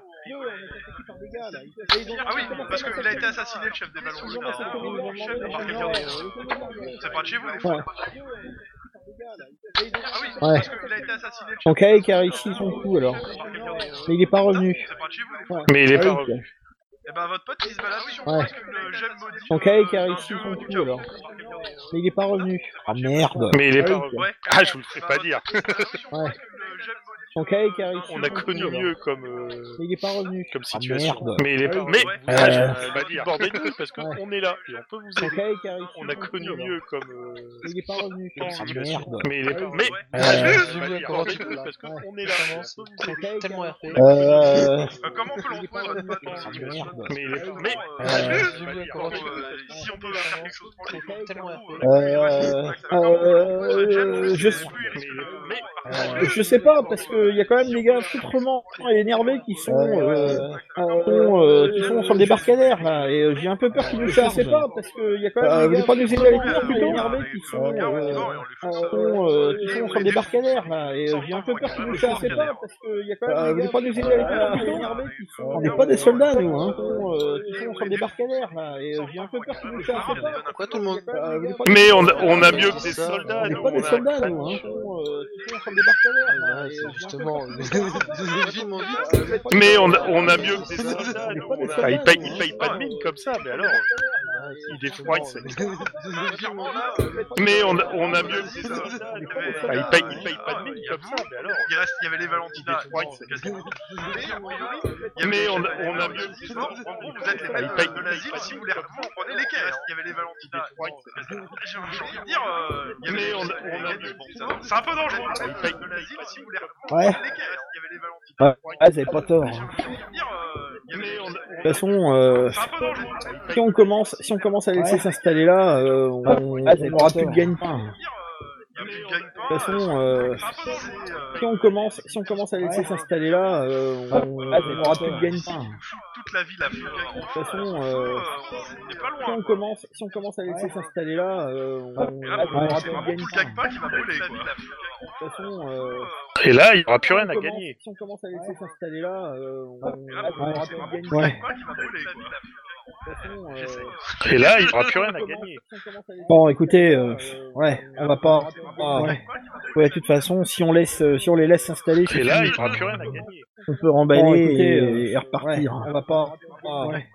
Ah Ah oui, parce qu'il a été assassiné le chef des Valentina. Le chef par quelqu'un des- C'est pas de chez vous, des fois. Ouais. Ah oui, Ouais. parce qu'il a été assassiné le chef Donc Aek a réussi son coup alors. par quelqu'un Mais des- il est pas revenu. C'est pas de chez vous, des fois. Mais il est Ah pas oui, revenu. Eh ben votre pote il se Ah balade sur Ouais. parce que le j'aime maudit. Donc euh, Aek a d'un réussi dieu son du coup chaos. alors. Mais il est pas revenu. Ah merde Mais il est pas Ah oui. revenu. Ouais. Ah, je vous le ferai Bah, pas votre dire. pote, il se balade sur Ouais. parce que le j'aime maudit, Donc euh, Aek a d'un réussi dieu On a son coup, connu alors. mieux comme, euh, Mais il est pas revenu. comme Ah situation. merde Mais il est pas. Ouais. Mais Ouais. ah, Euh, je vous le ferai pas dire. Bordel de nous, parce qu'on est là et on peut vous Donc aider. Aek a réussi On a son coup, connu alors. mieux comme. euh, Mais il est pas revenu. comme Ah situation. merde Mais il est pas. Mais Ouais. ah, je Euh, vous le j'ai ferai pas vu dire. comment Bordel tu de peux, nous, là. parce Ouais. qu'on est là. et on peut vous aider. Tellement RP. Euh... Euh, comment on peut le retrouver votre pote dans cette situation Merde. Mais il est pas. Comment, Mais euh, ah, je j'ai vous le vu ferai pas Comment, comment dire. euh, si on peut faire quelque chose pour lui, Tellement RP. euh, Ah, Euh, comment on peut le retrouver, euh, James, je- Euh, plus il risque Mais- de- mais- par contre, Je sais pas parce que qu'il y a quand même des gars foutrement énervés qui sont, euh, Ah, euh, qui sont sur le débarcadère, là, et euh, j'ai un peu peur qu'ils nous Charge. chassent pas, parce qu'il y a quand Euh, même vous des voulez gars pas nous aider à les foutrement courir, plutôt énervés qui sont, euh, qui sont, euh, qui sont sur le débarcadère, là, et euh, j'ai un peu peur qu'ils nous chassent pas, parce qu'il y a quand même Euh, des vous voulez gars pas nous aider à les foutrement courir, plutôt énervés qui sont, On euh, n'est pas des soldats, nous, hein. qui sont, euh, qui sont sur le débarcadère, là, et euh, j'ai un peu peur qu'ils nous chassent pas, Pourquoi tout le monde Ah, Mais on a, on a Mais mieux que des c'est ça, soldats, Ah on est nous, pas des on a- soldats, nous, hein. euh, bah, Ah, ouais, c'est justement. Justement, Ah, vite. Mais on a, on a mieux que des C'est ça. soldats, nous, pas des on a- soldats, ils payent, nous, ils hein. payent pas de mine comme ça, mais alors, il est froid, c'est... Clairement, là, euh, Mais on a, on a mieux que des Ah, soldats, il nous, y on avait- a- ils payent, ils payent pas Ah, de mine il y a comme ça, mais alors... Il reste, il y Ah, avait les Valentina. Des Whites, ils sont quasiment- Mais, a priori, il y avait Mais on, les Chevaliers on a Valentina. mieux que des Bon, soldats. En gros, vous êtes les Ils mêmes payent- de l'asile. Si vous les reprenez les caisses, il y avait les Valentina. Des Whites, J'ai j'ai envie de dire, euh, il y avait Mais les- on a- les- on a les- mieux que des les- C'est un peu dangereux. Ah, Vous il êtes paye. de l'asile. Si vous les Ouais. reprenez les caisses, il y avait les Valentina. Ah, ah, vous avez pas tort. De J'ai envie de dire, euh, il y avait Mais les- on a- toute façon, euh, C'est un peu dangereux. Vous êtes si on commence, si on commence à laisser s'installer là, euh, on, on, ah, vous avez on aura pas plus de tort. gagne-pain. de dire, euh, il y avait les gagne-pain, De toute façon, euh, c'est un peu dangereux, c'est, euh, si on commence, si on commence à laisser s'installer là, euh, on, Ah, on aura plus de gagne-pain. toute la ville à feu. De toute façon, euh, on est pas Si on loin. quoi. commence, si on commence à laisser s'installer là, euh, on, on Et Ah, là, aura pour le coup, plus c'est de vraiment tout le gagne-pain. gagne-pain qui va brûler. Quoi. De toute façon, euh, Et là, il n'y aura plus si rien à on commence- gagner. Si on commence à laisser s'installer là, euh, on, Et Ah, là, pour le coup, aura c'est plus de vraiment gagne-pain. tout le gagne-pain qui va brûler. Quoi. De toute façon, euh, J'essaie. Et là, il n'y aura plus rien à gagner. si on commence à laisser Bon, écoutez, euh, ouais, on va pas, ah, ouais. ouais, de toute façon, si on laisse, euh, si on les laisse s'installer, Et c'est là, fini. il n'y aura plus rien à gagner. on peut remballer Bon, écoutez, et, euh, et repartir. ouais, on va pas, ah, Ouais.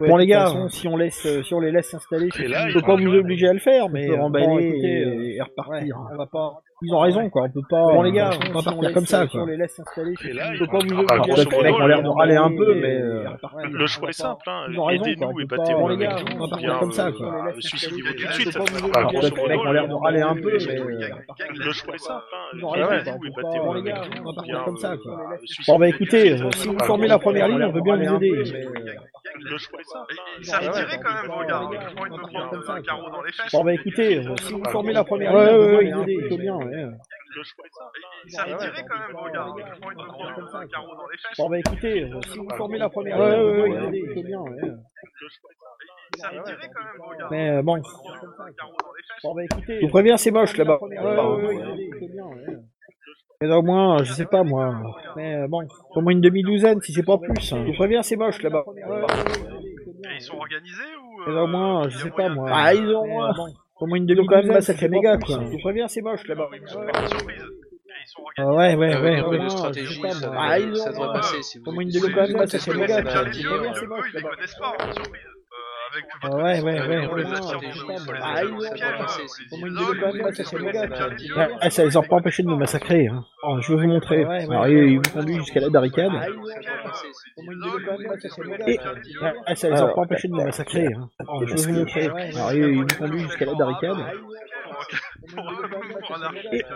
ouais. bon les gars, De toute façon, si on laisse, euh, si on les laisse s'installer, c'est Et là, fini. il on peut aura pas plus vous rien à obliger à le faire, mais On peut euh, remballer bon, écoutez, et- euh, et, ouais, repartir. on va pas, Ils ont raison, Ouais. quoi. On peut pas. Bon, les gars, on peut pas si on partir laisse- euh, comme ça, si on quoi. les laisse s'installer, c'est Et là, fini. il On peut pas y vous aura- ah, bah, obliger à grosso le faire. modo, On a l'air de râler un peu, mais euh, euh, ouais, Le choix est simple, hein. Ils ont raison, aidez-nous quoi, et on peut battez-vous pas- avec les gars, nous, on va ou pas bien faire comme ça, euh, quoi. On va suicidez-vous tout de laisser suite. s'installer. Bah, les grosso mecs modo, ont l'air de râler un peu, mais, le- euh, le choix est simple, hein. Ils ont raison, Aidez-nous et quoi, on peut battez-vous pas- avec les gars, nous, on va ou bien pas faire comme ça, euh, quoi. suicidez-vous Bon bah tout de écoutez, suite. euh, si vous Ah, formez la première ligne, on veut bien vous aider. mais, euh, Le choix est simple. hein. Bah, Ils savent Ouais, tirer quand même, bah, vos gars. Franchement, bah, ils bah, peuvent prendre comme ça, un carreau quoi. dans les fesses. Bon bah écoutez, euh, si vous Ah, formez la première ouais, ligne, on ouais, veut ouais, bien vous ouais, aider. plutôt bien, ouais. Le choix est simple. hein. Ils savent Ouais, tirer ouais. quand même, vos gars. Ouais, Franchement, ils peuvent ouais, prendre un carreau dans les fesses. Bon bah écoutez, euh, si vous formez la première Ouais, ligne, on ouais, veut ouais, bien vous ouais. aider. plutôt bien, ouais. Ils savent tirer quand même, vos gars. Mais euh, bon, Franchement, ils peuvent prendre un carreau dans les fesses. Bon bah je écoutez, vous préviens, c'est moche là-bas. Ouais, Apparemment. ouais, ouais, ouais, plutôt bien, ouais. Mais au moins, je sais pas moi. Mais euh, bon, Au moins une demi-douzaine, si c'est pas plus. je vous préviens, c'est moche là-bas. Et Eh, ils sont organisés ou. Mais Eh euh, ben, au moins, il je y a sais pas moyen moi. de- Ah, ils ont- Mais, euh, bon, Au moins une Ils ont quand même demi-douzaine, si massacré c'est mes pas gars, plus. quoi. Je vous préviens, c'est moche là-bas. Ils sont pas surprise. Et Ils sont organisés. Euh, Ouais, ouais, Ah ouais. oui, au moins, oui, de je sais stratégie, pas, ça moi. devrait- Ah, ils ont- ça devrait euh, passer si vous comment une voulez. démo quand même, C'est- là, c'est- ça fait vous les gars, connaissez bien quoi. les C'est lieux, bien, hein. eux, c'est bon, Ah, ils les connaissent pas, en surprise. Euh, avec votre Ouais, connaissance, ouais, ouais. on les attire dans Ah, nos- ils on les ont- attire dans nos ça pièges, va passer, on c'est- les Au moins une isole, demi-douzaine, et là, vous ça fait les connaissez gars, bien quoi. les lieux, Ah, ah, ça les ils a les pas empêchés de connaissent nous pas. massacrer. Hein. Oh, je vais vous montrer. Ouais, ouais, Alors, ouais, ils- ouais, ils vous conduisent jusqu'à la barricade. Ah, ils ont- Et- euh, Ah, ah, ça les a Alors, pas empêchés de nous massacrer. Hein. Oh, je vais vous montrer. Alors, ils ils nous conduisent jusqu'à la barricade. Et- Ah,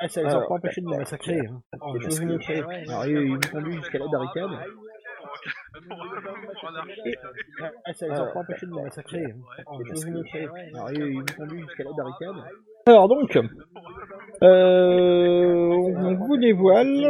ah, ça les a Alors, pas empêchés de nous massacrer. Hein. Oh, je vais vous montrer. Alors, ils ils nous conduisent jusqu'à la barricade. Et- Ah, ah, ça les a pas empêchés de nous massacrer. Hein. Oh, je vais vous montrer. Alors, ils ils nous conduisent jusqu'à la barricade. Alors donc, euh, on vous dévoile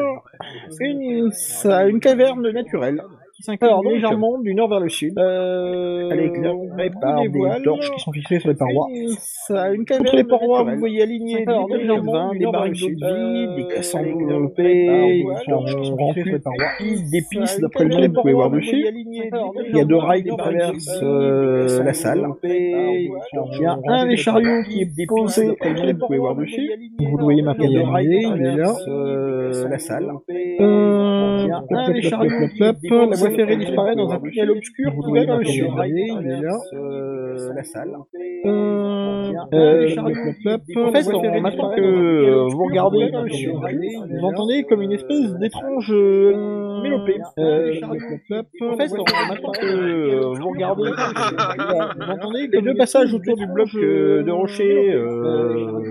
une, sa- une caverne naturelle qui Alors, s'incline donc, légèrement du nord vers le sud. Euh, Elle est on éclairée vous par des dévoile torches qui sont fixées sur les parois. Une, sa- une caverne Contre les parois, naturelle. vous voyez aligner des Alors, bouteilles de légèrement vin, du des nord barriques vers d'eau le de vie, sud. des casses Euh, enveloppées, avec ils des torches sont qui sont remplis d'épices, d'après le nom que que vous pouvez voir dessus. Il y a deux rails qui traversent euh, la salle. Il y a un des chariots qui est posé, d'après le nom que vous pouvez voir dessus. Vous le voyez maintenant Organisé, il est là. euh, la salle. Euh, Il y a un des Ah, chariots qui hop, est hop, la voie ferrée disparaît dans un tunnel obscur Vous le qui va voyez vers le maintenant sud. organisé, il est là. Euh, la salle. Euh, Euh, les chariots en fait, en maintenant que euh, vous regardez, vous entendez comme une espèce d'étrange euh, mélopée. Euh, en fait, en maintenant que euh, vous regardez, vous entendez les deux passages autour du bloc euh, de rocher euh,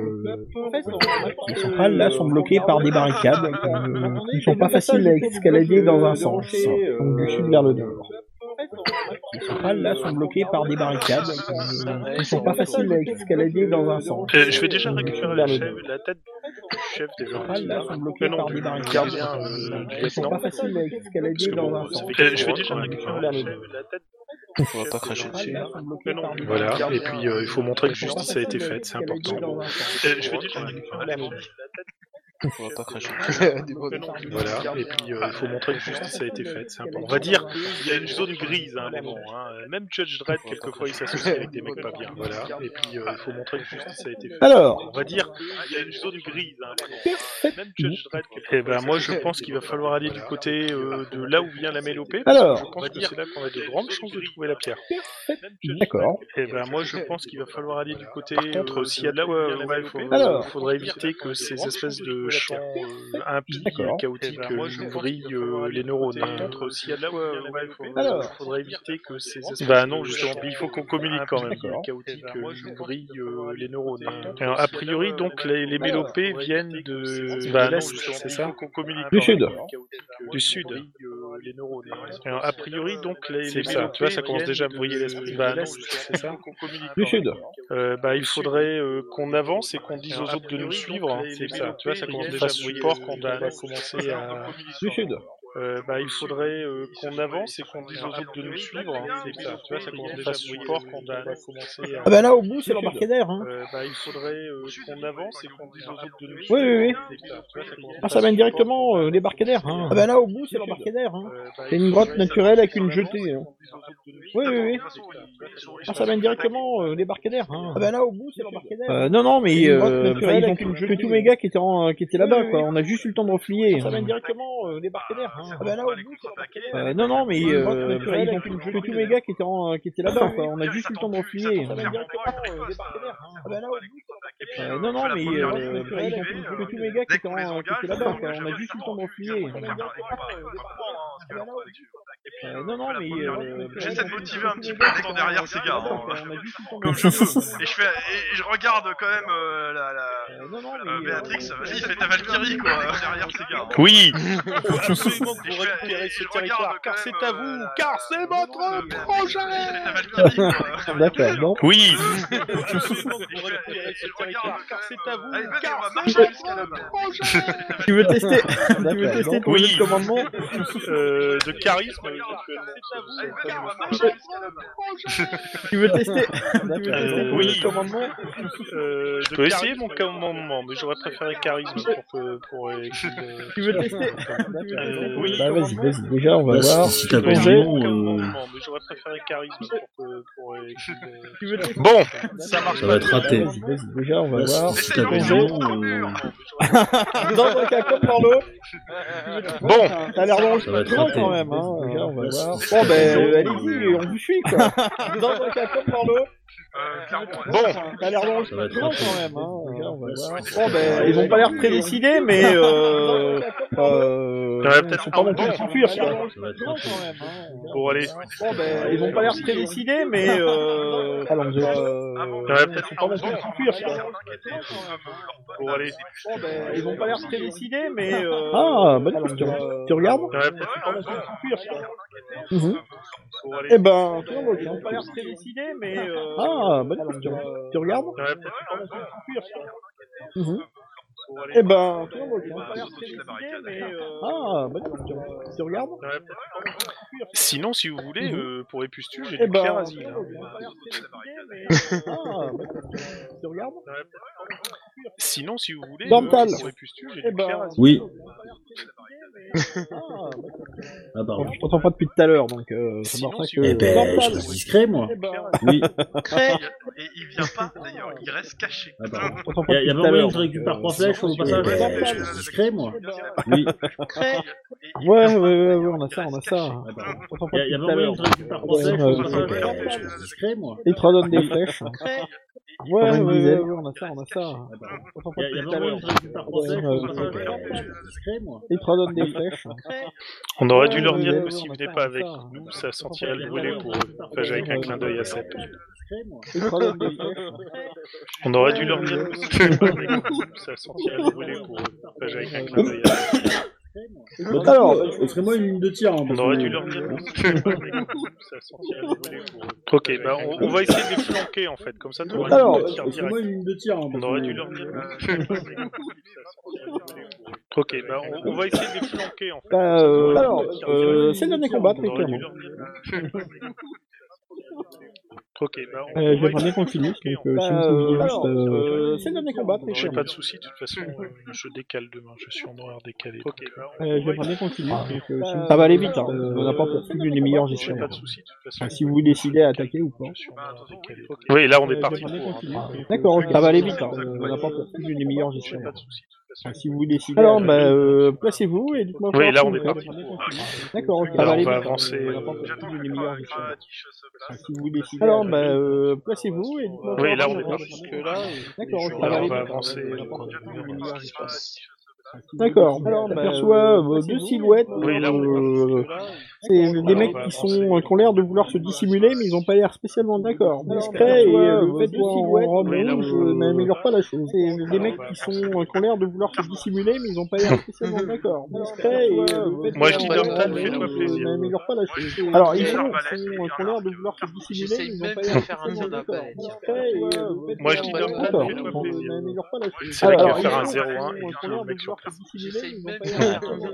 central, là, sont bloqués par des barricades euh, qui ne sont pas faciles à escalader euh, dans un sens, hein. donc du sud vers le nord. Les centrales, là, sont bloquées par des barricades euh, Ouais, qui c'est sont pas autour. Eh, faciles à escalader dans un sens. Euh, Je vais déjà récupérer la, chèvre- la tête le chef des Euh, gens. centrales, là, sont bloquées Mais non, par du des barrières. gardien euh, du Elles sont lieutenant. pas faciles à escalader Parce que dans bon, un ça sens. fait Euh, quelques je vais mois déjà qu'on a récupérer un la chef maison. de la tête. On va pas cracher dessus. hein. Centrales, Ah, là, sont bloquées Mais non, par des voilà. barrières. Et puis, euh, il faut montrer que Elles sont pas justice a été faciles à faite, c'est escalader important. dans un sens. Euh, je vais dire qu'on a La récupéré maison. On va pas cracher la Voilà. Et puis, euh, il faut montrer que justice a été faite, c'est important. On va dire qu'il y a une zone grise à un moment. hein. Même Judge Dredd, quelquefois, il s'associe avec des mecs pas bien. Voilà. Et puis, euh, il faut montrer que justice a été faite. Alors, On va dire qu'il y a une zone grise à un moment. Perfect. Même Judge Dredd, quelquefois, Eh ben, il moi, s'associe je avec pense des qu'il va mecs falloir pas aller bien. du côté de là où vient la mélopée. parce que Alors. je je pense que c'est là qu'on a de grandes chances de trouver la pierre. d'accord. Eh ben moi je pense qu'il va falloir aller du côté. Par contre, euh, s'il de- y a de la- ouais, ouais, la- faut- Alors. faudrait éviter que ces espèces de champs euh, impliquent D'accord. chaotiques Eh ben, moi, je nous pense vrillent qu'il va falloir euh, aller les du neurones. côté, Par euh, contre, s'il y a de la ouais, ouais, faut- Alors. faudrait éviter que ces espèces. Bah de non, justement, champs puis il faut qu'on communique quand même. impliquent Eh chaotiques ben, moi, euh, je nous pense vrillent qu'il va falloir euh, aller les neurones. hein. Alors, Donc, a s'il y priori, de- donc, ouais, les- les faudrait mélopées éviter que viennent ces de- espèces bah de non, l'Est, justement, c'est il ça faut Du sud. Du sud. euh, Alors, a euh, priori, donc, les, C'est les ça, tu vois, ça mélopées commence déjà à viennent briller de- l'esprit. de Bah non, l'Est, c'est ça. Du sud. Euh, bah, il Du faudrait euh, sud. qu'on avance et qu'on dise aux Alors, a autres de nous priori, suivre. donc, hein, les- C'est les ça, tu vois, mélopées ça commence viennent déjà à de- support quand on de- va de- commencer à. Du sud. Euh, bah, il faudrait euh, qu'on avance et qu'on dise aux Alors, autres de nous oui, suivre. hein, oui, C'est ça, oui, tu vois, ça oui, commence oui, déjà à oui, support oui, quand oui, on va oui. commencer à. Ah bah là, au bout, c'est l'embarcadère. Hein. Euh, bah, il faudrait euh, qu'on avance et qu'on dise aux autres de nous Oui, oui, oui. Ah, ça mène directement euh, euh, l'embarcadère. Hein. ben Ah bah là, au bout, c'est l'embarcadère. Hein. C'est C'est une grotte naturelle avec une jetée. hein. Oui, oui, oui. Ah, ça mène directement euh, l'embarcadère. Hein. ben Ah bah là, au bout, c'est l'embarcadère. Euh, non, non, mais euh, enfin, ils ont tué tous mes gars qui étaient, en- qui étaient là-bas. quoi. euh, On a juste eu le temps de replier. Ça mène directement euh, l'embarcadère. Ah bah là, au bout, c'est l'embarcadère. Euh, non, non, mais Une grotte euh, enfin, naturelle ils ont avec une tué jetée. tous mes gars qui étaient, en- qui étaient là-bas. quoi. On a Tiens, juste eu le ça temps de tombe plus, ça replier. tombe Ça bien. mène directement euh, l'embarcadère. hein. Ah bah là, au bout, euh, non, non, mais euh, ils ont tué tous mes gars qui étaient en- qui étaient là-bas. quoi. On a juste eu le temps de replier. Ça mène directement, euh, euh, non, non, mais. euh, J'essaie de euh, motiver un petit peu en étant derrière ces gars. hein. Et je, fais, et, et je regarde quand même euh, la, la- Euh, non, non, mais. euh, euh, Béatrix, vas-y, fais ta Valkyrie quoi, derrière ces gars. hein. Oui faut absolument que Et vous je fais- récupérez et ce je regarde territoire, car quand c'est même, à euh, vous, la- car c'est votre Béatrix, vas-y, fais ta projet Valkyrie, quoi, derrière ces D'accord, gars. bon. Oui Faut absolument que Et je vous fais- récupérez et ce je territoire, regarde car quand c'est même, à euh, allez, vous, vas-y, on va car marcher c'est jusqu'à la mer. votre projet Tu veux tester, tu veux tester ton Oui. jeu de commandement Euh, De charisme, euh, Allez, vas-y, on va éventuellement. marcher jusqu'à la mer. Tu veux tester, tu veux tester ton oui. jeu de commandement Euh, Je de peux charisme, essayer mon commandement, mais j'aurais préféré charisme pour que. Pour, euh, qu'il, euh, Tu veux tester Euh, oui. Bah vas-y, vas-y, déjà, on va Bah, voir. si- si t'as Je ton peux pas essayer jet. vraiment, mon euh, commandement, mais j'aurais préféré charisme pour que. Pour, euh, qu'il, euh, Tu veux tester Bon, ça marche ça va pas. être raté. Vas-y, vas-y, déjà, on va Bah, voir. si si t'as pas Ton jet. vraiment, euh, Dans un cas comme dans l'autre. Bon, T'as l'air Ça va être dangereux raté. quand même, hein. Déjà, on va Bah, si- voir. si Bon, t'as ben, raison, euh, euh, allez-y, on vous suit, quoi. Dans un cas comme dans l'autre. Euh, clairement, Bon. T'as l'air dangereux Ça va être raté. quand même, hein. Déjà, on va voir. Bon, ben, Ils ont pas l'air très décidés, mais euh. Euh. Ça va peut-être Ils sont pas non plus bon. à s'enfuir, quoi. Ça va être raté. bon allez. Bon, ben, ils ont pas l'air très décidés, mais euh. Alors, avant- euh. Ça va Ils Ah peut-être sont pas non plus à s'enfuir, quoi. euh, bon allez. Bon, ben, ils ont pas l'air très décidés, mais. Euh... bonne question. Tu regardes Ça va peut-être Ils sont fuir, Mhm. bon allez. Eh ben, ils ont pas l'air très décidés, mais. Euh... Ah, bonne question. Euh, Tu regardes Ça va peut-être bon allez. Eh ben, Bah, euh, Ah, bonne question. Tu regardes Sinon, si vous voulez, euh, pour Épustu, j'ai Eh du hein, ben, clérazine. Eh ben. Ah, bonne question. Tu regardes Sinon, si vous voulez, Dental. euh, pour Épustu, j'ai Eh du ben. clérazine. Oui. Ah, bonne Ah, pardon. question. Je t'entends pas depuis tout à l'heure, donc euh, c'est Sinon, pour ça si- que. Eh ben, je Dental. reste discret, moi. Eh ben, Oui. Et il vient pas d'ailleurs, il reste caché. Ah, pardon. je t'entends pas Y'a depuis y a tout pas à moyen l'heure. que je récupère donc, trois euh, flèches sur mon c'est- passage Dental. Eh ben, Je reste discret, moi. Oui. Ouais, ouais, ouais, ouais, on a ça, on a ça. Ah, pardon. Je t'entends pas Y'a y depuis a tout pas à moyen l'heure. que je récupère trois Ouais, flèches sur mon ouais, passage ouais. Eh ben, je reste discret, moi. Il te redonne des flèches. Ouais, ouais, Bonne ouais, idée. ouais, on a ça, on a ça. Ah, pardon. Je t'entends pas Y'a y depuis a tout à pas moyen l'heure. que je récupère trois flèches sur mon Ouais, passage ouais, ouais. Eh ben, je reste discret, moi. Il te redonne des flèches. On aurait dû Ouais, leur ouais, dire ouais, que s'ils on a venaient ça, pas hein. on a avec ça. nous, ça Y'a y sentirait le a pas brûler moyen que hein. pour je eux. récupère Enfin, trois avec un flèches clin d'œil à sur mon Sep. passage, eh ben, je reste discret, moi. Il te redonne des flèches. On aurait dû leur dire que s'ils venaient pas avec nous, ça sentirait le brûler pour eux. Enfin, avec un clin d'œil à Sep. Discret, moi. Bah, du Alors, coup, Oh, euh, offrez-moi une ligne de tir. hein, On parce aurait qu'on dû est- leur dire. Ça sortira des volets pour- Ok, bah on, on va essayer de les flanquer en fait, comme ça t'auras Alors, euh, une ligne de tir offrez-moi direct. une ligne de tir. hein, On parce aurait qu'on dû est- leur dire. Ok, bah on, on va essayer de les flanquer en fait. Bah, euh, alors, euh, c'est le dernier combat, On très aurait dû clairement. leur dire. Ok, bah on, Euh, on va J'aimerais bien qu'on essayer de le les finisse, flanquer, donc en euh, si Bah, vous pouviez euh, juste... euh, euh, c'est le dernier combat, très fait. J'ai clairement. pas de soucis, de toute façon, euh, je décale demain, je suis en horaire décalé. Ok, bah Euh, J'aimerais bien qu'on le finisse, bah, donc euh, si vous- Ça va aller vite, hein. Euh, On n'a pas plus d'une demi-heure, j'y suis. J'ai pas de soucis, de toute façon. euh, Enfin, si vous décidez à attaquer ou pas. Je suis en horaire décalé. Oui, là on est Euh, parti j'aimerais bien pour. qu'on le hein. finisse, donc, D'accord, euh, ok. Ça va aller vite, euh, hein. On n'a pas plus d'une demi-heure, j'y suis. J'ai pas de soucis, de toute façon. Enfin, si vous décidez... Alors, à- bah, euh, placez-vous et dites-moi. Oui, quand là vous on est faites. parti. D'accord, ok. Ça va Alors, on aller va vite, hein. avancer. On n'a pas euh, plus J'attends d'une que demi-heure, Kra- j'y suis. Kranich se place. Si vous décidez... à- Alors, bah, euh, placez-vous et dites-moi. Oui, là, quand on est vous pas- faites. euh, là, et- D'accord, et ok. je Ça va aller regarde, vite, euh, hein. avancer. euh, On n'a pas plus J'attends d'une que demi-heure, j'y Kranich suis. se place. D'accord, Alors, bah, t'aperçois euh, euh, c'est deux vous, silhouettes. euh, Oui, là, on est parti. hein. euh, Là, et- c'est Alors, des on mecs va qui sont avancer. qui ont l'air de vouloir se dissimuler, mais ils n'ont pas l'air spécialement d'accord. Discret et t'aperçois, euh, euh, le fait de deux silhouettes silhouettes, en robe oui, là, rouge on- euh, n'améliore pas la chose. C'est des on mecs va qui sont qui ont l'air de vouloir se dissimuler, mais ils n'ont pas l'air spécialement d'accord. Discret et euh, le fait de Moi, silhouettes je dis en Norman, robe fais-toi rouge, euh, plaisir. n'améliore pas la chose. Ouais, Alors je ils suis sont arbalète, qui et ont je l'air de regarde. vouloir se dissimuler, J'essaye mais ils n'ont même pas de l'air faire un tir spécialement d'accord. d'impact. Discret et euh, le fait de Moi, je dis silhouette en Norman, robe fais-toi rouge, euh, plaisir. n'améliore pas la chose. C'est là qu'il va Alors, faire un ils sont 0-1 qui et ont que l'air le de mec sur vouloir se dissimuler, mais ils n'ont pas l'air place. J'essaye même de d'accord. faire un tir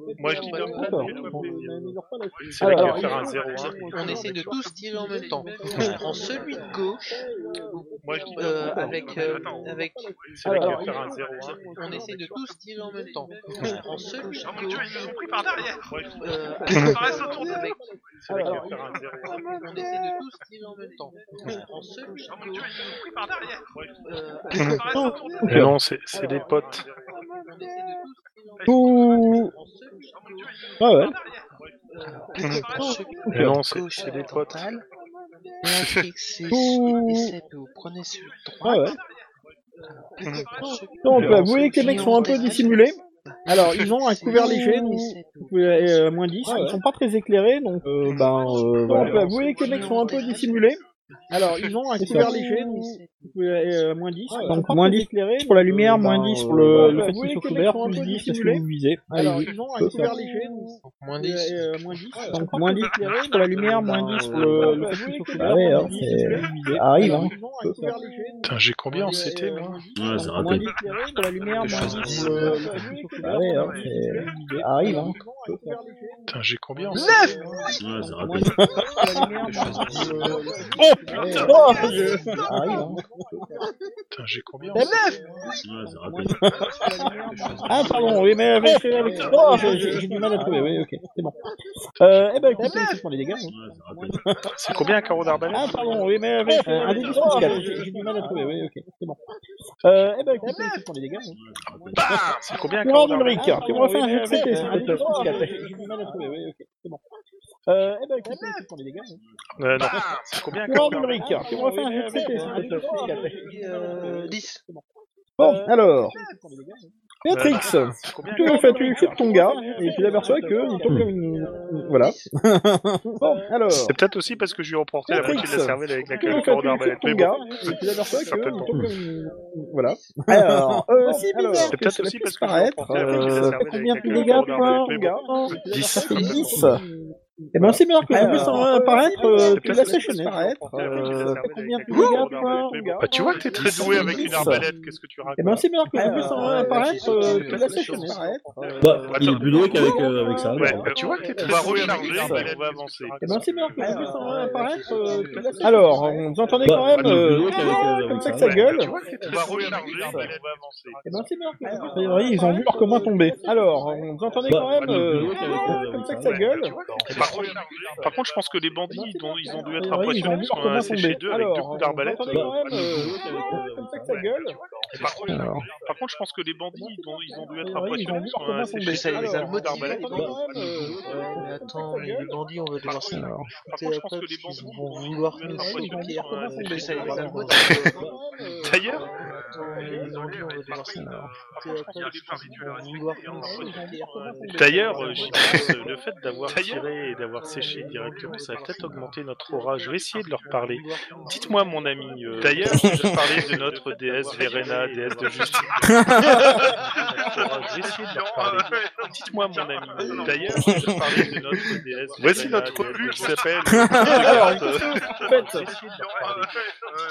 d'impact. Moi, je dis Norman, D'accord. fais-toi plaisir. C'est là Alors, qu'il alors, va faire un hein. ils- 0-1. On essaye de tous tirer en même temps. Je prends celui de gauche Moi, je dis euh, Norman, avec, euh, avec. c'est là qu'il va alors, faire un 0-1. On essaye de tous tirer en même temps. Je prends celui Oh de mon dieu, ils nous gauche ont pris par derrière Moi, je dis euh, Ils paraissent autour de avec. c'est là qu'il va faire un 0-1. hein. On essaie de tous tirer en même temps. Je prends celui Oh de mon dieu, gauche ils nous ont pris par derrière euh, Ils paraissent autour de Mais Eh non, c'est c'est des potes. On essaie de tous tirer en même temps. Je Ouh. prends celui Oh mon dieu, ils nous ont Ah ouais. pris par derrière Je prends celui Mais non, de c'est gauche c'est des avec potes. Antal. Matrix Ouh. et Sato. Prenez Mmh. celui de droite. Ah ouais. Je prends celui de Non, on Mais peut on avouer que les mecs sont un peu dissimulés. Alors, ils ont un couvert léger, donc euh, euh, moins 10. Ah ouais. Ils sont pas très éclairés, donc Euh, Bah, ben, euh, on peut voilà. Oh, avouer que les mecs sont un peu dissimulés. Alors, ils ont un C'est couvert ça. léger, donc euh, euh, moins 10. ouais. Donc, moins 10 éclairés. Pour la lumière, moins 10 pour le- le fait qu'ils soient couverts, plus 10 parce que vous visez. Alors, ils ont un c'est couvert ça. léger, donc Moins euh, 10. euh, moins 10. Donc, moins 10 éclairés pour la lumière, moins 10 pour le, le fait qu'ils soient couverts, Ouais, moins hein, 10 c'est- parce que vous visez. Arrive, Alors, hein. ils ont un couvert léger, donc Putain, j'ai combien en CT, euh, moi moins 10, Ouais, c'est moins raté. 10 éclairés pour la lumière, moins 10 pour le- le fait qu'ils soient couverts, Ouais, moins hein, 10 c'est- pour le fait qu'ils soient Arrive, hein. couverts, moins 10 pour le fait Putain, j'ai combien en CT Neuf Ouais, c'est Moins raté. 10 pour la lumière, moins 10 pour le- Oh putain Oh, je- Arrive, hein. Putain, j'ai combien en La CT meuf Ouais, c'est Moins raté. 10 Ah pardon, oui mais mais- mais- oh, j'ai- j'ai j'ai du mal à trouver, oui ok, c'est bon. Euh, eh ben écoutez, c'est pour les dégâts. hein. Ouais, c'est raté. C'est combien un carreau Ah d'arbalète pardon, oui mais mais- euh, un des dix plus quatre. j'ai j'ai du mal à trouver, oui ok, c'est bon. Euh, eh ben écoutez, c'est pour les dégâts. hein. Bam C'est combien un carreau Courant d'arbalète Ulrich, tu me refais un jet de CT Euh, s'il un te des plaît, dix plus plus quatre. quatre. J'ai du mal à trouver, oui ok, c'est bon. Euh, eh ben écoutez, c'est pour les dégâts. hein. Euh, non, c'est combien un carreau Courant d'arbalète Ulrich, tu me refais un jet de CT s'il te plaît, plus quatre. Euh, 10. Bon, alors, Patrix, Euh, C'est combien un tu carreau fais tu fais ton gars et tu t'aperçois que il tombe comme une voilà. Bon, alors C'est peut-être aussi parce que je lui ai emporté la moitié de la Patrick, cervelle avec la Que le corde d'arbalète. Mais fais-tu sur ton bon, gars Et tu t'aperçois que Certainement. il tombe comme une- Voilà. Alors, euh, c'est bizarre c'est que peut-être ça aussi parce puisse que je lui ai paraître. emporté la moitié de la Euh, ça cervelle fait avec combien la de dégâts, corde toi d'arbalète. Mais bon, Gars Ça fait 10. 10 Eh ben c'est bizarre que ça puisse Alors, en paraître, euh, c'est tu peut-être aussi parce l'as que je séché lui ai paraître. emporté la moitié de la Euh, ça fait cervelle combien avec de la corde d'arbalète. dégâts, toi Mais bon. gars Bah tu vois, t'es très doué avec une arbalète, qu'est-ce que tu Eh ben racontes c'est bizarre que ça puisse en euh, apparaître, j'ai- euh, j'ai- tu l'as j'ai- séché j'ai- paraître. Bah, Attends. il est plus doué qu'avec euh, avec ça. Ouais, alors. bah, tu vois que t'es très On va doué avec recharger une ça. arbalète, on va avancer. Eh ben c'est bizarre que ça puisse en apparaître, euh, tu l'as séché Alors, paraître. on vous entendez Bah, quand même il est plus euh, doué qu'avec euh, avec comme ça que ça. ça alors. gueule. tu vois que t'es très On va doué avec recharger une ça. arbalète, on va avancer. Eh ben c'est bien. A priori, ils ont vu leur commun tomber. Alors, on vous entendez quand même euh, comme ça que ça gueule. Par contre, par contre, je pense que les bandits, ils ont, ils ont dû A être priori, ils ont impressionnés vu parce leur qu'on a commun séché tomber. deux avec deux Alors, on coups vous d'arbalète. entendez quand même euh, comme ça que ça gueule. Par contre, par contre, je pense que les bandits, ils ont, ils ont dû être A priori, ils impressionnés ont vu parce qu'on leur commun a tomber. séché Ça deux avec deux les a Alors, coups on motivés, vous d'arbalète. les entendez quand même Ouais, mais euh, attends, mais comme ça que ça les gueule. bandits, on va devoir s'en Alors. Par foutre contre, je pense après que les parce qu'ils bandits, ils vont ont vouloir dû être nous impressionnés souquer parce qu'on a séché deux après. Parce que ça les a avec deux. motivés. D'ailleurs, Attends, les bandits, on va devoir s'en foutre je pense que après les parce bandits qu'ils doivent être vont vouloir respectés, hein, faut nous dire. souquer après. D'ailleurs, euh, j'y pense, euh, le fait d'avoir tiré et d'avoir séché directement, ça a peut-être augmenté notre aura. euh, Je vais essayer de leur parler. Dites-moi, mon ami. D'ailleurs, je parlais de notre déesse Verena, déesse de justice. Dites-moi, mon ami. D'ailleurs, je parlais de notre déesse. Voici notre rue qui s'appelle. Alors, Dites-moi,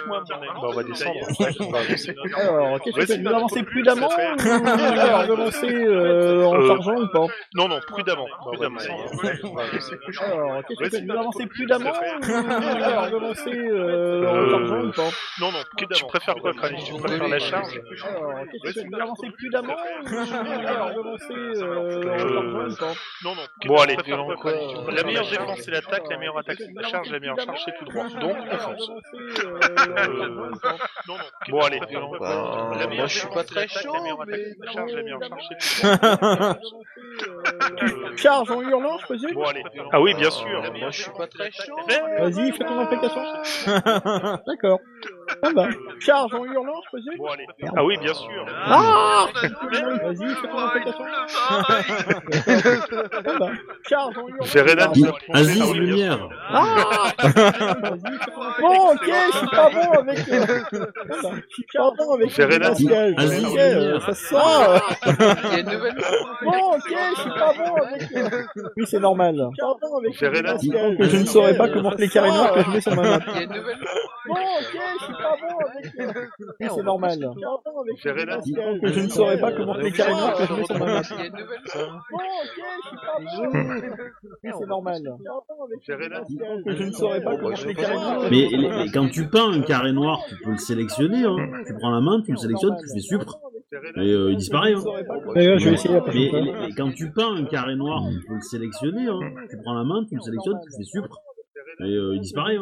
mon ami. Bah, on va descendre. alors qu'est-ce que Voici tu veux notre avancer rue qui prudemment ou s'appelle- alors relancer euh, en Euh, chargeant ou pas Non, non, prudemment. Ah Ah Prudemment. euh, Alors, qu'est-ce que Voici tu veux notre avancer rue qui prudemment s'appelle- ou alors relancer euh, en Euh, chargeant ou pas Non, non, prudemment. Tu préfères quoi, Kranich Tu préfères la charge Alors, Euh, qu'est-ce que tu veux avancer prudemment ou alors relancer Euh, euh, en chargeant ou pas Non, non. Bon, allez, Tu préfères quoi, Kranich Tu La préfères meilleure la charge défense, c'est l'attaque. La meilleure attaque, c'est la charge. La meilleure charge, c'est tout droit. Donc, on fonce. Euh, Non, non. Bon, allez. Bah, La meilleure moi, je suis défense, pas c'est très l'attaque, chaud, La meilleure attaque, mais c'est la charge. La meilleure charge, c'est tout droit. Charge en hurlant, je présume Bon, allez. Ah oui, bien sûr. Euh, Moi, je suis pas très chaud. Euh, Vas-y, fais ton implication. D'accord. Ah bah, Euh, charge en hurlant, je présume Bon, allez. Ah oui, bien sûr. Ah Vas-y, fais ton implication. Vas-y, Ah bah, charge en hurlant. Ferrena, Ah, tu- Dis- Aziz, Ah oui, bien lumière. sûr. Ah Bon, ok, je suis pas bon avec... euh, ah bah, Je suis pas bon avec les Ferrena, tu- masquages. Aziz, Ok, euh, ça se sent euh. Il y a une nouvelle. Bon, ok, je suis pas bon avec... euh, Oui, c'est normal. Ferrena, tu- Que je ne saurais pas comment les carrés noirs que je mets sur ma map. Il y a une nouvelle. Bon, Ah. ok, je suis pas bon avec... euh, Oui, c'est normal. Ferrena, tu- Que je ne saurais pas comment les carrés noirs que je mets sur ma map. Il y a une nouvelle. Bon, ok, je suis pas bon. Oui, c'est normal. Ferrena, tu- Que je ne saurais pas comment les carrés Ah. noirs. Mais les- les- quand tu peins un carré noir, tu peux le sélectionner. Hein. Tu prends la main, tu le sélectionnes, tu fais sucre, et Ferrena, euh, il disparaît. Hein. D'ailleurs, je vais essayer la Mais prochaine fois. les- les- quand tu peins un carré noir, tu peux le sélectionner. Hein. Tu prends la main, tu le sélectionnes, tu fais sucre, et euh, il disparaît. Hein.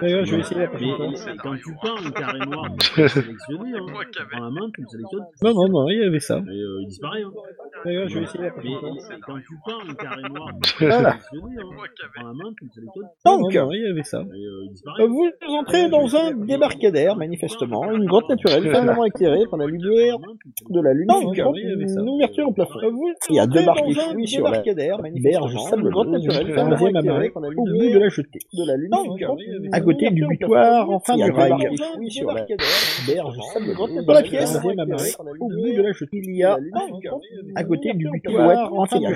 D'ailleurs, je vais essayer Mais la prochaine fois. les- quand tu peins un carré noir, tu peux le sélectionner. Hein. Tu prends la main, tu le sélectionnes, Non, Oh non, non, il y avait ça. et euh, il disparaît. Hein. D'ailleurs, je vais essayer la Mais prochaine fois. les- quand tu peins un carré noir, tu peux le Voilà. sélectionner. Hein. Tu prends la main, tu le sélectionnes, Donc, Oh il y avait et ça. euh, il disparaît. Ah, Vous entrez dans un débarcadère, manifestement, une grotte naturelle faiblement éclairée par la lumière de la lune. Donc, une ouverture au plafond. Il y a deux barques échouées sur la berge sableuse, troisième à marée, au bout de la jetée. De la lune. Donc, à côté du butoir, enfin du rail. sur la berge sableuse, dans la pièce, au bout de la jetée. Il y a, à côté du butoir, enfin du rail.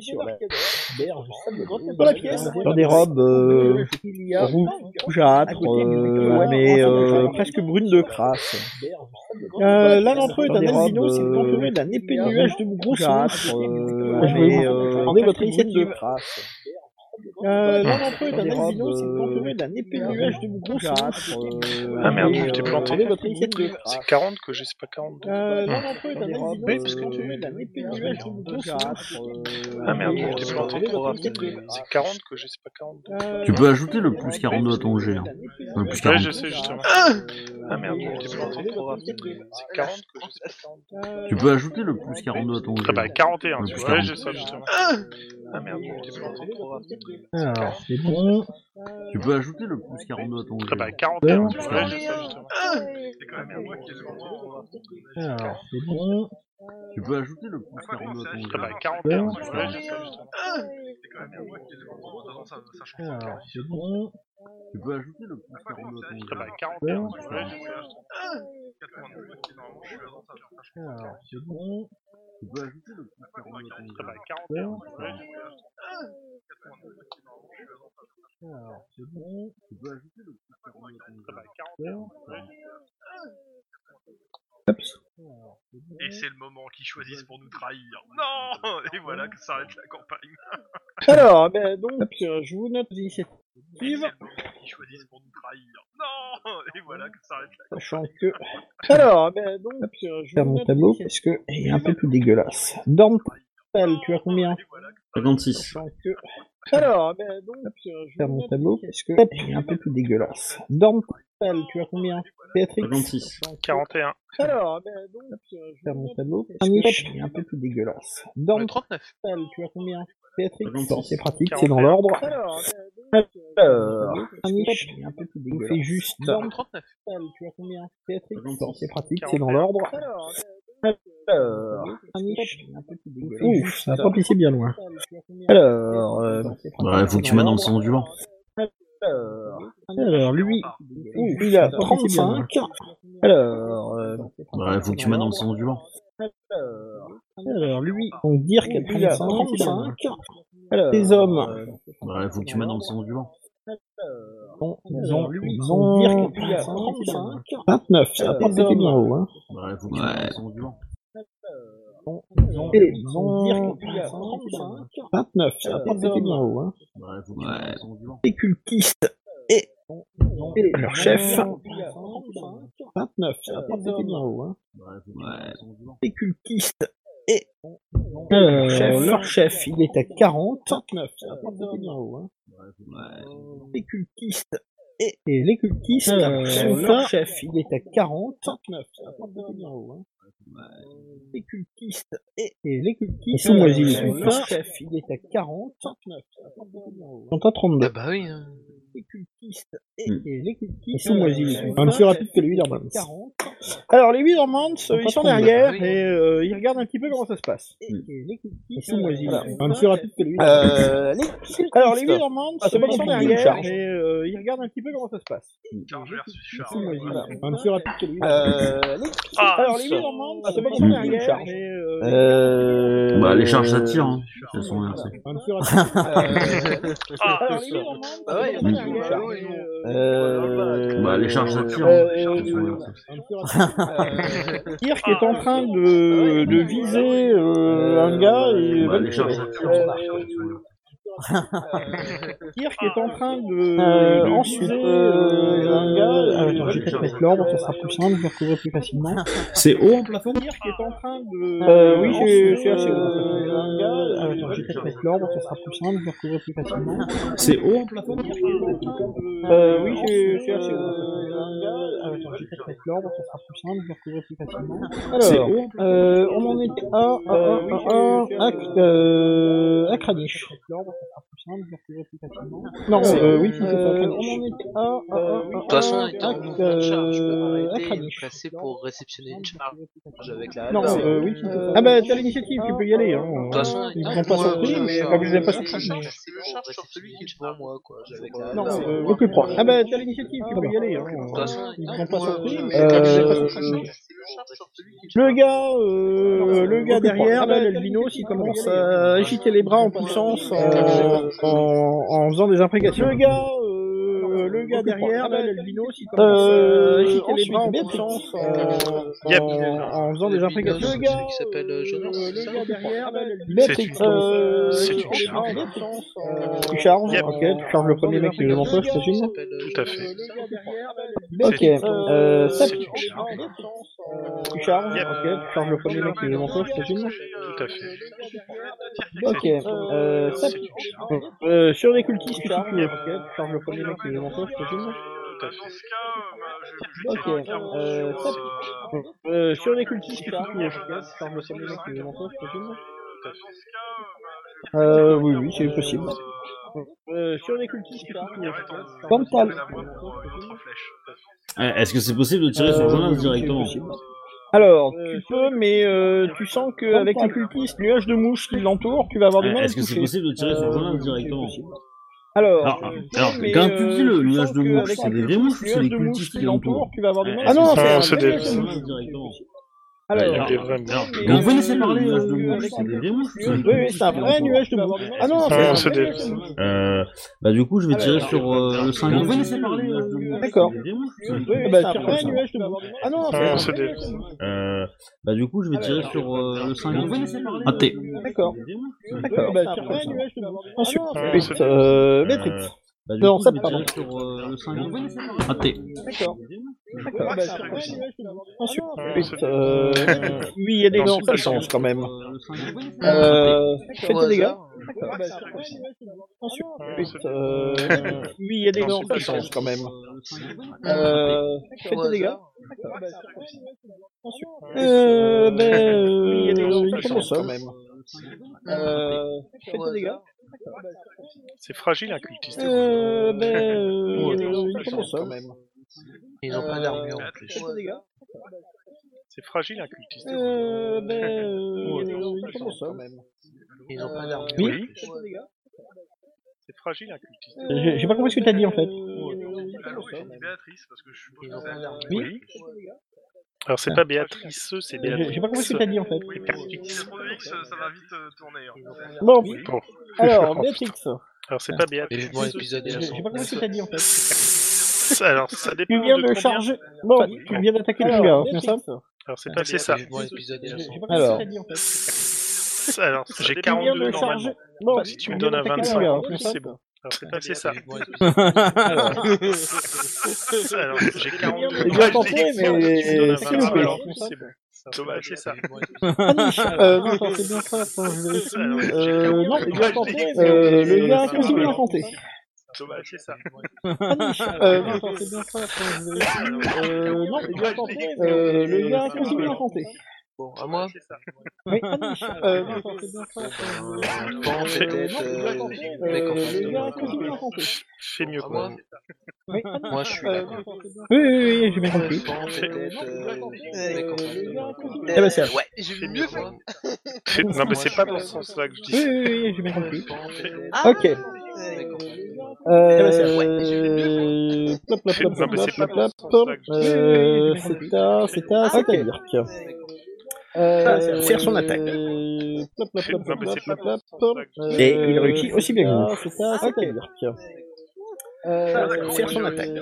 sur la berge sableuse, dans la pièce, dans des robes, euh, Rou- rougeâtre, euh, mais euh, presque brune de crasse. Euh, L'un d'entre eux est un albino, c'est entouré d'un épais nuage de grosses mouches. Euh, mais euh, rendez votre initiative de crasse. Euh, L'un d'entre eux est un albino, c'est entouré d'un épais nuage de grosses mouches. Euh, Ah merde, mais, je t'ai euh, planté. rendez votre initiative de crasse. C'est 40 que j'ai, c'est pas 42. Ah. Euh, L'un d'entre eux est un albino, Oui, c'est parce que tu- entouré d'un épais nuage de grosses mouches. Ah merde, euh, Euh, je t'ai planté. rendez votre initiative de C'est 40 que j'ai, c'est pas 42. Euh, Tu peux ajouter le plus 42 à ton G. Hein. Le plus Ouais, 40. je euh, sais, justement. Ah merde, je t'ai planté. C'est 40 que j'ai, c'est pas 42. euh, Tu peux ajouter le plus 42 à ton G. Ah bah, 41, tu Plus vois. Ouais, 40. j'ai ça, justement. Ah merde, je t'ai planté. Alors, c'est bon. Tu peux ajouter le plus 42 à ton G. Ah bah, 41, tu vois. Ouais, j'ai ça, justement. Ah. Alors, c'est bon. Tu peux ajouter le plus 42 à ton G. Ah bah, 41, tu vois. Ouais, j'ai ça, justement. Alors, c'est bon. Tu peux ajouter le plus 42 à ton G. Ah bah, 41, tu vois. Ouais, j'ai ça, justement. Alors, c'est bon. Tu peux ajouter le plus 42 à ton G. Ah bah, 41, tu vois. Ouais, j'ai ça, justement. Alors, c'est bon. Tu peux ajouter le plus 42 à ton G. Ah bah, 41, ouais. Et c'est le moment qu'ils choisissent pour nous trahir. Non Et voilà que s'arrête la campagne. Alors, ben, donc, euh, je vous note les initiatives, Ils choisissent pour nous trahir. Non Et voilà que s'arrête la sachant que... Alors, ben, donc, euh, je vous mon tableau, parce que eh, il est un peu tout dégueulasse. Dormtal, tu as combien 56. Sachant que... Alors, ben, donc, euh, je vous mon tableau, parce que eh, il est un peu tout dégueulasse. Dormtal, tu as combien Béatrix 56. 41. Alors, ben, donc, euh, je vais mon tableau, parce que eh, il est un peu tout dégueulasse. Dormtal, 39. tu as combien Béatrix Bon, c'est pratique, c'est dans l'ordre. Alors, Euh, Ah, Alors, un peu tout dégueulasse. fait juste. 39. tu as combien Béatrix Bon, c'est pratique, c'est dans l'ordre. Alors, un peu Ah, tout dégueulasse. Ouf, ça a pas pissé bien loin. Alors, euh, Bah, faut que tu mettes dans le sens du vent. alors lui, ouf, Ah, il a 35. Alors, euh, Bah, faut que tu mettes dans le sens du vent. Alors, lui, on dire qu'il Il a a 35. 35. Alors, Les hommes, Bah, faut que tu m'as dans le sens du vent. bon, ils alors, ont, lui, ils ils ont vont dire dire Euh, qu'il qu'il a a 35. 29, ça a pas Les pété hommes. bien haut, hein. Bah, faut que tu m'as dans le sens du vent. Bon, ils ont- Et ils ils vont ont dire dire qu'il a 35. 29, ça a Les pas pété hommes. bien haut, hein. Bah, faut que tu m'as dans le sens du vent. Les cultistes et, et leur chef, 29, ça Les a pas pété hommes. bien haut, hein. Bah, faut que tu m'as dans le sens du vent. Les cultistes et, euh, chef. Euh, leur chef, il est à 40. 29, ça a Les pas pété bien haut, hein. Bah, Ouais. les cultistes. Et, et les cultistes, Euh, leur chef, il est à Ah, 40. 39, hein. Les cultistes. Et, et les cultistes, sont moisis, euh, ils sont Hmm. fins. leur chef, il est à Ah, 40. 39, ils sont à 32. bah oui. hein. Les cultistes. Et, Hmm. et les cultistes, Ils sont moisis, ils sont euh, leur un petit peu chef, rapides que les il est à Wildermans. 40. Alors, les Withermans, euh, ils sont prendre de- derrière Oui. et euh, ils regardent un petit peu comment ça se passe. Et, et les cultistes, Ils sont moisis, euh, ils sont un leur petit peu chef, rapides que les Withermans. euh, les cultistes. Alors, les Withermans, Ah, c'est euh, pas ils sont compliqué, ils derrière chargent. et euh, ils regardent un petit peu comment ça se passe. Charge versus Ils charge. sont moisis, voilà. ils sont un petit peu rapides que les Withermans. Euh, les Ah, Alors, les ça. Withermans, Ah, c'est euh, pas ils sont compliqué, ils derrière chargent. et euh, Euh... Bah, les charges, ça tire, hein. charge. Elles sont inversées. un petit peu rapides. Euh, Ah, Alors, les Withermans, Ah ouais, ils ils sont sont derrière moisis, et, ils euh, Euh... Bah, les charges, ça tire, hein. euh, les charges, elles sont inversées. un petit peu Ah, rapides. euh, Kirk est en train de, de viser euh, un gars et Bah, les charges, ça tire, hein. Euh, Les charges, elles sont inversées. Kirk est en train de, Euh, de ensuite, viser euh, euh, un gars. euh, et- attends, je vais peut-être mettre l'ordre, ça sera plus simple, je vais retrouver plus facilement. C'est haut en plafond Kirk est en train de. Euh, oui, je- je suis ensuite, assez haut. euh, un gars. Ah, et- attends, je vais peut-être mettre l'ordre, ça sera plus simple, je vais retrouver plus facilement. C'est haut en plafond Euh, oui, je je suis assez haut. Euh, un gars. Ah, attends, je vais peut-être mettre l'ordre, ça sera plus simple, je vais retrouver plus facilement. C'est Alors, haut euh, on en était à un, Euh, un, oui, un, un, je- je- un, euh, un Kranich. Non, C'est- euh, oui, si, c'est ça, euh, Kranich. on un, en un, un, De toute façon, un, étant en un, mouvement de charge, je peux euh, un m'arrêter et me Kranich. placer pour réceptionner une charge avec la Non, halbarde. euh, oui, si, c'est ça. Ah bah, t'as l'initiative, tu peux y aller. Hein. De toute façon, Ils étant sont pas mouvement de surpris, charge, mais euh, pas que je les ai pas je surpris. charge sur celui qui est devant moi, quoi. Avec la Non, halbarde. euh, le plus proche. Ah bah, t'as l'initiative, tu peux y aller. Hein. De toute façon, Ils étant sont pas mouvement de surpris, charge, mais je comme je les ai pas charge surpris. sur celui qui est Le gars, euh, le gars derrière, Ah bah, là, t'as l'albinos, il l'initiative, commence tu peux y aller, à agiter les bras en poussant, en, en, en faisant des imprécations. Euh, Le gars, euh, le gars derrière, là, l'albinos, il commence à agiter les bras en poussant, en, Yep. en, euh, en faisant des imprécations. L'albinos, celui qui s'appelle, euh, Jonas, euh, c'est ça le gars derrière, là, C'est une- l'albinos, euh, c'est une en faisant charge. des imprécations. Tu charges, Yep. ok, tu charges le premier mec qui est devant toi, je t'assume. Tout à fait. Ok, C'est- euh, c'est sept. une charge. Tu charges, Yep. ok, tu charges le premier mec qui est devant toi, je t'assume. Tout à fait. Ok, euh, sept. C'est une charge. Euh, sur les cultistes, tu charges le ok, tu charges le premier mec qui est devant toi, je t'assume. Tout à fait. Dans Ok, ce cas, euh, bah, je, je tire un carreau euh, sur, sept. euh, Euh, sur les cultistes, tu charges le ok, Jonas, tu charges le premier mec qui est devant toi, je t'assume. Euh, Euh, oui, oui, c'est possible. Euh, sur les cultistes, tu charges le ok, tu charges le t'as premier mec qui est devant toi, je t'assume. Est-ce que c'est possible de tirer sur Euh, Jonas oui, directement c'est possible. Ah, Alors, tu peux, mais euh, tu sens qu'avec les cultistes, nuage de mouches qui l'entoure, tu vas avoir du mal à Est-ce le que c'est toucher. possible de tirer sur Euh, Jonas oui, c'est directement possible. Alors, Alors, euh, alors, mais, quand tu euh, dis le tu nuage sens de mouches, qu'avec c'est des les vraies mouches ou nuages c'est les de cultistes mouches qui l'entourent tu vas avoir du mal. Ah non, c'est un- c'est des- nuage de c'est mouches. des- directement. Alors, Alors, des vraies mouches. alors, mais, on va laisser euh, parler nuage avec de mouches, les c'est des vraies mouches ou c'est Oui, les oui, cultistes c'est un qui vrai l'entourent nuage de mouches. Ah non, Ah, c'est un c'est vrai des- nuage de mouches. Euh, bah du coup, je vais tirer Alors, sur euh, le 5. alors, On va laisser parler euh, nuage de mouches, d'accord. c'est des vraies mouches ou Oui, c'est les oui, cultistes c'est qui un vrai l'entourent nuage de mouches. Ah non, c'est Ah, un c'est vrai des- nuage de mouches. Euh, bah du coup, je vais tirer Alors, sur euh, le 5. alors, Raté. D'accord. D'accord. Bah, c'est un vrai nuage de mouches. Ensuite, Ah, c'est Béatrix, des- euh, Béatrix. Bah, du Non, coup, ça, je vais pardon. tirer sur euh, le 5. Raté. D'accord. D'accord. crois que Bah, c'est c'est un vrai réussi. nuage de mouches. Ensuite, bah, Ah, Béatrix, c'est- euh, Euh, oui, il y a des non, gens, c'est ça pas change sûr. quand même. Euh, Euh, faites des dégâts. D'accord. bah, c'est réussi. Ensuite, Ah, c'est- euh, Euh, oui, il y a des non, gens, c'est ça pas change sûr. quand même. Euh, Euh, faites au des dégâts. hasard. Euh, ben, euh, Oui, il y a des gens, ça ils sont change quand quand même. Euh, Faites des dégâts. C'est fragile, un cultiste. Euh, ben, euh, Ouais, des gens, ils ça sont change quand quand même. Ils ont pas d'armure en plus. Faites des dégâts. C'est fragile, un cultiste. Euh, ben, euh, Ouais, des gens, ils ça sont change quand même. Ils ont pas d'armure. Oui. Oui, c'est fragile, un cultiste. J'ai j'ai pas compris ce que t'as dit en fait. Allô, j'ai dit Béatrice, parce que je suis Ils ont pas d'armure. Oui, Alors c'est pas Béatrice, c'est J'ai Béatrice. j'ai pas compris ce que t'as dit en fait. Oui, pour utiliser X, ça va vite euh, tourner. hein. Bon, Bon. alors, Béatrix. Alors c'est pas Et Béatrice. bon, épisode est J'ai à j'ai pas compris ce que t'as dit en fait. Alors ça Tu dépend viens de de combien- charger. Bon, tu viens d'attaquer le gars, c'est ça Alors c'est pas Ah, c'est ça. Bon, épisode est à J'ai- j'ai pas compris ce que Alors. t'as dit en fait. Alors j'ai Tu viens 42 de charger. normalement. Bon, Si tu me donnes un 25, c'est bon. Alors c'est pas c'est ça. Alors j'ai 42 J'ai bien normalement. tenté, mais- Si tu me donnes un s'il vous 25, plaît. alors c'est bon. Dommage, c'est ça. Ah non, euh, non, attends, c'est bien ça. Attends, je vérifie. Alors, j'ai Euh, non, mais bien 42, tenté. normalement. Euh, le gars a aussi bien tenté. Dommage, c'est ça. Euh, non, attends, c'est bien ça. Attends, je vérifie. Euh, non, mais bien tenté. Euh, le gars a aussi bien tenté. Bon, à moi Oui, ah non, euh, non, attends, c'est bien ça. Attends, je vérifie. Bon, fait- Euh, peut-être. non, mais bien tenté. euh, mec en face Euh, de le gars a moi. aussi bien tenté. Fais mieux que Ah, moi. moi, Oui, ah non, Moi, je suis euh, d'accord. non, attends, c'est bien ça. Oui, oui, oui, j'ai bien Bon, compris. peut-être. Euh, le gars a euh, aussi bien Eh tenté. ben, c'est Ouais, j'ai mieux fait. Fais- Non, mais c'est pas dans ce sens-là que je dis Oui, ça. oui, oui, j'ai bien compris. Ah, Ok. Euh... Plop, plop, plop, Non, mais plop, c'est pas plop, dans plop, ce sens-là que je dis ça. Euh, C'est à, c'est à, c'est à Dirk. Euh, Faire son attaque. euh, Plop, plop, plop, Non, plop, mais Ah, c'est pas plop, plop, dans ce sens-là que je euh, Et il réussit aussi bien que c'est vous. à, C'est à, c'est à Dirk. Euh, Faire son attaque. euh,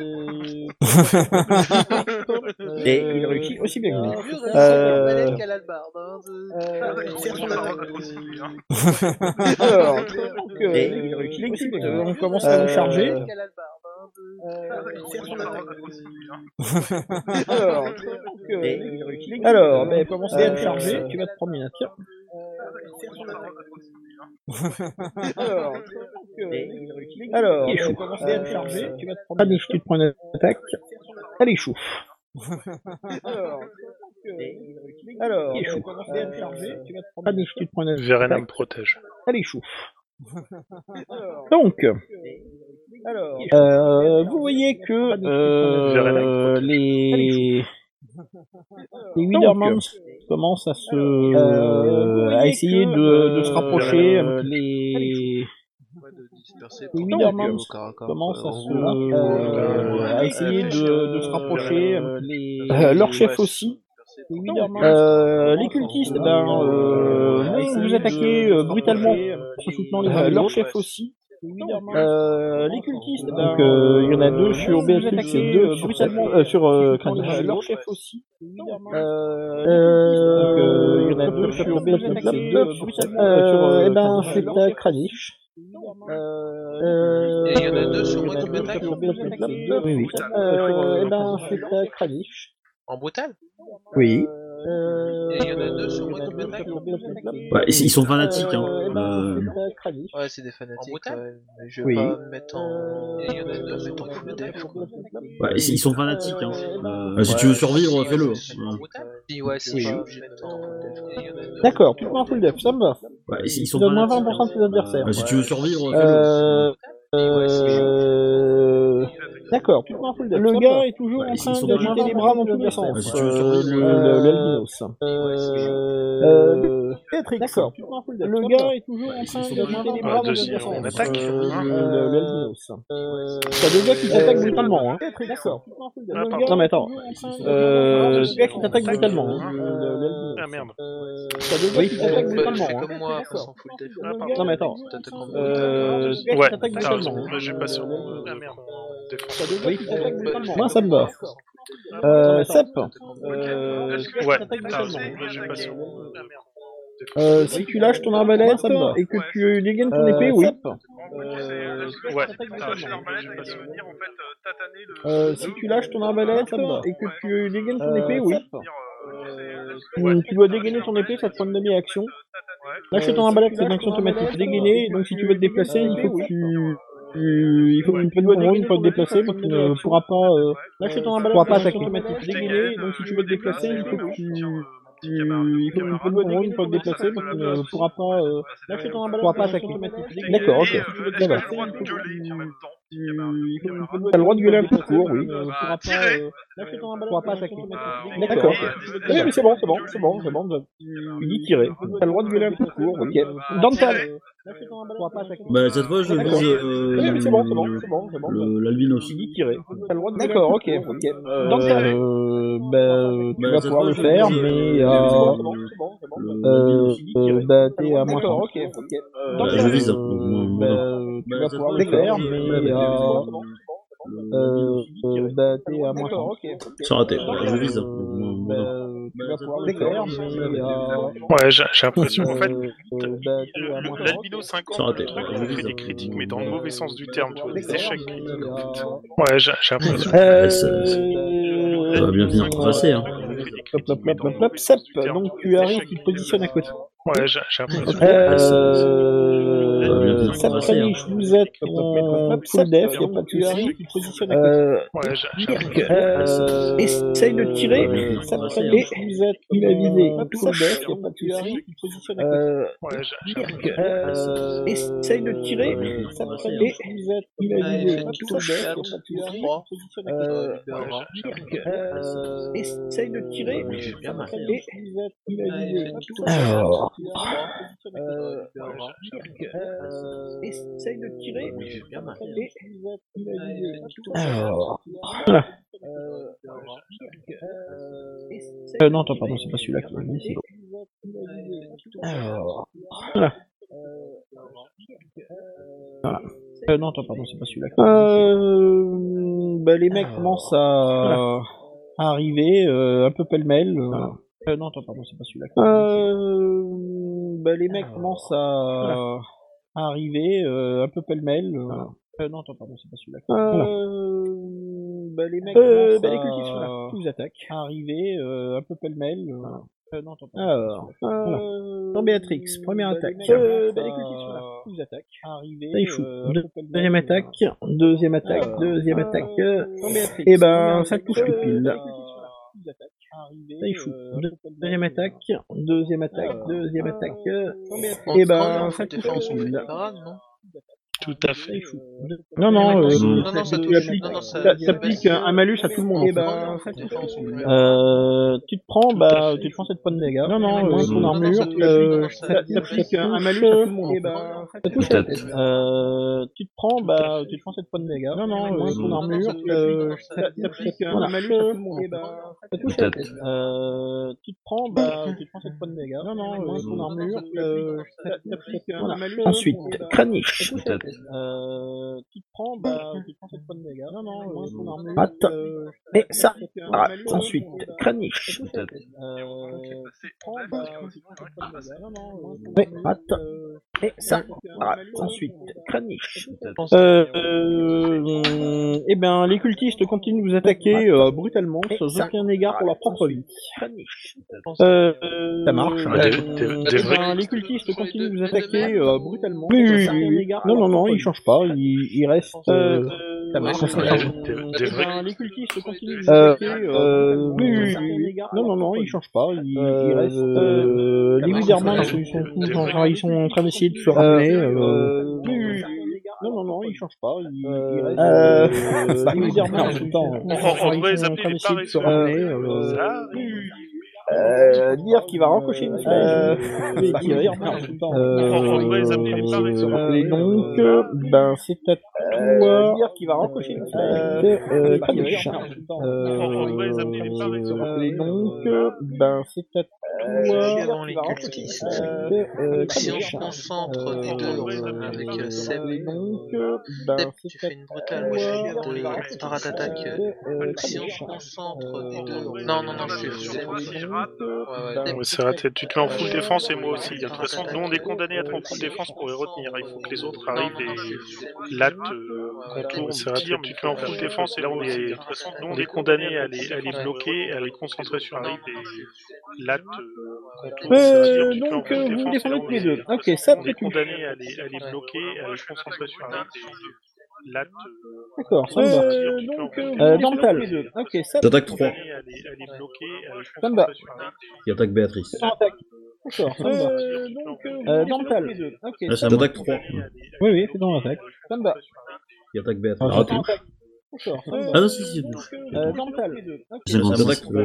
Et il réussit aussi bien que vous. Ah, Mieux c'est ça. réussi à Euh, Malek qu'à l'albarde. hein, de- Ah, Euh, Faire son attaque aussi, lui, hein. ah, Alors, donc, euh, Et il réussit aussi bien que euh, vous. on commence à vous charger. Malek qu'à l'albarde. hein, de- hein. Alors, euh, Et il réussit bien que vous. alors, ben, commencez à me Euh, charger, tu vas te prendre une attire. Euh, Alors, euh, Et il réussit bien que vous. ben, alors, Il échoue. ben, commencez à me charger, tu vas te prendre une tu te prends une attaque. Elle échoue. euh, Alors, euh, alors, Il échoue. ben, commencez à me charger, tu vas te prendre une tu te prends une attaque. Verena me protège. Elle échoue. Donc, alors, euh, vous voyez que euh, les les Wildermans commencent à se euh, à essayer de, de se rapprocher. euh, les les Wildermans commencent à se euh, à essayer de, de se rapprocher. euh, leur chef aussi. Euh, les cultistes, eh ben, euh, vont vous attaquez euh, brutalement en se soutenant les uns les autres. aussi. Euh, les cultistes, donc euh, il y en a deux sur Béatrix et deux sur, Satan- euh, sur euh, Kranich. Leur chef aussi. Euh, il y en a deux sur Béatrix et deux sur euh, Eh ben, c'est à Kranich. Euh, Et il y en a deux sur moi il y en a qui deux m'attaquent. sur Béatrix et deux Oui, oui. sur- Euh, Eh ben, c'est à Kranich. En brutal Oui. Euh, Et il y en a deux sur moi qui il y en a deux m'attaquent. sur Béatrix. Ouais, Bah, ils ils sont fanatiques, hein. Euh, eh Euh, ben, c'est à Kranich. Ouais, c'est des fanatiques. brutal ouais, mais je vais Oui. pas me mettre en. Euh, Il y en a deux, euh, mais tant qu'on me tape, quoi. ouais, ils ils sont fanatiques, hein. Euh, si Ouais, tu veux si, survivre, ouais, fais-le. c'est Ouais. en brutal. Si, ouais, c'est Oui. pas obligé de mettre en brutal. Il y en a deux. D'accord, tu te prends un full def, ça me va. Ouais, ils ils Tu sont donnes moins fanatiques. hein. Bah, 20% de tes adversaires. Ouais, Ah, si tu veux survivre, fais-le. Euh, euh, D'accord. Le gars est toujours Ouais, en ils train sont d'agiter dans les le- bras dans tous les sens. Ouais, si tu veux Euh, survivre, le- euh, le- l'albinos. Euh, D'accord. Le gars est toujours en train sont d'agiter les bras dans- Bah, dans tous les Deuxième, sens. on attaque, Euh, hein. le- Euh, le- l'albinos. T'as des gars qui t'attaquent brutalement. hein. Le pardon. gars- Non mais attends. Euh, des gars qui t'attaquent Attaque. brutalement. hein. Ah merde. T'as des gars qui Euh, t'attaquent bah, brutalement. fais hein. comme moi, passe en full def. Ah, Non mais attends. T'attaques en brutal. Euh, Ouais, t'attaques t'as raison. brutalement. Moi, ah, j'ai passé en mode de con- défense. Oui. brutalement. Moi ça me va. Euh, Sep. Euh, Est-ce que Ouais, t'attaques t'as raison. brutalement. Moi, j'ai passé en mode de Euh, si tu lâches ton arbalète et que tu dégaines ton épée, oui. Ouais, Euh, si tu lâches ton arbalète euh, et que tu Euh, dégaines ton épée, oui. Hum, Tu dois dégainer ton épée, ça te prend une demi-action. euh, Lâcher ton arbalète, c'est une action automatique. Dégainer, donc si tu veux te déplacer, il faut que tu... Euh, tu- Il faut que tu dois dégainer pour te déplacer, mais tu ne pourras pas... euh, Lâcher ton arbalète, pourras pas c'est une action attaquer. automatique. Dégainer, donc euh, si tu veux te déplacer, il faut que tu... tu- Il faut que tu dois dégainer pour te déplacer, mais tu ne pourras pas... euh, Lâcher ton arbalète, Pourras pas c'est une action attaquer. automatique. D'accord, ok. bah. Si tu veux te déplacer, il faut que tu- T'as le droit de gueuler un petit cours, oui. Euh, pourra pas, tirer. euh, pourra pas attaquer. D'accord. Oui, mais c'est bon, c'est bon, c'est bon, c'est bon. Il dit tirer. T'as le droit de gueuler un peu court, ok. Dans ta... pourra pas attaquer. Bah, cette fois, je D'accord. vise euh, Oui, mais c'est bon, c'est bon, c'est bon, c'est bon. le- l'albinos. J'ai dit tirer. T'as le droit de D'accord, ok, tirer. ok. Euh, Donc, euh, bah, tu Bah, vas cette pouvoir fois, le je faire, vise, mais, euh, euh, le- euh, euh, bah, t'es à moins D'accord, cinq. ok, ok. Euh, Bah, je vise, hein. Donc, euh, moi, moi, bah, non. tu Bah, vas cette pouvoir fois, le je faire, vise, mais, euh, euh, le- euh, euh, bah, t'es à moins D'accord, ok. C'est raté. Bah, je cinq. vise. hein. Euh, Donc, moi, moi, bah, non. tu vas pouvoir le D'accord. faire, mais, euh, Ouais, j'ai j'ai l'impression qu'en fait, euh, bah, t'es à moins le- cinq. l'albino 50, C'est raté. le truc, Bah, je on fait vise, des hein. critiques, mais dans le Euh, mauvais sens du terme, tu vois, des échecs critiques. en fait. Euh, Ouais, j'ai j'ai l'impression. Ouais, Ah, ça- ça- Euh, ça va bien finir coincé, hein. On fait des Hop, hop, critiques, mais hop, dans hop, le hop, mauvais sap. sens du terme. Donc tu vois, tu des arrives, échecs tu te critiques. positionnes à côté. euh, Ouais, j'ai j'ai l'impression. Ça va bien Euh, finir ça coincé, hein. panique, je vous êtes en full def, y a pas de Tu soucis. arrives, tu te positionnes à côté. Euh, Ouais, j'ai j'ai Dirk, l'impression. euh, essaye de tirer, euh, ça va panique, et vous êtes il a visé, en full full def, def, y a pas de tu soucis. arrives. Euh, Ouais, j'ai j'ai Dirk, l'impression. Euh, essaye de tirer, ça panique, vous êtes il a Allez, visé, faites full tous def, 4 y a pas de ou soucis. 3. Euh, Ouais, j'ai j'ai Dirk, l'impression. essaye de tirer, Oui, je fais bien ça marrer, panique, il a Allez, visé, faites tous full def, 4 Alors. ou 3. euh, Ouais, j'ai- Dirk, essaye de tirer, Oui, je fais bien marrer. il a Allez, visé, faites tous Alors. Euh, Euh, non, attends, pardon, c'est pas celui-là que j'ai mis, c'est l'autre. Alors. Voilà. Euh, non, attends, pardon, c'est pas celui-là. Euh, bah, les mecs Alors. commencent à, à arriver euh, un peu pêle-mêle. euh. Euh, non, attends, pardon, c'est pas celui-là. Euh, bah, les mecs Alors. commencent à, à arriver euh, un peu pêle-mêle. euh. Euh, non, attends, pardon, c'est pas celui-là. Euh, bah, les mecs Euh, commencent bah, à les cultistes sont là, qui vous attaquent. à arriver euh, un peu pêle-mêle. euh. Euh, non, attends, pardon. Alors. Euh, Non, Béatrix, première bah, les attaque. mecs Euh, commencent bah, les à- cultistes sont là, qui vous attaquent. arriver. Ça, il fout. euh, un Deux- peu pêle-mêle, Deuxième euh, attaque, deuxième attaque, Alors. deuxième Euh, attaque. euh, non, Béatrix, et ben, première ça attaque, touche le euh, pile. bah, Ah. ils attaquent, arrivés, Ça, il fout. euh, un Deux- peu comme Deuxième d'hab, attaque, deuxième attaque, Alors. deuxième attaque. euh, non, Béatrix, On et se croit, ben, on fait ça des touche fois, on se le fait des pile. parades, non Tout à fait. Ça, il fout. Deux- Non, non, Les mecs, on se- euh, Non, non, ça tu touche. euh, appliques, Non, non, ça. t'a- c'est T'appliques basi- un un malus à tout le monde. et en fait. ben, ça Des touche fois, on se le fait des pile. parades. Euh, tu te prends, Tout à bah, fait. tu te prends 7 points de dégâts. Non, non, moins euh, ton non, non, ça armure. touche, non, Euh, non, ça- t'a- ça t'appliques touche. un un malus à tout le monde. en Et fait. ben, ça Ça touche touche la Peut-être. tête. Eh Euh, tu te prends, bah, tu te prends 7 points de dégâts. Non, non, moins euh, ton non, non, ça armure. touche, Euh, non, ça t'a- touche. t'appliques un Voilà. malus à tout le monde. eh en Et fait. ben, ça Ça touche touche la la tête. Peut-être. Euh, tu te prends, bah, tu te prends 7 points de dégâts. Non, non, moins euh, non, ton non, armure. ça touche. Euh, tête. t'a- t'appliques un Voilà. malus. Ensuite, Kranich. Peut-être. Euh, tu te prends, bah, tu te prends 7 points de dégâts. Non, non, moins ton armure. Attends. Euh, Mais ça t'appliques un rate. malus à tout le Ensuite, monde. Kranich. Peut-être. Euh, C'est prends, on a- bah, parce que tu sinon, prends j'arrive pas pas à de passer. dégâts. Non, non, moins ton Mais armure. attends. Euh, Mais ça rate. Ensuite, Ensuite, Kranich. euh, euh, eh ben, les cultistes continuent de vous attaquer euh, brutalement, sans aucun égard pour leur propre vie. Euh, euh, Ça marche. Ah, des- des- euh, des eh vrais ben, les cultistes, cultistes toujours les continuent de deux- vous les deux attaquer mêmes, euh, ou- brutalement, Oui, sans oui, aucun oui. égard pour Non, non, leur non, propre il vie. change pas, il, il reste. Euh, euh, euh, ça Ouais, marche. je Ah, des- des- des eh vrais ben, les cultistes continuent de vous Euh, attaquer euh, euh, brutalement, oui, sans oui, aucun oui. égard Non, pour non, leur non, propre il vie. change pas, il, il Euh, reste. euh, euh, les marche. Wizardmans, Ouais, ils sont tous des en, vrais- genre, ils sont en train d'essayer de se ramener. Euh, Euh, euh, oui, oui, oui. non, non, non, il change pas. Il, il reste. euh, Euh, ça les marche Wizardmans, en même ils temps. sont tous On, en, on- on ils devrait sont les en appeler train les d'essayer de se paresseux. ramener. Euh, Euh, Ça oui, oui. euh, dire qu'il va rencocher une flèche. Euh, et bah, tirer. bizarrement, en même temps. Euh, On, on devrait les appeler les paresseux. euh, Et donc, euh, ben, c'est à euh, toi. dire qu'il va hein, rencocher une Euh, flèche. euh, et Kranich. tirer. Euh, On, on devrait les appeler les paresseux. Euh, et donc, ben, c'est euh, Je à suis toi. avant les Dire qu'il va rencocher une cultistes. flèche. Euh, euh, Si on Kranich. se concentre des Euh, deux euh, avec euh, Seb, et donc, ben, Seb, c'est tu à fais une brutale, moi je fais toi. de parade attaque. euh, Euh, euh, Si on Kranich. se concentre des Euh, deux. donc, Non, non, non, Attends, la c'est sur Seb. toi, si je Ouais, rate. ouais, ben, Seb, Ouais, tu c'est raté. Tu te mets en fais- full ouais, défense et moi ouais, aussi. De toute parade façon, nous on est attaque. condamnés à être en full Si on défense se pour les retenir. concentre. Il faut que les autres Non, arrivent non, non, et c'est Seb. là te Ouais, ouais, contournent, ouais. tirent. Tu te mets en full défense et là on est. De toute façon, nous on est condamnés à les, à les bloquer, à les concentrer sur Non, arrive non, non, et euh, c'est là te contournent, tirent. Euh, Tu te mets en donc, full euh, vous vous défense et là défendez tous on les est. deux. De toute Ok, façon, ça nous on est tu. condamnés à les, à les Ouais. bloquer, à Moi, les je fais une attaque concentrer sur brutale arrive et sur euh, deux. là te D'accord, ça me va. contournent, tirent. Euh, Tu te mets en donc, full défense euh, vous vous Euh, défendez mental. tous les deux. Ok, ça J'attaque est 3, condamné à les, à les bloquer, à les ça me va. concentrer sur la qui attaque Béatrice. En attaque. D'accord, ça me va. Euh, donc, euh, Euh, vous mental. défendez tous les deux. Ok, Là, ça c'est me à moi. va. 3, Oui, oui, c'est dans l'attaque. Ça me va. qui attaque Béatrice. Ah, Raté. j'attends attaque. D'accord, ça me va. Ah non, si, si, c'est tout. Euh, mental. C'est ça me attaque 3. va.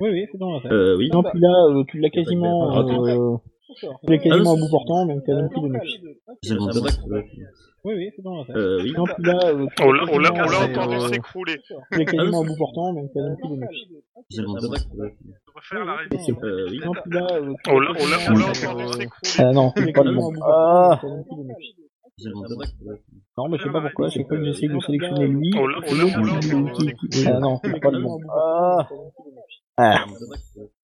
Oui, oui, c'est dans l'attaque. Euh, oui. Non, puis là, euh, tu l'as Attaque quasiment. Béatrice. Euh, Il est quasiment Ah, à oui, bout c'est- portant, donc t'as même plus de nuque. C'est dans C'est la vrai sac. que- ouais. Oui, oui, c'est dans la salle. Euh, oui. Non, puis là, euh, On l'a on l'a- on l'a c'est, entendu euh, s'écrouler. Il est quasiment Ah, à bout portant, donc t'as même plus de nuque. C'est vrai 55. que- ouais. Je préfère la oui, révision. Euh, oui. Non, puis là, euh, On l'a on l'a- on l'a euh, entendu s'écrouler. Ah non, il est Pas de quasiment à bon. bout portant, Ah. donc t'as même plus de nuque. 55. Non, mais je sais pas pourquoi, à chaque fois que j'essaie de sélectionner lui, On l'a on l'a- on l'a entendu s'écrouler. ah non, c'est pas le bon. Ah. Ah.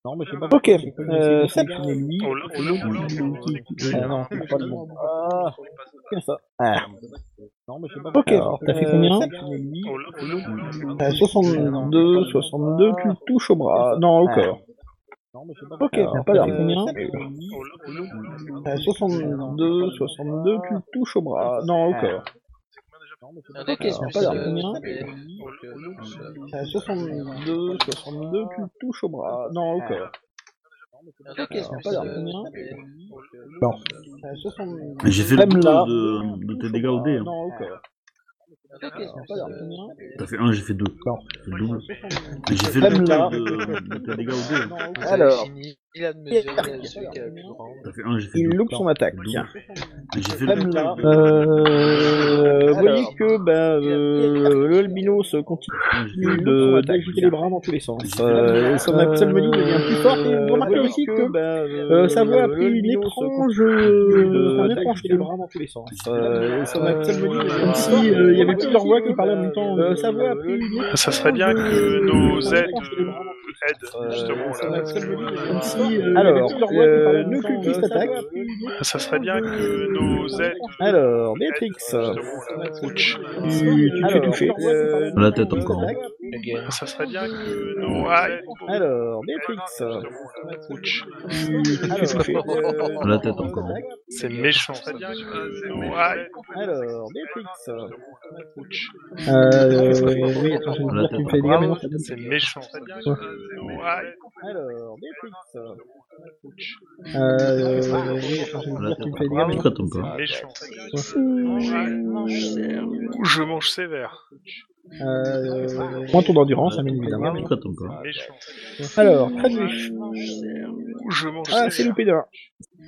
Non, mais je sais pas Ok, pourquoi, à chaque fois que j'essaie de euh, Seb. sélectionner lui, On l'a on l'a- on l'a entendu s'écrouler. ah non, c'est pas le bon. Ah, comme ça. Non, mais je sais pas Ah. Ok, pourquoi. Alors, t'as fait euh, combien Seb. On l'a on l'a- on l'a entendu Euh, 62, 62, tu le touches au bras. Non, au corps. Non, mais je sais pas Ok, Ah. t'as pas Alors, l'air. Combien On l'a on l'a- on l'a entendu Euh, 62, 62, tu le touches au bras. Non, au corps. Il y en a qui Alors, se plus pas euh, l'air combien stabilisé, donc, euh, Euh, 62, 62, tu le touches au bras. Ah, Non, au corps. Il y en a qui se Alors, plus pas l'air euh, combien stabilisé. Euh, 62, J'ai fait le Même là. total de, de tes dégâts au dé. hein. Non, au corps. Il y en a qui se Alors, plus, pas l'air euh, combien T'as fait un, j'ai fait deux. Non. J'ai fait le double. Mais J'ai fait le Même là. total de, de tes dégâts au dé. hein. Vous avez Alors. fini là de me dire celui qui a le plus grand. T'as fait un, j'ai fait Il deux. loupe son attaque. Tiens. Mais J'ai fait le Même total là. de Euh, vous voyez que bah, euh, le albinos continue un, j'ai fait deux. de- d'agiter les bras dans tous les sens. Euh, son absalmonie devient plus forte et vous remarquez aussi que bah, euh, sa voix a pris une étrange, euh, un étrange les ton. bras dans tous les sens. Euh, son absalmonie devient Comme plus si forte, euh, il y avait plusieurs voix qui parlaient en même temps. euh, sa voix a pris une étrange. Ça serait bien que nos aides euh, aident, justement. Son là. absalmonie devient Comme si euh, il y avait Alors, plusieurs voix qui parlaient euh, en même le temps. cultiste Euh, sa voix attaque. Ça serait bien que nos aides. Alors, Béatrix, euh, Ouch. tu, tu te fais toucher. Euh, Dans la tête encore. hein. Ça serait bien que nos aides. Alors, Béatrix, Ouch. tu tu te fais toucher. euh, Dans la tête encore. hein. C'est méchant. Ça euh, serait bien que nos aides. Alors, Béatrix. Ouch. Euh, oui, attends, je vais te dire, tu me fais des gars maintenant. ça donne- C'est méchant. Ça serait bien que nos Ah, aides. Alors, Béatrix. Euh, oui, attends, je vais te dire, tu me fais des gars maintenant. Pourquoi t'aimes pas Méchant. Ça serait bien que nos aides. Je mange sévère. Euh, prends ton endurance, hein, bien évidemment. Pourquoi t'aimes pas Méchant. Alors, Kradwich. Je mange Ah, c'est sévère. loupé d'un.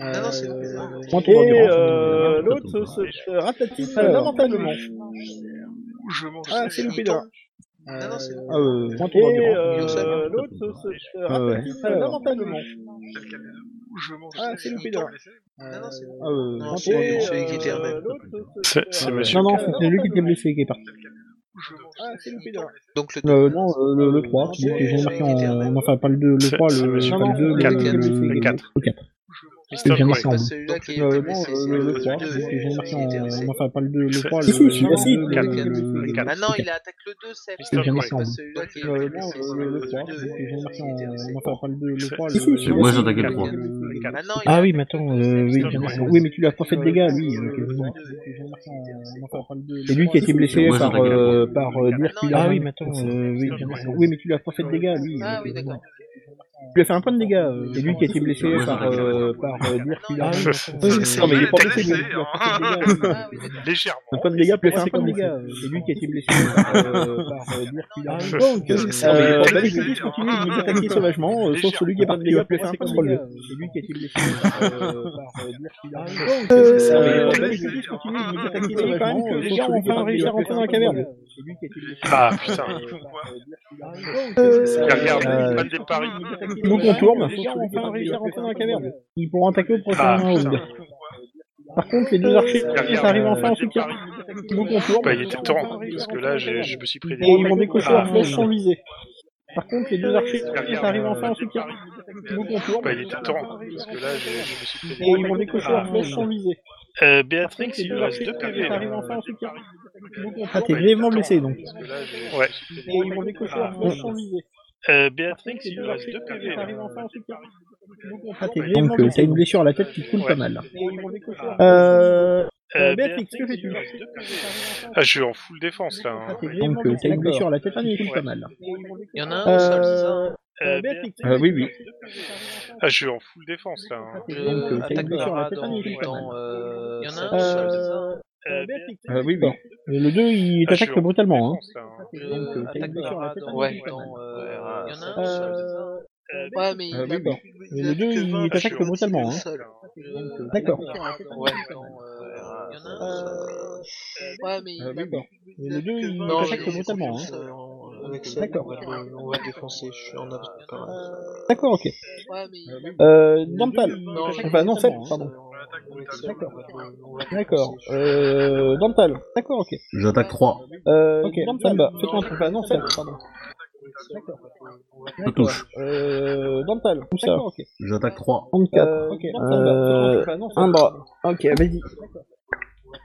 Non, non, c'est loupé d'un. Prends ton Et endurance. euh, Bien évidemment, l'autre ça tombe se pas. se ratatine Alors, lamentablement. Je mange Euh, Ah, c'est Ah, sévère. loupé d'un. Non, non, c'est loupé. Euh, prends ton Et endurance. euh, l'autre se Ah, se ratatine Alors. lamentablement. Je mange Ah, c'est loupé d'un. Non, non, c'est loupé. Euh, prends ton Et c'est endurance. celui qui était euh, armé. l'autre se- se- C'est c'est monsieur. Non, non, c'est lui qui était blessé qui est parti. Ah, c'est loupé d'un. Donc le Euh, non, euh, le, le 3, c'est lui qui est marqué en. Enfin, pas le 2, le C'est- 3, c'est le, monsieur pas le 2, Quatre. le, le, blessé qui Le est- quatre. Le 4. Mr. j'ai marqué Correct. en Pas bleu. celui-là qui Euh, était non, blessé, euh, c'est le, le le 3, c'est deux, celui que j'ai marqué celui qui était blessé. en. Enfin, pas le 2, le C'est- 3, c'est- le. si, ah, si, le- quatre. le- le- Le le- quatre. Maintenant, il attaque le 2, c'est que j'ai marqué en pas bleu. celui-là qui était Euh, non, blessé, euh, c'est le, le le 3, c'est 2. celui que j'ai marqué qui était blessé. en. Enfin, pas le 2, le C'est- 3 c'est- le. c'est- moi, j'attaque le Quatre. trois. Le quatre. Maintenant, il Ah oui, attaque le mais attends, deux, c'est euh, oui, Mr. bien Correct. sûr. Oui, mais tu lui as pas fait de dégâts, lui. euh, quasiment. C'est lui qui a été blessé Moi, par, j'attaque la euh, par euh, Dirk Maintenant, il Ah attaque. oui, mais attends, euh, oui, bien sûr. Oui, mais tu lui as pas fait de dégâts, lui. Ah oui, euh, d'accord. Tu lui as fait un point de dégâts. euh, C'est lui qui a été blessé Moi, par, j'attaque la euh, droite. par euh, Maintenant, Dirk il Ah attaque. oui, mais attends, Oui, c'est ça, mais il est euh, pas tu lui as blessé, fait hein. de dégâts, lui. Ah oui, d'accord. Légèrement. Un point de dégâts, tu lui as fait un C'est point de comme dégâts. ça. Ah, euh, C'est lui qui a été blessé par, euh, par euh, Dirk Ah oui. Donc, euh, euh, bah, les blessé, cultistes hein. continuent de vous attaquer sauvagement, euh, sauf celui qui a pas de dégâts, pour faire un peu trop euh, le. C'est lui qui a été blessé par euh, par, euh, Dirk Donc, euh, bah, les cultistes continuent de vous attaquer sauvagement, euh, sauf celui qui a pas de dégâts, pour faire un peu trop Ah, le. C'est lui qui a été blessé par, euh, par, euh, Dirk Diablo. Donc, euh, bah, les cultistes continuent de vous attaquer sauvagement, euh, sauf celui qui a pas de dégâts, pour faire un peu trop le. C'est lui qui a été blessé par, euh, par, euh, Dirk Diablo. Donc, euh, bah, les cultistes continuent de vous attaquer sauvagement, euh, sauf celui qui a pas de dégâts, pour faire un peu trop le. C'est lui qui a été blessé par, euh, par, euh, Dirk Diablo. Donc, euh, bah, les cultistes continuent de vous attaquer sauvagement, euh, sauf celui qui a pas de dégâts, pour faire un peu trop le. C'est lui qui a été blessé par, euh, par, euh, Dirk Diablo. Donc, euh, bah, les cultistes continuent de vous attaquer sauvagement, euh, sauf celui qui a pas de dégâts, pour faire un peu trop le. C'est lui qui a été blessé par, euh, par, euh, Dirk Diablo. Donc, euh, bah, les cultistes continuent de vous attaquer sauvagement, euh, sauf celui qui a pas de dégâts, pour faire un peu trop le. C'est lui qui a été blessé par, euh, par, euh, Dirk Diablo. Donc, euh, bah, les cultis salle des paris. Nous contourne. Les gars vont enfin réussir à rentrer dans la caverne. Ils pourront attaquer au prochain Ah, round. putain. Par contre, les deux archers, Derrière, ça arrive euh, enfin en des soutien. paris. Ils nous contournent. Bah, il était temps, parce que là, j'ai- je me suis pris des... Et ils vont décocher Ah, leur flèche sans viser. Par contre, les deux archers, derrière, ça arrive euh, enfin en des soutien. paris. Ils nous contournent. Bah, il était temps, parce que là, j'ai- je me suis pris des... Et ils vont décocher Ah. leur flèche sans viser. Euh, Par Béatrix, contre, les il deux lui reste archers, 2 PV, ça arrive là. enfin hein. en soutien. Ils nous contournent. Ah, t'es grièvement blessé, donc. Parce que là, j'ai- Ouais. Et Euh, Ah, ils vont décocher leur flèche sans viser. Euh, Par Béatrix, contre, les il deux lui reste archers, 2 ça PV, arrive là. enfin en soutien. Ils nous contournent. Ah, t'es Donc, grièvement euh, blessé. t'as une blessure à la tête qui te coule Ouais. pas mal. là. Et ils vont décocher leur Euh... Euh, Béatrix, que il fais-tu lui reste deux PV. Ah, je suis en full défense, là. hein. Donc, euh, t'as une blessure à la tête qui te coule Ouais. pas mal. là. Il y en a un au sol, c'est ça Euh... Euh, Béatrix, Béatrix, oui, oui. Ah, je suis en full défense, là. hein. t'es Je grièvement blessé. T'as une attaque blessure à la Nara tête dans, qui te coule pas mal. dans euh, Il y en a sept un au sol, c'est ça Euh, Euh, Béatrix, Ah, Euh, oui, oui. Bon. Le 2, Ah, il je suis t'attaque en brutalement. Hein. full défense, là, hein. Donc, Je euh, t'as une attaque blessure à la Nara tête dans, Ouais. qui te coule pas mal. dans euh, il y Ouais, en a un ouais. au sol, c'est ça Euh, Ouais, mais il Euh, a oui, bon. plus- Mais les a plus deux, que ils 20 t'attaquent euh, sur brutalement, le hein. sol, hein. Euh, D'accord. Ouais, non, euh, il y en a un. seul. Ouais, mais il Euh, a d'accord. plus- Mais il a les plus deux, que ils 20 t'attaquent sur le brutalement, sol, hein. Avec ça, D'accord. on va le- on va le défoncer. Je suis en avance de parade. D'accord, ok. Ouais, mais il a Euh, plus- Dorntal. Non, je- Enfin, non, Seb, euh, pardon. avec ça, D'accord. on va le- on va le D'accord. défoncer. Euh, Dorntal. D'accord, ok. J'attaque 3. Euh, ok, Dorntal, Non, fais-toi un truc. Enfin, non, Seb, pardon. D'accord. Je touche. Euh, Dorntal. D'accord, ok. J'attaque 3. 34. Euh, ok. Dorntal, fais-toi un Euh, truc. Enfin, non, Seb, Un bras. Ok, vas-y.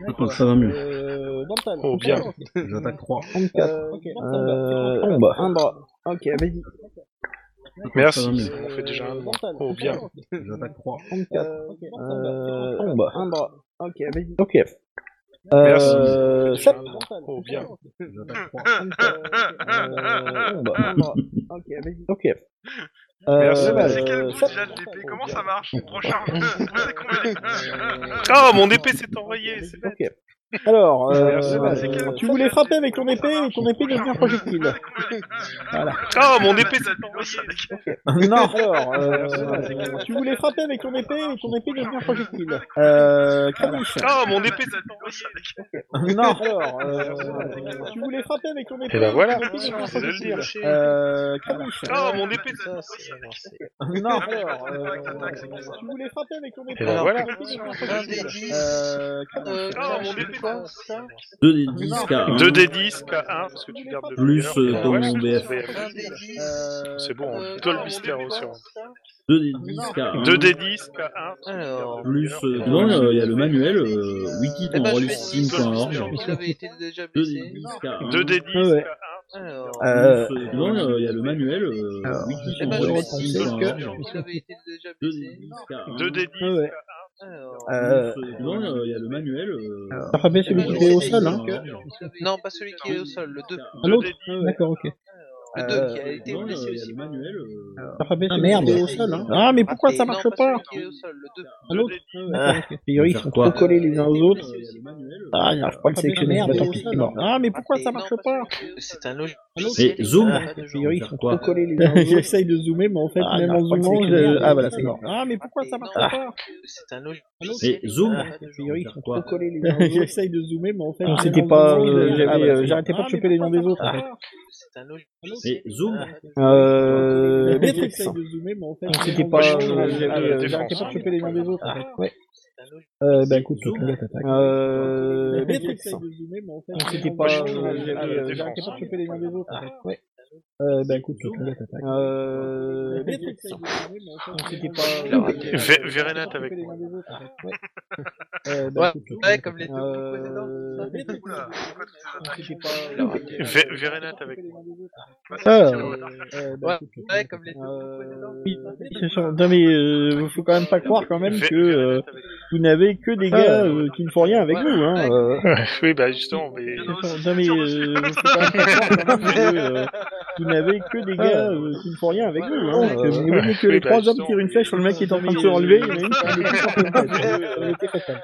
Je touche, ça va mieux. Euh, Dorntal. Oh, bien. D'accord, ok. J'attaque 3. 34. Euh, ok. Euh, Tombe. Un bras. Ok, vas-y. Euh, Merci, mieux. on fait déjà un. Dorntal, Oh, bien. d'accord, ok. J'attaque 3. 34. Euh, ok. Euh, Tombe. Un bras. Ok, vas-y. Ok. Merci, on fait déjà Euh, sept. un. Oh, bien. J'attaque 3. Euh, tombe. Un bras. Ok, vas-y. Ok. Merci. Euh, C'est quel bout sept. déjà de l'épée Comment ça marche Recharge C'est combien Ah, mon épée s'est enrayée, c'est bête. Ok. Alors, Merci, euh, merci. tu voulais frapper avec ton épée et ton épée devient un projectile. Voilà. Ah, mon épée s'est enrayée. Non. Alors, Merci, euh, tu voulais frapper avec ton épée et ton épée devient un projectile. Euh, Kranis. Ah, mon épée s'est enrayée. Non. Alors, euh, tu voulais frapper avec ton épée Eh ben voilà. et ton épée devient un Je vais le projectile. dire. Euh, Kranis. Ah, mon épée s'est Ça, c'est avancé. Non. Ah, mais je Alors, m'attendais pas à que t'attaques, c'est pour ça. euh, tu voulais frapper avec ton épée Eh ben et voilà. ton épée devient un Un des projectile. dix. Euh, Kranis. Euh, Ah, mon cache épée. quoi, ça 2 des 10 K1. 2 d 10 K1, parce que tu gardes le Plus, meilleur. euh, Et ben ton voilà, BF. c'est- Un des dix. C'est bon, Euh, on doit le cache mystère quoi, aussi. ça 2 des 10 K1. 2 d 10 K1, Alors. hein. Plus, euh, Et non, voilà. euh, il y a le manuel euh, wiki Eh dans ben, je fais hein. Steam.org. steam.org. Il avait été déjà 2 des baissé. 10 K1. 2 d Ah 10 Ouais. K1. Alors. Euh, Plus, euh, non, euh, il y a le manuel euh, wiki Eh ben, sur je euh, fais steam.org. steam.org. Il avait été déjà 2 des baissé. 10 K1. 2 d 10 Ah ouais. K1. Alors. Euh, Plus, hein. euh, non, euh, il y a le manuel euh, Alors. T'as frappé Eh celui ben, wiki je qui sur est fais au des sol, Steam, hein euh, Non, pas celui qui est au sol, le 2. Ah, Deux L'autre des Ah ouais, D'accord, ok. Le 2 qui a été Non, euh, blessé il y a aussi. le manuel euh, T'as frappé Ah, celui merde. qui est au sol, hein Ah, mais pourquoi Et ça non, marche pas pas celui qui est au sol, le 2. Ah, l'autre Ah, D'accord, a ok. priori, ils Faire sont quoi trop collés les uns aux Non, autres. euh, il y a le manuel euh, Ah, ils n'arrivent pas à le Frappé la sélectionner. merde Bah au tant pis, sol, c'est mort. hein. Ah, mais pourquoi ça Et non, pas marche pas celui qui est au sol. C'est un logiciel. Mais zoom Ah, pas de a gens. priori, ils Faire sont quoi trop collés les uns aux autres. J'essaye de zoomer, mais en fait, Ah, ils même en n'arrivent pas à le zoomant, je... sélectionner. Ah, Ah, voilà, voilà, c'est c'est mort. mort. Ah, mais pourquoi Et ça non, marche pas pas celui qui est au sol. C'est un Et logiciel. il zoom n'y a Ah, pas A de gens. priori, ils sont trop quoi collés les uns aux autres. J'essaye de zoomer, mais en fait, Ah, même c'était en pas, zoomant, je- euh, j'avais, Ah, voilà, c'est euh, j'arrêtais mort. pas de Ah, mais choper les pourquoi noms des ça autres, en marche fait. pas C'est un logiciel. Et zoom il n'y a pas de gens. Euh, Béatrix. J'essaye de zoomer, mais en fait, Ah, même c'était en pas, Moi, je zoomant, touche euh, le jet je- Ah, de voilà, j'arrêtais défense. pas hein. de choper les noms des autres, en Ah, fait. ouais. C'est un logiciel. Euh, bah Et écoute, zoom. là, t'attaques. Euh, Béatrix. Béatrix. Ah, J'arrêtais c'était pas pas, je de touche le jet de défense. choper les noms des autres, en fait. ben, Ouais. Euh, bah écoute, là, t'attaques. Euh, Béatrix. Ah, C'était pas. Je l'ai raté. Vé- Vérenat avec moi. Ouais. Euh, Ouais, bah écoute, ouais, comme les deux coups Euh, précédents. Béatrix. Oula, pourquoi toutes ces attaques C'était Je l'ai pas. raté. Vé- Vérenat avec moi. euh, Euh, bah Ouais, écoute. ouais, comme les deux coups précédents. Euh, ce sont- Non mais euh, faut quand même pas croire quand même Vé- que euh, Vérenat avec vous n'avez que des gars euh, qui ne font rien avec vous hein. euh. moi. Oui, bah justement, mais. Ce sont- Non mais euh, faut quand même pas croire quand même que euh, vous n'avez que des Ah. gars euh, qui ne font rien avec vous hein. euh. Donc, vous voyez que Oui, les bah, trois hommes justement, tirent une mais- flèche sur le mec qui est en train de se relever, il y en a une qui a le plus fort que l'autre. Euh,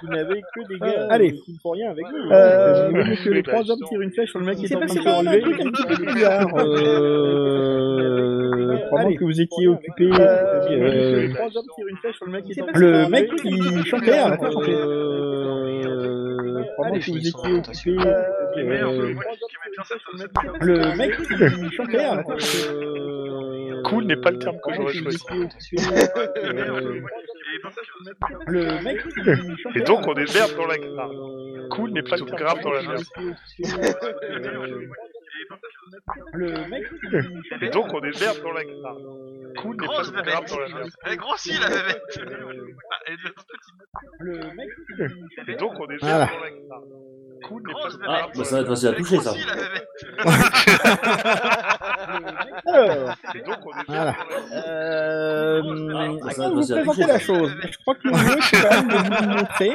Vous n'avez que des gars Allez. euh, qui ne font rien avec vous. hein. Euh, vous voyez que Oui, les bah, trois hommes justement, tirent une flèche sur le mec qui Il est s'est en train passé de se quand même un relever. truc un petit peu bizarre. Euh... Pendant Allez. que vous étiez occupé, Euh, euh, trois hommes tirent une flèche sur le mec qui est en train de le se mec relever. qui chantait, arrête pas de chanter. Euh, Pendant Allez, que vous finissons étiez la rotation. occupé, Merde, euh, moi qui aimais bien cette cette Le mec qui chantait, arrête pas de chanter. qui... Cool n'est pas le terme que Pendant j'aurais vous choisi. étiez occupé, euh, le mec qui chantait, Et donc, on arrête est merde dans la grave. Cool n'est pas le terme grave dans la merde. Le mec Et donc, on est merde dans la grave. Cool n'est pas Grosse le grave dans la bébête merde. Elle grossit la bébête Ah, Elle devient toute petite. Le mec Et donc, on est merde Voilà. dans la grave. Cool n'est pas Grosse le Ah, bébête grave bah, dans ça la va être grave. facile à Elle toucher, ça. grossit la bébête Alors, Et donc, on est merde dans voilà. la grave. Euh, Ah, ça, comment vous c'est la présenter touche, la chose Je crois que le mieux, c'est quand même de vous le montrer.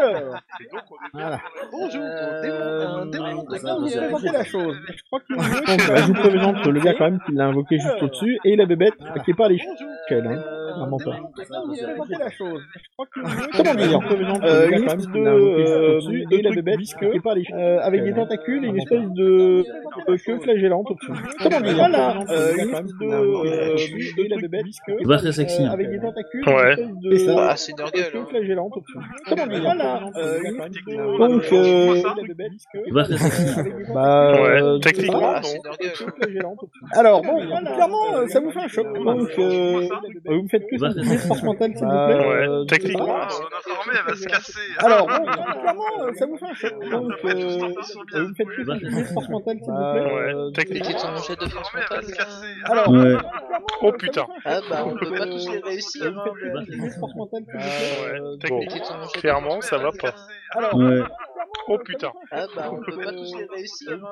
Alors, Et donc, on est merde dans voilà. la grave. Bonjour, démon- un démon de Euh, comment vous guerrier. présenter la chose Je crois que le mieux, Donc, c'est bah, quand je vous même de vous préviens que le le gars, montrer. quand même, qui l'a invoqué juste au-dessus, et la bébête, qui est pas à l'échelle, hein. Euh, un menteur. la chose. Je crois que Comment dire euh, Une espèce de, euh, de truc visqueux euh, avec des tentacules et une espèce de de queue flagellante au-dessus. Comment dire Voilà euh, Une espèce de euh, de truc visqueux C'est pas très sexy. hein. euh, avec des tentacules et Ouais. Bah, une espèce de Ah, c'est de queue normal. flagellante au-dessus. Comment dire Voilà euh, une espèce de Donc, euh, C'est pas très sexy. Bah, Ouais, euh, techniquement, voilà. Ah, c'est normal. Alors, bon, clairement, euh, ça vous fait un choc. Donc, euh, euh, vous me faites que ça, Bah, vous faites force mentale, s'il vous plaît. Ouais, Euh, techniquement, je sais Ah, pas. notre armée, elle va se casser. Alors, bon, clairement, euh, ça vous fait un choc. Ah, Donc, euh, Tous en train de se bien euh, vous me faites que ça, Bah, vous faites force mentale, s'il vous plaît. Ouais, Euh, techniquement. Petite son jet de Notre force armée, elle va mentale. se casser. Alors, Ouais. euh, clairement, Oh, ça putain. vous fait un Ah choc. bah, on Donc, peut euh, pas tous les réussir. hein, euh, bah, vous me faites que ça, vous faites force mentale, s'il vous plaît. Euh, Ouais, Bon. techniquement. Clairement, ça va pas. Alors, Ouais. Oh putain. hein. Ah bah, on peut pas tous les réussir. hein,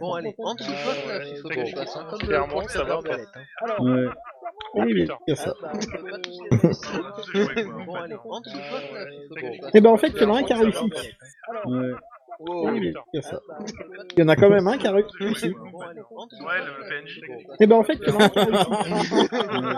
Bon, allez, en dessous de 29, il faut qu'on passe. hein, Comme le Clairement, point, ça va pas. hein. Ouais. Oh putain. c'est ça. Ah bah, on peut pas tous les réussir. hein. bah, Bon, allez, en dessous de 29, il faut qu'on passe. Eh ben, en fait, il y en a un qui a réussi. Ouais. Wow. Oh, putain. C'est ça. Ah bah, on peut pas tous Il y en a quand même un qui a réussi. Bon, allez, en dessous de Ouais, le 29, PNJ. il faut qu'on Eh ben, en fait, il y en a un qui a réussi.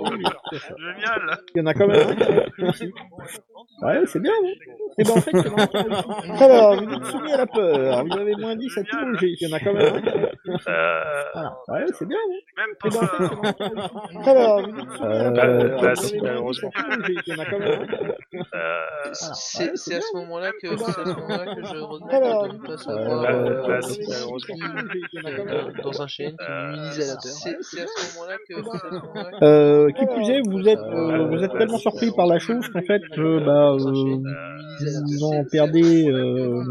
Génial. Il y en a quand même un qui a réussi. passe. En dessous de Ouais, Ah, c'est bien, non Eh ben en fait, il y en a un qui a réussi. Alors, vous êtes soumis à la peur, vous avez moins 10 à tout manger, il y en a quand même un qui a réussi. Euh, Voilà. Ouais, c'est bien, non Même Eh Bah, pas ben en fait, il y en ça. a un qui a réussi. Alors, vous êtes soumis à la Bah, peur, bah, vous si, avez moins 10 à malheureusement. tout manger, il y en a quand même un qui a réussi. euh, Ouais, C'est c'est c'est à bien. Ah, ce moment-là que c'est à ce moment-là que je Alors, regrette de ne pas Euh, savoir Là- euh, là, si si, si- malheureusement. si- dans- dans un chien qui Euh, m'immunisait la peur. C'est c'est à ce moment-là que c'est à ce moment-là que- Euh, qui plus est, vous êtes, euh, vous êtes tellement surpris par la chose qu'en fait, euh, bah, euh, vous en perdez, euh,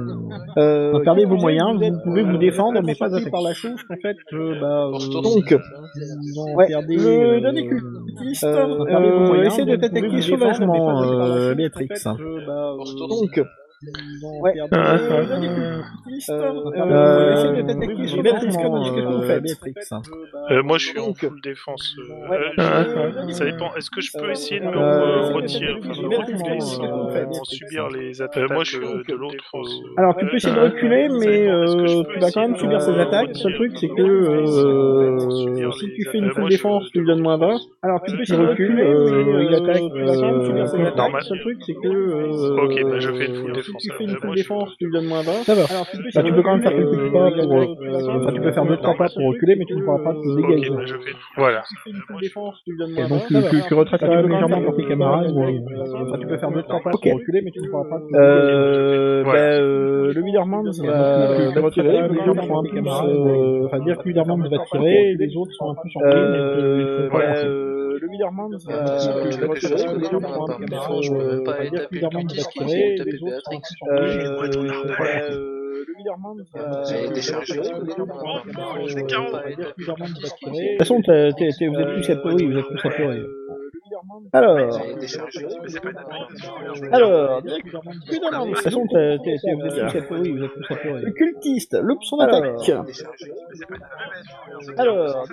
euh, vous perdez vos moyens, vous pouvez vous défendre, mais pas attaquer. par la chose qu'en fait, euh, bah, On se euh, tourne. donc, vous en Ouais. perdez. le euh, dernier cultiste, euh, euh, perdez vos moyens, essaie de donc vous pouvez t'attaquer vous défendre, sauvagement, mais pas attaquer par la euh, chose, en Béatrix. fait, euh, bah, On se euh, tourne. donc, Ouais. vous en Ah, perdez, ah. euh, dernier cultiste, euh, euh, essaie de t'attaquer oui, sauvagement, Béatrix, comment est-ce que vous euh, faites Béatrix. euh, moi, je suis en Donc, full défense. euh, Ouais. euh, Euh, je- ça dépend. Est-ce que je peux essayer de me euh, euh, retirer, enfin, me reculer sans sans subir les attaques Euh, moi, je de, de l'autre euh, Alors tu peux essayer de reculer, Ça mais dépend. Est-ce que je euh, peux tu vas quand même subir essayer de- ses attaques. de- Le seul truc, c'est que euh, si de- de- de- tu de- fais de- une moi, full je- défense, tu lui donnes moins 20. Alors tu peux essayer de Euh, reculer, euh, il attaque, tu vas quand même subir ses euh, attaques. normal. Le seul truc, c'est que euh, Ok, bah, je fais une full si défense. tu fais Euh, une moi, full je- défense, tu lui donnes moins 20. Ça va. Bah, tu peux quand même faire quelques pas pour. Euh, euh, Enfin, tu peux faire deux trois pas pour reculer, mais tu ne pourras pas te Ok, dégager. bah, je fais. Voilà. Et donc tu, tu- tu retraites quand même légèrement pour tes camarades, ou- tu peux faire deux trois pas Ok. pour reculer, mais tu ne pourras pas. te- Euh, Voilà. bah, euh, le Widerman Donc, va tu- tu retires, retirer, les les gens autres font sont un un peu plus, euh, euh, enfin, dire que Widerman va tirer, les autres sont un peu surpris, euh, mais Ouais. bah, que- euh, le Widerman euh, va va tirer, les autres sont un peu Franchement, je peux même pas surpris, aller dire que taper le Widerman va cultiste comme si tirer, on tapait les autres sont un Béatrix. peu surpris. Euh, bah, euh, le Widerman va- J'ai été chargé. va- M'en fous, j'ai des On carreaux. peut pas aller dire que taper Widerman le va cultiste comme tirer. De si De toute façon, t'es- t'es- t'es- vous êtes tous Euh, apeurés, vous êtes tous apeurés. Alors, J'ai été chargé. Mais c'est pas une attaque, c'est une attaque. alors, dire que Widerman- de toute façon, t'es- t'es- t'es- vous êtes tous apeurés, vous êtes tous apeurés. Le cultiste, le son attaque. Alors,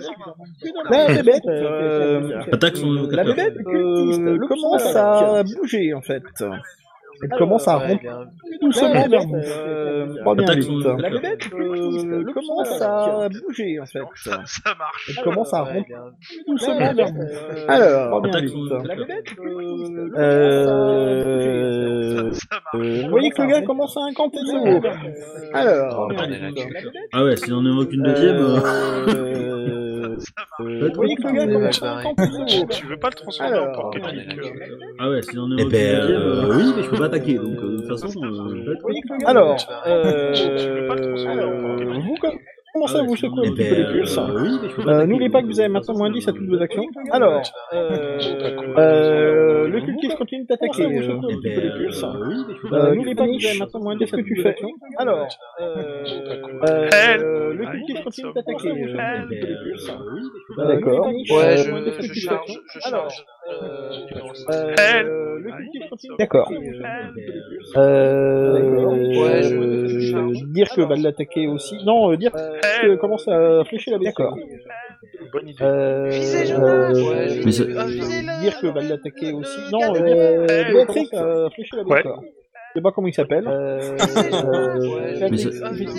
la bébête, euh, Attaque son la évocateur. bébête euh, commence à bouger en fait. Elle commence à Ouais, rentrer il a un- doucement vers vous. Pas bien Attaque vite. son La évocateur. bébête euh, commence à bouger en fait. Ça, ça marche. Elle commence à ouais, rentrer il a un- doucement vers vous. Euh, Alors, pas bien Attaque vite. son évocateur. Euh, Ça marche. euh, vous voyez que le gars commence à incamper lourd. Alors, Oh, bordel, la gueule. Ah ouais, si on en évoque une deuxième. euh, euh, euh, vous voyez que le gars commence à incamper lourd. Tu veux pas le transformer en Alors, porc Ah ouais, si on en Eh évoque une ben, deuxième. euh, euh, Oui, mais je peux pas attaquer, donc euh, de toute façon. euh, je vais être- Alors, Tu veux pas le transformer en porc euh, vous Ah, commencez à vous Eh secouer un petit peu ben, les pulses. Euh, N'oubliez pas que vous avez maintenant moins 10 à toutes vos actions. Alors, euh, euh, le cultiste continue de t'attaquer. euh, Eh ben, euh, oui, mais je peux pas Euh, attaquer. N'oubliez pas que vous avez maintenant moins 10 à toutes vos actions. Alors, euh, Help euh, le cultiste continue de t'attaquer. euh, Eh ben, euh, oui, mais je peux pas attaquer. D'accord. Ouais, Euh, je, moins 10 à toutes je vos charge, actions. je Alors, charge. Euh, numéro six. euh, Help le cultiste continue de t'attaquer. euh, euh, Ouais, je- je euh, charge. dire que va l'attaquer aussi. Non, euh, dire que commence à flécher la bestiole. D'accord. Bonne idée. Euh, Visez, euh, Jonas Ouais, visez- mais ça- ah, visez-le dire que va l'attaquer aussi. le Non, gars de- euh, Eh, Béatrix, euh, flécher la Ouais. bestiole. sais pas comment il s'appelle. Euh, euh, j'allais- mais ça- j'allais dire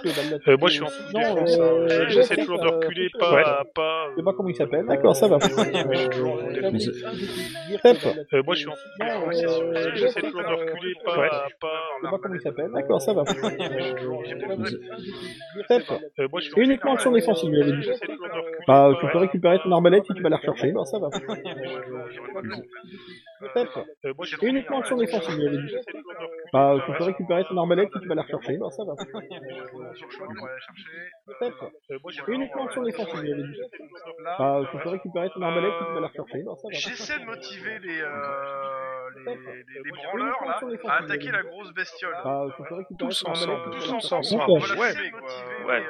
que la- la- Euh, moi, je suis en full Non, défense, hein. euh, J'essaie Jacques, toujours de euh, reculer, je pas à pas. Je sais pas comment il s'appelle. D'accord, ça va. Euh, éloigné, mais je suis toujours en full j'allais Mais défense. c'est- dire que Step. la- la- Euh, moi, je suis en Ah, full Non, défense, c'est sûr. euh, J'essaie Jacques, toujours de reculer, pas ouais. à pas. Je sais pas comment il s'appelle. D'accord, ça va. éloigné, mais je suis toujours en full défense. Step. Euh, moi, je suis en Uniquement full action défense. défensive, il avait dit. J'essaie toujours de reculer, Bah, pas tu à- peux récupérer ton arbalète si tu vas la rechercher. Bah, ça va. Step. Euh, moi, j'ai Et uniquement action défensive, il avait dit. J'essaie toujours de reculer, Bah, pas tu à- peux récupérer ton arbalète si tu vas la rechercher. Bah, ça va. Step. Euh, moi, j'ai Uniquement action défensive, il avait dit. Bah, tu peux récupérer ton arbalète si tu vas la rechercher. Bah, ça va. euh, J'essaie de motiver les, euh, les, les, les branleurs Uniquement là action défensive, à il avait dit. attaquer la grosse bestiole. Bah, tu peux récupérer Tous ton arbalète ensemble, si tu vas Tous ensemble, la rechercher. voilà,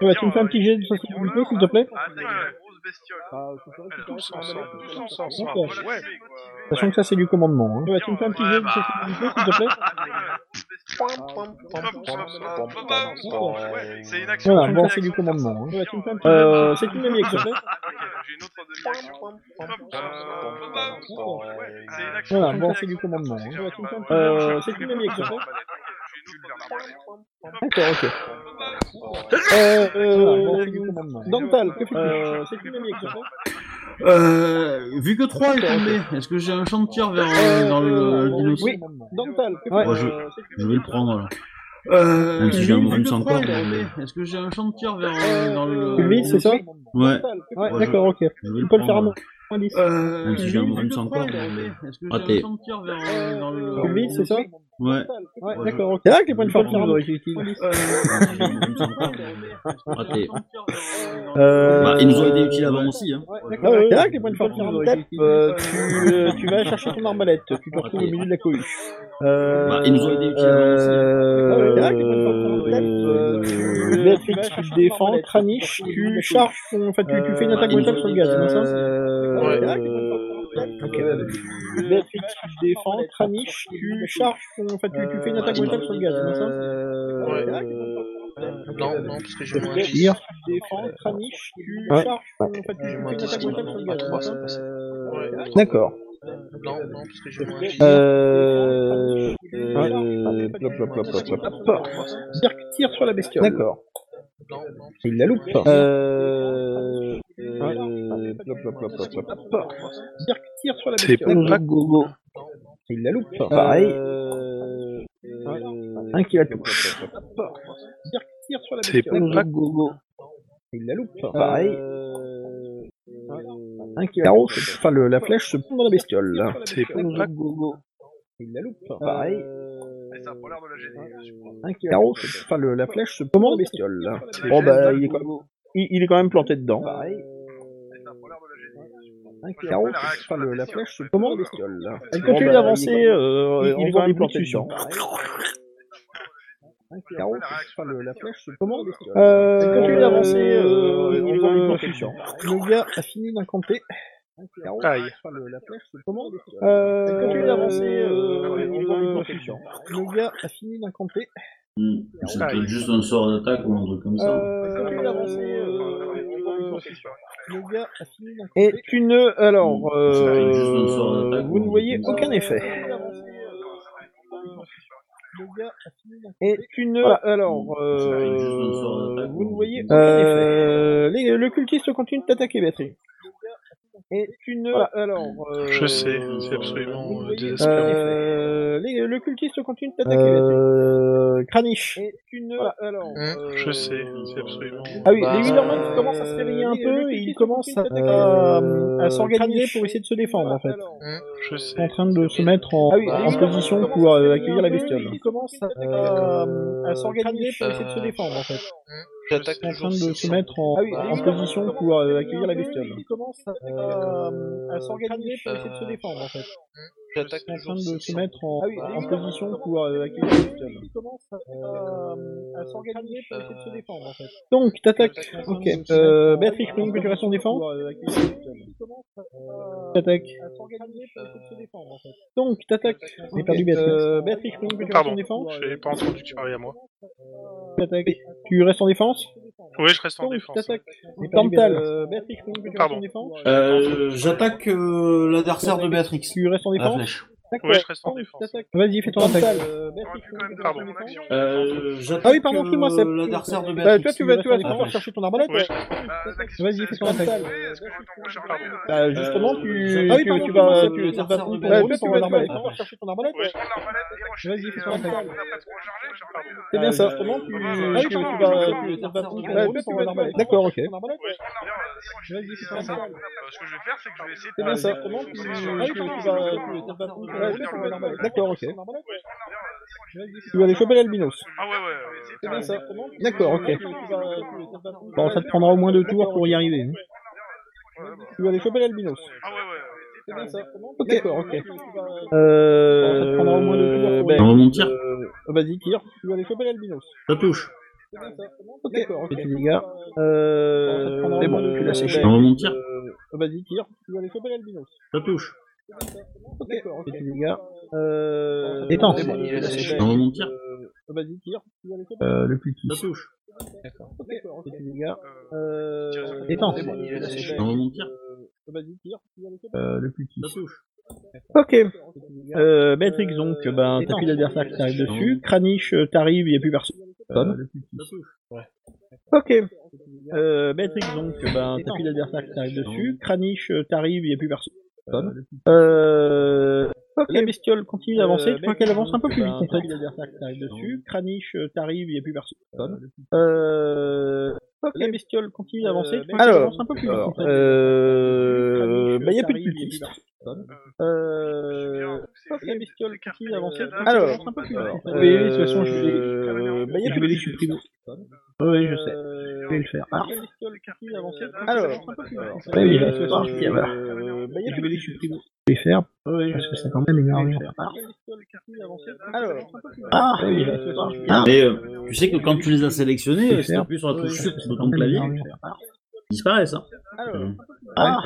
D'accord. Ouais. j'essaie de motiver les, euh, Ouais, tu me fais un petit jet de les sensibilité, branleurs, s'il te plaît là, à attaquer la grosse bestiole. Bah, tu peux récupérer Tous ton arbalète ensemble, si tu tous vas ensemble. la rechercher. D'accord. Ouais. Voilà, j'essaie de motiver. Sachant que ça c'est du commandement. Hein. Ouais, tu me fais un petit Ouais, jet de bah. sensibilité, s'il te plaît Ouais, C'est une action. Voilà, une bon, action c'est du de faire ça. commandement. Hein. Ouais, tu me fais un petit Euh, euh, c'est une demi-action. J'ai une autre demi-action. C'est une action. Voilà, une bon, action. c'est du commandement. Hein. Ouais, tu me fais un petit Euh, euh, c'est une demi-action. D'accord, D'accord, ok. Euh, euh, voilà, bon, c'est du commandement. Dental, que fais-tu euh, C'est une demi-action. Euh, vu que 3 est tombé, est-ce que j'ai un champ de tir vers, euh, vers le, le dinos Oui, Dental, que Ouais, fais-tu je, Euh, je vais le prendre là. Euh, Même si j'ai un Lui, bonus vu que encore, trois, mais- Est-ce que j'ai un champ de tir vers, euh, vers le. Lui, c'est ça Euh, Ouais, Dental, que Ouais, fais-tu D'accord, ok. je vais Tu le peux le faire à prendre. moins moins 10. Même si j'ai un bonus encore, mais. Raté. euh, Lui, Euh, c'est ça Ouais. Ouais, Ouais, d'accord, ok. C'est là que les points de fortune Pardon. auraient été utiles. Même si j'ai un bonus encore, mais- Raté. Euh... Ah, Bah, ils nous ont été utiles avant aussi, hein. Ah ouais, c'est là que les points de fortune auraient été utiles. Euh, tu, euh, tu vas chercher ton arbalète, tu te retrouves au milieu de la cohue. Euh... Bah, ils nous ont été utiles avant aussi. Euh... Ah ouais, euh, tu- Béatrix, tu te défends, Kranich, tu charges ton... Enfin, tu, tu fais une attaque Ouais, mentale sur le gaz, c'est bien ça Euh, Ouais. bah, Ok. bah, Euh, Béatrix, tu te défends, Kranich, tu charges ton... Enfin, tu, tu fais une attaque Ouais. euh, mentale sur le gaz, c'est bien ça Ouais. Non, non, parce que j'ai Euh, moins 10. Tu défends, Kranich, tu Ouais. charges ton... Enfin, tu tu fais Euh, J'ai une moins 10 attaque mentale sur le maintenant. Ah, À gaz. 3, ça passait. Euh, Ouais. D'accord. Non, non, parce que j'ai moins 10. Euh, Euh... euh, plop, plop, plop, plop, plop. Cirque tire sur la bestiole. D'accord. Non, non, parce Il que la j'ai loupe. Euh, moins 10. Euh... euh, Plop, plop, plop, plop, plop. Cirque tire sur la C'est bestiole. bon, pas Gogo. Il la loupe. Pareil. Euh... euh, Un qui la plop, touche. plop, plop, plop. Cirque tire sur la C'est bestiole. bon, pas Gogo. Il la loupe. Euh, Pareil. Euh, Un qui la touche. Enfin, le- la flèche se pond dans la bestiole. C'est bon, pas Gogo. Il la loupe. Pareil. Mais ça a pas l'air de la gêner, je suppose. Un qui la Carreau, touche. enfin le, la flèche se pend dans la bestiole. Bon Gêne, bah il est, quand même, il, il est quand même planté dedans. Pareil. Mais ça a pas l'air de la gêner. Un qui la Carreau, touche. enfin le, la flèche se pend dans Comment la bestiole. Elle Bon, continue bah, d'avancer, il est- euh, il- elle il Oh, est quand est même rempli de plantée dessus. hein. Ah, dedans. Un qui la touche. Enfin le, la flèche se pend dans la bestiole. Euh, Elle continue d'avancer, euh, il est en quand même faisant planté une dedans. Le gars a fini d'incanter. Ah, Aïe. Euh, Elle continue d'avancer, euh, il est en quand même faisant planté une dedans. Le gars a fini d'incanter. Hmm, C'est peut-être juste un sort d'attaque ou un truc comme ça. Euh, continue d'avancer. euh, Le gars a fini Mmh. Et d'incanter. tu ne... Alors, Juste un sort euh, d'attaque, vous ne on- voyez aucun effet. euh, Le gars a fini d'incanter. Et tu ne... Voilà. Alors, euh, vous ne voyez aucun Euh, les- le cultiste continue de t'attaquer, Béatrix. Et tu ne... Voilà. Alors, euh, Je sais, c'est absolument Mmh. euh, désespérant. Euh, les- le cultiste continue de t'attaquer, Béatrix. euh, Kranich. Et tu ne... Alors, Hein euh, Je sais, c'est absolument. Ah oui, Bah, les Wondermen euh, commencent à se réveiller un les- peu les et ils cultistes commencent à, continuent à, d'attaquer. à s'organiser Kranich. pour essayer de se défendre en fait. Hein Je Ils sont en sais. train de se mettre en, Ah oui, en les Wondermen position commencent pour à se euh, réveiller accueillir la un peu, bestiole. ils commencent à, euh, à- à s'organiser pour essayer de se Euh, défendre en fait. J'attaque Ils sont toujours en train de se 6. mettre en, Ah oui, en les Wondermen position commencent à se pour Bah, euh, réveiller accueillir un la peu, bestiole. Euh, ils commencent à, Euh, à- à s'organiser pour essayer de se défendre, en fait. J'attaque Ils sont en train toujours de 6. se mettre en, Ah oui, en les Wondermen position pour euh, accueillir la bestiole. Ils commencent à, à s'organiser pour essayer de se défendre en fait. Donc t'attaques. Ok. hein. Euh, Béatrix, pendant que tu restes en défense. T'attaques. Donc t'attaques. J'ai perdu Béatrix. Euh, Béatrix, pendant que tu restes en Pardon, défense. je n'avais pas entendu que tu parlais à moi. T'attaques. Tu restes en défense. Oui, je reste en Donc défense. hein. t'attaques. Dental. Euh, Béatrix, pendant que tu restes en Pardon. défense. Euh, J'attaque euh, l'adversaire de Béatrix. Tu restes en La défense. flèche. Ouais, je reste en défense. Vas-y, fais ton attaque. J'aurais pu quand même donner mon action. Euh, Ah oui, pardon, excuse-moi, c'est. l'adversaire de Bah, toi, Béatrix. tu vas, tu vas Ah, devoir ouais. chercher ton arbalète. Ouais. Bah, l'action, Vas-y, c'est- fais est-ce ton que je peux attaque. jouer Est-ce que je peux en charger euh, Bah, justement, tu, Ah oui, tu- pardon, tu excuse-moi, vas, c'est- tu, tu vas l'adversaire de prendre Bah, Béatrix. toi, tu vas, ton tu vas arbalète. devoir chercher ton arbalète. Ouais, je prends l'arbalète et rocher. Vas-y, Et, fais euh, ton on attaque. va pas trop charger, je vais regarder. C'est bien ça. Justement, tu, Ah, bah, bah, tu- tu- tu vas, bah, tu, tu vas prendre bah, ton bah, rôle bah, pour bah, l'arbalète. bah, D'accord, ok. Ouais, je prends l'arbalète et rocher. Vas-y, fais ton Euh, attaque. euh, Ce que je vais faire, c'est que je vais essayer de. C'est bien ça. de Comment foncer tu- sur le Ah oui, pardon, tu vas- tu- chemin, hein, je prends tu vas l'arbalète. prendre ton arbalète pour Ouais, je prends l'arbalète. l'arbalète. D'accord, ok. Ouais, je prends l'arbalète et rocher. Tu vas aller choper l'albinos. Ah ouais, ouais, ouais, c'est C'est bien pareil. ça. Ouais, D'accord, ok. ouais, ouais, ouais. Bon, ça te prendra au moins deux tours pour y arriver. hein. Ouais, bah. Tu vas aller choper l'albinos. Ah ouais, ouais, ouais. C'est bien ça. D'accord, ok. Euh, Ça te prendra au moins deux tours pour y ben, arriver. Dans mon tir, euh, Vas-y, tire. Tu vas aller choper l'albinos. ça touche. D'accord, ok. Et tu dégâts. Euh, C'est c'est bon, bon, tu l'as séché. Dans mon tir, Vas-y, tire. Tu vas aller choper l'albinos. ça touche. D'accord, ok. Et tu dégâts. Euh, Détends. c'est bon, tu l'as séché. Dans mon tir, Vas-y, tire. Tu vas aller choper Euh, le plus qui. ça touche. D'accord, ok. Dégâts. Euh, Détends. c'est bon, tu l'as séché. Dans mon tir, euh, Vas-y, tire. Tu vas aller choper Euh, le plus qui. ça touche. Ok. l'albinos. Euh, Béatrix, donc, ben, t'as plus d'adversaire qui t'arrive dessus. Kranich, euh, t'arrives, y a plus personne. Euh, Ok. Euh, Béatrix, donc, ben, t'as plus d'adversaire qui t'arrive dessus. Kranich, euh, t'arrives, y a plus personne. Euh... La bestiole continue d'avancer, Euh, tu vois qu'elle Béatrix, avance un peu plus vite ben, en t'as fait. plus d'adversaire qui t'arrive dessus. Kranich, euh, t'arrives, y a plus personne. Euh... La bestiole continue d'avancer, tu vois qu'elle Euh, Alors, avance un peu plus vite en Alors, fait. euh, Kranich, ben, y a plus de t'arrives, y a plus cultistes. Euh... La bestiole continue d'avancer, tu vois qu'elle Alors, avance un peu plus vite en fait. Euh, Oui, oui, de toute façon, je vais... euh, bah, ben, y a je vais plus de les cultistes. supprimer. Oui, je sais. Euh, Je vais le faire. Ah. La bestiole continue d'avancer, tu vois qu'elle Alors, avance un peu plus vite en fait. Ouais, mais Euh, là, de toute façon, je vais voilà. euh, ben, y a Je plus vais de les cultistes. supprimer. Je vais le faire. Oui, Parce que c'est quand même énorme. Ah. Alors, Ah, oui, je vais euh, le faire. ah, Mais euh, tu sais que quand tu les as sélectionnés, si faire. t'appuies sur la touche c'est sur de ton clavier, ils disparaissent. Hein. alors, Ah,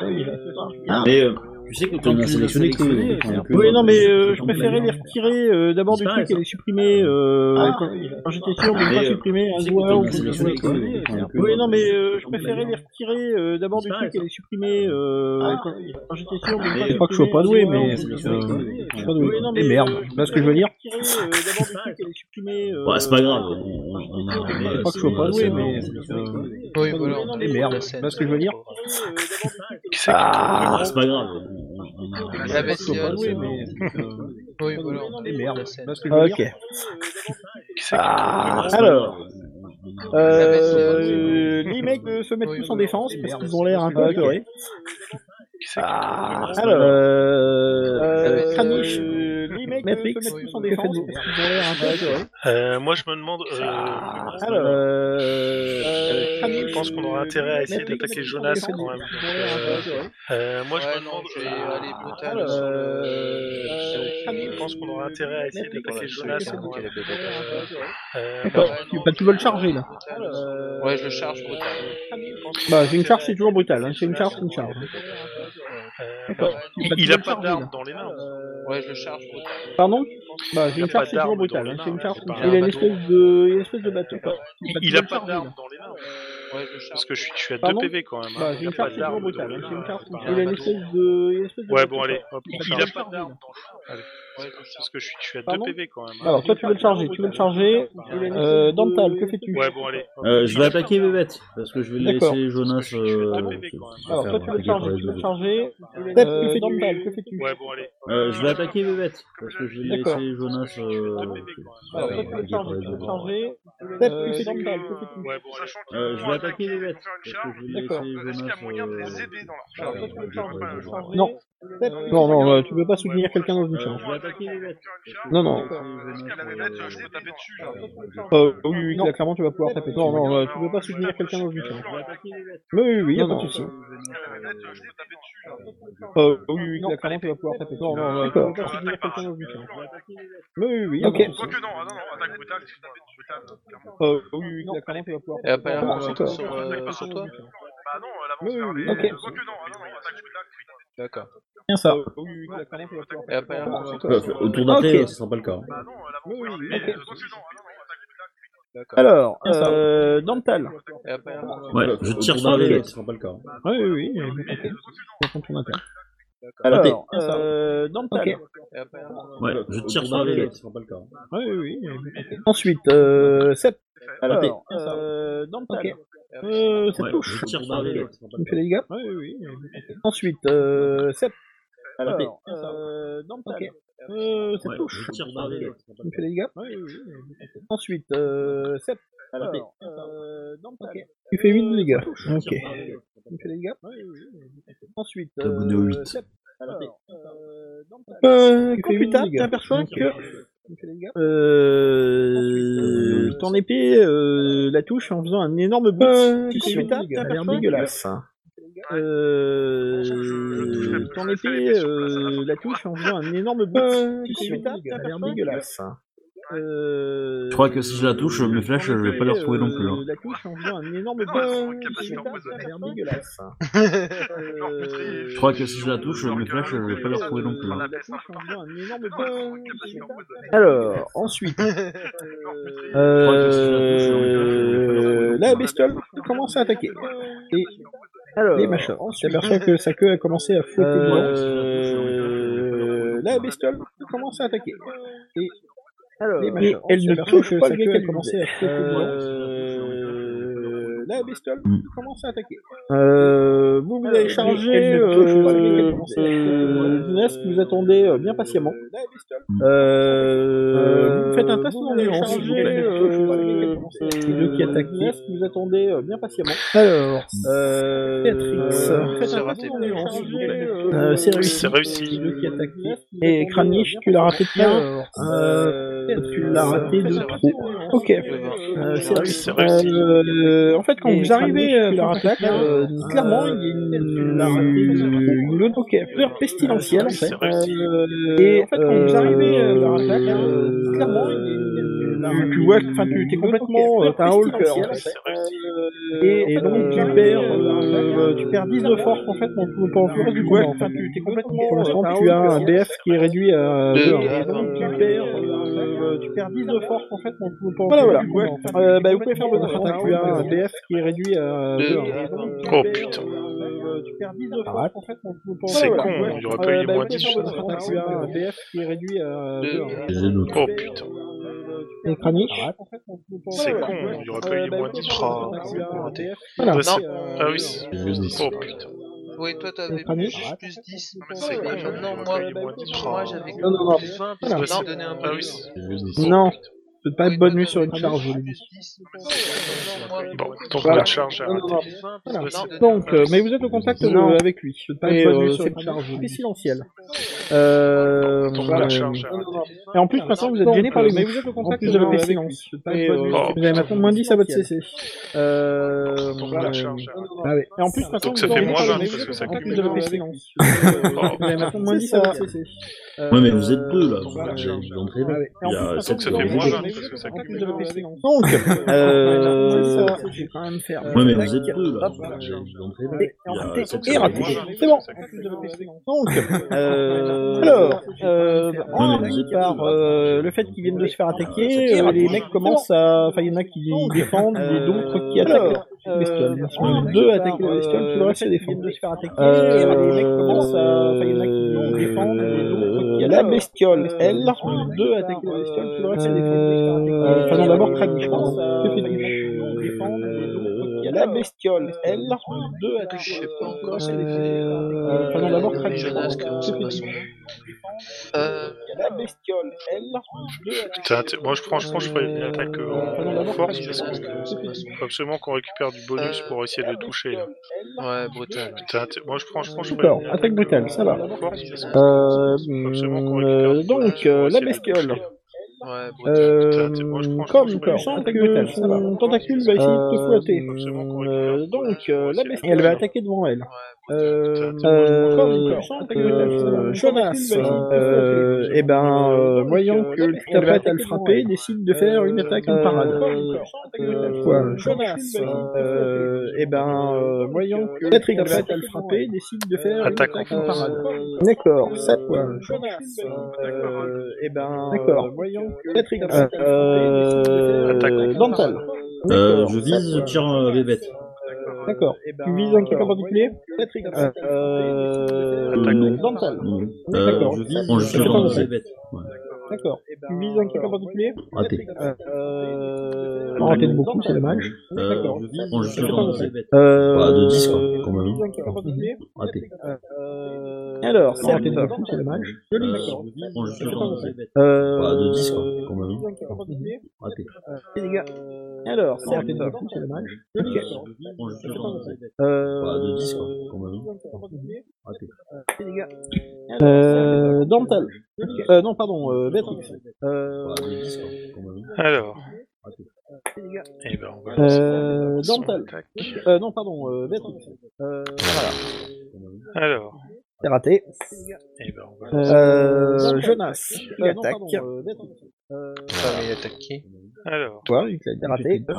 Ah. Mais euh, tu sais que quand tu les as sélectionnés, que- faire. que- Oui, non, mais euh, que je ton préférais clavier- hein. les retirer euh, d'abord du Disparaissent, truc et les supprimer. Euh, Ah, quand- quand j'étais sûr de ne Mais, pas euh, supprimer tu un sais que joueur quand ou tu les as quelque chose. sélectionnés, Oui, non, mais euh, je préférais les retirer euh, d'abord du truc Disparaissent, et les supprimer. Euh, Ah. quand- quand j'étais sûr de ne pas Mais, supprimer. euh, Je crois que je sois pas doué, un joueur mais. ou quelque chose. euh, Je suis pas doué. Oui, non, mais Eh merde, euh, tu vois ce que je veux dire préférais les retirer, euh, d'abord du truc et les supprimer. euh, Bah, c'est pas grave. On, on, on a, Je crois que je suis pas c'est- doué, mais. c'est- euh, Oui, voilà. Eh merde, tu vois ce que je veux dire Ah, Ah c'est pas grave. On, on, on a La Je suis pas bestiole. doué, mais. Oui, voilà. Eh merde, tu vois ce que je veux Ok. dire Ah. Alors, Euh, les mecs euh, se mettent Oui, tous en voilà. défense Et parce merde, qu'ils ont l'air un peu Ok. apeurés. Ah, Alors, euh, euh, Kranich, euh, les mecs euh, se Matrix, mettent tous en que défense faites-vous parce qu'ils ont l'air un peu apeurés. Euh, moi, je me demande. euh, Ah, Alors, euh, euh, Kranich, je pense qu'on aura intérêt à essayer Matrix, d'attaquer se mettent tous en Jonas défense quand même. parce qu'ils ont l'air un peu apeurés. euh, moi, je Ouais, me non, demande. je vais euh, aller brutal alors, sur euh, le. je pense qu'on aura intérêt à essayer d'attaquer Jonas quand même. Euh, D'accord, moi, je tu, me demande- bah, tu veux le charger là. Euh, Ouais, je le charge brutal. Bah, c'est une charge, c'est toujours brutal. Hein. C'est une charge, c'est une charge. Euh, D'accord. bah, Bah, il, tu il veux a le pas charger, là. d'arme dans les mains. Ouais, je le charge brutal. Pardon Bah, c'est Il a une pas charge, c'est toujours d'arme brutal. dans hein, les C'est une mains, charge. c'est pas Il un a une bateau. espèce de, il a une espèce de bateau. quoi. Il, Bah, tu il veux a le pas charger, d'arme là. dans les mains. Ouais, je le charge. Parce que je suis, je suis à Pardon 2 PV quand même. Bah, hein. c'est Il a une pas charge, c'est toujours d'arme dans brutal. les hein, C'est mains. une charge. c'est pas Il a un une bateau. espèce de, il a une espèce de Ouais, bateau, bon, quoi. allez, hop. Il a Il pas de a pas charge, d'arme là. dans les mains. Allez. Ouais, je le charge. Parce que je suis, je suis à 2 Pardon PV quand même. hein. Alors, toi, tu veux le charger. Tu veux le charger. Euh, Dantal, que fais-tu Ouais, bon, allez. hop. Euh, je vais attaquer Bébête, parce que je vais D'accord. laisser Jonas. Euh, Parce que je suis deux PV, Alors, toi, tu veux le charger. Tu veux le charger. Step, Euh, que fais-tu Dantal, que fais-tu Ouais, bon, allez. hop. Euh, je vais attaquer Bébête, parce que je vais D'accord. laisser Jonas. Deux Euh... PV quand Alors, même. toi, tu veux le charger. Tu veux le charger. Step, que fais-tu que fais-tu Ouais, bon, allez. Sachant qu'ils Euh, je vont vais attaquer attaquer, Bébête, ils vont faire parce une que charge. je vais laisser D'accord. Est-ce qu'il y a moyen de les Jonas. aider dans leur Alors, toi, tu veux charge le Je vois pas le charger. genre. Non. Non, non, euh, tu peux pas soutenir quelqu'un dans une Euh, charge. je vais attaquer Bébête. Non, non. Est-ce qu'à la bête, je peux taper dessus là Euh, oui, oui, Non. là, clairement, tu vas pouvoir taper. Non, non, euh, euh, tu peux pas soutenir quelqu'un dans une Euh, charge. je vais attaquer Bébête. Oui, oui, oui, y a Non, pas de non. euh, souci. À la bête, je peux taper dessus là Euh, oui, oui, là, clairement, tu vas pouvoir taper. Non, non, tu peux euh, pas soutenir attaque par quelqu'un dans une Euh, charge. je vais attaquer Bébête. Oui, hein. oui, oui, y a Ok. pas de souci. Quoique non, ah non, non, attaque brutale, si je tape dessus, brutale, clairement. Euh, oui, oui, là, clairement, tu vas pouvoir Elle a pas l'air taper. concentrée sur, euh, sur toi Bah non, elle avance Oui, vers oui, les. ok. Quoique non, ah non, non, attaque brutale, oui. D'accord. Bien ça. Elle a pas l'air Bon, concentrée Euh, sur au tour euh, d'après, Ok. ce sera pas le cas. Bah non, elle avance Oui, vers oui, les. ok. Quoique non, ah non, non, attaque brutale. D'accord. Alors, euh, Dantal. Elle a Euh, pas l'air concentrée. Ouais, je tire sur Bébête. Oui, oui, oui. euh, ok. Ça prend ton attaque. Alors, euh, Dental. Ouais, je tire sur les lettres. Oui, oui, oui. Ensuite, euh, Sept. Alors, Alors, euh, Dental. Ok. Euh, ça Ouais, touche. je tire sur les lettres. Tu me fais des dégâts Oui, oui, Ensuite, euh, Sept. Alors, euh, Dental. Euh, ça Ouais, touche. je tire sur les lettres. Tu me fais des dégâts Oui, oui. Ensuite, euh, Sept. Alors, euh, Dental. Tu fais 8 de dégâts. Ok. Tu me fais des dégâts Oui, oui. Ensuite, T'as bonné au euh, huit. Sept. Alors, euh, Dental. Euh, Tu fais quand huit plus tard, de dégâts. tu aperçois Ok. que Euh, ton épée euh, la touche en faisant un énorme bout Euh, de combien suite. de dégâts Ça a l'air Parfait. dégueulasse. Euh, ton épée euh, la touche en faisant un énorme bout Euh, de suite. combien de dégâts Ça a l'air dégueulasse. Euh, Je crois que si je la touche, mes flèches, je vais pas les retrouver non plus. hein. euh, La touche en faisant un énorme bout non, elles sont de capables suite. Ça a d'empoisonner. l'air dégueulasse. Euh, Je crois que si je la touche, mes flèches, je vais pas les retrouver non plus. hein. La touche en faisant un énorme Non, elles sont bout de capables suite. d'empoisonner. Alors, ensuite. hein. Euh, la bestiole commence à attaquer. Euh, Et alors, les machins. J'aperçois que sa queue a commencé à flotter Euh, la bestiole commence à attaquer. Et alors, Et elle ne touche pas le gars qu'elle visait. Euh, la bestiole Mm. commence à attaquer. Euh, vous vous avez chargé. elle ne touche pas le gars qu'elle Euh, visait. euh, Nest, vous attendez euh, bien patiemment. Euh, vous faites un test vous en avez nuance, chargé, s'il vous plaît. euh, C'est deux qui attaquent. Nest, vous attendez euh, bien patiemment. Alors, Euh, Patrick, ça. faites un C'est test raté. en nuance, s'il vous plaît. Euh, c'est réussi. C'est réussi. C'est deux qui attaquent. Et Kranich, tu l'as raté de plein. alors, Euh, tu l'as raté de trop. Ok. Euh, c'est réussi. C'est réussi. Euh, en fait, quand Et vous arrivez Kranich, à tu l'as faire raté de attaque, plein. euh, clairement, il y a une, une, une odeur qui est peur pestilentielle, en fait. C'est réussi. Euh, et en fait, quand vous arrivez euh, à faire attaque, euh, clairement, il y a une- tu, une- tu vois, enfin, tu t'es une odeur complètement, euh, qui est t'as un peur haut le cœur. pestilentielle, en fait. Et, Et donc donc, tu perds, euh, tu perds 10 de force en fait dans tout dans tout le reste du Ouais, combat. en enfin, fait. tu- t'es complètement- pour l'instant tu as un BF qui est réduit à Euh, Deux. 2. Et donc tu perds, euh, tu perds 10 de force en fait dans tout le temps. Voilà, voilà. Euh, bah, vous pouvez faire votre attaque. Tu as un BF qui est réduit à hein. Deux. 2. Oh, putain. euh, Tu perds 10 de Arrête. force en fait dans tout le temps. C'est Voilà, con, voilà. il aurait pas eu les Euh, bah, moins vous pouvez 10, faire votre putain. attaque, Euh, Tu as un BF qui est réduit à hein. Deux. 2. J'ai euh, d'autres. Oh, putain. Et Kranich C'est con, hein. il aurait pas Euh, bah, eu les moins 10. Ah, Oh, Voilà. si. Ah oui, c'est- J'ai juste 10. Oh, putain. Oui, toi t'avais Pas plus, mieux. plus 10. mais c'est Ouais, con, ouais, on non, aurait moi, pas eu moins dix. moi j'avais Non, non, non. plus 20 parce Voilà. que j'ai donné un Ah oui, bonus. c'est- J'ai juste 10. Non, c'est pas Oui, de toi, bonne nuit t'avais sur une plus charge. 10. Non, moi, Bon, ton Voilà. coup de charge est Non, non, raté. non. plus 20 parce Voilà. que j'ai donné un Donc, euh, bonus. mais vous êtes au contact de- Non. avec lui. C'est pas Et, une bonne nuit euh, sur c'est une pas charge une- pestilentielle. Euh, Ton coup voilà. de charge est raté. Et en plus, maintenant, vous êtes gêné par les Mais Ah, vous êtes au contact plus de la avec lui. pestilence. C'est pas une Et, bonne euh, nuit. Oh, Vous avez maintenant moins 10 à votre CC. pestilentielle. Euh, Ton coup voilà. de charge est raté. Ah ouais. Et en plus, maintenant, Donc vous ça êtes fait gêné moins par les 20, mauvais parce que ça en plus cumule. de la pestilence. Euh, Oh, Vous avez maintenant moins 10 à votre CC. Ouais, mais vous êtes deux là, Euh, vous voilà. vous en rêvez. Ah ouais. Et en Il y a plus, maintenant, sept vous ça avez fait moins des- 20, parce que ça en plus cumule. de la pestilence. Donc, Ouais, euh, je vais quand même faire. Ouais, mais Euh, vous êtes deux là, hop. vous en Et- rêvez. Il y a sept Et secondes. raté. C'est bon. Donc, euh, alors, euh, bah, Ouais, mais en vous plus êtes par deux, là. euh, le fait qu'ils viennent de se faire Et attaquer, euh, raté. les mecs commencent à, enfin, il y en a qui défendent et d'autres qui attaquent. alors, la bestiole. euh, Maintenant, ouais. deux attaquent la bestiole, tout le reste c'est défendre. Euh, euh, la bestiole, elle, deux attaquent la bestiole, tout le reste c'est défendre. Euh, enfin non, d'abord Kranich, pardon. Que fais-tu euh, La bestiole, elle, euh, deux attaquent la bestiole, tout le reste c'est défendre. Euh, Enfin non, d'abord Kranich, pardon. Que fais-tu Euh, La bestiole, elle, deux attaquent Putain, t'es- moi je, franchement, je ferais une attaque euh, en Euh, force euh, parce que faut absolument qu'on récupère du bonus pour essayer de le toucher. Là. ouais, brutal. Putain, t'es- moi je, franchement, je ferais D'accord, une attaque brutale, ça va. en force parce que Euh, absolument qu'on récupère euh, du bonus donc, pour euh, la essayer de le bestiole. toucher. Ouais, brutal. Euh, Moi, je prends- je prends comme le tu ballon. sens Attaque que brutale, ça va. son tentacule va essayer de te Euh, fouetter. absolument qu'on récupère Euh, du bonus donc, pour euh, la essayer de bestiole, le elle va toucher. attaquer devant elle. Putain, Euh, t'es- euh, Comme tu sens que euh, la- Jonas, la- euh, eh ben, euh, voyant que tu t'apprêtes à le frapper, décide de faire une attaque en parade. Euh, Euh, Quoi, Jonas, euh, eh ben, euh, voyant que Patrick, tu t'apprêtes à le frapper, décide de faire Attaque une en attaque en force. parade. D'accord, ça quoi. Euh, Jonas, euh, eh ben, hein. D'accord. euh, voyant que Patrick, Euh, euh, Attaque en dental. Euh, Euh, je vise, je tire un bébête. Euh, D'accord. Tu vises un truc en particulier Patrick. Euh. Euh, Dental. Euh, D'accord. je vise- bon, je suis D'accord, dans ok. la bête. D'accord. Eh ben, Tu vises un truc en particulier Raté. Euh. On raté de beaucoup, c'est dommage. Euh, D'accord. je vise- bon, je suis D'accord, dans ok. la bête. Euh. Bah, de 10, quoi, quand même. hein. Tu vises un truc en Mhm. particulier Raté. euh, Alors, On raté certes, de beaucoup, c'est dommage. Euh, D'accord. bon, je suis dans la bête. Euh. Bah, de 10, quoi, quand même. hein. Raté. les gars. euh, Alors, certes, c'est dommage. Euh, bon, je suis dans la bête. Euh. Bah, de 10, quoi, quand même. Raté. Euh, Dental. Euh, non, pardon, euh, Béatrix. Euh, Bah, de 10, quoi, quand même. Alors, Raté. eh ben, on va lancer euh, son Dental. attaque. Euh, non, pardon, euh, Béatrix. Euh, voilà. Alors, C'est raté. eh ben, on va lancer- Euh, Jonas. Euh, non, pardon, attaque. euh, Béatrix. Euh, Ah, mais attaque qui Alors, toi, c'est raté. eh ben,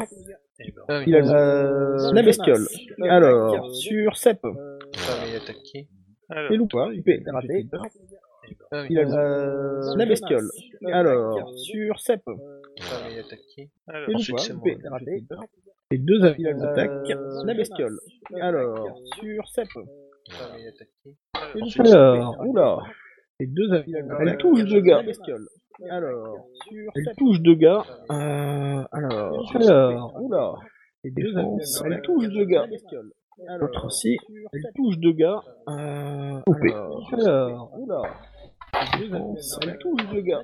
Ah, oui. Il a euh, la bestiole. Alors, sur Sep. Ah, mais attaque qui alors, Et loup, toi, il est raté. Ah, oui. Il a euh, la bestiole. Alors, sur Sep. Ah, mais attaque qui alors, Et loup, Ensuite, toi, c'est moi. il est raté. Les deux attaques. La bestiole. euh, Alors, sur Sep. Ah, mais attaque qui Alors, oula. Les deux attaques. Euh, Elle touche deux gars. Alors, elle touche deux gars. Euh, alors, alors, oula. Les deux attaques. Elle touche deux gars. L'autre aussi. Elle touche deux gars. Euh, alors, alors, oula. Les deux attaques. Elle touche deux gars.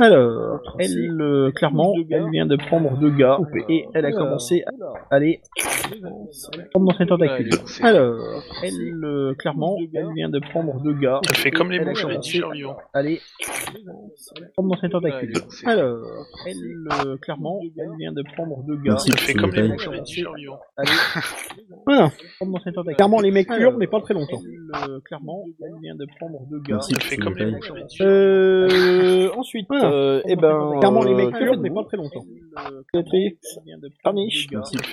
Alors, elle, euh, clairement, elle vient de prendre deux gars et elle a commencé à aller prendre dans ses tentacules. Alors, elle, euh, clairement, elle vient de prendre deux gars. elle fait comme les Elle a mouches, elle est commencé survivante. Allez, prendre dans ses tentacules. Alors, elle, euh, clairement, elle vient de prendre deux gars. Merci. Elle fait comme les Elle mouches, elle est commencé survivante. Allez, voilà, prendre dans ses tentacules. Clairement, les mecs hurlent, mais pas très longtemps. Elle, euh, clairement, elle vient de prendre deux gars. Merci Elle fait pour comme ce les détail. mouches, elle est survivante. Euh, ensuite, euh, eh ben, Clairement, les mecs euh, hurlent, mais pas très longtemps. Merci pour ce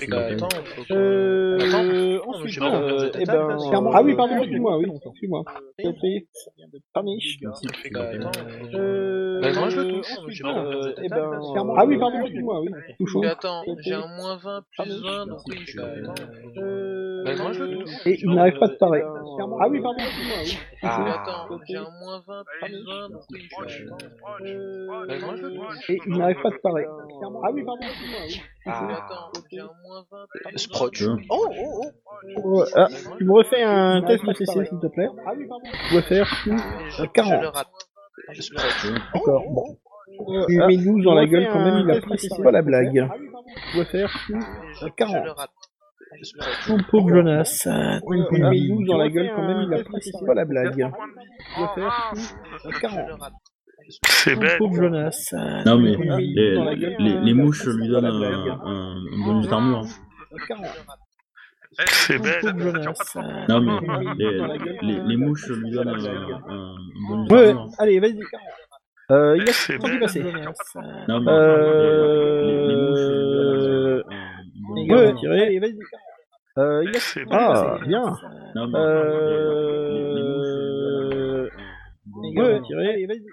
Bah, détail. attends, faut que- Euh, Attends, ensuite, j'ai pas euh, regardé eh ta table, ben, là, clairement, sur- ah oui, pardon, excuse-moi, oui, excuse-moi. Catherine, Parniche. Elle fait Bah, comme les attends, mouches. Euh, Bah, moi, je le touche, ensuite, j'ai pas euh, regardé ta eh table, ben, là, clairement, sur- ah oui, pardon, excuse-moi, oui, touchons. Mais attends, Catherine. j'ai un moins 20 plus 20, donc oui, je suis Bah, dedans. Euh, Bah, moi, je le touche. Et il n'arrive pas à se parer. Euh, euh, Ah oui, pardon, excuse-moi, oui. Ah. Mais attends, j'ai un moins 20 Allez, plus 20, donc oui, je suis proche, dedans. proche, Euh, proche, moi, je le proche. Et il n'arrive pas à se parer. Ah oui, pardon, excuse-moi, oui. Mais Ah. Euh, attends, j'ai un moins 20 plus 20. Sproch. Hein Oh, oh, oh. Euh, Ouais, ah, tu me refais un test de CC, s'il te plaît. Ah oui, pardon. Tu dois faire sous Je- je 40. le rate. Je Sproch. D'accord. Ah, Bon. Tu mets 12 dans la gueule quand même, il apprécie pas la blague. Ah Tu dois faire Je- Je 40. le rate. Je Sproch. sous pauvre Jonas. Tu mets 12 dans la gueule quand même, il apprécie pas la blague. Point de vie. Tu dois Oh, faire mince. sous Je 40. le rate. C'est bête. Pauvre Jonas. Non mais Ah, les, dans la gueule, les, euh, les mouches personne lui dans donnent la un, blague. un- un bonus d'armure. hein. 40. Eh, C'est bête. Pauvre tiens, Jonas. pas trop. Non mais Personne dans la gueule, les, les, euh, les mouches lui donnent un, personne dans la gueule. un, un bonus Ouais, d'armure. hein. allez, vas-y. Euh, il a C'est pas bête. passé. Non mais Euh, les, les, les mouches lui donnent euh, un, un bonus Ouais, allez, d'armure. hein. vas-y. Euh, il a C'est bête. Ah, bien. Non, mais les- les mouches lui Euh... donnent un- un- Ouais, tiré. Allez, vas-y.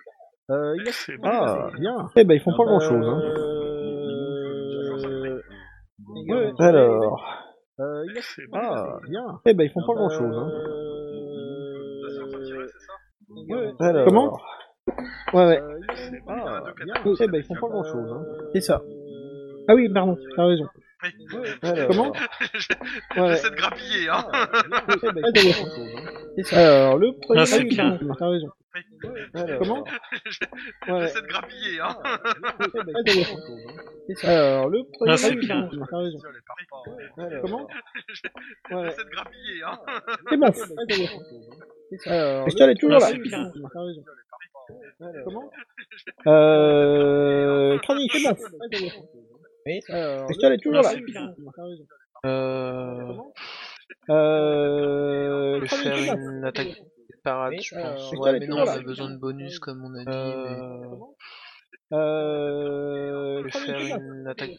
Euh, il a... C'est bête. Ah, bien. Eh ben, ils font pas grand chose. Hein. Euh, Ouais, Alors. Euh, il a... C'est bête. Ah, bien. Eh ben, ils font pas grand chose. Hein. Euh, Ouais, Alors... Comment Ouais, ouais. Ah, bien. Eh ben, ils font pas grand chose. Hein. C'est ça. Ah oui, pardon, t'as raison. Alors... Eh Comment Ouais. J'essaie de grappiller, hein. ben, hein. Alors, le premier. Ah, c'est Ah oui, bien. pardon, T'as raison. Alors, Comment Ouais. J'essaie de grappiller, hein. Alors, le premier. Ah, c'est Ah oui, bien. pardon, T'as raison. Elle est partie, hein. Comment Ouais. J'essaie de grappiller, hein. C'est bon. Alors, Estelle est toujours là. Comment Euh. Crani, c'est bon. Alors, Estelle est toujours là. Euh, Euh. je Crani, vais c'est faire bon. une attaque parade, je pense. euh, Ouais, elle mais est non, toujours on là. a besoin de bonus, comme on a dit. mais- Euh. Euh. Je vais Crani, faire c'est bon. une attaque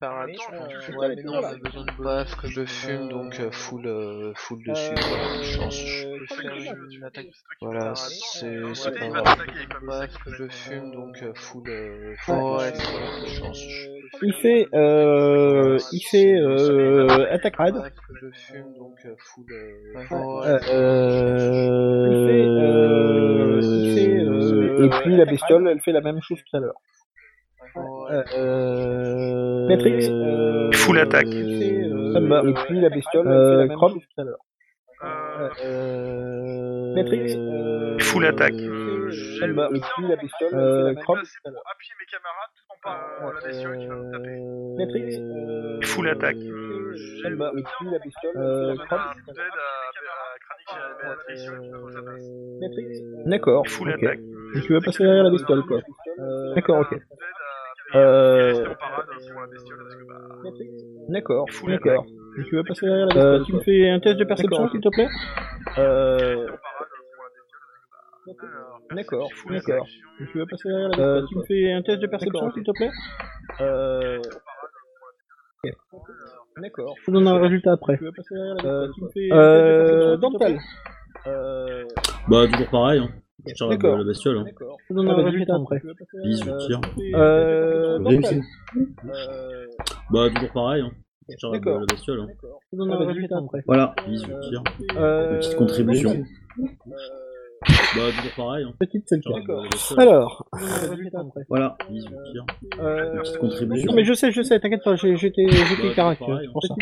parade, je Attends, pense. je Ouais, vais mais tout non, on là. a besoin de baf que je fume, donc euh, full, euh, full Euh, dessus. Voilà, je pense. Je euh, peux Crani, faire c'est bon. une attaque. C'est toi qui fais Voilà, ça. Attends, c'est d'un c'est côté, pas il va grave. t'attaquer, comme ça, Baf tu que fais. je fume, donc euh, full. euh, full, Ouais. dessus, voilà, je pense. Je peux il fait, euh, il fait euh, attaque rad. Je fume donc euh, full. euh, Euh, il fait, euh, il fait, euh, et puis la bestiole, elle fait la même chose tout à l'heure. Euh, Matrix. Euh, Full attaque. il fait, euh, et puis la bestiole, elle fait la même chose tout à l'heure. Euh, Matrix. euh, Full attaque. euh, J'ai Samba, et puis la bestiole, Euh, elle fait la même Chrome. chose tout à l'heure. Euh, appuyer mes camarades tout en parlant à la bestiole qui va me taper. Euh, Matrix. Full attaque. euh, Samba, Euh, et puis la bestiole, Je elle fait vais la même donner un chose coup tout à d'aide l'heure. Euh, à à Kranich et à Béatrice, je sais pas comment ça passe. Matrix. D'accord. Full euh, ok. attaque. Donc tu veux passer derrière la bestiole, quoi. Euh, D'accord, ok. Et Euh, rester en parade hein, pour la bestiole parce que bah. D'accord, Full d'accord. Donc tu veux passer derrière la bestiole, Euh, tu quoi. me fais un test de perception, D'accord. s'il te plaît Euh, en parade hein, pour la bestiole. bah, Alors, d'accord, perception, d'accord. perception, Donc tu veux passer derrière la Euh, bestiole, Tu quoi. me fais un test de perception, D'accord. s'il te plaît Euh, ok. D'accord. Je te donne un résultat après. Tu veux passer derrière la bestiole, quoi. Euh, Dental. Euh, Bah, toujours pareil, hein. Je tire la, D'accord. la bestiole. Hein. d'accord. Je te donne Ah, bah, un résultat putain, après. 18 tirs. Euh, Réussi. Dental. Euh, Bah, toujours pareil, hein. Je tire la, D'accord. la bestiole. Hein. Je te donne Ah, un bah, résultat après. Voilà, 18 tirs. Euh, Une petite contribution. Dental. Bah, toujours pareil, hein. Petite, c'est le Je tire cas. la, la bestiole. Alors, je te donne un résultat après. Voilà, 18 tirs. euh, Une petite non contribution. mais je sais, je sais, t'inquiète pas, j'ai- j'étais, Bah, j'étais c'est carac, pareil, c'est pour ça.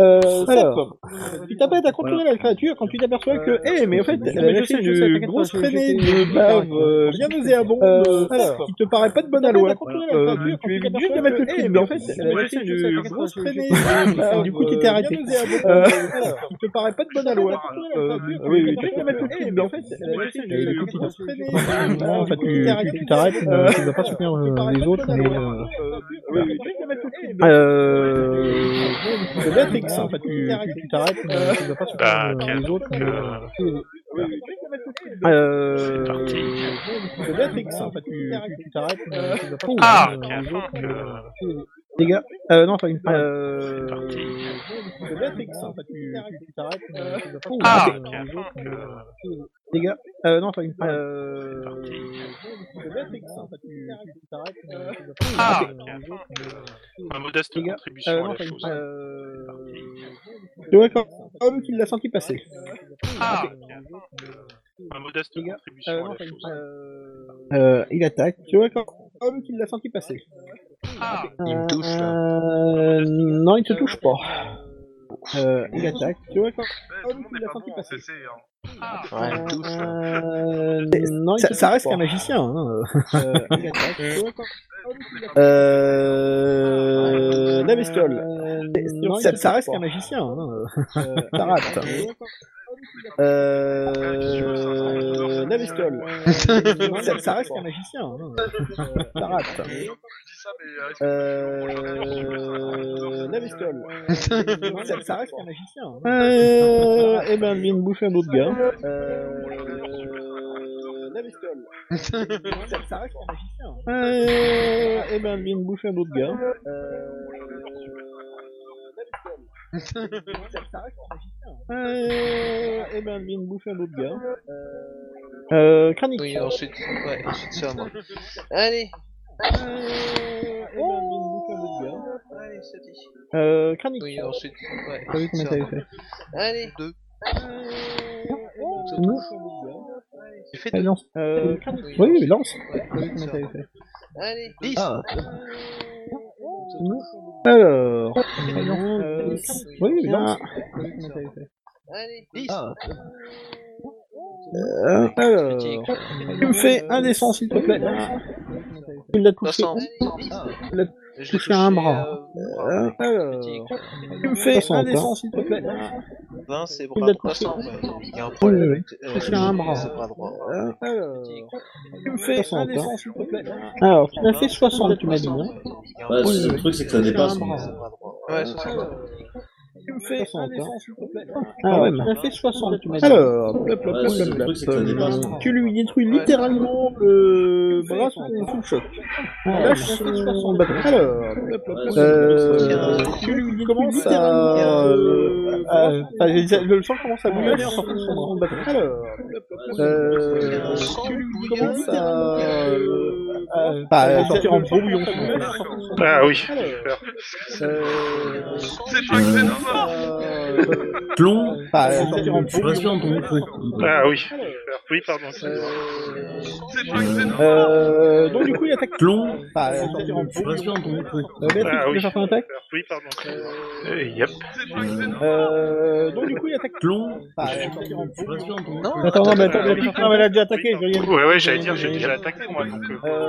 Euh, Alors. Seb, tu t'apprêtes à contourner Voilà. la créature quand tu t'aperçois que, eh, mais en fait, Voilà. elle a Mais je lâché sais, je sais, une t'inquiète pas, grosse je- traînée j'étais- de bave, euh, j'étais- bien nauséabonde, bah, Euh, euh, alors. qui te paraît pas de bonne T'as pas alloi. été contrôlé Euh, la créature donc quand tu es tu t'aperçois obligé de mettre que, le eh, flic mais en dedans. fait, Ouais, elle a ouais, laissé je sais, une t'inquiète pas, grosse je- traînée je- de bave, du coup, tu euh, t'es arrêté. bien nauséabonde. Euh, Alors, qui te paraît pas de bonne Je alloi. sais pas, Euh, je sais pas, oui, je oui, sais tu pas, peux mettre le je- flic, mais en fait, elle a laissé je- une je- grosse je- traînée. Non, enfin, tu, tu, tu t'arrêtes, Euh, euh, tu vas pas soutenir euh, les autres, mais euh, Oui, oui, tu peux mettre le flic. euh, C'est Matrix, hein, enfin, tu, tu, tu t'arrêtes, euh, tu vas pas soutenir Bah, Ah, euh, quel les autres, euh, mais euh, euh, Euh, C'est parti. C'est Matrix, hein, enfin, tu, tu, tu t'arrêtes, euh, tu vas pas Ah, soutenir, euh, quel les autres, mais euh, que... Les gars, euh, non, pas une fois. C'est Euh... parti. C'est Matrix, hein, pas tu tu t'arrêtes. euh, tu vas pas Ah, te quel rater, que... Les gars, euh, non, pas une fois. Euh... C'est Matrix, hein, pas tu tu t'arrêtes. euh, tu vas pas te Ah, rater, euh, quel Ma modeste Les gars, contribution euh, à non, la pas une chose. fois. Euh... Tu vois quand homme qui l'a senti passer. Ah, Ma modeste euh, Les gars, contribution Euh, à non, pas la une chose. fois. Euh... Euh, il attaque. Tu vois quand homme qui l'a senti passer. Ah, Il me touche, là. Euh, non, il te touche pas. Euh, il attaque. Tu vois quand Ouais, Tout le monde Il n'est a pas senti bon en passer. CC. hein. Ouais, il me touche, là. Euh, non, il te ça, ça touche reste pas. qu'un magicien. Hein. Euh, il attaque. Tu vois quand Euh, la bestiole. Non, il Ça, te ça touche reste pas. qu'un magicien. Hein. Euh, Ça rate. Euh, la bestiole. ça, ça reste qu'un magicien. Hein. Ça rate. Je dis ça, mais euh, est-ce que Euh, la bestiole. ça, ça reste qu'un magicien. Hein. Euh, eh ben, elle vient de bouffer un autre gars. Euh, la bestiole. ça, ça reste qu'un magicien. Hein. Euh, eh ben, elle vient de bouffer un autre gars. hein. Euh, eh ben, elle vient de bouffer un autre gars. Euh, Kranich. Oui, ensuite, ouais, ensuite c'est à moi. Allez, Euh, eh ben, elle vient de bouffer un autre gars. allez, c'est dit. Euh, Kranich. Oui, ensuite, ouais, T'as vu ensuite combien c'est à t'avais moi. fait Allez, deux. Euh, Nous J'ai hein. fait Elle deux. lance. Euh, Kranich. Oui, Oui, lance. Ouais, T'as vu combien c'est à t'avais moi. fait Allez, dix. Ah. Nous. Alors. Euh, oui, lance. Allez, dix. Ah, Euh, alors. Critique. Tu me fais euh, un dessin, s'il te plaît. Tu l'as touché. 300. l'a Je l'ai touché à Ah. un bras. euh, Euh, alors. critique. Tu me fais un dessin, s'il te plaît. 20, c'est Il bras l'a droit. touché. 100, ouais. Il y a un Oui, problème oui. avec euh, Touché à un bras. C'est bras droit. Euh, alors. Critique. Tu me fais un hein. dessin, s'il te plaît. Alors, hein. tu m'as fait 60, tu m'as dit, hein. Bah, c'est- le truc, c'est que ça dépasse. mais- Ouais, 60. Tu me fais 60, hein. Ah Ah ouais, ouais, mais- tu m'as fait 60, tu m'as dit. Alors, plop, plop, Ouais, plop, c'est- plop, le truc, c'est que plop. ça dépasse. tu lui détruis littéralement le bras sous sous le choc. Ah, Lâche son Bah, bâton. Alors, euh, tu lui commences à... euh, à- enfin, le sang commence à bouillonner en sortant de son bras. Alors, Ouais, c'est- euh, tu lui commences à... euh, euh, bah, sortir en brouillon. Ah oui. euh, C'est pas que c'est nos Tlon, Ah, Bah, je sortir en je suis pas sûr de ton micro. Ah oui. Oui, pardon. C'est pas que c'est nos Euh, donc du coup, il attaque. Tlon, Ah, Bah, je sortir en suis brouillon. pas sûr de ton micro. Euh, Béatrix, Ah tu veux oui. faire ton attaque Oui, pardon. Euh, yep. C'est pas que c'est nos Euh, donc du coup, il attaque. Tlon, Bah, je suis pas sûr de ton micro. Non, Attends, non, mais attends, Euh, Béatrix, oui. non, mais elle a déjà attaqué, je Ouais, regarde. ouais, j'allais dire, j'ai Euh, déjà attaqué moi, donc euh,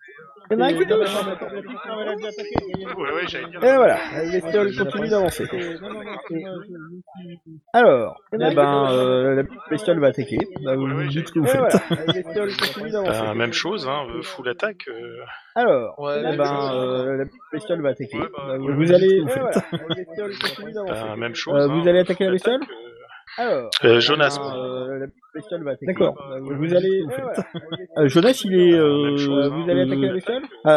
Il y en a un qui était. Non, mais attends, Béatrix, non, mais elle a déjà attaqué, je regarde. euh, Ouais, ouais, j'allais dire. Et voilà, l'estiole continue d'avancer. Alors, eh ben, euh, la bestiole va attaquer. Bah, vous Ouais, ouais, me dites j'ai- ce que vous Ouais, faites. L'estiole continue Ben, d'avancer. même chose, hein, euh, full attaque. euh, Alors, Ouais, eh même ben, chose. euh, la bestiole va attaquer. Ouais, bah, Bah, vous, ouais, vous ouais, allez, dites ce que vous eh, voilà, la bestiole continue d'avancer. ben, même chose. Euh, hein, vous allez attaquer full la bestiole attaque, euh, Alors, euh, eh Jonas, ben, moi. euh, la bestiole va attaquer. D'accord. Bah, vous, vous allez, eh, voilà. Euh, Jonas, il Ben, est, même euh, chose, hein. vous allez attaquer la bestiole euh,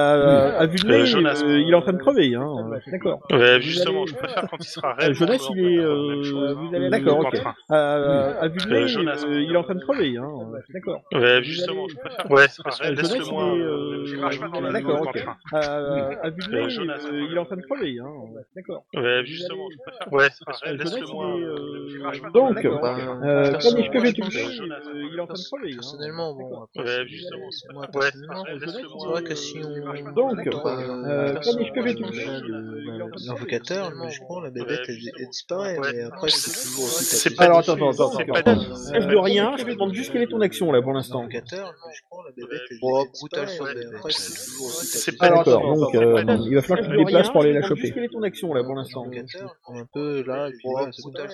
À vue de Euh, nez, Jonas. euh, il est en train de crever, hein. D'accord. Ouais, Vous justement, allez- je préfère quand il sera Euh, raide. Jonas, en il dehors, est. euh, même chose, Euh, hein. vous allez Ou d'accord, en ok. train. Euh, à vue de Euh, nez, Jonas. euh, il est en train de crever. Hein. D'accord. Ouais, Bah, justement, je préfère Ouais. quand il sera raide. Jonas, il est. Laisse-le-moi. euh, je crache pas dans la D'accord, nuit, ok. enfin. Euh, à vue de Euh, nez, Jonas. euh, il est en train de crever. Hein. D'accord. Ouais, justement, je préfère quand Ouais. il sera Euh, raide. Jonas, il Laisse-le-moi. est. euh, euh, crache pas dans la Donc, nuit, euh, enfin. euh, comme je Perso- peux faire moi, je pense que- toucher, euh, il est en train de crever. hein. Personnellement, bon, D'accord. après, Ouais, c'est- justement, c'est c'est moi pas- ouais, personnellement, ouais, je laisse-le c'est moi, vrai que si on. Donc, euh, euh, comme je peux faire personnellement, toucher, euh, euh, L'invocateur, logiquement, la bébête, elle, elle disparaît, mais après, c'est toujours aussi C'est ta pas Alors, bébête. attends, attends, attends. C'est attends, pas attends. du- Chef de rien, je te demande juste quelle est ton action là pour l'instant. L'invocateur, logiquement, la bébête, elle Bon, brutal sauve, mais après, c'est toujours aussi ta C'est bébête. pas Alors, du- attends, donc, euh, il va falloir que tu Chef te de déplaces pour aller la je demande juste choper. Quelle est ton action là pour l'instant L'invocateur, un peu là, il voit brutal sauve, mais après,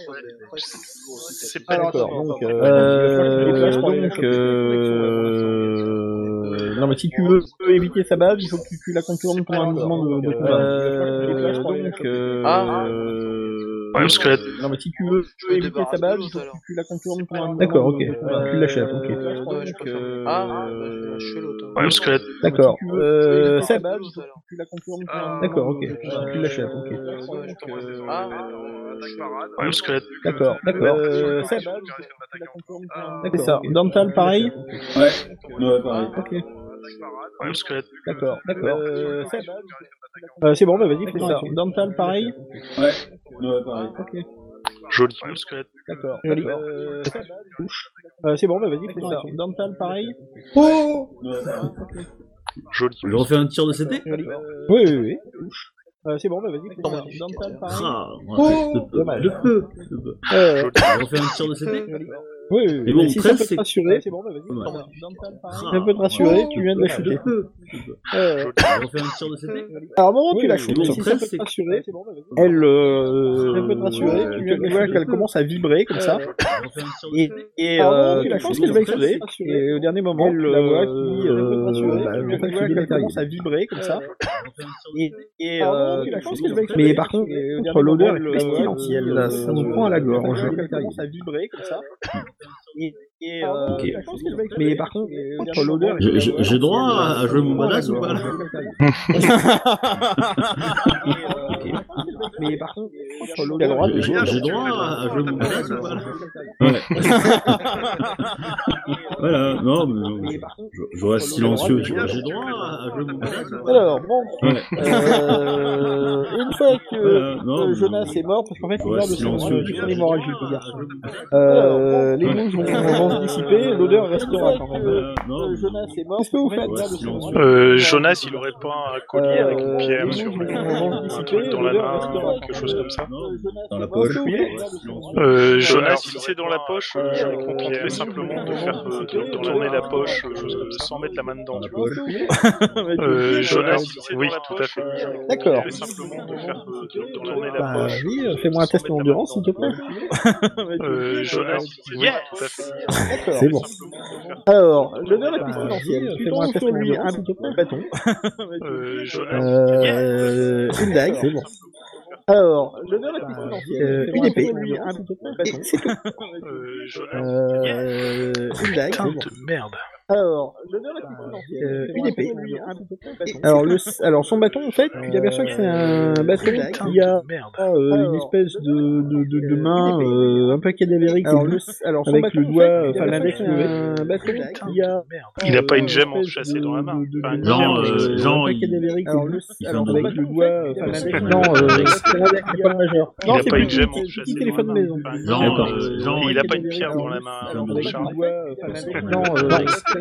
c'est toujours aussi ta C'est bébête. pas du- D'accord, donc, euh, Euh, donc, euh, non mais si tu veux éviter sa base, il faut que tu, tu la contournes pour un mouvement de, de combat. Euh, donc, euh, Ah. euh, Ouais, parce que non mais si tu veux me éviter débarrasse sa de base, l'autre, il faut que alors. tu la contournes pour un mouvement. D'accord, ok. de combat. Tu l'achèves, ok. Euh, Ouais, je donc, préfère. euh, Ah, bah, je vais lâcher l'autre. Ouais, parce que la- D'accord. Euh, Sa sa base, base, il faut que tu la contournes pour Ah. un mouvement D'accord, ok. de combat. Tu l'achèves, ok. Euh, donc, Ouais, je commence euh, désormais Ah. en attaque parade. Ouais, parce que la- D'accord, d'accord. Euh, ça C'est pas va, que c'est nos tu la hein. attaquants. contournes pour un Ah. mouvement. C'est ça. Ok. Dental, pareil Ouais, pareil. Ok. euh, Attaque parade. Ouais, parce que la- D'accord, d'accord. Euh, ça va, Euh, c'est bon, bah vas-y, fais C'est ton ça. action. Dental, pareil Ouais, pareil. Joli. Ouais, parce que la- D'accord. Joli. Euh, Euh, c'est bon, bah vas-y, fais c'est ton ça. action. Dental, pareil Ouais, pareil. Joli. Je refais un tir de CT Euh, Oui, oui, oui. euh, C'est bon, bah vas-y, fais Ton ton action. modificateur. Dental, pareil Ah, Oh, ouais, de peu, Dommage. de peu, de peu. Euh, Je refais un tir de CT Oui, oui, oui. Et bon, si ça 13, peut te c'est- rassurer, c'est bon, bah vas-y. Ouais. Dental, pareil. Ah, Ça peut te rassurer, tu viens de la ouais, shooter. De peu. Euh, Je refais un tir de CT Alors, au moment où Oui, tu la oui, shootes, oui. si ça peut C'est- te rassurer, Elle, ça peut te euh... rassurer, tu viens de la shooter. qu'elle commence à vibrer comme ça. Je refais un tir de Et, CT et euh, Alors, au moment où euh, tu la je pense shootes, qu'elle va exploser. Et au dernier moment, Elle, tu la vois qui, euh, euh, bah, bah, elle tu vois qu'elle commence à vibrer comme ça. Et, et Alors, euh, donc, il a tu chance sais, qu'elle va mais exploser. par contre, Et au contre, dernier l'odeur moment, est elle, pestilentielle, euh, là, ça nous euh, prend à la elle gorge. commence- Elle commence à vibrer comme ça. Et, et, Alors, euh, donc, il a chance qu'elle va exploser. mais par contre, Et au contre, dernier l'odeur moment, euh, J'ai- elle- j'ai- elle- j'ai droit elle- à- à jouer mon elle- badass elle- ou pas, là Et, euh, Mais par contre, contre, T'as l'odeur le droit elle- de jouer. elle- J'ai elle- droit à à jouer mon elle- badass ou pas, là elle- Ouais. voilà, non, mais Mais je, par contre, je- je reste silencieux. tu vois. J'ai droit à, à jouer mon badass ou pas alors, bon, Ouais, euh, une fois que euh, non, euh, mais- Jonas est mort, parce qu'en fait, je il reste garde son silencieux. tu son vois. mémoire à J'ai lui, droit il garde. à jouer mon badass. Euh, les mouches vont, vont se dissiper, l'odeur restera quand même. Euh, non, Euh, mais- Jonas est mort. Qu'est-ce que vous faites Ouais, là de silencieux. ce- Euh, Jonas, il aurait pas un collier Euh, avec une pierre les sur mouches le- vont- vont un anticiper, truc dans la l'odeur main, restera. quelque chose comme ça. Non, Euh, Jonas dans est la mort, poche. qu'est-ce que vous faites là de ce- Euh, Jonas, alors, si c'est dans la poche, euh, je lui conseillerais simplement de faire euh, de tourner la poche euh, sans mettre la main dedans. Dans la tu poche. vois. Euh, Jonas, alors, si c'est dans la poche, euh, je lui D'accord. conseillerais simplement de faire euh, de tourner la Bah, poche. oui, euh, fais-moi un sans test mettre la main d'endurance, dedans. s'il te plaît. Euh, Jonas, oui, tout à fait. C'est bon. Alors, l'odeur est pestilentielle. Bah, Fais-moi un test lui un bâton. Euh, Jonas, Euh, une dague, c'est bon. Alors, l'honneur est confidentiel. Euh, une épée. Et c'est tout. Euh, je- Euh, une dague. Putain de merde. Alors, l'honneur est confidentiel. Euh, une épée. Et c'est Alors, tout. le, alors son bâton, en fait, tu t'aperçois que c'est un Euh, bâton qui a Merde. euh, une espèce de, de, de, de main euh, un peu cadavérique. Alors, et le, euh, bleue, alors son avec bâton, le doigt, en fait, enfin il a l'index fait levé. un bâton qui a. Il a pas une euh, gemme espèce enchâssée dans la main. de- de- Enfin, une de- Genre, gemme, euh, parce que- genre, un il- cadavérique et il bleu. fait un Alors, doigt. avec le doigt, enfin, c'est l'index- pas non, le- euh, c'est l'index qui a pas le majeur. Il Non, a c'est pas une petit- gemme c'est enchâssée petit dans la téléphone main. maison. Enfin, une Genre, gemme, euh, euh, genre, il a pas une pierre dans la Alors, main. alors, euh, avec Charles. le doigt, enfin, l'index- non, euh, que- Non, l'index- l'index qui a pas le majeur.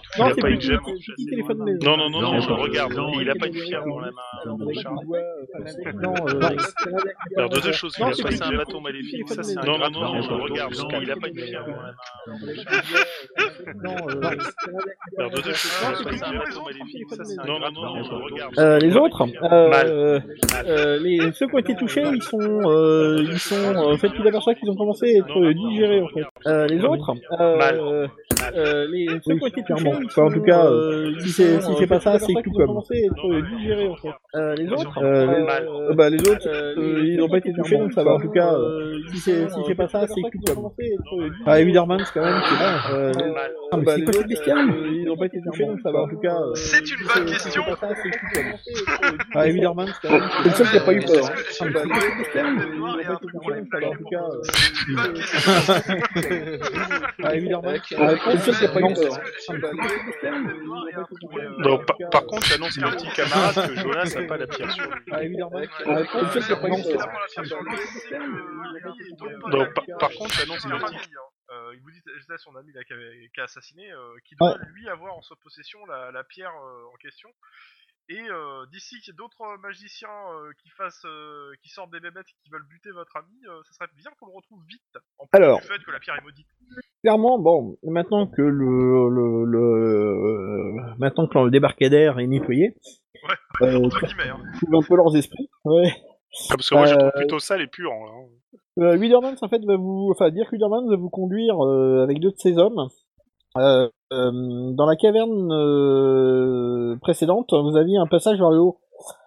Il Non, a c'est pas une petit- gemme c'est enchâssée petit téléphone dans la main. maison. Non, non, non, non, Genre, je regarde. genre, Il a pas une pierre dans la main. Alors, euh, avec Charles. le doigt, enfin, l'index- non, euh, l'index- l'index qui a pas le Alors, de deux majeur. choses, Non, il a c'est pas une petit- bâton maléfique, ça c'est un Non, grand non, nom, non, je non, regarde, non, il a non, pas une pierre dans la main. Non, euh, Alors, de deux choses, il a pas une c'est pierre les bâton autres. maléfique, ça c'est un Non, grand non, non, non, je non, regarde. Euh, il a les pas autres, une pierre. euh, euh, les, ceux qui ont été touchés, ils sont, euh, ils sont, euh, en fait, tu t'aperçois qu'ils ont commencé à être euh, digérés, en fait. Euh, les Ah autres, euh, euh, les, ceux qui ont été touchés, ils sont, Enfin, en tout cas, euh, si c'est, si c'est pas ça, c'est tout comme. commencé à être euh, digéré en fait. Euh, les autres, Euh, les- Mal. euh, bah, les autres, euh, ils n'ont pas été touchés, donc ça va. En tout cas, euh, si c'est- c'est, si c'est pas ça, c'est tout comme. Ah, évidemment, c'est quand même. c'est bon, euh, les- Mal. Ah, mais Bah, c'est les quoi cette autres, bestiole euh, Ils n'ont pas été touchés, donc ça va. En tout cas, euh, C'est une bonne question. ah, évidemment, c'est quand même. C'est le seul qui a pas eu peur. Est-ce que- est-ce que le Ah, bah, problème, c'est que le noir, il y a un truc qu'on En l'a flashé tout pour cas, nous euh, C'est une bonne question. ah, évidemment, Avec- c'est le seul qui a pas eu Non. hein. peur. Est-ce que le problème, c'est que le noir, il y a un truc qu'on l'a- Non, par, par contre, j'annonce à mon petit camarade que Jonas a pas la pierre sur lui. Ah, évidemment, Ouais, c'est le seul qui a pas eu non, c'est peur. la première pierre sur lui, euh, c'est que lui et d'autres potes Non, l'avaient par- mis, par euh, contre, chez j'annonce leur une ami, hein. Euh, il vous dit, j'étais à son ami là, qui, avait- qui a assassiné, euh, qui doit lui avoir en sa possession la, la pierre euh, en question. Et euh, d'ici qu'il y ait d'autres magiciens euh, qui fassent, euh, qui sortent des bébêtes et qui veulent buter votre ami, euh, ça serait bien qu'on le retrouve vite. En plus Alors. du fait que la pierre est maudite. clairement, bon, maintenant que le, le, le euh, maintenant que le débarcadère est nettoyé, euh, Entre guillemets, hein. tu trouves un peu leurs esprits. Ouais. Ah, Parce que moi, je Euh, trouve plutôt sale et puant. là. Euh, Wildermans, en fait va vous, enfin Dirk Wildermans va vous conduire euh, avec deux de ses hommes euh, euh, dans la caverne euh, précédente. Vous aviez un passage vers le haut.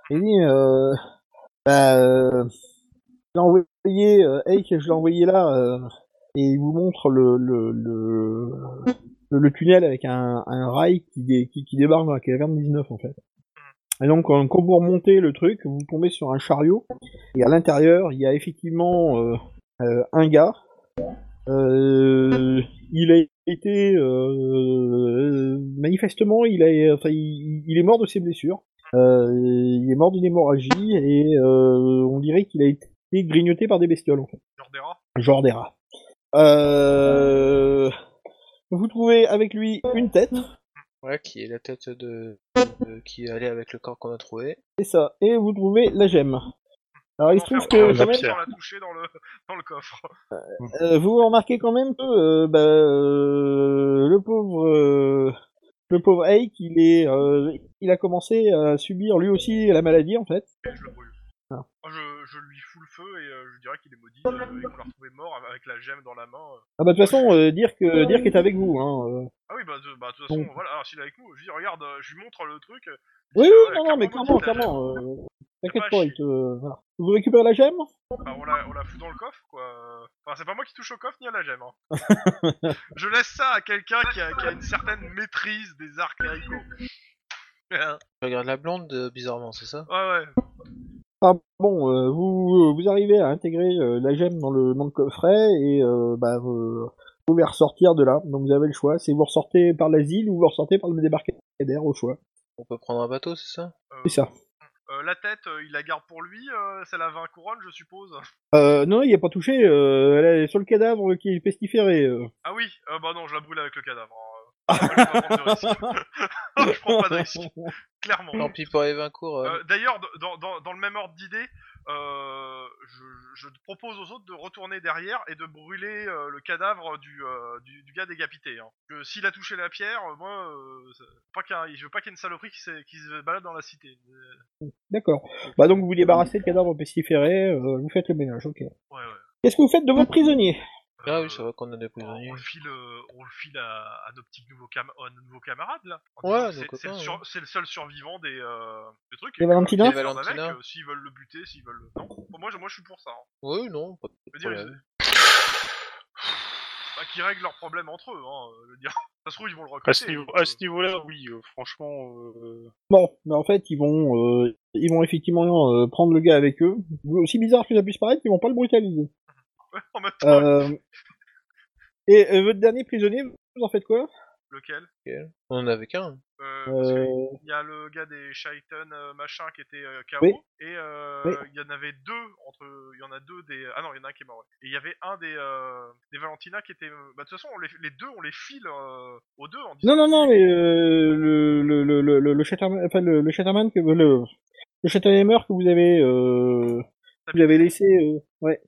Il dit, euh, bah, euh, je l'ai envoyé, euh, Hake, je l'ai envoyé là, euh, et il vous montre le le, le, le, le tunnel avec un, un rail qui, dé- qui, qui débarque dans la caverne 19 en fait. Et donc quand quand vous remontez le truc, vous tombez sur un chariot et à l'intérieur, il y a effectivement euh, euh, un gars. Euh, il a été euh, manifestement, il a, enfin, il, il est mort de ses blessures. Euh, il est mort d'une hémorragie et euh, on dirait qu'il a été grignoté par des bestioles en fait, Genre des rats. genre des rats. Euh, vous trouvez avec lui une tête, Ouais, qui est la tête de... de- qui est allée avec le corps qu'on a trouvé. c'est ça, et vous trouvez la gemme. Alors Ah, il se trouve Enferme- que quand la même, pierre. On l'a touché dans le, dans le coffre. Euh, vous remarquez quand même que euh, bah, euh, le pauvre euh, le pauvre Hake, il est euh, il a commencé à subir lui aussi la maladie en fait. Et je le brûle. Ah. Moi, Je, je lui fous le feu et euh, je dirais qu'il est maudit euh, et qu'on l'a retrouvé mort avec la gemme dans la main. euh. Ah bah de toute façon euh, dire que dire qu'il est avec vous hein. euh. Ah oui, bah de bah, de toute façon, Bon. voilà, alors s'il est avec nous, je lui dis, regarde, euh, je lui montre le truc. euh, je Oui oui dis, euh, non non mais clairement maudit, la gemme. clairement euh, t'inquiète pas il te voilà. Vous récupérez la gemme Bah, on, la, on la fout dans le coffre, quoi. Enfin, c'est pas moi qui touche au coffre ni à la gemme. hein. je laisse ça à quelqu'un qui a, qui a une certaine maîtrise des arts cléricaux. ouais, Je regarde la blonde, euh, bizarrement, c'est ça ouais. Ah bon, euh, vous, vous arrivez à intégrer euh, la gemme dans le, dans le coffret et euh, bah, vous, vous pouvez ressortir de là. Donc vous avez le choix. C'est vous ressortez par l'asile ou vous ressortez par le débarcadère au choix. On peut prendre un bateau, c'est ça Euh, C'est ça. euh, la tête, euh, il la garde pour lui, euh, c'est la 20 couronnes, je suppose. Euh, non, il n'y a pas touché. euh, elle est sur le cadavre qui est pestiféré. euh. Ah oui, euh, bah non, je la brûle avec le cadavre. hein. Je vais pas prendre de risque. je prends pas de risque, clairement. Tant pis pour les 20 cours. euh, Euh, D'ailleurs, d- dans, dans, dans le même ordre d'idée, euh, je, je te propose aux autres de retourner derrière et de brûler euh, le cadavre du, euh, du, du gars décapité. Hein. Que S'il a touché la pierre, euh, moi, euh, c'est- pas qu'il y a- je veux pas qu'il y ait une saloperie qui, s'est- qui se balade dans la cité. Euh, D'accord. Bah donc vous vous débarrassez le cadavre pestiféré. euh, vous faites le ménage. Ok. Ouais, ouais. Qu'est-ce que vous faites de votre prisonnier Euh, Ah oui, c'est vrai qu'on a des prisonniers. On le file, euh, on le file à, à nos petits nouveaux, cam- à nos nouveaux camarades là. En Ouais, disant, nos c'est, c'est le copains, sur- c'est le seul survivant des, euh, des trucs. Des Valentina Et, euh, Des on fait Valentina. avec, euh, s'ils veulent le buter, s'ils veulent. le- Non, Pour moi, je, moi je suis pour ça. hein. Oui, non, pas de Je veux dire, problème. ils- bah, qu'ils règlent leurs problèmes entre eux. Hein, je veux dire. Ça se trouve, ils vont le À recruter. ce, niveau, donc, à euh, ce niveau-là, oui, euh, franchement. euh, Bon, mais en fait, ils vont, euh, ils vont effectivement euh, prendre le gars avec eux. Aussi bizarre que ça puisse paraître, ils vont pas le brutaliser. ouais, en même temps, Euh, et euh, votre dernier prisonnier, vous en faites quoi lequel On en avait qu'un. Euh, parce que euh, Il y a le gars des Shaitan euh, machin qui était euh, KO Oui. et euh, Oui. il y en avait deux entre il y en a deux des ah non il y en a un qui est mort ouais. et il y avait un des euh, des Valentina qui était euh, bah de toute façon on les, les deux on les file euh, aux deux en disant Non, non, non, mais euh, le, le, le, le, le, le Shatterman, enfin, le, le Shatterman que le, le Shatterhammer que vous avez, euh, que vous avez laissé, euh, ouais.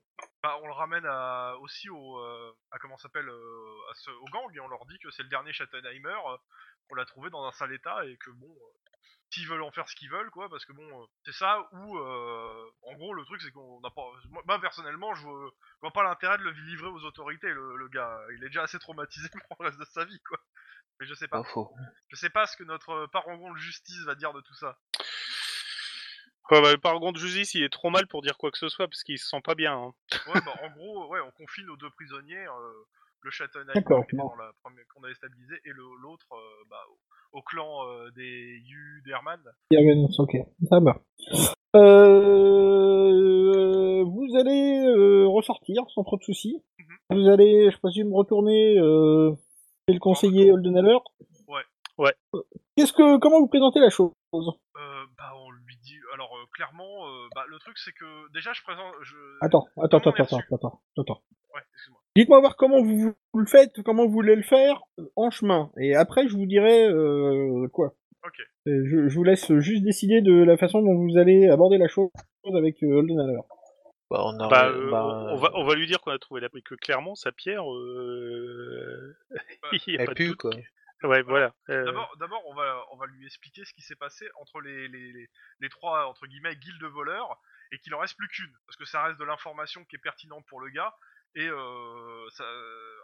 bah, on le ramène à, aussi au euh, à comment ça s'appelle euh, à ce, au gang et on leur dit que c'est le dernier Shattenheimer euh, qu'on l'a trouvé dans un sale état et que bon euh, s'ils veulent en faire ce qu'ils veulent quoi parce que bon euh, c'est ça ou euh, en gros le truc c'est qu'on n'a pas moi, moi, personnellement je vois, je vois pas l'intérêt de le livrer aux autorités le, le gars il est déjà assez traumatisé pour le reste de sa vie quoi mais je sais pas Pas faux. je sais pas ce que notre euh, parangon de justice va dire de tout ça ouais, bah, le paragon de justice, il est trop mal pour dire quoi que ce soit parce qu'il se sent pas bien. hein. Ouais, bah, en gros, ouais, on confine aux deux prisonniers, euh, le Shattenheimer D'accord, qui était bon. dans la première qu'on avait stabilisé et le- l'autre euh, bah, au, au clan euh, des Yu d'Herman. Il y avait une- Ok, ça va. Euh, vous allez euh, ressortir sans trop de soucis. Mhm. Vous allez, je présume, retourner euh, chez le conseiller Holdenhaler. Ouais. Ouais. Qu'est-ce que, comment vous présentez la chose Euh, bah, on lui dit. Alors, euh, clairement, euh, bah, le truc c'est que déjà, je présente. Je... Attends, attends, Comment attends, on est attends, reçu attends, attends. Ouais, excuse-moi. Dites-moi voir comment vous, vous le faites, comment vous voulez le faire euh, en chemin. Et après, je vous dirai euh, quoi. Ok. Euh, Je, je vous laisse juste décider de la façon dont vous allez aborder la chose avec euh, Holdenhaler. Bah, on a. Bah, euh, bah, on, on va, on va lui dire qu'on a trouvé la brique. Que clairement, sa pierre, euh... il y a Elle pas de pue, doute quoi. que- Ouais, voilà. euh, D'abord, d'abord, on va, on va lui expliquer ce qui s'est passé entre les, les, les, les trois entre guillemets guildes de voleurs et qu'il en reste plus qu'une parce que ça reste de l'information qui est pertinente pour le gars et euh, ça,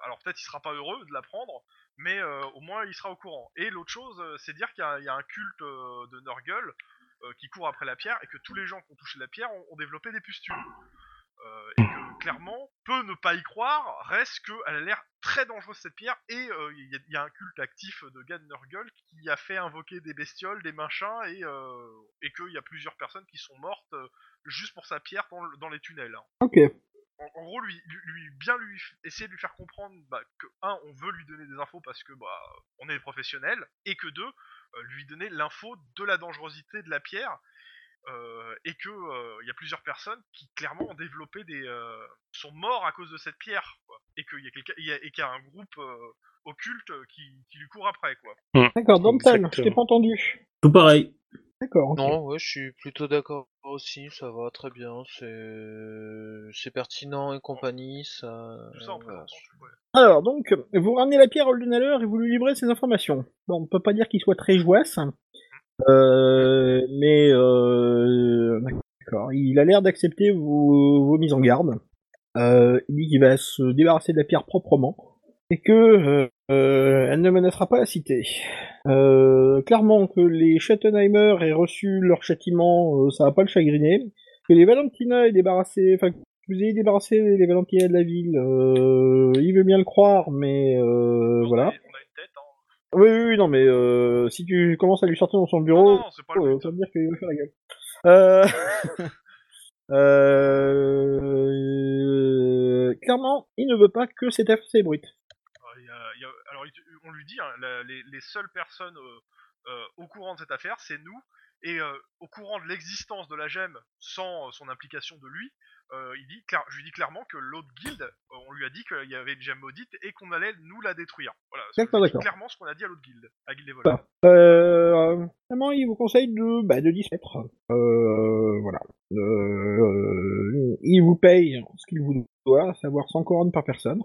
alors peut-être il sera pas heureux de l'apprendre mais euh, au moins il sera au courant. Et l'autre chose, euh, c'est dire qu'il y a, il y a un culte euh, de Nurgle euh, qui court après la pierre et que tous les gens qui ont touché la pierre ont, ont développé des pustules. Euh, et que clairement, peut ne pas y croire, reste qu'elle a l'air très dangereuse cette pierre, et euh, il y, a- il y a un culte actif de Gan Nurgle qui a fait invoquer des bestioles, des machins, et, euh, et qu'il y a plusieurs personnes qui sont mortes euh, juste pour sa pierre dans, le- dans les tunnels. hein. Ok. En, en gros, lui, lui, lui- bien lui, f- essayer de lui faire comprendre bah, que, un, on veut lui donner des infos parce que, bah, on est professionnel, et que deux, euh, lui donner l'info de la dangerosité de la pierre, euh, et que euh, il y a plusieurs personnes qui clairement ont développé des euh, sont morts à cause de cette pierre, quoi. et qu'il y a quelqu'un il y a- et qu'il y a un groupe euh, occulte euh, qui, qui lui court après, quoi. D'accord, Dantan, je t'ai Exactement. pas entendu. Tout pareil. D'accord. ok. Non, ouais, je suis plutôt d'accord aussi, ça va très bien, c'est c'est pertinent et compagnie, ça. euh, Tout ça en Euh, voilà. présentant, tout, ouais. Alors, donc, vous ramenez la pierre à Holdenhaler et vous lui livrez ses informations. Bon, on peut pas dire qu'il soit très joisse, euh, mais euh, d'accord, il a l'air d'accepter vos, vos mises en garde. Euh, il dit qu'il va se débarrasser de la pierre proprement et que euh, euh, elle ne menacera pas la cité. Euh, clairement que les Schattenheimer aient reçu leur châtiment, euh, ça va pas le chagriner. Que les Valentina aient débarrassé, enfin vous ayez débarrassé les Valentina de la ville, euh, il veut bien le croire, mais euh, On voilà. a- on a une tête, hein. Oui, oui, oui, non, mais euh, si tu commences à lui sortir dans son Non, bureau, euh, non, c'est pas ça le veut but. dire qu'il va faire la gueule. Euh... euh, Clairement, il ne veut pas que cette affaire s'ébruite. Euh, il y a- il y a- alors, il- on lui dit, hein, la- les, les seules personnes euh, euh, au courant de cette affaire, c'est nous. Et euh, au courant de l'existence de la gemme, sans euh, son implication de lui, euh, il dit, clair- je lui dis clairement que l'autre guilde, euh, on lui a dit qu'il y avait une gemme maudite et qu'on allait nous la détruire. Voilà, je lui D'accord, dis d'accord. clairement ce qu'on a dit à l'autre guilde, à guilde des voleurs. Euh... Clairement, il vous conseille de, bah, de disparaître. Euh... Voilà. Euh... Il vous paye ce qu'il vous doit, à savoir 100 couronnes par personne.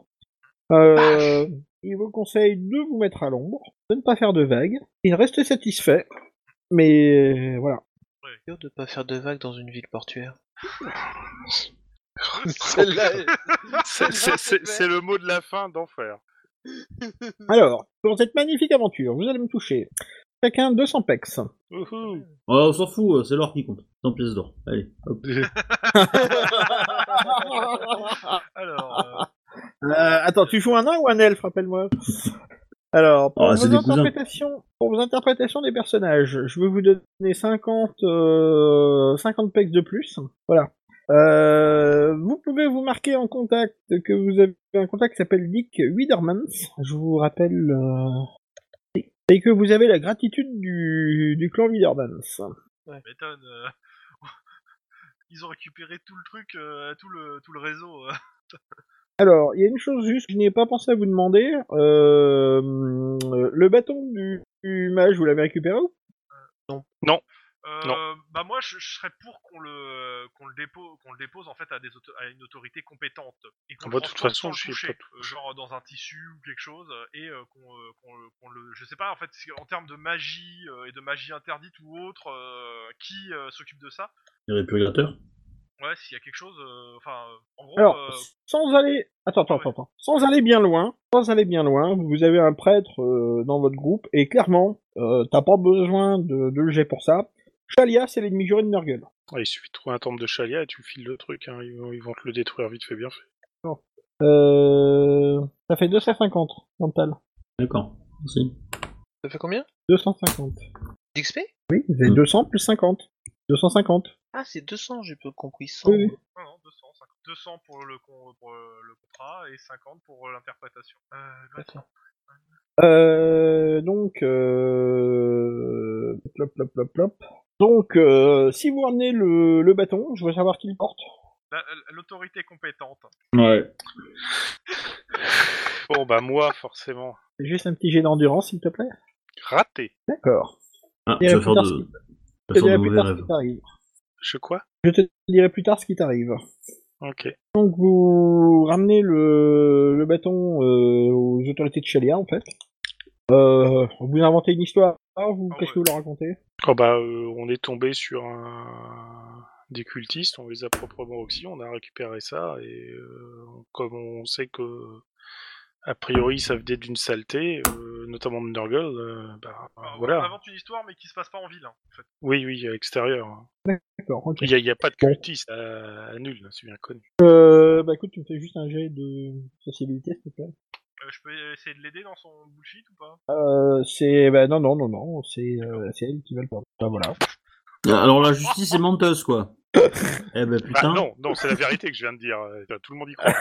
Euh... Il vous conseille de vous mettre à l'ombre, de ne pas faire de vagues, et de rester satisfait. Mais euh, voilà. Sûr De pas faire de vagues dans une ville portuaire. Celle-là, elle- C'est- c'est- C'est c'est le mot de la fin d'enfer. Alors, pour cette magnifique aventure, vous allez me toucher. Chacun 200 pex. Wouhou. Ouais, on s'en fout, euh, c'est l'or qui compte. 100 pièces d'or. Allez, hop. Alors, euh, Euh, attends, tu joues un nain ou un elfe, rappelle-moi Alors, pour, Ah, c'est vos des cousins. interprétations, pour vos interprétations des personnages, je veux vous donner 50, euh, 50 pex de plus. Voilà. Euh, vous pouvez vous marquer en contact que vous avez un contact qui s'appelle Dick Widermans. Je vous rappelle... euh, Et que vous avez la gratitude du, du clan Widermans. m'étonne. euh, Ils ont récupéré tout le truc, euh, tout le tout le réseau. euh. Alors, il y a une chose juste que je n'ai pas pensé à vous demander. Euh, euh, le bâton du, du mage, vous l'avez récupéré ou Euh, Bah moi, je, je serais pour qu'on le qu'on le dépose qu'on le dépose en fait à des auto- à une autorité compétente et qu'on Ah le bah, de toute transporte façon, sans je suis le pas toucher, euh, genre dans un tissu ou quelque chose et euh, qu'on euh, qu'on le- qu'on le je sais pas en fait si- en termes de magie euh, et de magie interdite ou autre euh, qui euh, s'occupe de ça. Les répugnateurs. Ouais, s'il y a quelque chose, euh, enfin euh, en gros. Alors, euh, sans aller, attends, attends, attends, attends. sans aller bien loin, sans aller bien loin, vous avez un prêtre euh, dans votre groupe et clairement, euh, t'as pas besoin de, de le jet pour ça. Chalia, c'est l'ennemi juré de Nurgle. Ouais, Ah, il suffit de trouver un temple de Chalia et tu files le truc. hein, Ils, vont, ils vont te le détruire vite fait, bien fait. Euh, ça fait 250 mental. D'accord. Merci. Ça fait combien 250. D'XP Oui, vous avez Mm. 200 plus 50. 250. Ah, c'est 200, j'ai pas compris. 100. Oui, oui. Non, non, 200, 50, 200 pour le, con- pour euh, le contrat et 50 pour euh, l'interprétation. Euh, gratuit. D'accord. Euh, donc, euh... plop, plop, plop, plop. Donc, euh, si vous ramenez le, le bâton, je veux savoir qui le porte. La- la- L'autorité compétente. Ouais. Bon, bah, moi, forcément. Juste un petit jet d'endurance, s'il te plaît. Raté. D'accord. Ah, Et tu la vas faire putain, de, Je tu te vas faire dirai de plus mauvais tard ce rêves. qui t'arrive. Je quoi Je te dirai plus tard ce qui t'arrive. Ok. Donc, vous ramenez le, le bâton euh, aux autorités de Chalia, en fait. Euh, vous inventez une histoire, vous, Ah qu'est-ce ouais. que vous leur racontez Oh, bah, euh, on est tombé sur un... des cultistes, on les a proprement oxy, on a récupéré ça, et euh, comme on sait que. A priori, ça venait d'une saleté, euh, notamment de Nurgle. euh, bah, Alors, On Ah voilà. invente une histoire mais qui se passe pas en ville. hein, en fait. Oui, oui, à l'extérieur. D'accord, ok. Il n'y a, pas de Bon. cultiste à, à nul, hein, c'est bien connu. Euh, bah écoute, tu me fais juste un jet de sociabilité, s'il te plaît. Euh, je peux essayer de l'aider dans son bullshit ou pas Euh, c'est bah non non non non c'est euh, c'est elle qui va le porter. Bah, voilà. Alors la justice est menteuse, quoi. eh ben Ah putain. non, non, c'est la vérité que je viens de dire. euh, Tout le monde y croit.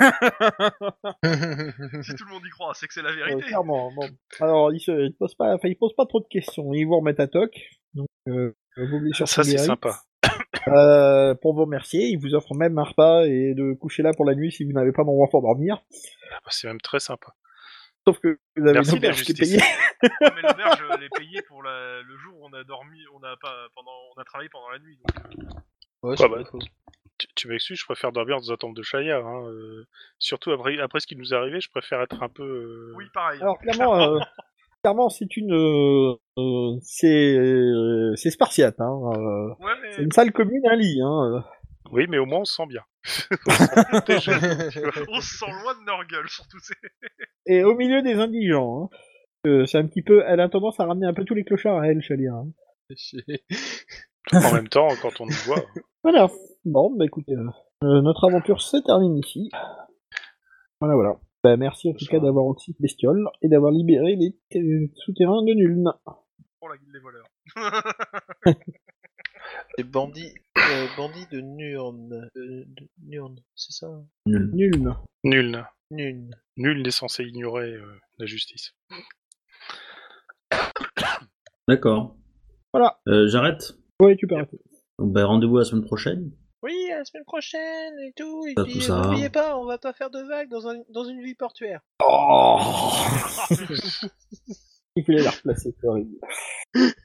Si tout le monde y croit, c'est que c'est la Euh, vérité. clairement. Bon. Alors il se il pose pas enfin, il pose pas trop de questions. Il vous remet à toc. Donc euh, vous oubliez sur Ça, c'est Sibérie. sympa. Euh, pour vous remercier, il vous offre même un repas et de coucher là pour la nuit si vous n'avez pas d'endroit pour dormir. Ah bah, c'est même très sympa. Sauf que vous avez Merci une de la auberge qui est justice. payée. Ouais, mais l'auberge, je l'ai payé pour la- le jour où on a dormi, on a pas pendant, on a travaillé pendant la nuit. donc, Ouais, Ouais, c'est bah, pas faux. Tu, tu m'excuses, je préfère dormir dans un temple de Shaya. hein, euh, surtout après, après ce qui nous est arrivé, je préfère être un peu. euh, Oui, pareil. Alors clairement euh, clairement c'est une euh, euh, c'est euh, c'est spartiate hein. euh, Ouais, c'est mais une salle commune un lit hein. euh. oui, mais au moins on se sent bien. On se sent protégé. on se sent loin de Nurgle, surtout. c'est- et au milieu des indigents. hein. Euh, c'est un petit peu, elle a tendance à ramener un peu tous les clochards à elle, Chalia. hein. en même temps, quand on nous voit. Voilà. Bon, bah écoutez, euh, euh, notre aventure se termine ici. Voilà, voilà. Bah, merci en tout cas d'avoir aussi bestiole et d'avoir libéré les euh, souterrains de Nuln. Pour la guilde des voleurs. C'est bandit, euh, bandit de Nurne. Euh, de Nurne, c'est ça hein Nuln. Nul. Nurne. Nul n'est censé ignorer euh, la justice. D'accord. Voilà. Euh, J'arrête. Ouais, tu peux arrêter. Donc bah, rendez-vous la semaine prochaine. Oui, à la semaine prochaine et tout. Et Pas puis, Bah, tout ça. n'oubliez pas, on va pas faire de vagues dans, un, dans une ville portuaire. Il voulait la replacer, c'est horrible.